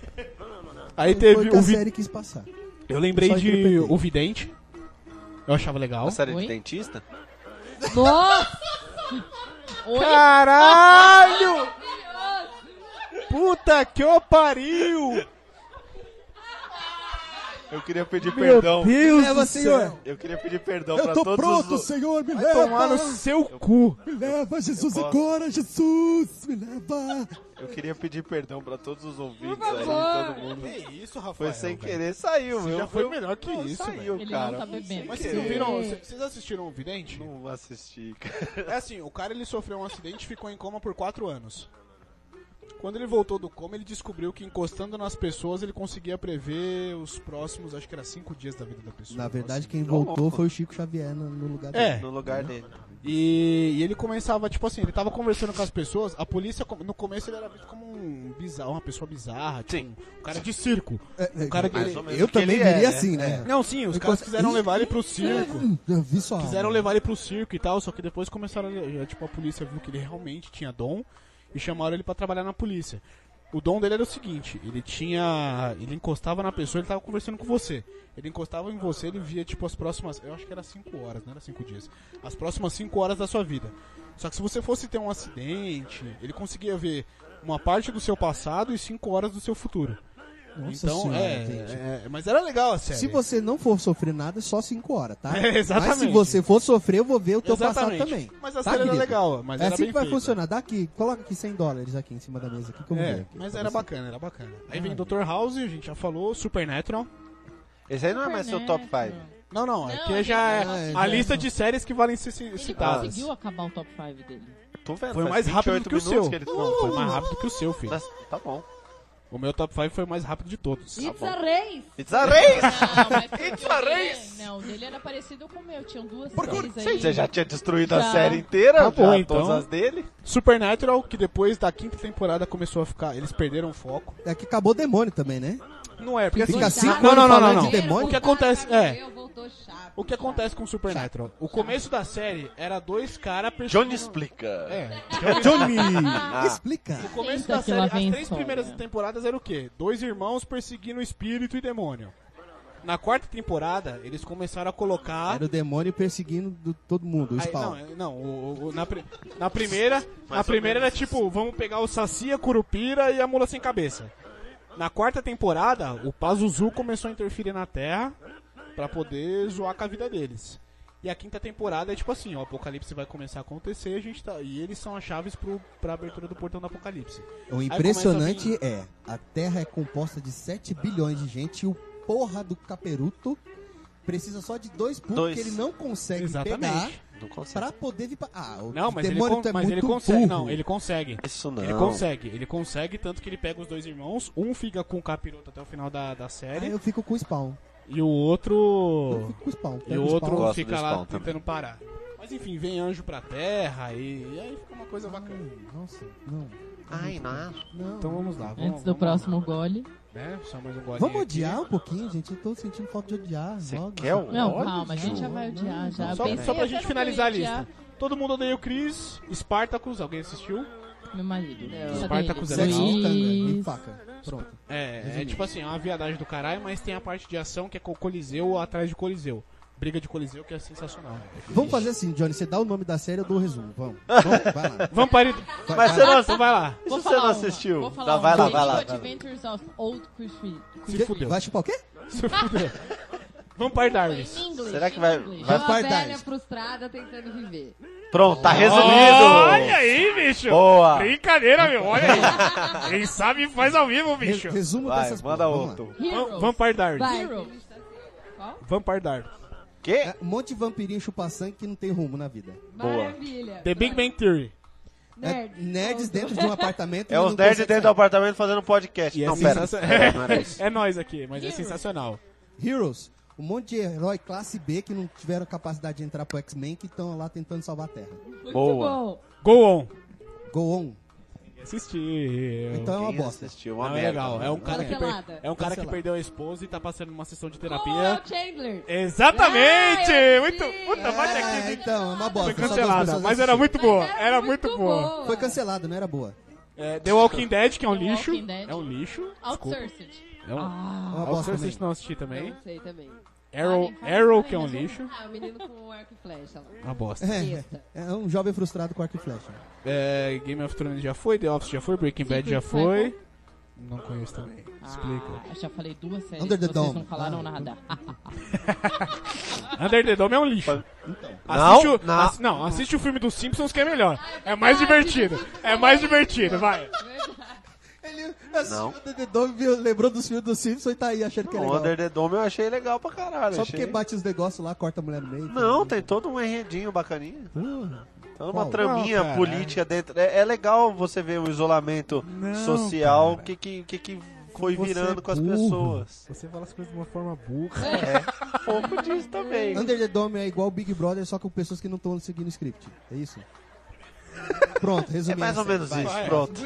Speaker 2: Aí teve
Speaker 3: Foi que
Speaker 2: o
Speaker 3: a
Speaker 2: vi...
Speaker 3: série quis passar.
Speaker 2: eu lembrei
Speaker 3: só
Speaker 2: de
Speaker 3: interpretei.
Speaker 2: o vidente. Eu achava legal.
Speaker 4: Uma série
Speaker 7: Oi?
Speaker 4: de dentista?
Speaker 5: Nossa!
Speaker 7: Oi?
Speaker 2: Caralho! Puta que eu pariu!
Speaker 4: Eu queria pedir
Speaker 2: Meu
Speaker 4: perdão.
Speaker 2: Deus
Speaker 3: Leva,
Speaker 2: do
Speaker 3: É, senhor.
Speaker 2: céu!
Speaker 4: Eu queria pedir perdão
Speaker 3: Eu
Speaker 4: pra
Speaker 3: tô
Speaker 4: todos
Speaker 3: pronto,
Speaker 4: os...
Speaker 3: senhor, me
Speaker 2: Vai tomar
Speaker 3: leva!
Speaker 2: no seu cu!
Speaker 3: Me leva, Jesus,
Speaker 4: posso.
Speaker 3: agora, Jesus, me leva!
Speaker 4: Eu queria pedir perdão pra todos os ouvintes
Speaker 5: Por
Speaker 4: aí,
Speaker 5: favor.
Speaker 4: todo mundo.
Speaker 2: isso, Rafael?
Speaker 4: Foi sem querer, saiu, viu?
Speaker 2: Já foi melhor que
Speaker 4: Não,
Speaker 2: isso, velho.
Speaker 4: saiu,
Speaker 7: Ele
Speaker 4: cara.
Speaker 7: não tá bebendo.
Speaker 2: Mas vocês não viram? c- Vocês assistiram o Vidente?
Speaker 4: Não assisti, cara.
Speaker 2: É assim, o cara ele sofreu um acidente e ficou em coma por 4 anos. Quando ele voltou do coma, ele descobriu que encostando nas pessoas ele conseguia prever os próximos, acho que era 5 dias da vida da pessoa.
Speaker 3: Na verdade,
Speaker 2: Nossa.
Speaker 3: quem voltou foi o Chico Xavier no, no lugar
Speaker 2: É.
Speaker 4: No lugar dele.
Speaker 2: E, e ele começava, tipo assim, ele tava conversando com as pessoas, a polícia, com- no começo ele era visto como um bizarro, uma pessoa bizarra, tipo,
Speaker 4: Sim.
Speaker 2: um cara de circo.
Speaker 3: É, é,
Speaker 2: Um cara que
Speaker 4: Mais
Speaker 2: ele...
Speaker 4: ou menos
Speaker 3: Eu
Speaker 4: o que
Speaker 3: também
Speaker 4: ele é,
Speaker 3: viria
Speaker 4: né?
Speaker 3: assim, né?
Speaker 2: Não, sim, os
Speaker 3: Eu
Speaker 2: caras
Speaker 3: gosto-
Speaker 2: quiseram levar ele pro circo.
Speaker 3: Eu vi só.
Speaker 2: Quiseram levar ele pro circo e tal, só que depois começaram, a- tipo, a polícia viu que ele realmente tinha dom e chamaram ele pra trabalhar na polícia. O dom dele era o seguinte, ele tinha, ele encostava na pessoa, ele tava conversando com você. Ele encostava em você, ele via tipo as próximas, eu acho que era 5 horas, não era 5 dias. As próximas 5 horas da sua vida. Só que se você fosse ter um acidente, ele conseguia ver uma parte do seu passado e 5 horas do seu futuro.
Speaker 3: Nossa
Speaker 2: então,
Speaker 3: senhora,
Speaker 2: é,
Speaker 3: gente.
Speaker 2: é, mas era legal a série.
Speaker 3: Se você não for sofrer nada, é só 5 horas, tá?
Speaker 2: (laughs) É, exatamente.
Speaker 3: Mas se você for sofrer, eu vou ver o teu
Speaker 2: Exatamente.
Speaker 3: passado também.
Speaker 2: Mas a
Speaker 3: Tá,
Speaker 2: série era
Speaker 3: querido?
Speaker 2: legal, mas
Speaker 3: é
Speaker 2: era
Speaker 3: assim
Speaker 2: bem
Speaker 3: que vai
Speaker 2: feita.
Speaker 3: funcionar. Dá aqui, coloca aqui 100 dólares aqui em cima da mesa. Aqui, como
Speaker 2: É, mas era bacana, era bacana. Aí vem Dr. House, a gente já falou, Supernatural.
Speaker 4: Esse aí não é mais seu top 5.
Speaker 2: Não, não, é
Speaker 7: Não,
Speaker 2: que
Speaker 7: ele-
Speaker 2: já é
Speaker 3: Ah, é,
Speaker 2: a
Speaker 3: já-
Speaker 2: lista de séries que valem ser ci-
Speaker 7: Ele
Speaker 2: citadas.
Speaker 7: conseguiu acabar o top
Speaker 2: (laughs)
Speaker 7: 5 dele.
Speaker 4: Tô vendo,
Speaker 2: Foi
Speaker 4: faz
Speaker 2: mais rápido
Speaker 4: 28
Speaker 2: que o
Speaker 4: minutos
Speaker 2: seu.
Speaker 4: que ele- Não, foi
Speaker 2: Foi mais
Speaker 4: mais rápido.
Speaker 2: rápido que o seu, filho.
Speaker 4: Mas tá bom.
Speaker 2: O meu top 5 foi o mais rápido de todos.
Speaker 6: Pizza Reis!
Speaker 4: Pizza Reis!
Speaker 7: Não, mas porque o
Speaker 4: Parabéns!
Speaker 7: dele- Não, o dele era parecido com o meu. Tinham duas séries aí.
Speaker 4: Você já tinha destruído a
Speaker 7: Já.
Speaker 4: série inteira?
Speaker 2: Tá bom,
Speaker 4: já,
Speaker 2: então.
Speaker 4: Todas as dele?
Speaker 2: Supernatural, que depois da quinta temporada começou a ficar. Eles perderam o foco.
Speaker 3: É que acabou o demônio
Speaker 2: (laughs)
Speaker 3: também, né?
Speaker 2: Não é, porque
Speaker 3: Fica
Speaker 2: assim.
Speaker 6: tá
Speaker 3: cinco
Speaker 2: não, não,
Speaker 3: anos
Speaker 2: não, não,
Speaker 3: falando
Speaker 2: não.
Speaker 3: de demônio?
Speaker 2: O que acontece. É.
Speaker 6: Voltou chato.
Speaker 2: O que acontece com Supernatural? O começo da série era dois caras
Speaker 4: Johnny explica.
Speaker 2: É.
Speaker 3: Johnny! Ah. Explica.
Speaker 2: O começo
Speaker 7: Tenta
Speaker 2: da
Speaker 7: que lá
Speaker 2: série, as
Speaker 7: vem
Speaker 2: três
Speaker 7: sol,
Speaker 2: primeiras
Speaker 7: né?
Speaker 2: temporadas era o quê? Dois irmãos perseguindo espírito e demônio. Na quarta temporada, eles começaram a colocar.
Speaker 3: Era o demônio perseguindo do- todo mundo, o
Speaker 2: Aí, não,
Speaker 3: spawn.
Speaker 2: é- não o- o- o- na, pri- na primeira, na
Speaker 4: ou
Speaker 2: primeira era
Speaker 4: menos
Speaker 2: tipo, vamos pegar o Saci, a Curupira e a Mula Sem Cabeça. Na quarta temporada, o Pazuzu começou a interferir na Terra pra poder zoar com a vida deles. E a quinta temporada é tipo assim, ó, o apocalipse vai começar a acontecer, a gente tá, e eles são as chaves pro, pra abertura do portão do apocalipse.
Speaker 3: O impressionante é, a Terra é composta de 7 bilhões de gente e o porra do caperuto precisa só de dois pulos
Speaker 4: Dois.
Speaker 3: que ele não consegue pegar
Speaker 2: Exatamente.
Speaker 4: Não consegue.
Speaker 3: pra poder vir pra... Ah, o
Speaker 2: Não, mas, ele,
Speaker 3: demônio
Speaker 2: con-
Speaker 3: tu é
Speaker 2: mas
Speaker 3: muito
Speaker 2: ele consegue.
Speaker 3: burro.
Speaker 2: Não, ele consegue.
Speaker 4: Isso não.
Speaker 2: Ele consegue, ele consegue, tanto que ele pega os dois irmãos, um fica com o capiroto até o final da, da
Speaker 3: Aí
Speaker 2: série,
Speaker 3: Ah, eu fico com o spawn.
Speaker 2: e o
Speaker 3: Eu
Speaker 2: outro.
Speaker 3: fico com o spawn.
Speaker 2: E
Speaker 3: Pego
Speaker 2: o
Speaker 3: o spawn.
Speaker 4: Gosto
Speaker 2: outro
Speaker 4: do
Speaker 2: fica lá
Speaker 4: Spawn
Speaker 2: tentando
Speaker 4: também.
Speaker 2: parar. Mas enfim, vem anjo pra terra e, e aí fica uma coisa bacana.
Speaker 3: Ai, Nossa, não.
Speaker 4: Ai, não.
Speaker 3: Não.
Speaker 2: Então vamos lá, vamos,
Speaker 7: Antes do
Speaker 2: vamos-
Speaker 7: próximo gole.
Speaker 2: Né? Só mais um golinho
Speaker 3: Vamos
Speaker 2: aqui.
Speaker 3: odiar um pouquinho, gente. Eu tô sentindo falta de odiar.
Speaker 4: Você
Speaker 3: logo.
Speaker 4: quer um o
Speaker 7: Não,
Speaker 4: óleo,
Speaker 7: calma, a gente já vai odiar já.
Speaker 2: Só,
Speaker 7: Pensei
Speaker 2: só pra
Speaker 7: até
Speaker 2: gente
Speaker 7: no
Speaker 2: finalizar a
Speaker 7: meu
Speaker 2: lista.
Speaker 7: odiar
Speaker 2: Todo mundo odeia o Chris, Spartacus, alguém assistiu?
Speaker 7: Meu marido. Cadê
Speaker 2: Spartacus
Speaker 7: ele?
Speaker 2: é
Speaker 3: Sexo
Speaker 2: legal.
Speaker 3: com um tanga e
Speaker 7: Luiz.
Speaker 3: faca. Pronto.
Speaker 2: É, é tipo assim, é uma viadagem do caralho, mas tem a parte de ação que é com o Coliseu atrás de Coliseu. Briga de Coliseu que é sensacional.
Speaker 3: Vamos fazer assim, Johnny. Você dá o nome da série, eu dou o resumo.
Speaker 4: (laughs)
Speaker 3: Vamos. Vamos, vai lá.
Speaker 2: Vampire.
Speaker 3: Vai,
Speaker 4: Mas
Speaker 3: vai
Speaker 4: você
Speaker 3: lá.
Speaker 4: não
Speaker 2: Então
Speaker 4: assistiu.
Speaker 2: vai lá.
Speaker 4: Isso você
Speaker 7: falar
Speaker 4: não
Speaker 7: uma,
Speaker 4: assistiu.
Speaker 7: vou falar
Speaker 4: Não, vai lá,
Speaker 7: uma.
Speaker 4: vai lá.
Speaker 7: Little Adventures of Old Christmas.
Speaker 2: Se fudeu.
Speaker 3: Vai chupar o quê?
Speaker 2: Se fudeu. Vampire Diaries.
Speaker 4: Será que vai-
Speaker 6: É
Speaker 4: vai-
Speaker 6: uma
Speaker 3: Vai,
Speaker 6: velha
Speaker 3: Dice.
Speaker 6: frustrada tentando viver.
Speaker 4: Pronto, tá
Speaker 1: Olha
Speaker 4: resumido.
Speaker 1: aí, bicho!
Speaker 4: Boa.
Speaker 1: Brincadeira, meu, olha aí! Quem sabe faz ao vivo, bicho!
Speaker 3: Re- resumo
Speaker 4: Vai,
Speaker 3: dessas
Speaker 4: manda
Speaker 3: porra, vamos lá.
Speaker 4: outro.
Speaker 2: Vam-
Speaker 7: Heroes.
Speaker 2: Vampire Diaries.
Speaker 6: Vai.
Speaker 7: Heroes.
Speaker 2: Vampire Diaries.
Speaker 4: Quê?
Speaker 3: É, um monte de vampirinho chupa sangue que não tem rumo na vida.
Speaker 4: Boa.
Speaker 6: Maravilha.
Speaker 2: The Big Bang Theory.
Speaker 3: É,
Speaker 6: Nerd.
Speaker 3: nerds dentro
Speaker 7: (laughs)
Speaker 3: de um apartamento.
Speaker 4: É os nerds dentro do apartamento fazendo podcast.
Speaker 2: E é
Speaker 4: (laughs) não, pera.
Speaker 2: sensacional. (laughs)
Speaker 4: Pera, não era isso.
Speaker 2: É nós aqui, mas é
Speaker 7: Heroes.
Speaker 2: sensacional.
Speaker 3: Heroes. Um monte de herói classe B que não tiveram capacidade de entrar pro X-Men que estão lá tentando salvar a Terra.
Speaker 9: Muito
Speaker 4: Boa.
Speaker 9: bom.
Speaker 10: Go on.
Speaker 3: Go on.
Speaker 2: Assistir.
Speaker 3: Então é uma
Speaker 4: Quem
Speaker 3: bosta.
Speaker 4: assistiu?
Speaker 2: Não,
Speaker 4: Uma
Speaker 2: é
Speaker 4: merda.
Speaker 2: legal. É um cara, que,
Speaker 9: Cancelada.
Speaker 2: per- é um cara que
Speaker 3: Cancelada.
Speaker 2: perdeu a esposa e tá passando uma sessão de
Speaker 9: Oh, é
Speaker 2: terapia.
Speaker 9: o Chandler.
Speaker 2: Exatamente!
Speaker 9: Ah, eu
Speaker 2: muito.
Speaker 9: assisti.
Speaker 2: Puta, bate aqui.
Speaker 3: É, então, é uma
Speaker 2: Foi
Speaker 3: bosta. só duas
Speaker 2: cancelada,
Speaker 3: pessoas
Speaker 2: mas era
Speaker 3: assistiram.
Speaker 2: muito boa.
Speaker 6: é
Speaker 2: Era muito boa.
Speaker 3: Foi cancelada, não era boa.
Speaker 2: É, The Walking Dead, que é um
Speaker 7: The
Speaker 2: lixo.
Speaker 7: Walking Dead.
Speaker 2: É um lixo. Desculpa.
Speaker 7: Outsourced.
Speaker 2: É um...
Speaker 3: É
Speaker 2: Ah,
Speaker 3: uma
Speaker 2: o
Speaker 3: bosta também.
Speaker 2: Surface não assisti também.
Speaker 6: Não sei também.
Speaker 2: Arrow,
Speaker 7: Falem, falem,
Speaker 2: Arrow
Speaker 7: falem,
Speaker 2: que é um
Speaker 7: mas vamos-
Speaker 2: lixo.
Speaker 6: Ah, o menino com o arco e flecha lá.
Speaker 2: Uma bosta.
Speaker 6: Besta.
Speaker 3: É, é um jovem frustrado com arco e flecha.
Speaker 2: É, Game of Thrones já foi, The Office já foi, Breaking Bad já
Speaker 7: Secret
Speaker 2: foi. Não conheço também. Explica.
Speaker 7: é Ah, eu já falei duas séries
Speaker 3: Under
Speaker 7: que
Speaker 3: the
Speaker 7: vocês
Speaker 3: Dome.
Speaker 7: não falaram
Speaker 3: Ah,
Speaker 7: nada.
Speaker 2: Under the Dome é um lixo.
Speaker 4: Não,
Speaker 2: Assiste o,
Speaker 4: não.
Speaker 2: ass- não, assiste o filme dos Simpsons que é melhor.
Speaker 7: Ah,
Speaker 2: É mais divertido. É mais divertido, vai.
Speaker 3: Ele assistiu
Speaker 4: Não.
Speaker 3: o The Dog, viu- lembrou dos filmes do Simpsons e tá aí achando que é
Speaker 4: O
Speaker 3: legal.
Speaker 4: Under the Dome eu achei legal pra caralho.
Speaker 3: Só
Speaker 4: achei-
Speaker 3: porque bate os negócios lá, corta a mulher no meio.
Speaker 4: Não, tem todo um enredinho bacaninha. Toda uma
Speaker 3: Qual?
Speaker 4: traminha
Speaker 2: Não, cara.
Speaker 4: política dentro. É, é legal você ver o isolamento
Speaker 10: Não,
Speaker 4: social,
Speaker 10: cara.
Speaker 4: que, que, que, que foi
Speaker 10: Você
Speaker 4: virando
Speaker 10: é
Speaker 4: com as
Speaker 10: burro.
Speaker 2: (laughs)
Speaker 4: pessoas.
Speaker 10: Você fala as coisas de uma forma burra.
Speaker 2: É.
Speaker 4: Um pouco disso também.
Speaker 3: Under the Dome é igual Big Brother, só com pessoas que não estão seguindo o script. É isso? Pronto,
Speaker 4: É
Speaker 3: resumindo.
Speaker 4: mais ou
Speaker 3: assim,
Speaker 4: menos
Speaker 3: vai.
Speaker 4: isso, pronto.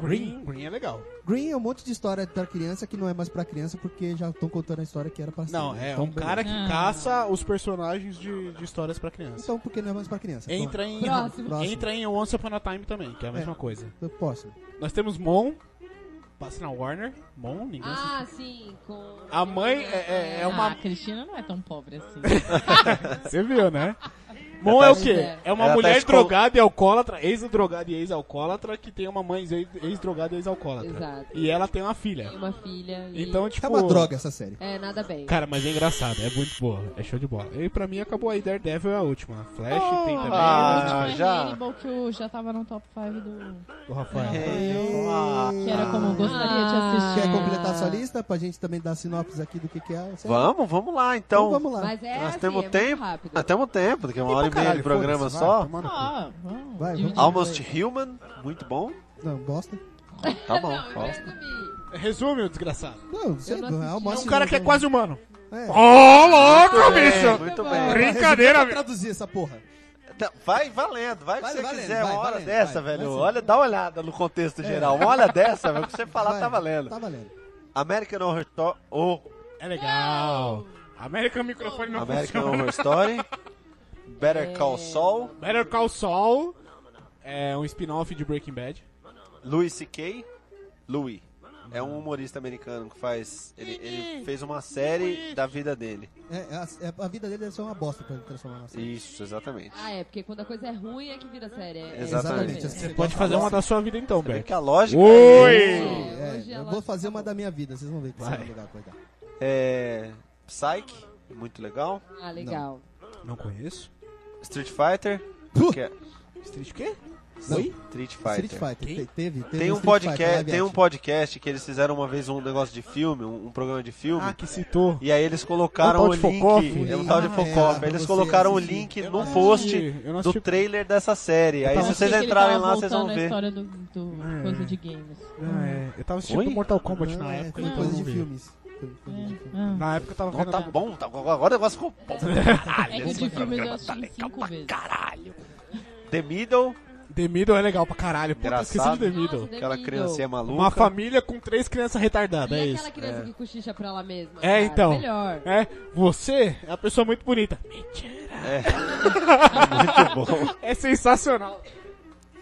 Speaker 2: Green, Green é legal.
Speaker 3: Green é um monte de história da criança que não é mais pra criança porque já estão contando a história que era pra ser.
Speaker 2: Não,
Speaker 3: né?
Speaker 2: é
Speaker 3: Então,
Speaker 2: um cara que
Speaker 7: Não.
Speaker 2: caça os personagens de, de histórias pra criança.
Speaker 3: Então, porque não é mais pra
Speaker 4: Tá
Speaker 3: criança. Então,
Speaker 2: Entra em,
Speaker 9: Próximo.
Speaker 3: Próximo.
Speaker 2: entra em Once Upon a Time também, que é a mesma coisa.
Speaker 3: eu posso.
Speaker 2: Nós temos Mon, passa na Warner. Mon, ninguém assistiu.
Speaker 6: Ah, sim, com.
Speaker 2: A mãe é, é- é
Speaker 7: Ah,
Speaker 2: uma.
Speaker 7: a Cristina não é tão pobre assim.
Speaker 6: Ah.
Speaker 2: (laughs) Você viu, né? Mon é o quê? É uma
Speaker 4: Ela tá
Speaker 2: mulher
Speaker 4: escol-
Speaker 2: drogada e alcoólatra, ex-drogada e ex-alcoólatra, que tem uma mãe ex- ex-drogada e ex-alcoólatra.
Speaker 6: Exato.
Speaker 2: E ela tem uma filha.
Speaker 6: Tem uma filha. e-
Speaker 2: Então, tipo.
Speaker 3: É uma droga essa série.
Speaker 6: É, nada bem.
Speaker 2: Cara, mas é engraçado, é muito boa, é show de bola. E pra mim acabou aí, Daredevil é a última. Flash tem também.
Speaker 4: Ah,
Speaker 7: Mas
Speaker 4: já.
Speaker 7: é Hannibal, que eu já tava no top 5 do...
Speaker 2: O Rafael.
Speaker 4: É. Ah,
Speaker 7: Que era como eu gostaria de
Speaker 6: Ah.
Speaker 7: assistir.
Speaker 3: Quer completar sua lista pra gente também dar sinopse aqui do que, que é? a série?
Speaker 4: Vamos, vamos lá, então.
Speaker 3: Então vamos lá.
Speaker 6: Mas é
Speaker 4: Nós
Speaker 6: assim,
Speaker 4: temos
Speaker 6: é
Speaker 4: tempo.
Speaker 6: muito rápido.
Speaker 4: Nós temos tempo, porque é uma hora e meia de programa só.
Speaker 7: Ah, vamos.
Speaker 3: Vai,
Speaker 7: dividir.
Speaker 4: Almost Human, muito bom.
Speaker 3: Não, bosta.
Speaker 4: Tá bom,
Speaker 6: Não, é. eu
Speaker 4: ó.
Speaker 6: resumi.
Speaker 2: Resume, o desgraçado.
Speaker 3: Não, não sei,
Speaker 6: Eu não
Speaker 3: não, é
Speaker 6: assisti.
Speaker 3: almoço
Speaker 2: É um
Speaker 3: e
Speaker 2: cara
Speaker 3: não-
Speaker 2: que é quase humano.
Speaker 3: É.
Speaker 2: Ô, louco,
Speaker 4: É,
Speaker 2: bicho!
Speaker 4: muito
Speaker 6: Tá
Speaker 4: bem.
Speaker 6: bom.
Speaker 2: Brincadeira,
Speaker 3: Resumindo,
Speaker 2: velho.
Speaker 3: traduzir essa porra.
Speaker 4: Tá, Vai valendo, vai o que
Speaker 3: Vale
Speaker 4: você
Speaker 3: valendo,
Speaker 4: quiser.
Speaker 3: vai,
Speaker 4: uma hora
Speaker 3: valendo, vai,
Speaker 4: dessa, velho.
Speaker 3: vai sim. É.
Speaker 4: olha, dá uma olhada no contexto geral. Uma hora dessa, velho. O que você falar
Speaker 3: Vai,
Speaker 4: tá valendo.
Speaker 3: Tá valendo.
Speaker 4: American Horror Story.
Speaker 2: É legal. América, o microfone não
Speaker 4: American
Speaker 2: funciona.
Speaker 4: Horror Story. Better
Speaker 6: É.
Speaker 4: Call Saul.
Speaker 2: Better Call Saul é um spin-off de Breaking Bad.
Speaker 4: Louis C.K. Louis. É um humorista americano que faz. Ele, ele fez uma série da vida dele.
Speaker 3: É, a, é- a vida dele deve ser uma bosta pra ele transformar na série.
Speaker 4: Isso, exatamente.
Speaker 6: Ah, é, porque quando a coisa é ruim é que vira série. é-
Speaker 4: Exatamente.
Speaker 6: É,
Speaker 3: Você assim.
Speaker 2: Pode fazer uma da sua vida então,
Speaker 4: Você vê
Speaker 2: Beck.
Speaker 4: que a lógica.
Speaker 2: Oi!
Speaker 3: É,
Speaker 6: Hoje
Speaker 3: eu
Speaker 6: ela-
Speaker 3: vou fazer uma da minha vida, vocês vão ver que vocês
Speaker 2: Vai.
Speaker 3: vão ligar, coitado.
Speaker 4: É. Psyche, muito legal.
Speaker 6: Ah, legal.
Speaker 2: Não conheço.
Speaker 4: Street Fighter.
Speaker 3: Puh!
Speaker 4: que é-
Speaker 2: Street o quê?
Speaker 3: Oi?
Speaker 4: Street Fighter.
Speaker 3: Street Fighter, te- teve, teve
Speaker 4: Tem um,
Speaker 3: Street Fighter
Speaker 4: podcast,
Speaker 3: live
Speaker 4: tem um
Speaker 3: action.
Speaker 4: podcast que eles fizeram uma vez um negócio de filme, um, um programa de filme.
Speaker 2: Ah, que citou.
Speaker 4: E aí eles colocaram
Speaker 2: É um tal
Speaker 4: o
Speaker 2: de
Speaker 4: link.
Speaker 2: Focoff?
Speaker 4: É um tal de
Speaker 3: Ah,
Speaker 4: Focop.
Speaker 3: é, pra
Speaker 4: eles
Speaker 3: você
Speaker 4: colocaram o
Speaker 3: assistir.
Speaker 4: link
Speaker 2: Eu
Speaker 4: no
Speaker 2: não
Speaker 4: post
Speaker 2: assisti, eu não
Speaker 4: do
Speaker 2: assisti.
Speaker 4: trailer dessa série. Aí
Speaker 2: tava
Speaker 4: se
Speaker 7: Achei
Speaker 4: vocês
Speaker 7: que ele
Speaker 4: entrarem
Speaker 7: tava
Speaker 4: lá, vocês vão
Speaker 7: voltando a
Speaker 4: ver.
Speaker 7: história do, do
Speaker 2: É.
Speaker 7: coisa de games.
Speaker 2: Ah, é. Eu tava assistindo
Speaker 4: Oi?
Speaker 2: Mortal Kombat
Speaker 3: Não,
Speaker 2: na
Speaker 3: é,
Speaker 2: época,
Speaker 3: foi
Speaker 2: então eu
Speaker 3: coisa
Speaker 2: não
Speaker 3: de
Speaker 2: vi.
Speaker 3: filmes. Foi coisa de filme.
Speaker 7: Ah.
Speaker 2: Na época eu tava
Speaker 4: Não,
Speaker 2: vendo
Speaker 4: tá bom, tá bom. Agora o negócio ficou bom. Caralho,
Speaker 7: É que o
Speaker 4: esse
Speaker 7: de filmes eu
Speaker 4: programa
Speaker 7: assisti
Speaker 4: tá
Speaker 7: em
Speaker 4: legal
Speaker 7: cinco
Speaker 4: pra
Speaker 7: vezes.
Speaker 4: caralho. The Middle,
Speaker 2: The Middle é legal pra caralho. Puta, esqueci de
Speaker 4: Engraçado.
Speaker 2: The
Speaker 6: Nossa,
Speaker 2: Middle.
Speaker 6: The
Speaker 4: aquela
Speaker 6: Middle.
Speaker 4: criancinha maluca.
Speaker 2: Uma família com três crianças
Speaker 6: E
Speaker 2: retardadas, é isso.
Speaker 6: aquela criança que cochicha pra ela mesma.
Speaker 2: É,
Speaker 6: cara,
Speaker 2: então.
Speaker 6: Melhor.
Speaker 2: É, você é uma pessoa muito bonita. (laughs) Mentira.
Speaker 4: Muito bom.
Speaker 2: É sensacional.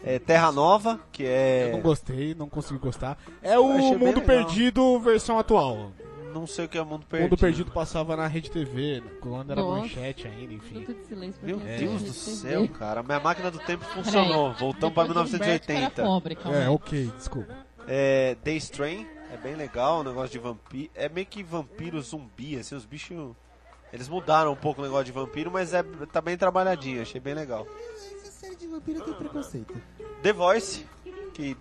Speaker 4: É, Terra Nova, que é.
Speaker 2: Não gostei, não consegui gostar. É
Speaker 4: Eu achei
Speaker 2: o
Speaker 4: bem
Speaker 2: Mundo
Speaker 4: legal.
Speaker 2: Perdido versão atual.
Speaker 4: Não sei o que é Mundo
Speaker 2: O
Speaker 4: Perdido.
Speaker 2: Mundo Perdido passava na Rede TV, quando era
Speaker 6: Nossa.
Speaker 2: manchete ainda, enfim.
Speaker 6: Minuto de silêncio pra
Speaker 4: Meu
Speaker 6: criança,
Speaker 4: Deus
Speaker 6: gente,
Speaker 4: do
Speaker 6: vocês
Speaker 4: céu,
Speaker 6: verem.
Speaker 4: cara. Minha máquina do tempo funcionou. Voltamos então pra
Speaker 7: Depois do Humberto, que era
Speaker 4: 1980.
Speaker 7: pobre, calma.
Speaker 2: É, ok, desculpa.
Speaker 4: É, Days Train é bem legal, um negócio de vampiro. É meio que vampiro zumbi, assim, os bichos. Eles mudaram um pouco o negócio de vampiro, mas é, tá bem trabalhadinho, achei bem legal.
Speaker 3: Essa série de vampiro tem preconceito.
Speaker 4: The Voice, que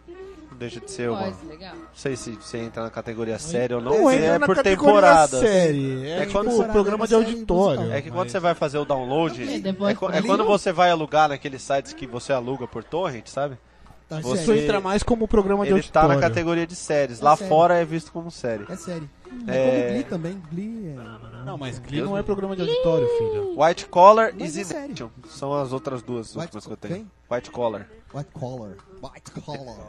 Speaker 4: não deixa de ser uma.
Speaker 6: Voz, legal.
Speaker 4: Não sei se você entra na categoria série ou não,
Speaker 2: Não
Speaker 4: mas
Speaker 2: entra
Speaker 4: é
Speaker 2: na
Speaker 4: por
Speaker 2: categoria
Speaker 4: temporada.
Speaker 2: Série. É,
Speaker 4: É
Speaker 2: tipo
Speaker 4: quando-
Speaker 2: o programa de auditório.
Speaker 4: É que quando você vai fazer o download,
Speaker 7: É, The
Speaker 4: é,
Speaker 7: Voice
Speaker 4: qu- é
Speaker 7: pra mim
Speaker 4: quando
Speaker 7: não.
Speaker 4: você vai alugar naqueles sites que você aluga por torrent, sabe?
Speaker 3: Tá
Speaker 4: Você-
Speaker 2: Isso
Speaker 3: sério.
Speaker 2: entra mais como programa de
Speaker 4: Ele tá na
Speaker 2: auditório.
Speaker 4: categoria de séries.
Speaker 3: É
Speaker 4: Lá
Speaker 3: série.
Speaker 4: fora é visto como série.
Speaker 3: É série. É
Speaker 4: É-
Speaker 3: como Glee também. Glee é...
Speaker 2: Não, mas Glee
Speaker 4: Deus
Speaker 2: não é
Speaker 4: me-
Speaker 2: programa de auditório, filho.
Speaker 4: White Collar e
Speaker 3: Mas é
Speaker 4: Zination. São as outras duas
Speaker 3: White
Speaker 4: últimas que eu
Speaker 3: co-
Speaker 4: tenho. White Collar
Speaker 3: White Collar. White Collar.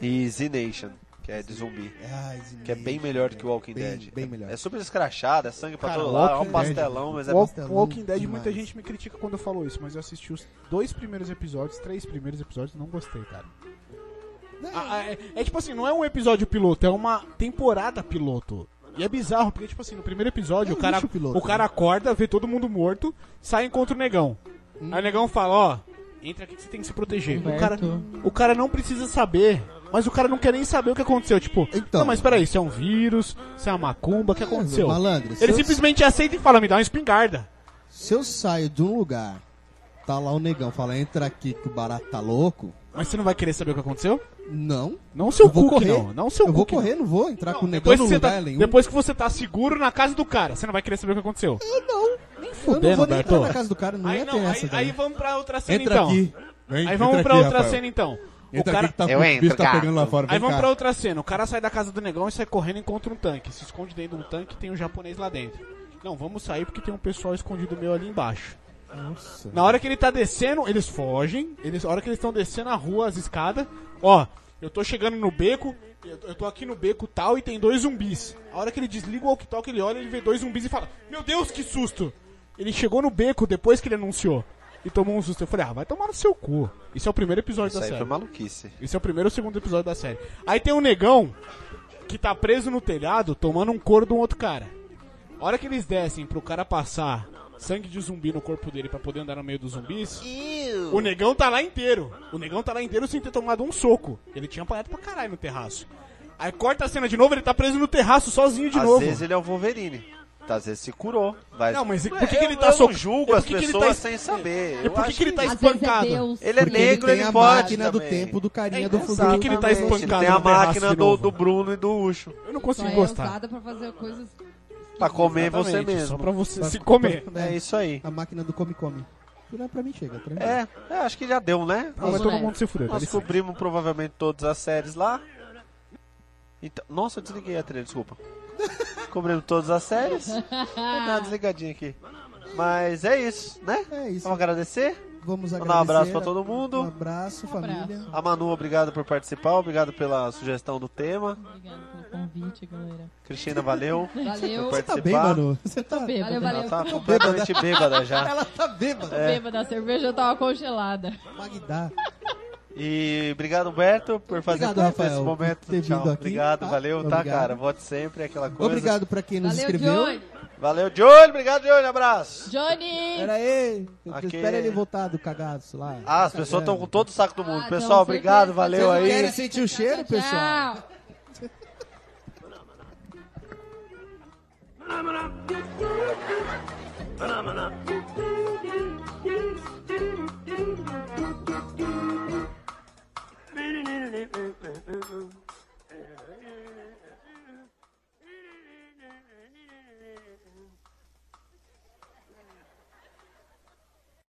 Speaker 4: e Z-Nation, que é de zumbi.
Speaker 3: Ai,
Speaker 4: Que é bem melhor do que o Walking
Speaker 3: Bem-
Speaker 4: Dead.
Speaker 3: bem
Speaker 4: É-
Speaker 3: melhor.
Speaker 4: É super escrachado, é sangue pra
Speaker 2: Cara,
Speaker 4: todo lado, é
Speaker 2: Walking
Speaker 4: um pastelão, mas é
Speaker 3: Walk-
Speaker 2: O
Speaker 3: Pastelão
Speaker 2: Walking Dead, muita
Speaker 3: demais.
Speaker 2: gente me critica quando eu falo isso, mas eu assisti os dois primeiros episódios, três primeiros episódios, não gostei, cara. Ah, ah, é, é tipo assim, não é um episódio piloto, é uma temporada piloto. E é bizarro, porque, tipo assim, no primeiro episódio,
Speaker 3: É
Speaker 2: o, cara,
Speaker 3: lixo piloto,
Speaker 2: o cara acorda, vê todo mundo morto, sai e encontra o negão.
Speaker 3: Hum.
Speaker 2: Aí o negão fala, ó, entra aqui que você tem que se proteger. O cara,
Speaker 7: Humberto.
Speaker 2: o cara não precisa saber, mas o cara não quer nem saber o que aconteceu. Tipo,
Speaker 3: Então.
Speaker 2: não, mas peraí, isso é um vírus, isso é uma macumba, o que aconteceu?
Speaker 3: Malandro, se
Speaker 2: Ele
Speaker 3: eu-
Speaker 2: simplesmente aceita e fala, me dá uma espingarda.
Speaker 3: Se eu saio de um lugar, tá lá o negão, fala, entra aqui que o barato tá louco.
Speaker 2: Mas você não vai querer saber o que aconteceu?
Speaker 3: Não.
Speaker 2: Não seu
Speaker 3: eu vou
Speaker 2: cu que
Speaker 3: correr.
Speaker 2: não, não seu
Speaker 3: eu
Speaker 2: cu
Speaker 3: vou
Speaker 2: que não.
Speaker 3: correr, não vou entrar com o negão
Speaker 2: Depois
Speaker 3: no
Speaker 2: que, você
Speaker 3: lugar
Speaker 2: tá,
Speaker 3: nenhum.
Speaker 2: depois que você tá seguro na casa do cara, você não vai querer saber o que aconteceu.
Speaker 3: Eu não. Nem Eu
Speaker 2: fudendo,
Speaker 3: não vou nem entrar
Speaker 2: Bertô.
Speaker 3: na casa do cara, não
Speaker 2: aí
Speaker 3: ia
Speaker 2: não,
Speaker 3: ter
Speaker 2: aí,
Speaker 3: essa.
Speaker 2: aí
Speaker 3: também.
Speaker 2: vamos pra outra cena
Speaker 3: entra
Speaker 2: então.
Speaker 3: aqui. Vem,
Speaker 2: Aí
Speaker 3: entra
Speaker 2: vamos pra
Speaker 3: aqui,
Speaker 2: outra
Speaker 3: Rafael.
Speaker 2: cena então.
Speaker 3: Entra
Speaker 2: o cara...
Speaker 3: aqui que tá,
Speaker 4: Eu
Speaker 3: o
Speaker 4: entro,
Speaker 3: bicho tá
Speaker 4: gato.
Speaker 3: pegando lá fora.
Speaker 2: Aí
Speaker 3: vem
Speaker 2: vamos
Speaker 3: cá.
Speaker 2: pra outra cena. O cara sai da casa do negão e sai correndo e encontra um tanque. Se esconde dentro de um tanque e tem um japonês lá dentro. Não, vamos sair porque tem um pessoal escondido meu ali embaixo.
Speaker 3: Nossa.
Speaker 2: Na hora que ele tá descendo, eles fogem. Eles, na hora que eles estão descendo a rua, as escadas, ó, eu tô chegando no beco, eu, eu tô aqui no beco tal e tem dois zumbis. A hora que ele desliga o walkie-talkie, ele olha, ele vê dois zumbis e fala: Meu Deus, que susto! Ele chegou no beco depois que ele anunciou e tomou um susto. Eu falei: Ah, vai tomar no seu cu. Isso é o primeiro episódio
Speaker 4: Isso
Speaker 2: da
Speaker 4: aí
Speaker 2: série.
Speaker 4: foi maluquice.
Speaker 2: Esse é o primeiro ou segundo episódio da série. Aí tem um negão que tá preso no telhado tomando um couro de um outro cara. A hora que eles descem pro cara passar sangue de zumbi no corpo dele pra poder andar no meio dos zumbis, o negão tá lá inteiro. O negão tá lá inteiro sem ter tomado um soco. Ele tinha apanhado pra caralho no terraço. Aí corta a cena de novo, ele tá preso no terraço sozinho de
Speaker 4: Às
Speaker 2: novo.
Speaker 4: vezes ele é o Wolverine. Às vezes se curou. Mas...
Speaker 2: Não, mas e- por que,
Speaker 4: Eu-
Speaker 2: que ele tá
Speaker 4: eu não
Speaker 2: soco-
Speaker 4: julgo
Speaker 2: e por
Speaker 4: as
Speaker 2: que que ele tá
Speaker 4: pessoas
Speaker 2: es-
Speaker 4: sem saber.
Speaker 2: E
Speaker 4: Eu
Speaker 2: por que,
Speaker 4: acho
Speaker 2: que ele tá
Speaker 6: Às vezes é
Speaker 2: espancado?
Speaker 6: Deus.
Speaker 4: Ele é
Speaker 3: Porque
Speaker 4: negro,
Speaker 3: ele
Speaker 4: ele,
Speaker 3: tem a
Speaker 4: pode
Speaker 3: máquina do
Speaker 4: também.
Speaker 3: tempo do carinha
Speaker 2: É,
Speaker 3: do
Speaker 2: exato.
Speaker 3: futuro.
Speaker 2: Por que ele tá
Speaker 4: Exatamente,
Speaker 2: espancado
Speaker 4: Tem a
Speaker 2: no terraço
Speaker 4: máquina
Speaker 2: assim de
Speaker 4: do,
Speaker 2: novo?
Speaker 4: do Bruno e do Ucho.
Speaker 2: Eu não
Speaker 6: Só
Speaker 2: consigo
Speaker 6: é
Speaker 2: gostar.
Speaker 6: usada pra fazer coisas...
Speaker 4: Pra comer você
Speaker 2: Exatamente,
Speaker 4: mesmo.
Speaker 2: Só pra você se comer.
Speaker 4: É isso aí.
Speaker 3: A máquina do Come Come. Não é pra mim, chega. tranquilo.
Speaker 4: É, é, acho que já deu, né?
Speaker 2: Não, vai
Speaker 6: Vamos
Speaker 2: todo
Speaker 6: nessa.
Speaker 2: mundo se fuder.
Speaker 4: Nós cobrimos provavelmente todas as séries lá. Então, nossa, eu desliguei a trilha, desculpa.
Speaker 3: (laughs)
Speaker 4: cobrimos todas as séries. Vou dar uma desligadinha aqui. Mas é isso, né?
Speaker 3: É isso.
Speaker 4: Vamos agradecer.
Speaker 3: Vamos
Speaker 4: Mandar um
Speaker 3: agradecer.
Speaker 4: abraço pra
Speaker 3: a-
Speaker 4: todo mundo.
Speaker 3: Um abraço,
Speaker 7: Um
Speaker 3: família.
Speaker 7: abraço.
Speaker 4: A Manu, obrigado por participar, obrigado pela sugestão do tema.
Speaker 7: Obrigado pelo convite, galera.
Speaker 4: Cristina, valeu.
Speaker 6: Valeu.
Speaker 4: Por
Speaker 3: Você tá
Speaker 4: participar.
Speaker 3: bem, Manu? Você tá bêbada.
Speaker 6: Valeu,
Speaker 7: Bêbada.
Speaker 6: valeu.
Speaker 4: Ela tá completamente bêbada já.
Speaker 3: Ela tá bêbada.
Speaker 7: Bêbada, a cerveja tava congelada.
Speaker 3: Magda.
Speaker 4: E obrigado, Humberto, por fazer
Speaker 3: Obrigado,
Speaker 4: parte desse
Speaker 3: Rafael,
Speaker 4: momento.
Speaker 3: por ter
Speaker 4: Tchau.
Speaker 3: vindo aqui,
Speaker 4: obrigado,
Speaker 3: tá?
Speaker 4: valeu, tá,
Speaker 3: Obrigado.
Speaker 4: cara? Vote sempre, aquela coisa.
Speaker 3: Obrigado pra quem nos
Speaker 6: Valeu,
Speaker 3: escreveu.
Speaker 6: Johnny.
Speaker 4: Valeu, Johnny. Obrigado, Johnny. Abraço.
Speaker 7: Johnny!
Speaker 3: Pera aí.
Speaker 4: Aqui.
Speaker 3: Espera ele voltar do cagaço lá.
Speaker 4: Ah, as pessoas estão com todo o saco do mundo.
Speaker 6: Ah,
Speaker 4: Pessoal,
Speaker 6: então, sempre
Speaker 4: obrigado,
Speaker 6: é-
Speaker 4: valeu
Speaker 6: vocês
Speaker 4: aí.
Speaker 3: Querem sentir o cheiro, pessoal?
Speaker 6: Tchau.
Speaker 11: Phenomena.